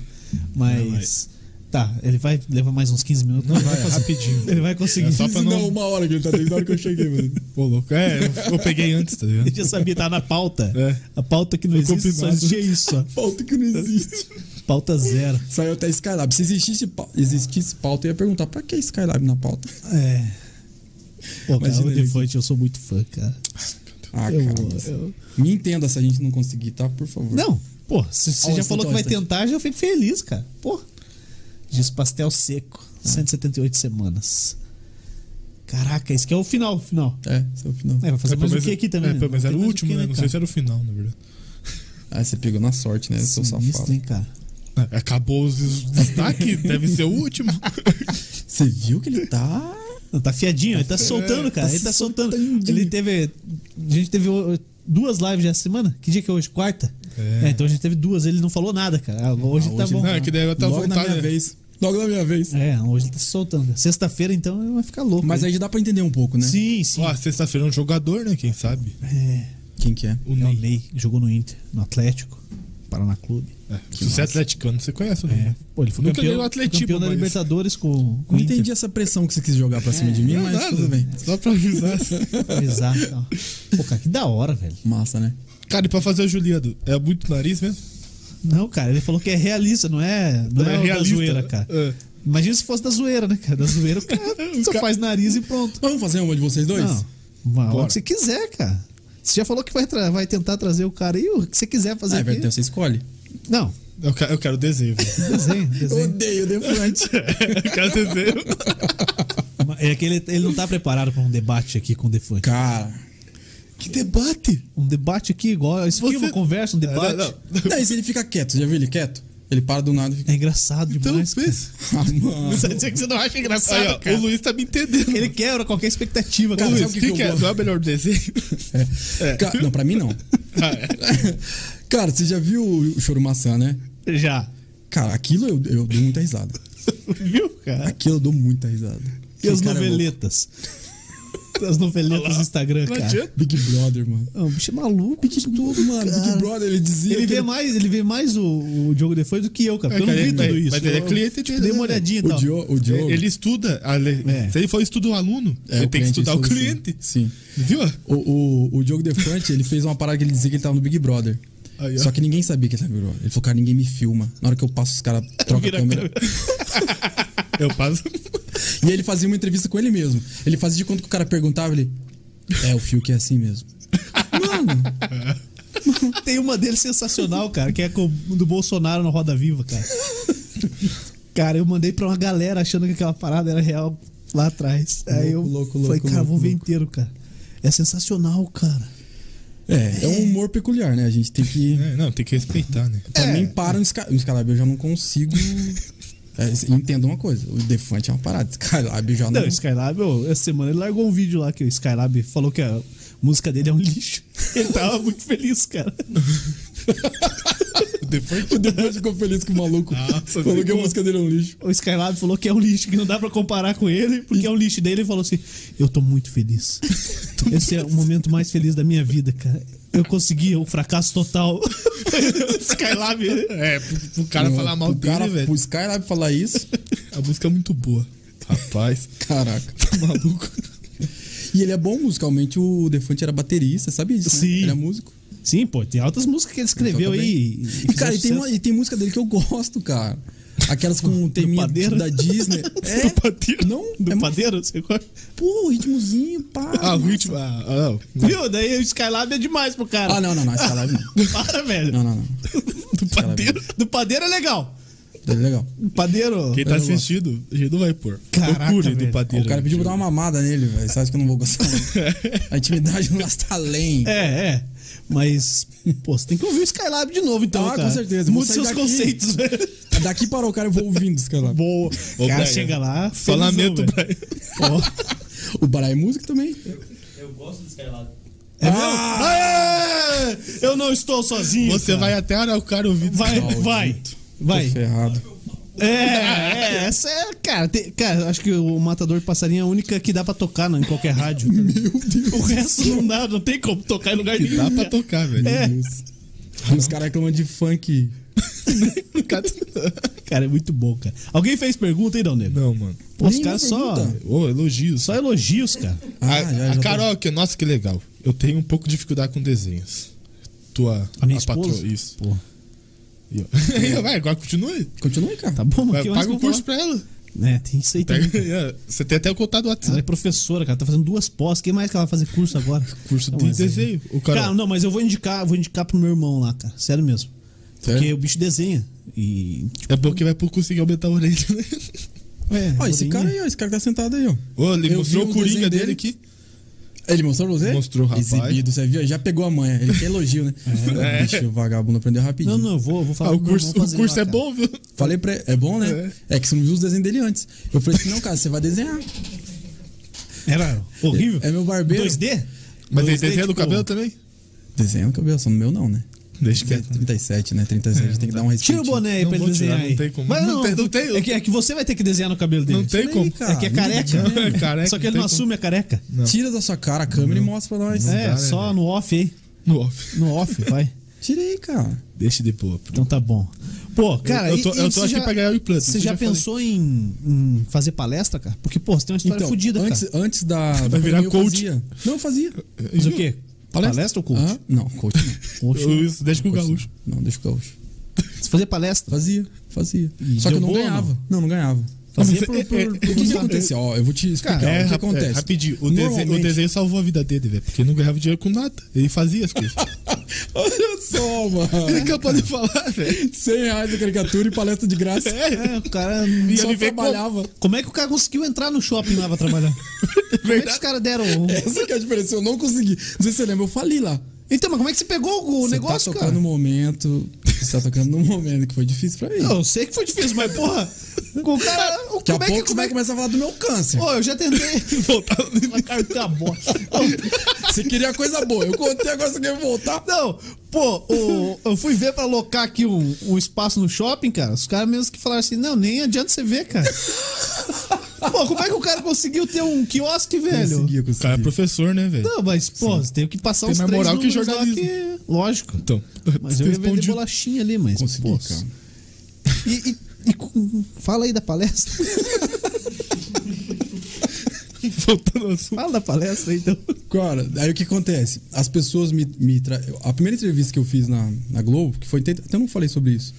[SPEAKER 1] Mas. Tá, ele vai levar mais uns 15 minutos. Não vai fazer rapidinho. Ele vai conseguir. [LAUGHS]
[SPEAKER 2] É só pra
[SPEAKER 3] Isso
[SPEAKER 2] não-
[SPEAKER 3] não, uma hora que ele tá desde a hora que eu cheguei, [LAUGHS] mano.
[SPEAKER 2] Ô, louco. É, eu, eu peguei antes, tá ligado?
[SPEAKER 1] Eu já sabia, tá na pauta.
[SPEAKER 2] É.
[SPEAKER 1] A pauta que não existe, só
[SPEAKER 2] combinado.
[SPEAKER 1] existia isso. Ó.
[SPEAKER 3] Pauta que não existe.
[SPEAKER 1] Pauta zero.
[SPEAKER 3] Saiu até Skylab. Se existisse, pau- existisse pauta, eu ia perguntar, pra que Skylab na pauta?
[SPEAKER 1] É. Pô, cara,
[SPEAKER 3] Imagina
[SPEAKER 1] o
[SPEAKER 3] ele.
[SPEAKER 1] Defante, eu sou muito fã, cara.
[SPEAKER 3] Ah,
[SPEAKER 1] Eu-
[SPEAKER 3] cara.
[SPEAKER 1] eu-
[SPEAKER 3] Me entenda se a gente não conseguir, tá? Por favor.
[SPEAKER 1] Não, Pô, se você
[SPEAKER 6] Ó,
[SPEAKER 1] já
[SPEAKER 6] esse
[SPEAKER 1] falou que
[SPEAKER 6] então,
[SPEAKER 1] vai
[SPEAKER 6] esse então.
[SPEAKER 1] tentar, já fico feliz, cara. Pô. Diz pastel seco.
[SPEAKER 2] Ah.
[SPEAKER 1] 178 semanas. Caraca, esse que é o final, final.
[SPEAKER 3] É, esse é o final.
[SPEAKER 1] É, vai fazer
[SPEAKER 2] É,
[SPEAKER 1] mais
[SPEAKER 2] pelo
[SPEAKER 1] o
[SPEAKER 2] menos-
[SPEAKER 1] que aqui também?
[SPEAKER 2] É,
[SPEAKER 1] né?
[SPEAKER 2] pelo menos
[SPEAKER 1] Tem
[SPEAKER 2] era o
[SPEAKER 1] mais
[SPEAKER 2] último,
[SPEAKER 1] quê,
[SPEAKER 2] né? Não sei se era o final, na verdade.
[SPEAKER 3] Ah, você pegou na sorte, né? Seu
[SPEAKER 1] Sinistro,
[SPEAKER 3] safado.
[SPEAKER 1] hein, cara?
[SPEAKER 2] É, Acabou os os destaques, deve ser o último.
[SPEAKER 3] Você viu que ele tá.
[SPEAKER 1] Não, tá fiadinho,
[SPEAKER 2] É,
[SPEAKER 1] ele tá soltando, cara.
[SPEAKER 3] tá
[SPEAKER 1] ele tá
[SPEAKER 3] se
[SPEAKER 1] soltando.
[SPEAKER 3] soltandinho.
[SPEAKER 1] Ele teve. A gente teve ô, duas lives já essa semana. Que dia que é hoje? Quarta?
[SPEAKER 2] É.
[SPEAKER 1] então a gente teve duas, ele não falou nada, cara. Ah, Hoje tá
[SPEAKER 3] hoje
[SPEAKER 1] bom.
[SPEAKER 2] Não, é que daí eu tava
[SPEAKER 3] Logo na
[SPEAKER 2] vontade.
[SPEAKER 3] minha
[SPEAKER 2] né?
[SPEAKER 3] vez. Logo na minha vez.
[SPEAKER 1] É, hoje ele tá soltando. Sexta-feira, então, ele vai ficar louco.
[SPEAKER 3] Mas
[SPEAKER 1] hein?
[SPEAKER 3] aí já dá pra entender um
[SPEAKER 2] é
[SPEAKER 3] pouco, né?
[SPEAKER 1] Sim, sim.
[SPEAKER 2] Ó, sexta-feira é um jogador, né? Quem sabe?
[SPEAKER 3] Quem que é?
[SPEAKER 1] É
[SPEAKER 2] O
[SPEAKER 1] o
[SPEAKER 2] Ney.
[SPEAKER 1] Ney, jogou no Inter, no Atlético, Paraná Clube.
[SPEAKER 2] É, Se você é atleticano, você conhece, né?
[SPEAKER 1] Pô, ele foi
[SPEAKER 2] Nunca
[SPEAKER 1] campeão,
[SPEAKER 2] ganhou
[SPEAKER 1] foi
[SPEAKER 2] atletismo,
[SPEAKER 1] campeão da
[SPEAKER 2] mas-
[SPEAKER 1] Libertadores com, com o
[SPEAKER 3] Não
[SPEAKER 1] Inter.
[SPEAKER 3] entendi essa pressão que você quis jogar pra cima de mim, mas tudo bem.
[SPEAKER 2] Só pra avisar.
[SPEAKER 1] Exato. ó. Pô, cara, que da hora, velho.
[SPEAKER 3] Massa, né?
[SPEAKER 2] Cara, e pra fazer o Juliano, é muito nariz mesmo?
[SPEAKER 1] Não, cara, ele falou que é realista, não é, não é, o da zoeira, cara.
[SPEAKER 2] É.
[SPEAKER 1] Imagina se fosse da zoeira, né, cara? Da zoeira, o cara só faz nariz e pronto.
[SPEAKER 3] Mas vamos fazer uma de vocês dois?
[SPEAKER 1] Não, uma hora
[SPEAKER 2] Bora.
[SPEAKER 1] que você quiser, cara. Você já falou que vai, tra- vai tentar trazer o cara e o que você quiser fazer
[SPEAKER 3] Ah,
[SPEAKER 1] aqui.
[SPEAKER 3] Everton, você escolhe.
[SPEAKER 1] Não,
[SPEAKER 2] Eu, quero, eu quero desenho. velho.
[SPEAKER 1] desenho,
[SPEAKER 3] [LAUGHS]
[SPEAKER 1] desenho.
[SPEAKER 3] odeio o Defante.
[SPEAKER 2] eu quero desenho.
[SPEAKER 1] Mas É que ele, ele não tá preparado pra um debate aqui com o Defante.
[SPEAKER 3] [LAUGHS] Cara. Que debate!
[SPEAKER 1] Um debate aqui igual. Isso aqui é uma
[SPEAKER 2] Você-
[SPEAKER 1] conversa, um debate.
[SPEAKER 2] Não, não.
[SPEAKER 3] Daí se ele fica quieto, você já viu ele quieto? Ele para do nada e fica.
[SPEAKER 1] É engraçado
[SPEAKER 2] Então,
[SPEAKER 1] demais. cara.
[SPEAKER 2] pensa.
[SPEAKER 3] [LAUGHS] Ah, mano.
[SPEAKER 1] Você dizer que você não acha engraçado,
[SPEAKER 2] Aí, ó,
[SPEAKER 1] cara.
[SPEAKER 2] o Luiz tá me entendendo.
[SPEAKER 1] Ele quebra qualquer expectativa, cara.
[SPEAKER 2] Ô, Luiz,
[SPEAKER 3] sabe o que
[SPEAKER 2] que,
[SPEAKER 3] que
[SPEAKER 2] que
[SPEAKER 3] eu
[SPEAKER 2] é?
[SPEAKER 3] gosto?
[SPEAKER 2] Não é o melhor desenho?
[SPEAKER 3] É. Ca- Não, pra mim [LAUGHS] não.
[SPEAKER 2] Ah, é.
[SPEAKER 3] Cara, você já viu o Choro Maçã, né?
[SPEAKER 1] Já.
[SPEAKER 3] Cara, aquilo eu, eu dou muita risada.
[SPEAKER 1] Viu,
[SPEAKER 3] [LAUGHS]
[SPEAKER 1] cara?
[SPEAKER 3] Aquilo eu dou muita risada.
[SPEAKER 1] E as
[SPEAKER 3] Aquele cara é louco.
[SPEAKER 1] noveletas. [LAUGHS] As noveletas do Instagram,
[SPEAKER 2] Não
[SPEAKER 1] cara.
[SPEAKER 2] adianta.
[SPEAKER 3] Big Brother, mano.
[SPEAKER 1] Ah, O bicho é maluco de tudo, mano.
[SPEAKER 3] Big Brother, ele dizia.
[SPEAKER 1] Ele
[SPEAKER 3] que
[SPEAKER 1] vê mais, ele vê mais o, o Diogo Defante do que eu, cara.
[SPEAKER 2] É,
[SPEAKER 1] Porque eu não
[SPEAKER 2] cara,
[SPEAKER 1] vi
[SPEAKER 2] ele-
[SPEAKER 1] tudo
[SPEAKER 2] mas
[SPEAKER 1] isso.
[SPEAKER 2] ele é
[SPEAKER 1] Eu,
[SPEAKER 2] cliente
[SPEAKER 1] tipo,
[SPEAKER 2] de-
[SPEAKER 1] dei uma olhadinha e
[SPEAKER 3] O
[SPEAKER 1] tal.
[SPEAKER 3] Diogo. O Diogo
[SPEAKER 2] É, Ele estuda. a lei.
[SPEAKER 1] É.
[SPEAKER 2] Se ele for estuda o aluno,
[SPEAKER 3] é,
[SPEAKER 2] ele tem que estudar o
[SPEAKER 3] estuda
[SPEAKER 2] cliente.
[SPEAKER 3] Sim. Sim.
[SPEAKER 2] Viu?
[SPEAKER 3] O, o, o Diogo Defante, ele fez uma parada que ele dizia que ele tava no Big Brother.
[SPEAKER 2] Aí, ó.
[SPEAKER 3] Só que ninguém sabia que ele tava no Big Brother. Ele falou, cara, ninguém me filma. Na hora que [LAUGHS] eu passo, os caras trocam a
[SPEAKER 2] Vira a
[SPEAKER 3] câmera.
[SPEAKER 2] Eu passo.
[SPEAKER 3] E aí ele fazia uma entrevista com ele mesmo. Ele fazia de conta que o cara perguntava, ele. É, o fio que é assim mesmo. Mano,
[SPEAKER 1] Tem uma dele sensacional, cara, que é com, do Bolsonaro na Roda Viva, cara. cara, eu mandei pra uma galera achando que aquela parada era real lá atrás. Aí eu
[SPEAKER 3] Louco, louco, louco,
[SPEAKER 1] falei, cara,
[SPEAKER 3] louco,
[SPEAKER 1] vou ver
[SPEAKER 3] louco."
[SPEAKER 1] inteiro, cara. É sensacional, cara.
[SPEAKER 3] é, é um humor peculiar, né? A gente tem que.
[SPEAKER 2] É, não, tem que respeitar, né?
[SPEAKER 3] Pra mim, para no Sca- no Skylab. Eu já não consigo. É, entenda uma coisa: o Defante é uma parada. Skylab já não.
[SPEAKER 1] Não, o Skylab, ô, essa semana ele largou um vídeo lá que o Skylab falou que a música dele é um lixo. [LAUGHS] Ele tava muito feliz, cara.
[SPEAKER 3] [LAUGHS] O Defante ficou feliz com o maluco.
[SPEAKER 2] Nossa,
[SPEAKER 3] Falou que a
[SPEAKER 2] ficou.
[SPEAKER 3] música dele é um lixo.
[SPEAKER 1] O Skylab falou que é um lixo, que não dá pra comparar com ele, porque é um lixo. Daí ele falou assim: Eu tô muito
[SPEAKER 3] [LAUGHS]
[SPEAKER 1] feliz. Esse é o momento mais feliz da minha vida, cara. Eu consegui o fracasso total. [LAUGHS] Skylab.
[SPEAKER 2] É, pro, pro cara
[SPEAKER 3] Não,
[SPEAKER 2] falar mal
[SPEAKER 3] pro
[SPEAKER 2] dele,
[SPEAKER 3] cara,
[SPEAKER 2] velho.
[SPEAKER 3] Pro Skylab falar isso.
[SPEAKER 2] A música é muito boa. Rapaz.
[SPEAKER 3] Caraca, tá maluco. [LAUGHS] E ele é bom musicalmente. O Defante era baterista, sabe disso? né?
[SPEAKER 1] Sim.
[SPEAKER 3] Ele é músico.
[SPEAKER 1] Sim, pô, tem altas músicas que ele escreveu
[SPEAKER 3] Então tá
[SPEAKER 1] aí.
[SPEAKER 3] bem.
[SPEAKER 1] e-
[SPEAKER 3] E, cara, e tem,
[SPEAKER 1] fizeram
[SPEAKER 3] uma- e tem música dele que eu gosto, cara. Aquelas com o teminha
[SPEAKER 1] padeiro? [LAUGHS]
[SPEAKER 3] da Disney. É,
[SPEAKER 2] Do padeiro.
[SPEAKER 3] Não,
[SPEAKER 1] Do
[SPEAKER 3] é muito-
[SPEAKER 1] padeiro, você gosta?
[SPEAKER 3] Pô, ritmozinho, pá.
[SPEAKER 2] Ah, o ritmo. Ah, ah, não.
[SPEAKER 1] Viu? Daí o Skylab é demais pro cara.
[SPEAKER 3] Ah, não, não, não. Skylab não.
[SPEAKER 1] Para, velho.
[SPEAKER 3] Não, não, não.
[SPEAKER 1] Do padeiro. Do padeiro é legal.
[SPEAKER 3] Tá legal.
[SPEAKER 1] Do padeiro.
[SPEAKER 2] Quem tá
[SPEAKER 3] Eu gosto.
[SPEAKER 2] assistindo, a gente não vai pôr.
[SPEAKER 1] Caraca,
[SPEAKER 2] Procure do
[SPEAKER 1] velho.
[SPEAKER 2] padeiro.
[SPEAKER 3] O cara pediu pra dar uma mamada nele, velho. Sabe que eu não vou gostar. não. A intimidade não está além.
[SPEAKER 1] É, é. Mas, [LAUGHS] pô, você tem que ouvir o Skylab de novo, então.
[SPEAKER 3] Ah,
[SPEAKER 1] cara.
[SPEAKER 3] com certeza. Vou
[SPEAKER 1] Muda
[SPEAKER 3] sair
[SPEAKER 1] seus
[SPEAKER 3] daqui.
[SPEAKER 1] conceitos, velho.
[SPEAKER 3] Daqui para o cara eu vou ouvindo Skylab.
[SPEAKER 1] Boa.
[SPEAKER 2] Ô,
[SPEAKER 1] cara
[SPEAKER 2] Brian,
[SPEAKER 1] chega lá.
[SPEAKER 2] Só
[SPEAKER 1] felizão,
[SPEAKER 2] lamento,
[SPEAKER 1] velho.
[SPEAKER 2] Brian.
[SPEAKER 1] Ó,
[SPEAKER 3] O Barai Música também.
[SPEAKER 6] Eu gosto do Skylab.
[SPEAKER 1] é mesmo? Aê! Eu não estou sozinho.
[SPEAKER 2] Você
[SPEAKER 1] cara.
[SPEAKER 2] vai até Araucária ouvir. [LAUGHS]
[SPEAKER 1] Vai,
[SPEAKER 3] Maldito.
[SPEAKER 1] vai.
[SPEAKER 3] Tô
[SPEAKER 1] Vai.
[SPEAKER 3] ferrado.
[SPEAKER 1] É, é, essa é. Cara, tem- cara, acho que o Matador de Passarinho é a única que dá pra tocar né, em qualquer rádio. Meu Deus. O resto não dá, não tem como tocar em lugar
[SPEAKER 2] Que
[SPEAKER 1] nenhum.
[SPEAKER 2] dá pra
[SPEAKER 1] cara.
[SPEAKER 2] tocar, velho.
[SPEAKER 1] É.
[SPEAKER 3] Os caras reclamam de funk.
[SPEAKER 1] [LAUGHS] Cara, é muito bom, cara. Alguém fez pergunta aí, Dão Negro?
[SPEAKER 2] Não, mano.
[SPEAKER 1] Pô, Os
[SPEAKER 3] Nenhuma
[SPEAKER 1] caras só,
[SPEAKER 3] pergunta.
[SPEAKER 2] Ô, elogios.
[SPEAKER 1] só elogios, cara.
[SPEAKER 2] A,
[SPEAKER 3] Ah, já,
[SPEAKER 2] a
[SPEAKER 3] já tô-
[SPEAKER 2] Carol, que, nossa, que legal. Eu tenho um pouco de dificuldade com desenhos. Tua
[SPEAKER 1] A minha
[SPEAKER 2] patroa,
[SPEAKER 1] esposa?
[SPEAKER 2] Ah, isso.
[SPEAKER 1] Pô.
[SPEAKER 2] E eu- [LAUGHS] Vai, agora continue.
[SPEAKER 3] Continua aí, cara.
[SPEAKER 1] Tá bom, mas
[SPEAKER 2] Vai,
[SPEAKER 1] que mais
[SPEAKER 2] paga
[SPEAKER 1] que
[SPEAKER 2] o
[SPEAKER 1] eu vou
[SPEAKER 2] curso pra ela.
[SPEAKER 1] falar? É, tem isso aí também.
[SPEAKER 2] Pega- [LAUGHS] é, Você tem até o contato do
[SPEAKER 1] Ela é
[SPEAKER 2] WhatsApp.
[SPEAKER 1] professora, cara. Tá fazendo duas pós. Quem mais que ela vai fazer curso agora?
[SPEAKER 2] Curso
[SPEAKER 1] Não,
[SPEAKER 2] de
[SPEAKER 1] mas é-
[SPEAKER 2] desenho. O
[SPEAKER 1] Cara,
[SPEAKER 2] Carol.
[SPEAKER 1] não, mas eu vou indicar, vou indicar pro meu irmão lá, cara. Sério mesmo. Porque o bicho desenha. E. tipo,
[SPEAKER 2] É bom que vai por conseguir aumentar a orelha. né?
[SPEAKER 1] É,
[SPEAKER 3] Ó, esse
[SPEAKER 1] orelha.
[SPEAKER 3] cara aí, ó, esse cara tá sentado aí, ó.
[SPEAKER 2] Ô, ele
[SPEAKER 3] Eu
[SPEAKER 2] mostrou
[SPEAKER 3] vi
[SPEAKER 2] o
[SPEAKER 3] um
[SPEAKER 2] coringa
[SPEAKER 3] desenho
[SPEAKER 2] dele
[SPEAKER 3] dele.
[SPEAKER 2] aqui.
[SPEAKER 3] Ele mostrou pra você?
[SPEAKER 2] Mostrou, rapaz.
[SPEAKER 3] Exibido, você viu? Já pegou a manha. Ele quer elogio, né? É. Bicho, o vagabundo aprendeu rapidinho.
[SPEAKER 1] Não, não, eu vou, eu vou falar.
[SPEAKER 2] Ah, o
[SPEAKER 1] pro Tá, meu irmão
[SPEAKER 2] curso,
[SPEAKER 1] fazer
[SPEAKER 2] o curso
[SPEAKER 1] lá,
[SPEAKER 2] é
[SPEAKER 1] cara.
[SPEAKER 2] bom, viu?
[SPEAKER 3] Falei pra ele, é bom, né? É. que você não viu os desenhos dele antes. Eu falei assim, não, cara, você vai desenhar.
[SPEAKER 1] Era horrível.
[SPEAKER 3] É meu barbeiro.
[SPEAKER 1] 2D?
[SPEAKER 2] Mas ele
[SPEAKER 1] 2D,
[SPEAKER 2] desenha no
[SPEAKER 1] tipo,
[SPEAKER 2] cabelo também?
[SPEAKER 3] Desenhando cabelo, só no meu não, né?
[SPEAKER 2] Deixa
[SPEAKER 3] É
[SPEAKER 2] quieto.
[SPEAKER 3] 37, né? 37, tem que dar um respeito.
[SPEAKER 1] Tira o boné aí
[SPEAKER 2] Não
[SPEAKER 1] pra ele
[SPEAKER 2] vou tirar,
[SPEAKER 1] desenhar.
[SPEAKER 2] não
[SPEAKER 1] aí.
[SPEAKER 2] tem como.
[SPEAKER 1] Mas
[SPEAKER 2] Não
[SPEAKER 1] não,
[SPEAKER 2] tem- não tem-
[SPEAKER 1] É que, é que você vai ter que desenhar no cabelo dele.
[SPEAKER 2] Não tem
[SPEAKER 1] Isso daí,
[SPEAKER 2] como.
[SPEAKER 1] cara, é que é
[SPEAKER 2] [LAUGHS]
[SPEAKER 3] Não
[SPEAKER 1] careca.
[SPEAKER 3] tem
[SPEAKER 1] né?
[SPEAKER 2] Careca,
[SPEAKER 1] Só que ele
[SPEAKER 2] tem
[SPEAKER 1] não assume a careca.
[SPEAKER 3] Tira da sua cara a câmera e mostra pra nós.
[SPEAKER 1] é,
[SPEAKER 2] dá, né,
[SPEAKER 1] só no off aí.
[SPEAKER 2] No off.
[SPEAKER 1] [LAUGHS] No off, vai.
[SPEAKER 3] Tira aí, cara.
[SPEAKER 2] Deixa de boa.
[SPEAKER 1] Então tá bom. Pô, cara,
[SPEAKER 2] eu tô-
[SPEAKER 1] e-
[SPEAKER 2] eu
[SPEAKER 1] e
[SPEAKER 2] tô
[SPEAKER 1] você
[SPEAKER 2] aqui pra ganhar o implante,
[SPEAKER 1] Você
[SPEAKER 2] isso eu
[SPEAKER 1] já,
[SPEAKER 2] já falei.
[SPEAKER 1] pensou em, em fazer palestra, cara? Porque, pô, você tem uma história
[SPEAKER 3] Então,
[SPEAKER 1] fodida,
[SPEAKER 3] antes,
[SPEAKER 1] cara.
[SPEAKER 3] antes da. da
[SPEAKER 2] virar
[SPEAKER 3] pandemia eu
[SPEAKER 2] coach.
[SPEAKER 3] fazia. Não, eu fazia.
[SPEAKER 1] Mas o quê? Palestra, ou coach?
[SPEAKER 3] Hã? Não, coach não.
[SPEAKER 1] Coach.
[SPEAKER 2] Eu, isso, Tipo assim, deixa com o gaúcho.
[SPEAKER 3] Não, deixa o gaúcho.
[SPEAKER 1] Você fazia palestra?
[SPEAKER 3] Fazia, fazia. Só
[SPEAKER 1] deu
[SPEAKER 3] que eu não
[SPEAKER 1] boa,
[SPEAKER 3] ganhava. Não, não ganhava.
[SPEAKER 1] Fazia
[SPEAKER 2] mas
[SPEAKER 1] por,
[SPEAKER 2] é-
[SPEAKER 1] por-
[SPEAKER 2] é-
[SPEAKER 1] por-
[SPEAKER 3] O que, que acontece? Ó, eu vou te explicar
[SPEAKER 2] É,
[SPEAKER 3] o que
[SPEAKER 2] rap- é,
[SPEAKER 3] acontece.
[SPEAKER 2] rapidinho. O desenho, o
[SPEAKER 3] Normalmente-
[SPEAKER 2] desenho salvou a vida dele, velho. Porque ele não ganhava dinheiro com nada. Ele fazia as
[SPEAKER 1] [LAUGHS]
[SPEAKER 2] coisas.
[SPEAKER 3] [LAUGHS] Olha só,
[SPEAKER 2] ele
[SPEAKER 3] mano.
[SPEAKER 2] acabou de falar, velho.
[SPEAKER 3] 100 reais de caricatura e palestra de graça.
[SPEAKER 1] É, o cara.
[SPEAKER 2] Ia
[SPEAKER 1] Só
[SPEAKER 2] viver
[SPEAKER 1] trabalhava. Como? é que o cara conseguiu entrar no shopping lá pra trabalhar? como é que os caras deram. um-
[SPEAKER 3] Essa que é a diferença. Eu não consegui. Não sei se você lembra, eu falei lá.
[SPEAKER 1] Então, mas como é que você pegou o
[SPEAKER 3] Você
[SPEAKER 1] negócio,
[SPEAKER 3] tá tocando
[SPEAKER 1] cara?
[SPEAKER 3] no momento. Você tá tocando no momento que foi difícil pra mim.
[SPEAKER 1] Não, eu sei que foi difícil, mas porra. O cara. o-
[SPEAKER 3] Daqui a
[SPEAKER 1] como é
[SPEAKER 3] pouco
[SPEAKER 1] que.
[SPEAKER 3] você
[SPEAKER 1] Como é
[SPEAKER 3] vai
[SPEAKER 1] que...
[SPEAKER 3] começar a falar do meu câncer.
[SPEAKER 1] Ô, eu já tentei. Voltar. carta a bosta.
[SPEAKER 3] Você queria coisa boa. Eu contei agora, você quer voltar?
[SPEAKER 1] Não, pô, o- eu fui ver pra alocar aqui um, um espaço no shopping, cara. Os caras mesmo que falaram assim: não, nem adianta você ver,
[SPEAKER 2] [LAUGHS]
[SPEAKER 1] cara. pô, como é que o cara conseguiu ter um quiosque, velho?
[SPEAKER 3] Conseguia,
[SPEAKER 2] O cara é
[SPEAKER 3] conseguia.
[SPEAKER 2] professor, né, velho?
[SPEAKER 1] Não, mas, pô, você tem que passar
[SPEAKER 2] Tem
[SPEAKER 1] os
[SPEAKER 2] mais
[SPEAKER 1] três
[SPEAKER 2] moral que
[SPEAKER 1] números lá
[SPEAKER 2] jornalismo.
[SPEAKER 1] que- Lógico.
[SPEAKER 2] Então,
[SPEAKER 1] Mas eu ia vender
[SPEAKER 2] respondi-
[SPEAKER 1] bolachinha ali, mas,
[SPEAKER 3] Consegui,
[SPEAKER 1] pô...
[SPEAKER 3] cara.
[SPEAKER 1] E, e- e com- fala aí da palestra.
[SPEAKER 2] [LAUGHS] voltando ao assunto.
[SPEAKER 1] Fala da palestra aí, então.
[SPEAKER 3] Cara, aí o que acontece? As pessoas me. me tra- A primeira entrevista que eu fiz na, na Globo, que foi. Até eu não falei sobre isso.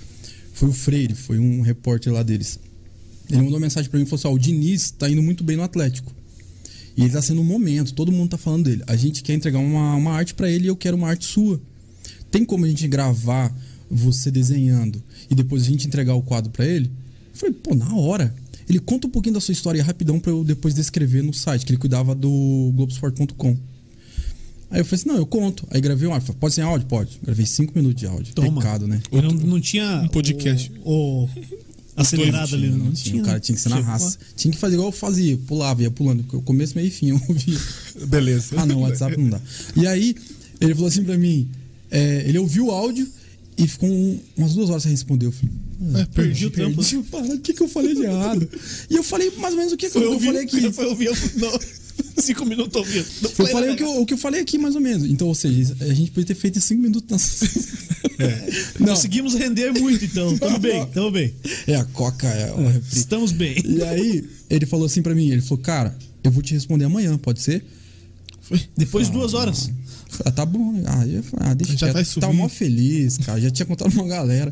[SPEAKER 3] Foi o Freire, foi um repórter lá deles. Ele mandou uma mensagem pra mim e falou assim: ó, o Diniz tá indo muito bem no Atlético. E ele tá sendo um momento, todo mundo tá falando dele. A gente quer entregar uma, uma arte pra ele e eu quero uma arte sua. Tem como a gente gravar você desenhando e depois a gente entregar o quadro pra ele? Eu falei, pô, na hora. Ele conta um pouquinho da sua história rapidão pra eu depois descrever no site, que ele cuidava do Globosport.com. Aí eu falei assim, não, eu conto. Aí gravei um áudio. Falei, Pode ser áudio? Pode. Gravei cinco minutos de áudio.
[SPEAKER 1] Toma.
[SPEAKER 3] Pecado, né?
[SPEAKER 1] Eu não, não tinha. Um
[SPEAKER 2] podcast.
[SPEAKER 1] O, o
[SPEAKER 2] Tá
[SPEAKER 1] acelerado ali, não,
[SPEAKER 3] Não tinha, o cara tinha que ser na raça. Tinha que fazer igual eu fazia, pulava, ia pulando, porque o começo, meio e fim, [LAUGHS] eu ouvia.
[SPEAKER 2] Beleza.
[SPEAKER 3] Ah, não, WhatsApp não dá. E aí, ele falou assim pra mim, é, ele ouviu o áudio e ficou um- umas duas horas sem responder. Eu falei, "Ah,
[SPEAKER 2] É, perdi o tempo.
[SPEAKER 3] perdi o parado, o que, que eu falei de errado? E eu falei mais ou menos o que eu, falei aqui.
[SPEAKER 1] Foi ouvir. Não, [LAUGHS] cinco minutos ouvindo. Não
[SPEAKER 3] Eu falei o que eu, o que eu falei aqui, mais ou menos. Então, ou seja, a gente podia ter feito em cinco minutos na
[SPEAKER 2] É.
[SPEAKER 3] [LAUGHS] Não,
[SPEAKER 1] Conseguimos render muito, então. Tamo bem, tamo bem.
[SPEAKER 3] é a coca, é o refri.
[SPEAKER 1] Estamos bem.
[SPEAKER 3] E aí, ele falou assim pra mim, ele falou, cara, eu vou te responder amanhã, pode ser?
[SPEAKER 1] Depois de duas horas.
[SPEAKER 3] Ah, tá bom, né? Ah, eu falei, ah, deixa
[SPEAKER 2] Já
[SPEAKER 3] quieto.
[SPEAKER 2] vai
[SPEAKER 3] Tava
[SPEAKER 2] subir.
[SPEAKER 3] mó feliz, cara. Já tinha contado pra uma galera.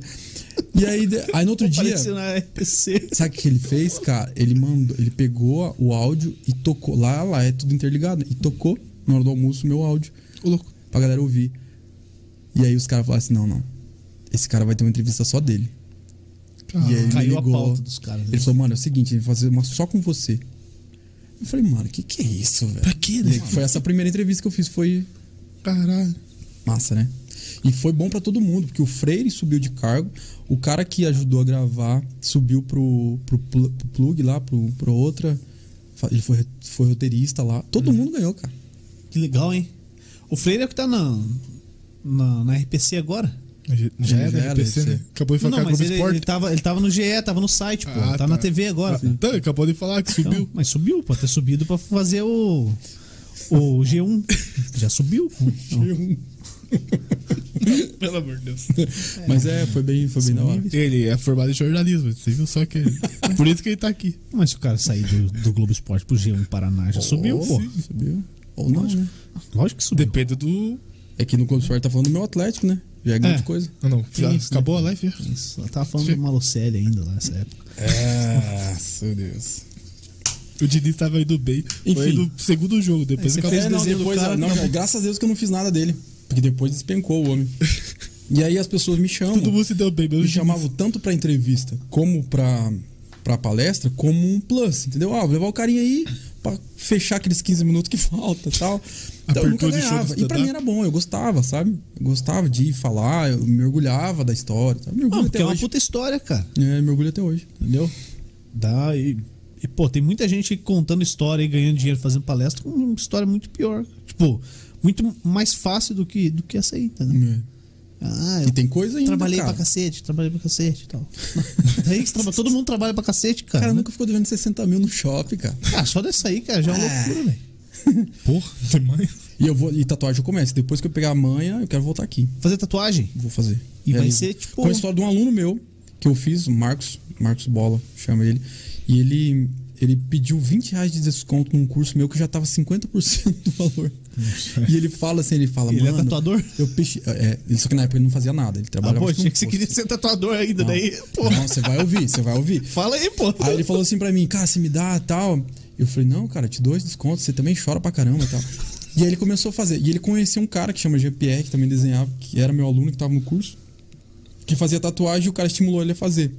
[SPEAKER 3] E aí, de- aí no outro dia.
[SPEAKER 1] Apareceu assim, na RPC.
[SPEAKER 3] Sabe o que ele fez, cara? Ele mandou, ele pegou o áudio e tocou. Lá, lá, é tudo interligado. né? E tocou na hora do almoço o meu áudio. Ô, louco. Pra galera ouvir. E aí os caras falaram assim: não, não. Esse cara vai ter uma entrevista só dele. e aí ele
[SPEAKER 1] caiu a
[SPEAKER 3] ligou.
[SPEAKER 1] pauta dos caras, né?
[SPEAKER 3] Ele falou, mano, é o seguinte, ele vai fazer uma só com você. Eu falei, mano, que que é isso, velho? Pra quê, né? Foi essa primeira entrevista que eu fiz, foi
[SPEAKER 2] Caralho.
[SPEAKER 3] Massa, né? E foi bom pra todo mundo, porque o Freire subiu de cargo, o cara que ajudou a gravar subiu pro, pro, pl- pro plug lá, pro, pro outra. fa- Ele foi, foi roteirista lá. Todo mundo ganhou, cara.
[SPEAKER 1] Que legal, hein? O Freire é o que tá na, na, na RPC agora.
[SPEAKER 2] Já
[SPEAKER 3] Já
[SPEAKER 2] era,
[SPEAKER 3] era,
[SPEAKER 2] RPC,
[SPEAKER 3] deve
[SPEAKER 2] né?
[SPEAKER 3] ser.
[SPEAKER 2] Acabou de
[SPEAKER 1] Não,
[SPEAKER 2] falar
[SPEAKER 1] não,
[SPEAKER 2] com o
[SPEAKER 1] mas ele, ele,
[SPEAKER 2] Sport.
[SPEAKER 1] tava, ele tava no GE, tava no site, pô.
[SPEAKER 2] Ah,
[SPEAKER 1] tá,
[SPEAKER 2] tá.
[SPEAKER 1] na TV agora. filho.
[SPEAKER 2] Então, ele acabou de falar que
[SPEAKER 1] Então,
[SPEAKER 2] subiu.
[SPEAKER 1] mas subiu, pode ter subido pra fazer o. O G1. Já [LAUGHS] subiu. pô.
[SPEAKER 2] Pelo amor de Deus.
[SPEAKER 3] Mas é, foi bem, foi bem da hora.
[SPEAKER 2] Ele é formado em jornalismo, você viu só que. Por isso que ele tá aqui.
[SPEAKER 1] Não, Mas se o cara sair do, do Globo Esporte pro G1 Paraná, já subiu, pô.
[SPEAKER 3] Subiu. Ou não, né?
[SPEAKER 1] Lógico que subiu.
[SPEAKER 2] Depende do.
[SPEAKER 3] É que no Clube Sport tá falando do meu Atlético, né? Já é grande
[SPEAKER 1] É.
[SPEAKER 3] coisa.
[SPEAKER 2] Ah, não. Já
[SPEAKER 1] isso, né?
[SPEAKER 2] acabou a live? já?
[SPEAKER 1] Isso, eu tava falando do Malucelli ainda lá nessa época.
[SPEAKER 2] Ah, meu Deus. O Diniz tava indo bem. Foi
[SPEAKER 3] Enfim.
[SPEAKER 2] no segundo jogo, depois
[SPEAKER 1] você
[SPEAKER 2] acabou.
[SPEAKER 1] fez
[SPEAKER 3] É, não,
[SPEAKER 1] desenho do
[SPEAKER 3] depois,
[SPEAKER 1] cara,
[SPEAKER 3] não,
[SPEAKER 1] tá bom.
[SPEAKER 3] graças a Deus que eu não fiz nada dele. Porque depois despencou o homem. E aí as pessoas me chamam.
[SPEAKER 2] Todo mundo se deu bem,
[SPEAKER 3] me
[SPEAKER 2] menos
[SPEAKER 3] chamavam tanto pra entrevista como pra, pra palestra, como um plus, entendeu? Ah, vou levar o carinha aí pra fechar aqueles 15 minutos que falta e tal. Então eu nunca
[SPEAKER 2] Apertura de show do
[SPEAKER 3] ganhava. E pra
[SPEAKER 2] stand-up.
[SPEAKER 3] mim era bom, eu gostava, sabe? Eu gostava de ir falar, eu me orgulhava da história. Sabe? Me orgulho
[SPEAKER 1] Não, porque
[SPEAKER 3] até
[SPEAKER 1] é uma
[SPEAKER 3] hoje.
[SPEAKER 1] puta história, cara.
[SPEAKER 3] É, me orgulho até hoje.
[SPEAKER 1] Entendeu? Dá e, e, pô, tem muita gente contando história e ganhando dinheiro fazendo palestra com uma história muito pior. Tipo, muito mais fácil do que, do que essa aí, entendeu? Ah, eu
[SPEAKER 3] E tem coisa ainda.
[SPEAKER 1] trabalhei
[SPEAKER 3] cara.
[SPEAKER 1] pra cacete, trabalhei pra cacete e [LAUGHS] tal. é isso, traba- todo mundo trabalha pra cacete,
[SPEAKER 3] O
[SPEAKER 1] cara.
[SPEAKER 3] cara
[SPEAKER 1] né?
[SPEAKER 3] nunca ficou devendo 60 mil no shopping, cara.
[SPEAKER 1] Ah, só dessa aí, cara, já é uma loucura, velho.
[SPEAKER 2] Porra, [LAUGHS] demais.
[SPEAKER 3] E eu vou. E tatuagem eu começo. Depois que eu pegar a manha, eu quero voltar aqui.
[SPEAKER 1] Fazer tatuagem?
[SPEAKER 3] Vou fazer.
[SPEAKER 1] E vai
[SPEAKER 3] Realizo.
[SPEAKER 1] ser, tipo-
[SPEAKER 3] Com a história de um aluno meu que eu fiz, o Marcos, Marcos Bola, chama ele. E ele, ele pediu 20 reais de desconto num curso meu que já tava 50% do valor. E ele fala assim, ele fala,
[SPEAKER 1] Ele é
[SPEAKER 3] mano.
[SPEAKER 1] tatuador?
[SPEAKER 3] Eu peixe. É, ele- só que na época ele não fazia nada, ele
[SPEAKER 1] Ah,
[SPEAKER 3] trabalhava.
[SPEAKER 1] pô,
[SPEAKER 3] tipo,
[SPEAKER 1] achei que você
[SPEAKER 3] num
[SPEAKER 1] queria
[SPEAKER 3] posto.
[SPEAKER 1] ser tatuador ainda,
[SPEAKER 3] Não.
[SPEAKER 1] daí, pô.
[SPEAKER 3] Não, você vai ouvir, você vai ouvir.
[SPEAKER 1] Fala aí, pô.
[SPEAKER 3] Aí ele falou assim pra mim, cara, você me dá tal. Eu falei, não, cara, te dou esse desconto, você também chora pra caramba tal. E aí ele começou a fazer. E ele conheceu um cara que chama GPR, que também desenhava, que era meu aluno, que tava no curso, que fazia tatuagem e o cara estimulou ele a fazer.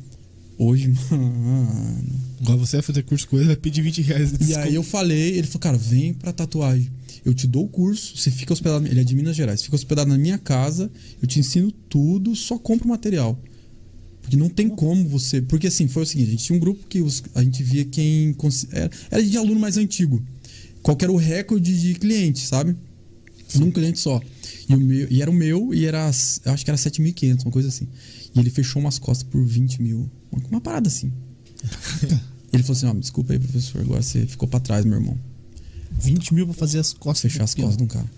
[SPEAKER 3] Hoje, [LAUGHS] mano.
[SPEAKER 2] Agora você vai fazer curso com ele, vai pedir 20 reais. de
[SPEAKER 3] E aí eu falei, ele falou, cara, vem pra tatuagem. Eu te dou o curso, você fica hospedado. Ele é de Minas Gerais, fica hospedado na minha casa, eu te ensino tudo, só compra o material. Porque não tem como você. Porque assim, foi o seguinte: a gente tinha um grupo que os- a gente via quem. cons- Era, era de aluno mais antigo. Qual que era o recorde de cliente, sabe? Num cliente só. E, o meu, e era o meu, e era. as- eu Acho que era 7.500, uma coisa assim. E ele fechou umas costas por 20 mil. Uma, uma parada assim. ele falou assim: ó, me desculpa aí, professor, agora você ficou pra trás, meu irmão.
[SPEAKER 1] 20 mil pra fazer as costas. do
[SPEAKER 3] Fechar as
[SPEAKER 1] peão.
[SPEAKER 3] costas de um cara.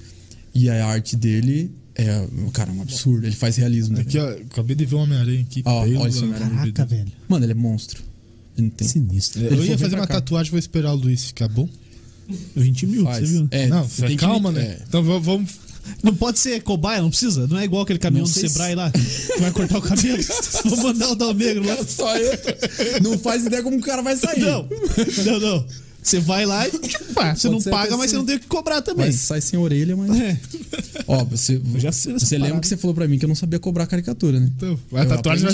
[SPEAKER 3] E aí a arte dele é. Cara, é um absurdo. Ele faz realismo. né?
[SPEAKER 2] Aqui, ó, acabei de ver o Homem-Aranha aqui.
[SPEAKER 3] Ó,
[SPEAKER 2] pelo
[SPEAKER 3] olha esse
[SPEAKER 2] amor de
[SPEAKER 3] Homem-Aranha.
[SPEAKER 1] Caraca,
[SPEAKER 2] Deus.
[SPEAKER 1] velho.
[SPEAKER 3] Mano, ele é monstro. Ele não tem.
[SPEAKER 1] Sinistro.
[SPEAKER 2] Eu
[SPEAKER 3] Ele
[SPEAKER 2] ia
[SPEAKER 3] só
[SPEAKER 2] fazer
[SPEAKER 3] vem
[SPEAKER 2] uma
[SPEAKER 3] pra cá.
[SPEAKER 2] tatuagem, vou esperar o Luiz ficar bom.
[SPEAKER 1] 20 mil,
[SPEAKER 3] Faz.
[SPEAKER 1] você viu? né?"
[SPEAKER 3] É,
[SPEAKER 2] não,
[SPEAKER 3] você tem que-
[SPEAKER 2] calma, né?
[SPEAKER 3] é.
[SPEAKER 2] Então v- vamos.
[SPEAKER 1] Não pode ser cobaia, não precisa. Não é igual aquele caminhão do
[SPEAKER 3] Não sei se-
[SPEAKER 1] Sebrae lá que vai cortar o
[SPEAKER 3] [LAUGHS]
[SPEAKER 1] cabelo. Vou mandar o Dalmegro lá.
[SPEAKER 3] Só eu. Não faz ideia como o cara vai sair.
[SPEAKER 1] Não, não, não. Você vai lá e pá, você
[SPEAKER 3] Pode
[SPEAKER 1] não
[SPEAKER 3] ser
[SPEAKER 1] paga,
[SPEAKER 3] até
[SPEAKER 1] mas
[SPEAKER 3] sim.
[SPEAKER 1] você não tem o que cobrar também. [LAUGHS]
[SPEAKER 3] Mas sai sem orelha, mas.
[SPEAKER 1] É.
[SPEAKER 3] Ó, você.
[SPEAKER 1] já sei dessa
[SPEAKER 3] você lembra
[SPEAKER 1] parada.
[SPEAKER 3] que você falou pra mim que eu não sabia cobrar caricatura, né?
[SPEAKER 2] Então, vai
[SPEAKER 3] Eu
[SPEAKER 2] tatuagem, vai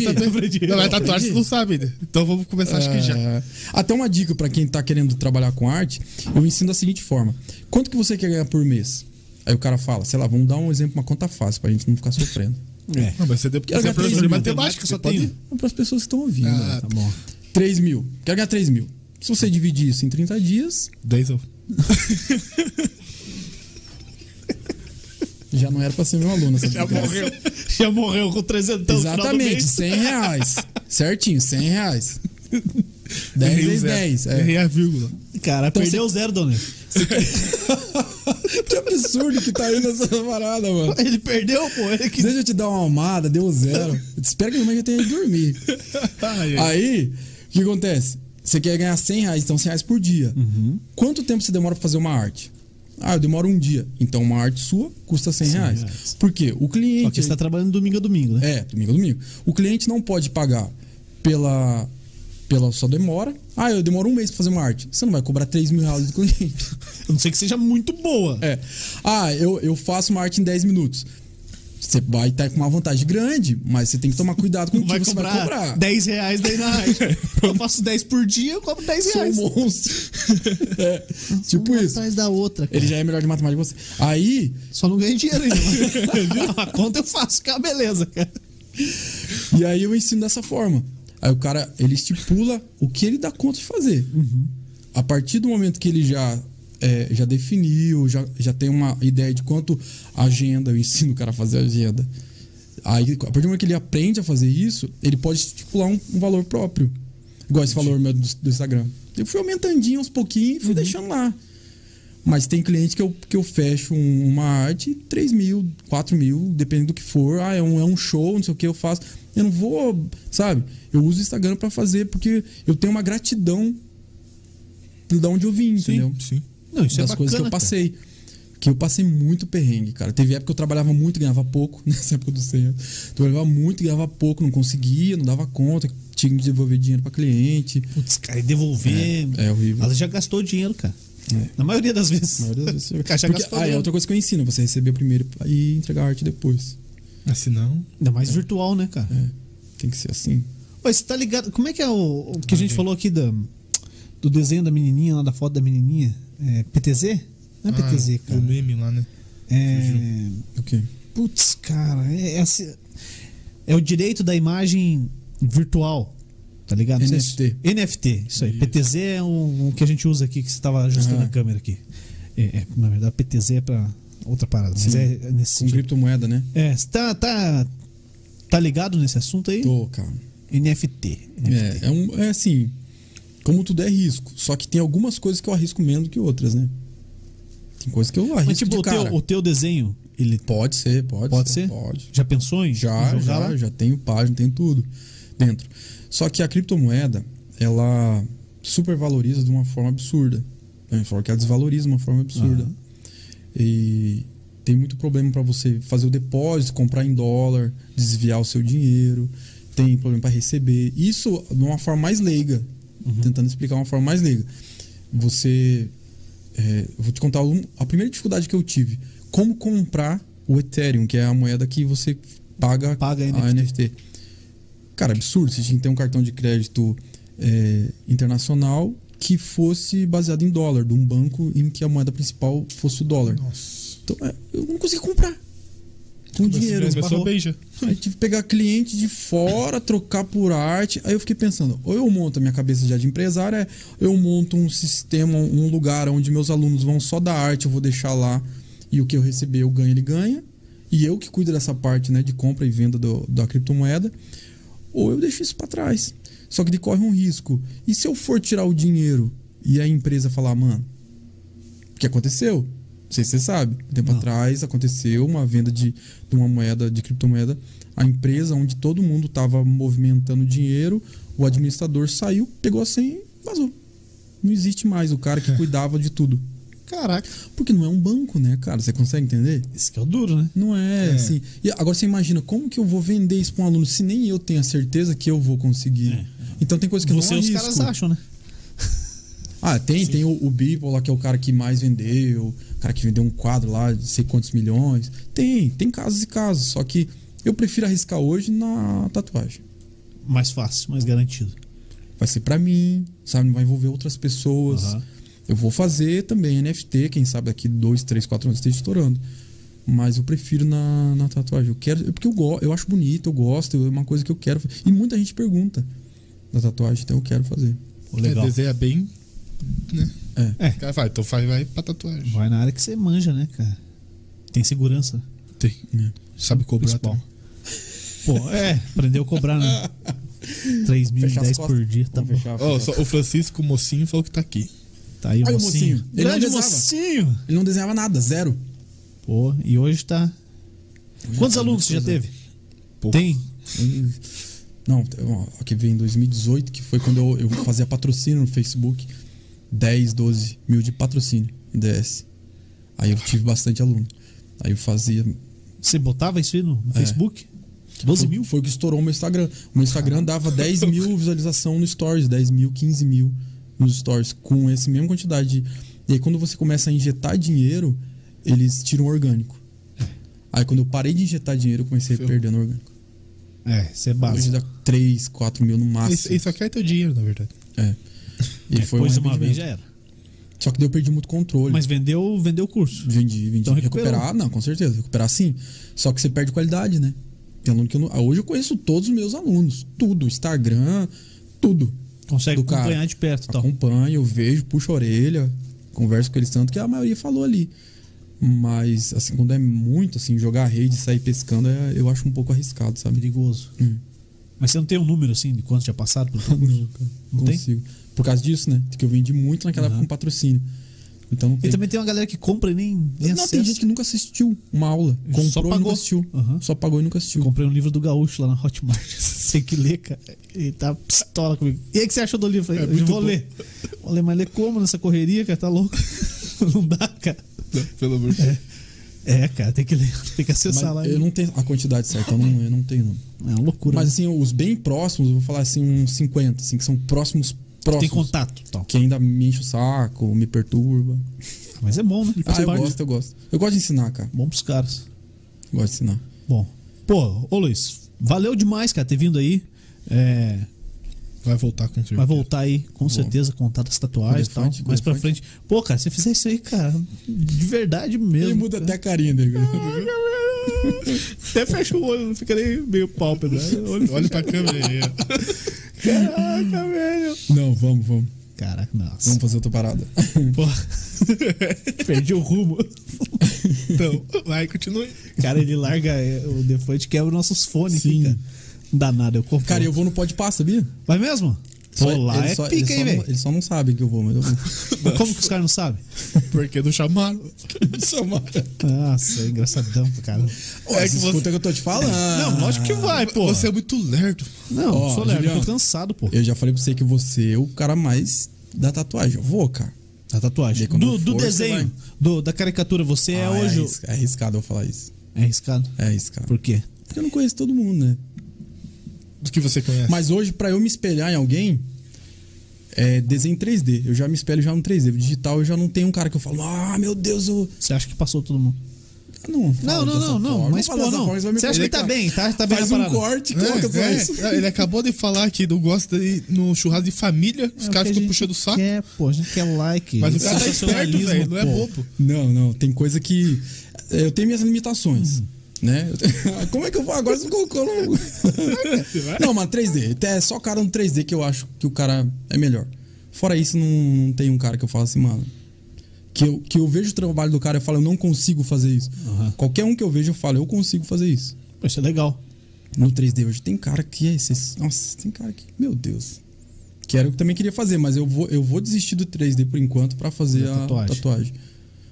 [SPEAKER 2] tatuagem.
[SPEAKER 3] aprendi.
[SPEAKER 2] Não, vai
[SPEAKER 3] [LAUGHS] Eu
[SPEAKER 2] tatuagem,
[SPEAKER 3] aprendi.
[SPEAKER 2] você não sabe ainda. Então vamos começar, acho que já.
[SPEAKER 3] É, Até uma dica pra quem tá querendo trabalhar com arte, eu ensino da seguinte forma: quanto que você quer ganhar por mês? Aí o cara fala, sei lá, vamos dar um exemplo, uma conta fácil pra gente não ficar sofrendo.
[SPEAKER 1] É.
[SPEAKER 2] Não, mas você deu porque
[SPEAKER 3] Eu
[SPEAKER 2] você é
[SPEAKER 3] já tenho
[SPEAKER 2] professor de matemática,
[SPEAKER 1] Matemática
[SPEAKER 2] você
[SPEAKER 1] só
[SPEAKER 2] pode.
[SPEAKER 1] tem.
[SPEAKER 3] Mas É pras pessoas que estão ouvindo.
[SPEAKER 2] Ah,
[SPEAKER 3] né?
[SPEAKER 2] tá
[SPEAKER 1] bom.
[SPEAKER 3] 3 mil. Quero ganhar 3 mil. Se
[SPEAKER 1] Tá.
[SPEAKER 3] você dividir isso em 30 dias,
[SPEAKER 2] 10 ou.
[SPEAKER 3] já não era pra ser meu aluno.
[SPEAKER 1] [LAUGHS]
[SPEAKER 3] Essa
[SPEAKER 1] Já
[SPEAKER 3] desgraça.
[SPEAKER 1] morreu. Já morreu com 300 no final do
[SPEAKER 3] Exatamente,
[SPEAKER 1] mês.
[SPEAKER 3] 100 reais. Certinho, 100 reais. 10 vezes 10. É.
[SPEAKER 2] Errei a vírgula.
[SPEAKER 1] Cara,
[SPEAKER 3] Então
[SPEAKER 1] perdeu o zero, Dona.
[SPEAKER 3] Que absurdo que tá indo essa parada, [LAUGHS] mano.
[SPEAKER 1] Ele perdeu, pô. Ele que...
[SPEAKER 3] Deixa eu te dar uma almada, deu zero. Espero que minha mãe já tenha ido dormir.
[SPEAKER 1] é,
[SPEAKER 2] Ai, ai.
[SPEAKER 3] Aí, o que acontece? Você quer ganhar 100 reais, então 100 reais por dia.
[SPEAKER 1] Uhum.
[SPEAKER 3] Quanto tempo você demora pra fazer uma arte? Ah, eu demoro um dia. Então uma arte sua custa 100, reais.
[SPEAKER 1] reais.
[SPEAKER 3] Por quê? O cliente.
[SPEAKER 1] Só que você tá trabalhando domingo a domingo, né?
[SPEAKER 3] É, domingo a domingo. O cliente não pode pagar pela, pela sua demora. Ah, eu demoro um mês pra fazer uma arte. Você não vai cobrar 3 mil reais do cliente. [LAUGHS]
[SPEAKER 1] A não ser que seja muito boa.
[SPEAKER 3] É. Ah, eu, eu faço uma arte em 10 minutos. Você vai estar com uma vantagem grande, mas você tem que tomar cuidado com o
[SPEAKER 1] Não
[SPEAKER 3] que
[SPEAKER 1] vai
[SPEAKER 3] você
[SPEAKER 1] cobrar,
[SPEAKER 3] vai cobrar.
[SPEAKER 1] 10 reais daí
[SPEAKER 3] [LAUGHS]
[SPEAKER 1] na arte. eu faço 10 por dia, eu cobro 10
[SPEAKER 3] Sou um
[SPEAKER 1] reais.
[SPEAKER 3] monstro. É, tipo
[SPEAKER 1] Uma
[SPEAKER 3] isso.
[SPEAKER 1] atrás da outra, cara.
[SPEAKER 3] Ele já é melhor de matemática que você. Aí,
[SPEAKER 1] Só não ganha dinheiro
[SPEAKER 3] [LAUGHS]
[SPEAKER 1] ainda. mas [LAUGHS] a conta eu faço, que é uma beleza, cara.
[SPEAKER 3] e aí eu ensino dessa forma. Aí o cara, ele estipula o que ele dá conta de fazer. A partir do momento que ele já é, já definiu, já, já tem uma ideia de quanto agenda, eu ensino o cara a fazer agenda. Aí, a partir do momento que ele aprende a fazer isso, ele pode estipular um, um valor próprio. Igual esse valor meu do, do Instagram. Eu fui aumentandinho aos pouquinhos e fui deixando lá. Mas tem cliente que eu, que eu fecho um- uma arte, 3 mil, 4 mil, dependendo do que for. Ah, é um, é um show, não sei o que eu faço. Eu não vou, sabe? Eu uso o Instagram pra fazer porque eu tenho uma gratidão de onde eu vim, entendeu?
[SPEAKER 2] sim.
[SPEAKER 1] Não, é
[SPEAKER 3] das coisas que eu passei. Que eu passei muito perrengue, cara. Teve época que eu trabalhava muito e ganhava pouco, [LAUGHS] nessa época do senhor. Trabalhava muito e ganhava pouco, não conseguia, não dava conta, tinha que devolver dinheiro pra cliente.
[SPEAKER 1] Putz, cara, e devolver.
[SPEAKER 3] É, é horrível.
[SPEAKER 1] Ela já gastou dinheiro, cara. Na maioria das vezes.
[SPEAKER 3] A maioria das
[SPEAKER 1] [LAUGHS]
[SPEAKER 3] vezes-
[SPEAKER 1] O cara já
[SPEAKER 3] Porque-
[SPEAKER 1] gastou
[SPEAKER 3] ah, é
[SPEAKER 1] dinheiro.
[SPEAKER 3] outra coisa que eu ensino, você receber primeiro e entregar a arte depois.
[SPEAKER 2] Mas Ah, se não.
[SPEAKER 1] Ainda mais virtual, né, cara?
[SPEAKER 3] É, Tem que ser assim.
[SPEAKER 1] Oi, você tá ligado? Como é que é o, o que a gente falou aqui da, do desenho da menininha, lá da foto da menininha? É, PTZ? Não é
[SPEAKER 3] Ah,
[SPEAKER 1] PTZ,
[SPEAKER 2] ah, O
[SPEAKER 1] cara.
[SPEAKER 2] meme lá, né?
[SPEAKER 1] É,
[SPEAKER 3] O quê?
[SPEAKER 1] putz, cara, é, é, assim- é o direito da imagem virtual, tá ligado? Não sei se-
[SPEAKER 3] NFT.
[SPEAKER 1] NFT, isso aí. PTZ é um, um que a gente usa aqui, que você tava ajustando
[SPEAKER 3] Ah.
[SPEAKER 1] a câmera aqui. É, é, na verdade, PTZ é pra outra parada, mas
[SPEAKER 3] Sim.
[SPEAKER 1] é é nesse
[SPEAKER 3] Com
[SPEAKER 1] sentido.
[SPEAKER 3] criptomoeda, né?
[SPEAKER 1] É, você tá, tá, tá ligado nesse assunto aí?
[SPEAKER 3] Tô, cara.
[SPEAKER 1] NFT.
[SPEAKER 3] É, é, um, é assim. Como tudo é risco. Só que tem algumas coisas que eu arrisco menos que outras, né? Tem coisas que eu arrisco.
[SPEAKER 1] Mas tipo,
[SPEAKER 3] de
[SPEAKER 1] o teu,
[SPEAKER 3] cara.
[SPEAKER 1] o teu desenho, ele
[SPEAKER 3] Pode ser, pode,
[SPEAKER 1] Pode ser?
[SPEAKER 3] Pode.
[SPEAKER 1] já pensou em
[SPEAKER 3] Já,
[SPEAKER 1] jogar lá?
[SPEAKER 3] já, já tenho página, tem tudo dentro. Só que a criptomoeda, ela supervaloriza de uma forma absurda. É uma forma que ela desvaloriza de uma forma absurda. E tem muito problema para você fazer o depósito, comprar em dólar, desviar o seu dinheiro, tem problema para receber. Isso de uma forma mais leiga, tentando explicar uma forma mais leiga. Você é, eu vou te contar um- a primeira dificuldade que eu tive. Como comprar o Ethereum, que é a moeda que você paga,
[SPEAKER 1] Paga
[SPEAKER 3] a
[SPEAKER 1] NFT.
[SPEAKER 3] NFT. Cara, absurdo. Você tinha que ter um cartão de crédito é, internacional que fosse baseado em dólar, de um banco em que a moeda principal fosse o dólar.
[SPEAKER 2] Nossa.
[SPEAKER 3] Então, é, eu não consegui comprar. Com dinheiro.
[SPEAKER 2] Mas só
[SPEAKER 3] esbarrou.
[SPEAKER 2] beija.
[SPEAKER 3] Aí tive que pegar cliente de fora, trocar por arte. Aí eu fiquei pensando, ou eu monto a minha cabeça já de empresário, é, eu monto um sistema, um lugar onde meus alunos vão só da arte, eu vou deixar lá e o que eu receber eu ganho, ele ganha. E eu que cuido dessa parte né, de compra e venda do- da criptomoeda. Ou eu deixo isso para trás. Só que ele corre um risco. E se eu for tirar o dinheiro e a empresa falar, mano, o que aconteceu? Não sei se você sabe. Um tempo
[SPEAKER 1] Não.
[SPEAKER 3] atrás aconteceu uma venda de, de uma moeda, de criptomoeda. A empresa onde todo mundo estava movimentando dinheiro, o administrador saiu, pegou a senha e vazou. Não existe mais o cara
[SPEAKER 1] É.
[SPEAKER 3] que cuidava de tudo.
[SPEAKER 1] Caraca,
[SPEAKER 3] Porque não é um banco, né, cara? Você consegue entender?
[SPEAKER 1] esse que é o duro, né?
[SPEAKER 3] Não é,
[SPEAKER 2] É.
[SPEAKER 3] assim. E agora você imagina, como que eu vou vender isso para um aluno se nem eu tenho a certeza que eu vou conseguir?
[SPEAKER 1] É.
[SPEAKER 3] Então tem coisa que eu
[SPEAKER 1] Você
[SPEAKER 3] não
[SPEAKER 1] os
[SPEAKER 3] arrisco.
[SPEAKER 1] caras acham, né?
[SPEAKER 3] Ah, tem, tem o, o Beeple lá, que é o cara que mais vendeu, o cara que vendeu um quadro lá de sei quantos milhões. Tem, tem casos e casos, só que eu prefiro arriscar hoje na tatuagem.
[SPEAKER 1] Mais fácil, mais garantido.
[SPEAKER 3] Vai ser pra mim, sabe? Não vai envolver outras pessoas.
[SPEAKER 1] Aham.
[SPEAKER 3] Eu vou fazer também NFT, quem sabe daqui dois, três, quatro anos esteja estourando. Mas eu prefiro na, na tatuagem. Eu quero. Porque eu, go, eu acho bonito, eu gosto, é uma coisa que eu quero. fa- E muita gente pergunta da tatuagem, então eu quero fazer.
[SPEAKER 1] Pô, legal.
[SPEAKER 2] É, desenha bem.
[SPEAKER 3] É.
[SPEAKER 2] O cara vai, então faz, vai pra tatuagem.
[SPEAKER 1] Vai na área que você manja, né, cara? Tem segurança.
[SPEAKER 2] Tem.
[SPEAKER 3] É.
[SPEAKER 2] Sabe cobrar
[SPEAKER 1] Principal.
[SPEAKER 2] também.
[SPEAKER 1] Pô, é, aprendeu a cobrar,
[SPEAKER 3] [LAUGHS]
[SPEAKER 1] né? 3 mil e
[SPEAKER 3] Fechar as
[SPEAKER 1] 10
[SPEAKER 3] costas.
[SPEAKER 1] por dia, tá
[SPEAKER 3] Vamos
[SPEAKER 1] bom.
[SPEAKER 3] fechar,
[SPEAKER 2] Ó,
[SPEAKER 3] fechar.
[SPEAKER 2] só o Francisco Mocinho falou que tá aqui.
[SPEAKER 1] Tá aí o
[SPEAKER 3] Olha o
[SPEAKER 1] mocinho.
[SPEAKER 3] mocinho. Ele
[SPEAKER 1] Grande
[SPEAKER 3] não desenhava.
[SPEAKER 1] mocinho!
[SPEAKER 3] Ele não desenhava nada, zero.
[SPEAKER 1] Pô, e hoje tá. Quantos alunos você já teve?
[SPEAKER 3] tá né? Poucos.
[SPEAKER 1] Tem?
[SPEAKER 3] Hum. Não, ó, a que veio em 2018, que foi quando eu, eu fazia patrocínio no Facebook. 10, 12 mil de patrocínio em DS. Aí eu tive bastante aluno. Aí eu fazia.
[SPEAKER 1] Você botava isso aí no no Facebook? 12
[SPEAKER 3] É. Foi-
[SPEAKER 1] mil?
[SPEAKER 3] Foi o que estourou o meu Instagram. O meu Instagram dava 10 mil visualização no Stories, 10 mil, 15 mil nos Stories, com essa mesma quantidade de. E aí quando você começa a injetar dinheiro, eles tiram o orgânico. Aí quando eu parei de injetar dinheiro, eu comecei a
[SPEAKER 2] Ferrou.
[SPEAKER 3] perder no orgânico. um-
[SPEAKER 1] É, isso é
[SPEAKER 3] Hoje
[SPEAKER 1] básico.
[SPEAKER 3] dá 3, 4 mil no máximo.
[SPEAKER 2] Isso, isso aqui é teu dinheiro, na verdade.
[SPEAKER 3] É. E foi
[SPEAKER 1] Depois
[SPEAKER 3] um
[SPEAKER 1] uma vez
[SPEAKER 3] arrependimento.
[SPEAKER 1] já era.
[SPEAKER 3] Só que daí eu perdi muito controle.
[SPEAKER 1] Mas vendeu, vendeu o curso.
[SPEAKER 3] vendi, vendi.
[SPEAKER 1] Então recuperou.
[SPEAKER 3] recuperar, não, com certeza. Recuperar sim. Só que você perde qualidade, né? Tem aluno que eu não... ah, Hoje eu conheço todos os meus alunos. Tudo. Instagram, tudo.
[SPEAKER 1] Consegue
[SPEAKER 3] Do cara.
[SPEAKER 1] acompanhar de perto e tal.
[SPEAKER 3] Acompanho, vejo, puxo a orelha, converso com eles tanto que a maioria falou ali. Mas, assim, quando é muito, assim, jogar a rede e sair pescando, é- eu acho um pouco arriscado, sabe?
[SPEAKER 1] Perigoso.
[SPEAKER 3] Hum.
[SPEAKER 1] Mas você não tem um número assim de quantos já passaram pelo teu curso? Não tem?
[SPEAKER 3] Consigo. Por causa disso, né? Que eu vendi muito naquela época com patrocínio. Então não
[SPEAKER 1] E
[SPEAKER 3] tem.
[SPEAKER 1] também tem uma galera que compra e nem, nem
[SPEAKER 3] não,
[SPEAKER 1] acesso.
[SPEAKER 3] tem gente que nunca assistiu uma aula. Comprou
[SPEAKER 1] Só
[SPEAKER 3] e
[SPEAKER 1] pagou.
[SPEAKER 3] nunca assistiu.
[SPEAKER 1] Aham.
[SPEAKER 3] Só pagou e nunca assistiu.
[SPEAKER 1] Eu comprei um livro do Gaúcho lá na Hotmart. [LAUGHS] Tem que ler, cara. Ele tá pistola comigo. E aí, o que você achou do
[SPEAKER 3] É
[SPEAKER 1] livro? Eu falei,
[SPEAKER 2] muito
[SPEAKER 1] vou
[SPEAKER 2] bom.
[SPEAKER 1] ler. Vou ler, mas ler como nessa correria, cara? Tá louco? [LAUGHS] Não dá, cara.
[SPEAKER 2] Pelo amor de Deus.
[SPEAKER 1] É, cara, tem que ler, tem que
[SPEAKER 3] Mas
[SPEAKER 1] acessar lá.
[SPEAKER 3] eu não tenho a quantidade certa, eu não, eu não tenho. Não.
[SPEAKER 1] É uma loucura.
[SPEAKER 3] Mas
[SPEAKER 1] Mas
[SPEAKER 3] assim, os bem próximos, eu vou falar assim, uns 50, assim, que são próximos,
[SPEAKER 1] tem
[SPEAKER 3] próximos.
[SPEAKER 1] contato e tal.
[SPEAKER 3] Que ainda me enche o saco, me perturba.
[SPEAKER 1] Mas é bom, né? Faz
[SPEAKER 3] Ah, eu
[SPEAKER 1] parte.
[SPEAKER 3] gosto, eu gosto. Eu gosto de ensinar, cara.
[SPEAKER 1] Bom pros caras.
[SPEAKER 3] Eu gosto de ensinar.
[SPEAKER 1] Bom. Pô, ô Luiz, valeu demais, cara, ter vindo aí. É,
[SPEAKER 2] Vai voltar com certeza.
[SPEAKER 1] vai voltar aí, com certeza, contar das tatuagens e tal.
[SPEAKER 3] Elefante,
[SPEAKER 1] Mais pra
[SPEAKER 3] elefante.
[SPEAKER 1] frente. Pô, cara, se fizer isso aí, cara, de verdade
[SPEAKER 4] Ele
[SPEAKER 1] mesmo.
[SPEAKER 4] muda até a carinha
[SPEAKER 1] [LAUGHS]
[SPEAKER 4] dele.
[SPEAKER 1] Até fecha o olho, não fica nem meio pálpebra. Olho-
[SPEAKER 2] Olha pra câmera aí. ó.
[SPEAKER 1] né? Caraca, velho.
[SPEAKER 4] Não, vamos, vamos.
[SPEAKER 1] Caraca, nossa.
[SPEAKER 3] Vamos fazer outra parada. [LAUGHS]
[SPEAKER 1] Pô, [LAUGHS] perdi o rumo.
[SPEAKER 2] Então, vai, continue.
[SPEAKER 1] Cara, ele larga é, o defante, quebra nossos fones.
[SPEAKER 3] Sim.
[SPEAKER 1] Fica. Não dá nada, eu compro.
[SPEAKER 3] Cara, eu vou no Pode Pá, sabia?
[SPEAKER 1] Vai mesmo? Pô, lá é pica,
[SPEAKER 3] ele
[SPEAKER 1] hein,
[SPEAKER 3] só não-
[SPEAKER 1] velho?
[SPEAKER 3] Ele só não sabe que eu vou, mas eu vou.
[SPEAKER 1] [LAUGHS] Como que os caras não sabem?
[SPEAKER 2] Porque não chamaram.
[SPEAKER 3] Samara.
[SPEAKER 1] Nossa, é engraçadão, cara.
[SPEAKER 2] É que
[SPEAKER 3] Você escuta o que eu tô te falando.
[SPEAKER 1] Não, lógico que vai, pô.
[SPEAKER 2] Você é muito lerdo.
[SPEAKER 1] Não,
[SPEAKER 3] Ó,
[SPEAKER 1] sou lerdo,
[SPEAKER 3] Juliano.
[SPEAKER 1] tô cansado, pô.
[SPEAKER 3] Eu já falei pra você que você é o cara mais da tatuagem. Eu vou, cara.
[SPEAKER 1] Da tatuagem.
[SPEAKER 3] Daí quando
[SPEAKER 1] Do,
[SPEAKER 3] eu
[SPEAKER 1] do
[SPEAKER 3] for,
[SPEAKER 1] desenho,
[SPEAKER 3] você
[SPEAKER 1] do- da caricatura, você é
[SPEAKER 3] Ah,
[SPEAKER 1] hoje.
[SPEAKER 3] arris- É arriscado eu falar isso.
[SPEAKER 1] É arriscado.
[SPEAKER 3] É arriscado.
[SPEAKER 1] Por quê?
[SPEAKER 3] Porque eu não conheço todo mundo, né?
[SPEAKER 2] Do que você conhece.
[SPEAKER 3] Mas hoje, pra eu me espelhar em alguém, é desenho 3D. Eu já me espelho já no 3D. O digital eu já não tenho um cara que eu falo, ah, meu Deus, eu.
[SPEAKER 1] Você acha que passou todo mundo?
[SPEAKER 3] Ah, Não,
[SPEAKER 1] Não,
[SPEAKER 3] fala
[SPEAKER 1] não,
[SPEAKER 3] dessa
[SPEAKER 1] não, não.
[SPEAKER 3] forma.
[SPEAKER 1] Mas,
[SPEAKER 3] fala
[SPEAKER 1] pô,
[SPEAKER 3] dessa
[SPEAKER 1] não.
[SPEAKER 3] forma, você vai me
[SPEAKER 1] Você acha que
[SPEAKER 3] perder,
[SPEAKER 1] tá
[SPEAKER 3] cara.
[SPEAKER 1] bem, tá, tá bem
[SPEAKER 3] Faz
[SPEAKER 1] na
[SPEAKER 3] um
[SPEAKER 1] parada.
[SPEAKER 3] corte,
[SPEAKER 2] É,
[SPEAKER 3] coloca só
[SPEAKER 2] é.
[SPEAKER 3] isso.
[SPEAKER 2] Ele acabou de falar que não gosta de, no churrasco de família, os
[SPEAKER 1] É o que a
[SPEAKER 2] caras ficam
[SPEAKER 1] gente
[SPEAKER 2] puxando o saco.
[SPEAKER 1] Quer, É, pô, a gente quer like.
[SPEAKER 2] Mas o cara tá esperto,
[SPEAKER 1] sensacionalismo,
[SPEAKER 2] velho, não é
[SPEAKER 1] pô.
[SPEAKER 2] bobo.
[SPEAKER 3] é Não, não. Tem coisa que. Eu tenho minhas limitações.
[SPEAKER 2] Uhum.
[SPEAKER 3] Né? [LAUGHS] Eu tenho- Como é que eu vou agora? Você colocou no. Não, mas 3D. É só cara no 3D que eu acho que o cara é melhor. Fora isso, não, não tem um cara que eu falo assim, mano. Que eu, que eu vejo o trabalho do cara e falo, eu não consigo fazer isso. Qualquer um que eu vejo, eu falo, eu consigo fazer isso.
[SPEAKER 1] Pô, isso é legal.
[SPEAKER 3] No 3D hoje tem cara que é esse. Nossa, tem cara que. Meu Deus. Que era o que eu também queria fazer, mas eu vou, eu vou desistir do 3D por enquanto pra fazer
[SPEAKER 1] Da
[SPEAKER 3] a
[SPEAKER 1] tatuagem.
[SPEAKER 3] tatuagem.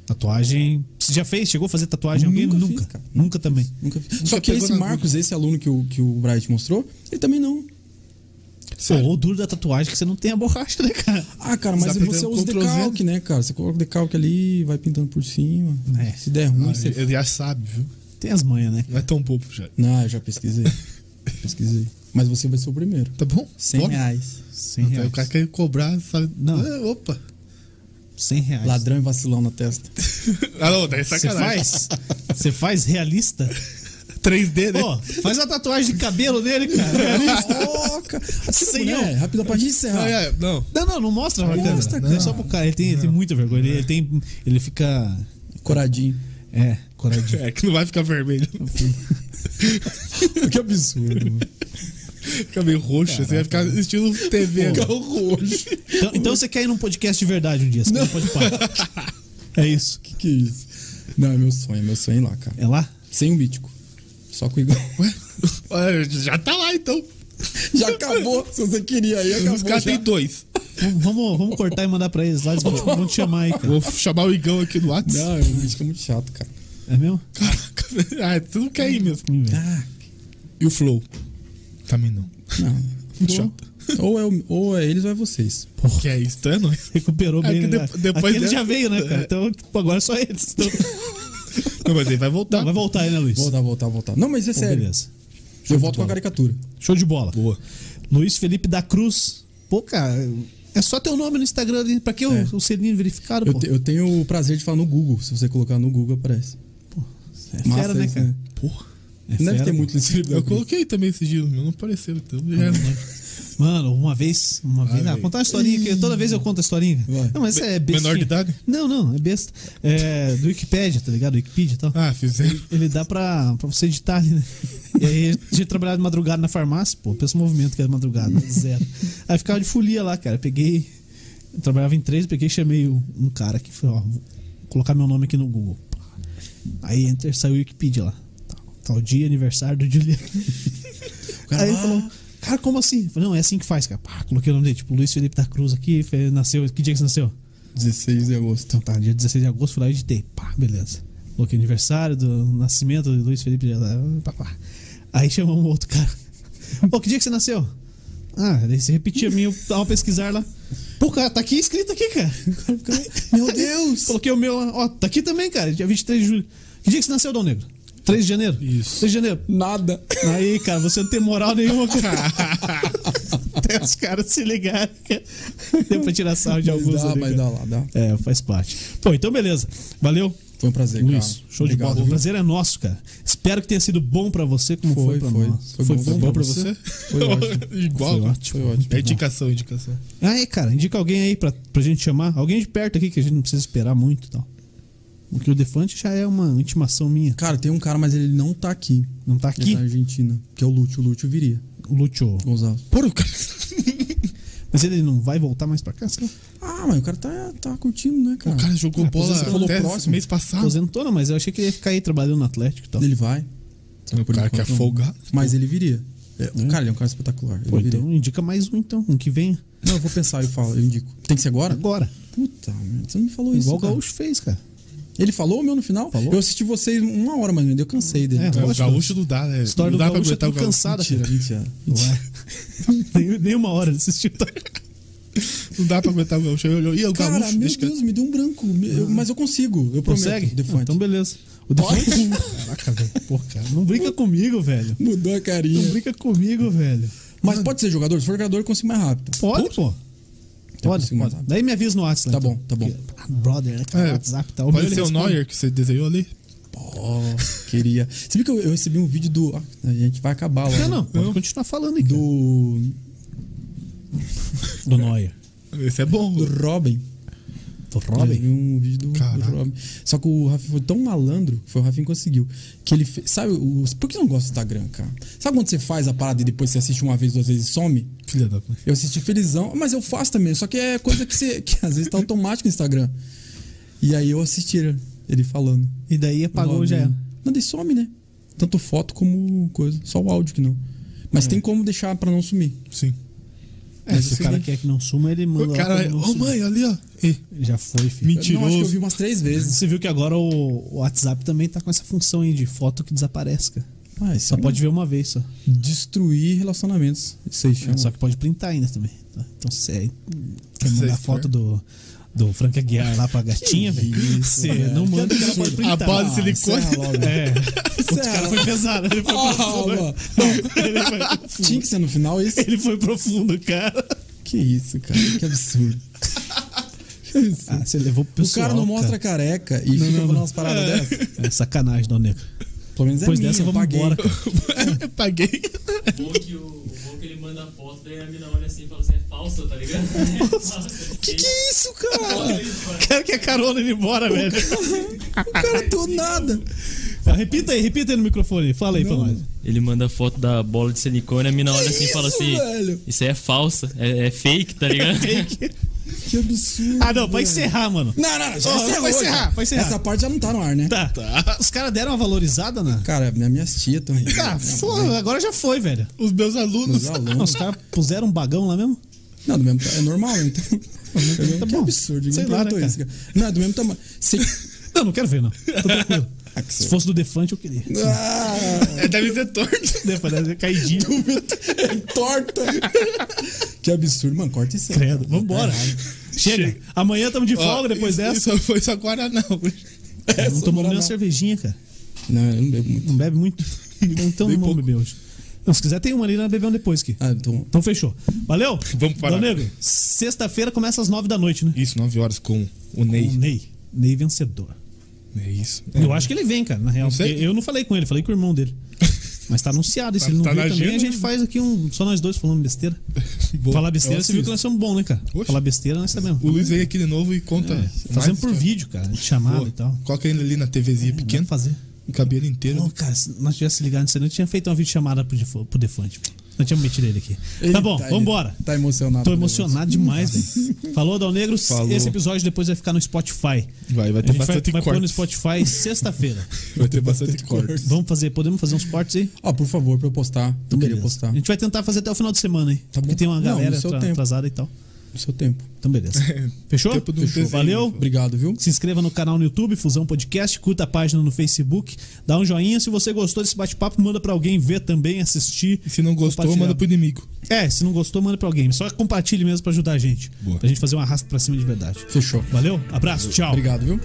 [SPEAKER 1] Tatuagem. Você já fez? Chegou a fazer tatuagem em alguém?
[SPEAKER 3] Nunca fiz,
[SPEAKER 1] Nunca.
[SPEAKER 3] cara.
[SPEAKER 1] Nunca também.
[SPEAKER 3] Nunca fiz.
[SPEAKER 2] Nunca
[SPEAKER 3] Só que
[SPEAKER 2] pegou
[SPEAKER 3] esse
[SPEAKER 2] na
[SPEAKER 3] Marcos, esse aluno que o, que o Bright mostrou, ele também não.
[SPEAKER 1] Pô, ou duro da tatuagem é que você não tem a borracha, né, cara?
[SPEAKER 3] Ah, cara, mas
[SPEAKER 2] Tá
[SPEAKER 3] você
[SPEAKER 2] pintando
[SPEAKER 3] usa
[SPEAKER 2] Ctrl Z.
[SPEAKER 3] decalque, né, cara? Você coloca o decalque ali, vai pintando por cima.
[SPEAKER 1] É.
[SPEAKER 3] Se der ruim,
[SPEAKER 2] Ah,
[SPEAKER 3] você.
[SPEAKER 2] ele, ele já sabe, viu?
[SPEAKER 1] Tem as manhas, né?
[SPEAKER 2] Não é tão bobo já.
[SPEAKER 3] Não, eu
[SPEAKER 2] [LAUGHS]
[SPEAKER 3] já pesquisei. pesquisei. Mas você vai ser o primeiro.
[SPEAKER 2] Tá bom?
[SPEAKER 3] 100
[SPEAKER 2] Bora.
[SPEAKER 3] reais.
[SPEAKER 1] Cem
[SPEAKER 2] Aí
[SPEAKER 1] reais.
[SPEAKER 2] o cara quer cobrar, sabe?
[SPEAKER 1] Não.
[SPEAKER 2] Ah, opa.
[SPEAKER 1] Cem reais.
[SPEAKER 3] Ladrão e vacilão na
[SPEAKER 2] [LAUGHS]
[SPEAKER 3] testa.
[SPEAKER 2] Ah, não, daí é
[SPEAKER 1] Você
[SPEAKER 2] sacanagem.
[SPEAKER 1] faz? Você faz realista?
[SPEAKER 2] 3D, né? É
[SPEAKER 1] Pô, faz a tatuagem de cabelo nele, cara.
[SPEAKER 3] Oh, cara.
[SPEAKER 1] Sim,
[SPEAKER 3] Sim, não,
[SPEAKER 1] é.
[SPEAKER 3] Rápido pra gente
[SPEAKER 2] não,
[SPEAKER 3] encerrar.
[SPEAKER 2] é, não.
[SPEAKER 1] Não, não, não mostra pra câmera.
[SPEAKER 3] mostra,
[SPEAKER 1] Não, é só pro cara. Ele tem, ele tem muita vergonha. Ele, ele tem. Ele fica.
[SPEAKER 3] Coradinho.
[SPEAKER 1] É, coradinho.
[SPEAKER 2] É que não vai ficar
[SPEAKER 1] [LAUGHS]
[SPEAKER 2] vermelho.
[SPEAKER 3] que absurdo. mano.
[SPEAKER 2] Fica meio roxo, você vai ficar estilo né? TV. Carro roxo.
[SPEAKER 1] Então, então você quer ir num podcast de verdade um dia? Você não pode parar. É isso.
[SPEAKER 3] que que é isso? Não, é meu sonho, é meu sonho ir lá, cara.
[SPEAKER 1] É lá?
[SPEAKER 3] Sem o mítico. Só com o Igor.
[SPEAKER 2] [LAUGHS] Olha, já tá lá então.
[SPEAKER 3] [LAUGHS] Já acabou. Se você queria aí, acabou.
[SPEAKER 2] Os caras
[SPEAKER 3] já.
[SPEAKER 2] têm dois.
[SPEAKER 1] Vamos- Vamos, vamos cortar e mandar pra eles lá. Eles vão te, vão te chamar aí, cara.
[SPEAKER 2] Vou chamar o Igão aqui no WhatsApp.
[SPEAKER 3] Não, o mítico é muito chato, cara.
[SPEAKER 1] É mesmo?
[SPEAKER 2] Caraca, velho. Ah, tu não quer ir mesmo.
[SPEAKER 1] Vamos ver.
[SPEAKER 3] Ah,
[SPEAKER 2] E o Flow? Também não.
[SPEAKER 3] não.
[SPEAKER 2] Chato.
[SPEAKER 3] ou, é, o- ou é eles ou é vocês.
[SPEAKER 2] Que é isso, tá? É nóis.
[SPEAKER 1] Recuperou
[SPEAKER 2] É
[SPEAKER 1] bem.
[SPEAKER 2] que
[SPEAKER 1] né?
[SPEAKER 2] de- depois
[SPEAKER 1] Aquele
[SPEAKER 2] dessa-
[SPEAKER 1] já veio, né, cara? Então tipo, agora é só eles.
[SPEAKER 2] [LAUGHS]
[SPEAKER 1] Então,
[SPEAKER 2] Não, mas ele vai voltar.
[SPEAKER 1] vai voltar aí, né, Luiz?
[SPEAKER 3] Voltar, voltar, voltar. Não, mas é
[SPEAKER 1] Pô,
[SPEAKER 3] sério.
[SPEAKER 1] beleza.
[SPEAKER 3] Eu volto com a caricatura.
[SPEAKER 1] Show de bola.
[SPEAKER 2] Boa.
[SPEAKER 1] Luiz Felipe da Cruz. Pô, cara, é só teu nome no Instagram ali. Pra que o- o selinho verificado,
[SPEAKER 3] É. Eu,
[SPEAKER 1] pô?
[SPEAKER 3] te- eu tenho o prazer de falar no Google. Se você colocar no Google, aparece.
[SPEAKER 1] É
[SPEAKER 3] Massa
[SPEAKER 1] fera, né,
[SPEAKER 3] isso,
[SPEAKER 1] cara?
[SPEAKER 2] Porra.
[SPEAKER 1] É
[SPEAKER 3] Não
[SPEAKER 1] fera,
[SPEAKER 3] deve ter
[SPEAKER 1] pô.
[SPEAKER 3] muito nesse livro.
[SPEAKER 2] Eu coloquei também esse giro, meu não apareceu, então já é nóis.
[SPEAKER 1] [LAUGHS] Mano, uma vez, uma vez, ah,
[SPEAKER 2] velho.
[SPEAKER 1] contar uma historinha que toda vez eu conto a historinha.
[SPEAKER 3] Vai.
[SPEAKER 1] Não, mas essa é
[SPEAKER 2] Me-
[SPEAKER 1] besta.
[SPEAKER 2] menor de idade?
[SPEAKER 1] Não, não, é besta. É do Wikipedia, tá ligado? Wikipedia e tal.
[SPEAKER 2] Ah, fizeram.
[SPEAKER 1] Ele dá pra, pra você editar ali, né? E aí eu tinha trabalhado de madrugada na farmácia, pô, pensa o movimento que era de madrugada, zero. Aí ficava de folia lá, cara. Peguei. Eu trabalhava em três, peguei e chamei um um cara que foi, ó, vou colocar meu nome aqui no Google. Pá. Aí enter, saiu o Wikipedia lá. Tal, tal dia, aniversário do Juliano. Aí ele falou, cara, como assim? Eu falei, não, é assim que faz, cara. Pá, coloquei o nome dele, tipo, Luiz Felipe da Cruz aqui, fe- nasceu. Que dia que você nasceu?
[SPEAKER 3] 16 de agosto.
[SPEAKER 1] Então tá, dia 16 de agosto, fui lá e editei. Pá, beleza. Coloquei aniversário do nascimento do Luiz Felipe. de- Pá, pá. Aí chamamos um outro [LAUGHS] cara. Pô, que dia que você nasceu? Ah, daí você repetia a minha, eu tava pesquisar lá. Pô, cara, tá aqui escrito aqui, cara. [LAUGHS]
[SPEAKER 3] Meu Deus!
[SPEAKER 1] Coloquei o meu lá. Ó, tá aqui também, cara. Dia 23 de julho. Que dia que você nasceu, Dom Negro? 3 de janeiro?
[SPEAKER 2] Isso.
[SPEAKER 1] 3 de janeiro.
[SPEAKER 3] Nada.
[SPEAKER 1] Aí, cara, você não tem moral nenhuma, [LAUGHS] cara. Até os caras se ligaram, cara. Deu pra tirar sarro de
[SPEAKER 3] Mas
[SPEAKER 1] alguns
[SPEAKER 3] dá,
[SPEAKER 1] ali,
[SPEAKER 3] mas
[SPEAKER 1] cara.
[SPEAKER 3] dá lá, dá.
[SPEAKER 1] É, faz parte. Pô, então beleza. Valeu.
[SPEAKER 3] Foi um prazer,
[SPEAKER 1] Luiz,
[SPEAKER 3] cara.
[SPEAKER 1] show de
[SPEAKER 3] Obrigado,
[SPEAKER 1] bola. O
[SPEAKER 3] viu?
[SPEAKER 1] prazer é nosso, cara. Espero que tenha sido bom pra você, como foi,
[SPEAKER 3] Foi,
[SPEAKER 1] pra
[SPEAKER 3] foi.
[SPEAKER 1] nós.
[SPEAKER 3] Foi bom, foi bom pra você? Foi ótimo.
[SPEAKER 2] [LAUGHS] Igual.
[SPEAKER 1] Foi ótimo.
[SPEAKER 3] Foi ótimo.
[SPEAKER 2] É indicação, indicação.
[SPEAKER 1] Aí, Ah, é, cara, indica alguém aí pra, pra gente chamar. Alguém de perto aqui que a gente não precisa esperar muito e tal. Porque o Defante já é uma intimação minha.
[SPEAKER 3] Cara, tem um cara, mas ele não tá aqui.
[SPEAKER 1] Não tá
[SPEAKER 3] Ele
[SPEAKER 1] aqui,
[SPEAKER 3] tá na Argentina. Que é o Lúcio. O Lúcio viria.
[SPEAKER 1] o Lúcio.
[SPEAKER 3] Gonzalo.
[SPEAKER 2] Porra, o cara.
[SPEAKER 1] Mas ele não vai voltar mais pra cá, sei lá.
[SPEAKER 3] Ah, mas o cara tá, tá curtindo, né, cara?
[SPEAKER 2] O cara jogou
[SPEAKER 1] Ah,
[SPEAKER 2] bola
[SPEAKER 1] você falou
[SPEAKER 2] até
[SPEAKER 1] próximo.
[SPEAKER 2] mês passado.
[SPEAKER 1] Aposentona, mas eu achei que ele ia ficar aí trabalhando no Atlético e tal.
[SPEAKER 3] Ele vai.
[SPEAKER 1] é.
[SPEAKER 2] O cara quer folgar.
[SPEAKER 3] Mas ele viria. É, o Cara, ele é um cara espetacular. Ele
[SPEAKER 1] Hum? Pô,
[SPEAKER 3] viria.
[SPEAKER 1] então indica mais um, então. Um que venha.
[SPEAKER 3] Não, eu vou pensar e falo, eu indico. Tem que ser agora?
[SPEAKER 1] Agora.
[SPEAKER 3] Puta, merda, você não me falou isso.
[SPEAKER 1] Igual o
[SPEAKER 3] cara.
[SPEAKER 1] Gaúcho fez, cara.
[SPEAKER 3] Ele falou o meu no final?
[SPEAKER 1] Falou.
[SPEAKER 3] Eu assisti vocês uma hora, mas eu cansei dele.
[SPEAKER 1] É,
[SPEAKER 3] Então,
[SPEAKER 2] É, o
[SPEAKER 1] lógico.
[SPEAKER 2] gaúcho não dá, né?
[SPEAKER 1] A história
[SPEAKER 2] não
[SPEAKER 1] do
[SPEAKER 2] dá
[SPEAKER 1] Gaúcho é tudo
[SPEAKER 2] Gaúcho.
[SPEAKER 1] cansada,
[SPEAKER 3] Mentira,
[SPEAKER 1] cara.
[SPEAKER 3] mentira.
[SPEAKER 1] Ué. [LAUGHS] nem, nem uma hora ele
[SPEAKER 3] [LAUGHS]
[SPEAKER 1] assistiu. tá?
[SPEAKER 2] Não dá pra aguentar o gaúcho. Aí olhou, e o
[SPEAKER 3] Cara,
[SPEAKER 2] gaúcho?
[SPEAKER 3] meu
[SPEAKER 2] Deixa que-
[SPEAKER 3] Deus, me deu um branco. Me- eu- mas eu consigo, eu
[SPEAKER 1] Ah. Consegue?
[SPEAKER 3] prometo. Defante.
[SPEAKER 1] Ah, então beleza. O Defante. Caraca, velho. Pô, cara, não brinca comigo, velho.
[SPEAKER 3] [LAUGHS] Mudou a
[SPEAKER 1] Não
[SPEAKER 3] carinha.
[SPEAKER 1] brinca comigo, velho.
[SPEAKER 3] Mas pode ser jogador? Se for jogador, eu consigo mais rápido.
[SPEAKER 1] Pode, pô. Pode,
[SPEAKER 3] consigo
[SPEAKER 1] pode.
[SPEAKER 3] mandar.
[SPEAKER 1] Daí me avisa no WhatsApp.
[SPEAKER 3] Tá
[SPEAKER 1] então.
[SPEAKER 3] bom, tá bom.
[SPEAKER 1] Porque, ah, Brother, né, cara,
[SPEAKER 2] É,
[SPEAKER 1] WhatsApp tá
[SPEAKER 2] Pode ser o Neuer que você desenhou ali?
[SPEAKER 3] Pô, queria. Você viu que eu, eu recebi um vídeo do. Ah, a gente vai acabar lá.
[SPEAKER 1] Não, não,
[SPEAKER 3] né?
[SPEAKER 1] pode continuar falando aí. cara.
[SPEAKER 3] Do.
[SPEAKER 1] Do Neuer.
[SPEAKER 2] Esse é bom.
[SPEAKER 1] Uhum.
[SPEAKER 3] Do Robin.
[SPEAKER 1] Do Robin?
[SPEAKER 3] Eu vi um vídeo do, do
[SPEAKER 2] Caraca.
[SPEAKER 3] Robin. Só que o Rafinha foi tão malandro que foi o Rafinha que conseguiu. Que ele fez. Sabe, o, por que eu não gosto do Instagram, cara? Sabe quando você faz a parada e depois você assiste uma vez, duas vezes e some?
[SPEAKER 1] É,
[SPEAKER 2] Filha da mãe.
[SPEAKER 3] Eu assisti felizão, mas eu faço também, só que é coisa que, você, que às vezes tá automático no Instagram. E aí eu assisti ele- ele falando.
[SPEAKER 1] E daí apagou
[SPEAKER 3] Robin.
[SPEAKER 1] já era.
[SPEAKER 3] Não, daí some, né? Tanto foto como coisa. Só o áudio que não. Mas tem como deixar pra não sumir.
[SPEAKER 2] Sim.
[SPEAKER 1] É, se o cara quer que não suma, ele manda.
[SPEAKER 2] O
[SPEAKER 1] lá
[SPEAKER 2] cara, é-
[SPEAKER 1] pra não
[SPEAKER 2] ô
[SPEAKER 1] sumir.
[SPEAKER 2] mãe, ali, ó. Ih,
[SPEAKER 1] Já foi, filho.
[SPEAKER 3] Eu Não, acho que eu
[SPEAKER 2] mentiroso.
[SPEAKER 3] vi umas três vezes.
[SPEAKER 1] Você viu que agora o o WhatsApp também tá com essa função aí de foto que desaparece, cara.
[SPEAKER 3] Ah, isso
[SPEAKER 1] Só pode ver uma vez só.
[SPEAKER 3] destruir relacionamentos. Isso aí chama.
[SPEAKER 1] Só que pode printar ainda também. tá? Então se é, quer
[SPEAKER 2] Se
[SPEAKER 1] mandar
[SPEAKER 2] for.
[SPEAKER 1] foto do, do Frank Aguiar lá pra gatinha, velho. Você não manda que ela pode
[SPEAKER 2] A
[SPEAKER 1] printar.
[SPEAKER 2] bola de silicone.
[SPEAKER 3] encerra logo.
[SPEAKER 1] É. O
[SPEAKER 3] Encerra.
[SPEAKER 1] cara foi pesado. Ele foi
[SPEAKER 3] Ah, [LAUGHS]
[SPEAKER 1] profundo.
[SPEAKER 3] Calma.
[SPEAKER 1] Ele foi,
[SPEAKER 3] Tinha que ser no final isso.
[SPEAKER 1] ele foi profundo, cara.
[SPEAKER 3] [LAUGHS] Que isso, cara. Que absurdo. Que absurdo.
[SPEAKER 1] Ah, você levou pro
[SPEAKER 3] o
[SPEAKER 1] pessoal.
[SPEAKER 3] cara não mostra careca e fica falando umas paradas dessas.
[SPEAKER 1] É sacanagem, não, nego.
[SPEAKER 3] Pelo menos
[SPEAKER 1] Depois
[SPEAKER 3] é minha,
[SPEAKER 1] dessa,
[SPEAKER 3] eu
[SPEAKER 1] vamos
[SPEAKER 3] paguei.
[SPEAKER 1] embora. cara.
[SPEAKER 2] Eu Paguei.
[SPEAKER 6] O bom que o, o bom é que ele manda a foto, daí a mina olha assim e fala assim, é falsa, tá ligado?
[SPEAKER 3] Que que é isso, cara?
[SPEAKER 1] O cara quer carona ele embora, velho.
[SPEAKER 3] O cara do nada.
[SPEAKER 1] Ah, Repita aí, repita aí no microfone. Fala aí pra nós.
[SPEAKER 6] [LAUGHS] Ele manda a foto da bola de silicone, a mina olha assim e fala
[SPEAKER 3] isso,
[SPEAKER 6] assim,
[SPEAKER 3] velho?
[SPEAKER 6] isso aí é falsa, é, é fake, tá ligado?
[SPEAKER 3] [LAUGHS] Que absurdo.
[SPEAKER 1] Ah, não, pra encerrar, mano.
[SPEAKER 3] Não, não, não. Já
[SPEAKER 1] Ó,
[SPEAKER 3] encerrou,
[SPEAKER 1] vai
[SPEAKER 3] já.
[SPEAKER 1] encerrar, vai encerrar.
[SPEAKER 3] Essa parte já não tá no ar, né?
[SPEAKER 1] Tá. Os caras deram uma valorizada, né?
[SPEAKER 3] Cara, minha- minhas tias estão aí.
[SPEAKER 1] Ah, foda, agora já foi, velho.
[SPEAKER 2] Tá. Os meus alunos.
[SPEAKER 3] Meus
[SPEAKER 1] Não,
[SPEAKER 3] alunos.
[SPEAKER 1] os caras puseram um bagão lá mesmo?
[SPEAKER 3] Não, do mesmo tamanho. É normal, [LAUGHS] né? Então.
[SPEAKER 1] tá
[SPEAKER 3] que
[SPEAKER 1] bom.
[SPEAKER 3] absurdo.
[SPEAKER 1] Sei
[SPEAKER 3] Sei
[SPEAKER 1] lá,
[SPEAKER 3] lá,
[SPEAKER 1] né, cara?
[SPEAKER 3] isso, cara. Não, é do mesmo tamanho.
[SPEAKER 1] [LAUGHS]
[SPEAKER 3] Se...
[SPEAKER 1] Não, não quero ver, não. Tô tranquilo.
[SPEAKER 3] Ah, que
[SPEAKER 1] Se
[SPEAKER 3] absurdo.
[SPEAKER 1] fosse do Defante, eu queria.
[SPEAKER 3] Ah,
[SPEAKER 2] É, deve ser torto.
[SPEAKER 1] Defante, caidinho.
[SPEAKER 3] é torta. que absurdo, mano. Corta isso aí.
[SPEAKER 1] Credo. Vambora. Chega. Amanhã tamo de folga depois
[SPEAKER 2] Isso-
[SPEAKER 1] dessa. É,
[SPEAKER 2] Isso foi só Guaraná.
[SPEAKER 1] não
[SPEAKER 3] só
[SPEAKER 1] tomamos
[SPEAKER 3] Guaraná.
[SPEAKER 1] nem uma cervejinha, cara.
[SPEAKER 3] Não, eu não bebo muito.
[SPEAKER 1] Não bebe muito. Então não vamos beber hoje. Não, se quiser tem uma ali, nós bebemos depois aqui.
[SPEAKER 3] Ah, então.
[SPEAKER 1] Então fechou. Valeu?
[SPEAKER 2] Vamos parar.
[SPEAKER 1] Dona Negro, sexta-feira começa às nove da noite, né?
[SPEAKER 2] Isso, 9 horas com o
[SPEAKER 1] O
[SPEAKER 2] Ney.
[SPEAKER 1] Ney. Ney vencedor.
[SPEAKER 2] Uhum. É isso.
[SPEAKER 1] Eu acho que ele vem, cara, na real.
[SPEAKER 2] sei.
[SPEAKER 1] porque Eu não falei com ele, falei com o irmão dele. Mas tá anunciado, e se
[SPEAKER 2] Tá-
[SPEAKER 1] ele não
[SPEAKER 2] tá
[SPEAKER 1] vir
[SPEAKER 2] na
[SPEAKER 1] também, a
[SPEAKER 2] agenda,
[SPEAKER 1] gente
[SPEAKER 2] né?
[SPEAKER 1] faz aqui um. Só nós dois falando besteira.
[SPEAKER 2] Boa.
[SPEAKER 1] Falar besteira,
[SPEAKER 2] Eu
[SPEAKER 1] você viu que
[SPEAKER 2] assisto.
[SPEAKER 1] nós somos bons, né, cara?
[SPEAKER 2] Oxe.
[SPEAKER 1] Falar besteira, nós sabemos.
[SPEAKER 2] O Luiz veio aqui de novo e conta.
[SPEAKER 1] Fazemos É, por vídeo, cara, chamada e tal.
[SPEAKER 2] Coloca ele ali na TVzinha pequena,
[SPEAKER 1] Querendo fazer.
[SPEAKER 2] o cabelo inteiro.
[SPEAKER 1] Não, cara, se nós tivéssemos ligado nisso, aí, eu tinha feito uma videochamada pro, Defo- pro Defante. Não tínhamos metido ele aqui.
[SPEAKER 3] Ele
[SPEAKER 1] tá bom,
[SPEAKER 3] ele
[SPEAKER 1] vambora.
[SPEAKER 3] Tá emocionado.
[SPEAKER 1] Tô emocionado demais,
[SPEAKER 2] [LAUGHS]
[SPEAKER 1] velho. Falou, Dal Negro.
[SPEAKER 2] Falou.
[SPEAKER 1] Esse episódio depois vai ficar no Spotify.
[SPEAKER 2] Vai, vai ter
[SPEAKER 1] A gente
[SPEAKER 2] bastante
[SPEAKER 1] vai, vai pôr no
[SPEAKER 2] cortes.
[SPEAKER 1] Spotify
[SPEAKER 2] [LAUGHS]
[SPEAKER 1] sexta-feira.
[SPEAKER 2] Vai ter bastante cortes.
[SPEAKER 1] Vamos fazer, podemos fazer uns cortes aí?
[SPEAKER 3] Ó, por favor, pra eu postar.
[SPEAKER 2] Então,
[SPEAKER 3] Eu queria
[SPEAKER 1] Então, Beleza.
[SPEAKER 3] postar.
[SPEAKER 1] A gente vai tentar fazer até o final de semana, hein?
[SPEAKER 3] Tá bom.
[SPEAKER 1] Porque tem uma
[SPEAKER 3] Não,
[SPEAKER 1] galera
[SPEAKER 3] no
[SPEAKER 2] é
[SPEAKER 3] seu
[SPEAKER 1] atra-
[SPEAKER 3] tempo.
[SPEAKER 1] atrasada e tal.
[SPEAKER 3] No seu tempo.
[SPEAKER 1] Então,
[SPEAKER 2] [LAUGHS]
[SPEAKER 1] beleza. Fechou?
[SPEAKER 2] Tempo de um
[SPEAKER 1] Fechou.
[SPEAKER 2] desenho,
[SPEAKER 1] Valeu.
[SPEAKER 2] né?
[SPEAKER 3] Obrigado, viu?
[SPEAKER 1] Se inscreva no canal no YouTube, Fusão Podcast, curta a página no Facebook, dá um joinha. Se você gostou desse bate-papo, manda pra alguém ver também, assistir.
[SPEAKER 2] E se não gostou,
[SPEAKER 1] compartilhar.
[SPEAKER 2] manda pro inimigo.
[SPEAKER 1] É, se não gostou, manda pra alguém. Só compartilhe mesmo pra ajudar a gente.
[SPEAKER 2] Boa.
[SPEAKER 1] Pra gente fazer um arrasto pra cima de verdade.
[SPEAKER 3] Fechou.
[SPEAKER 1] Valeu, abraço, tchau.
[SPEAKER 3] Obrigado, viu?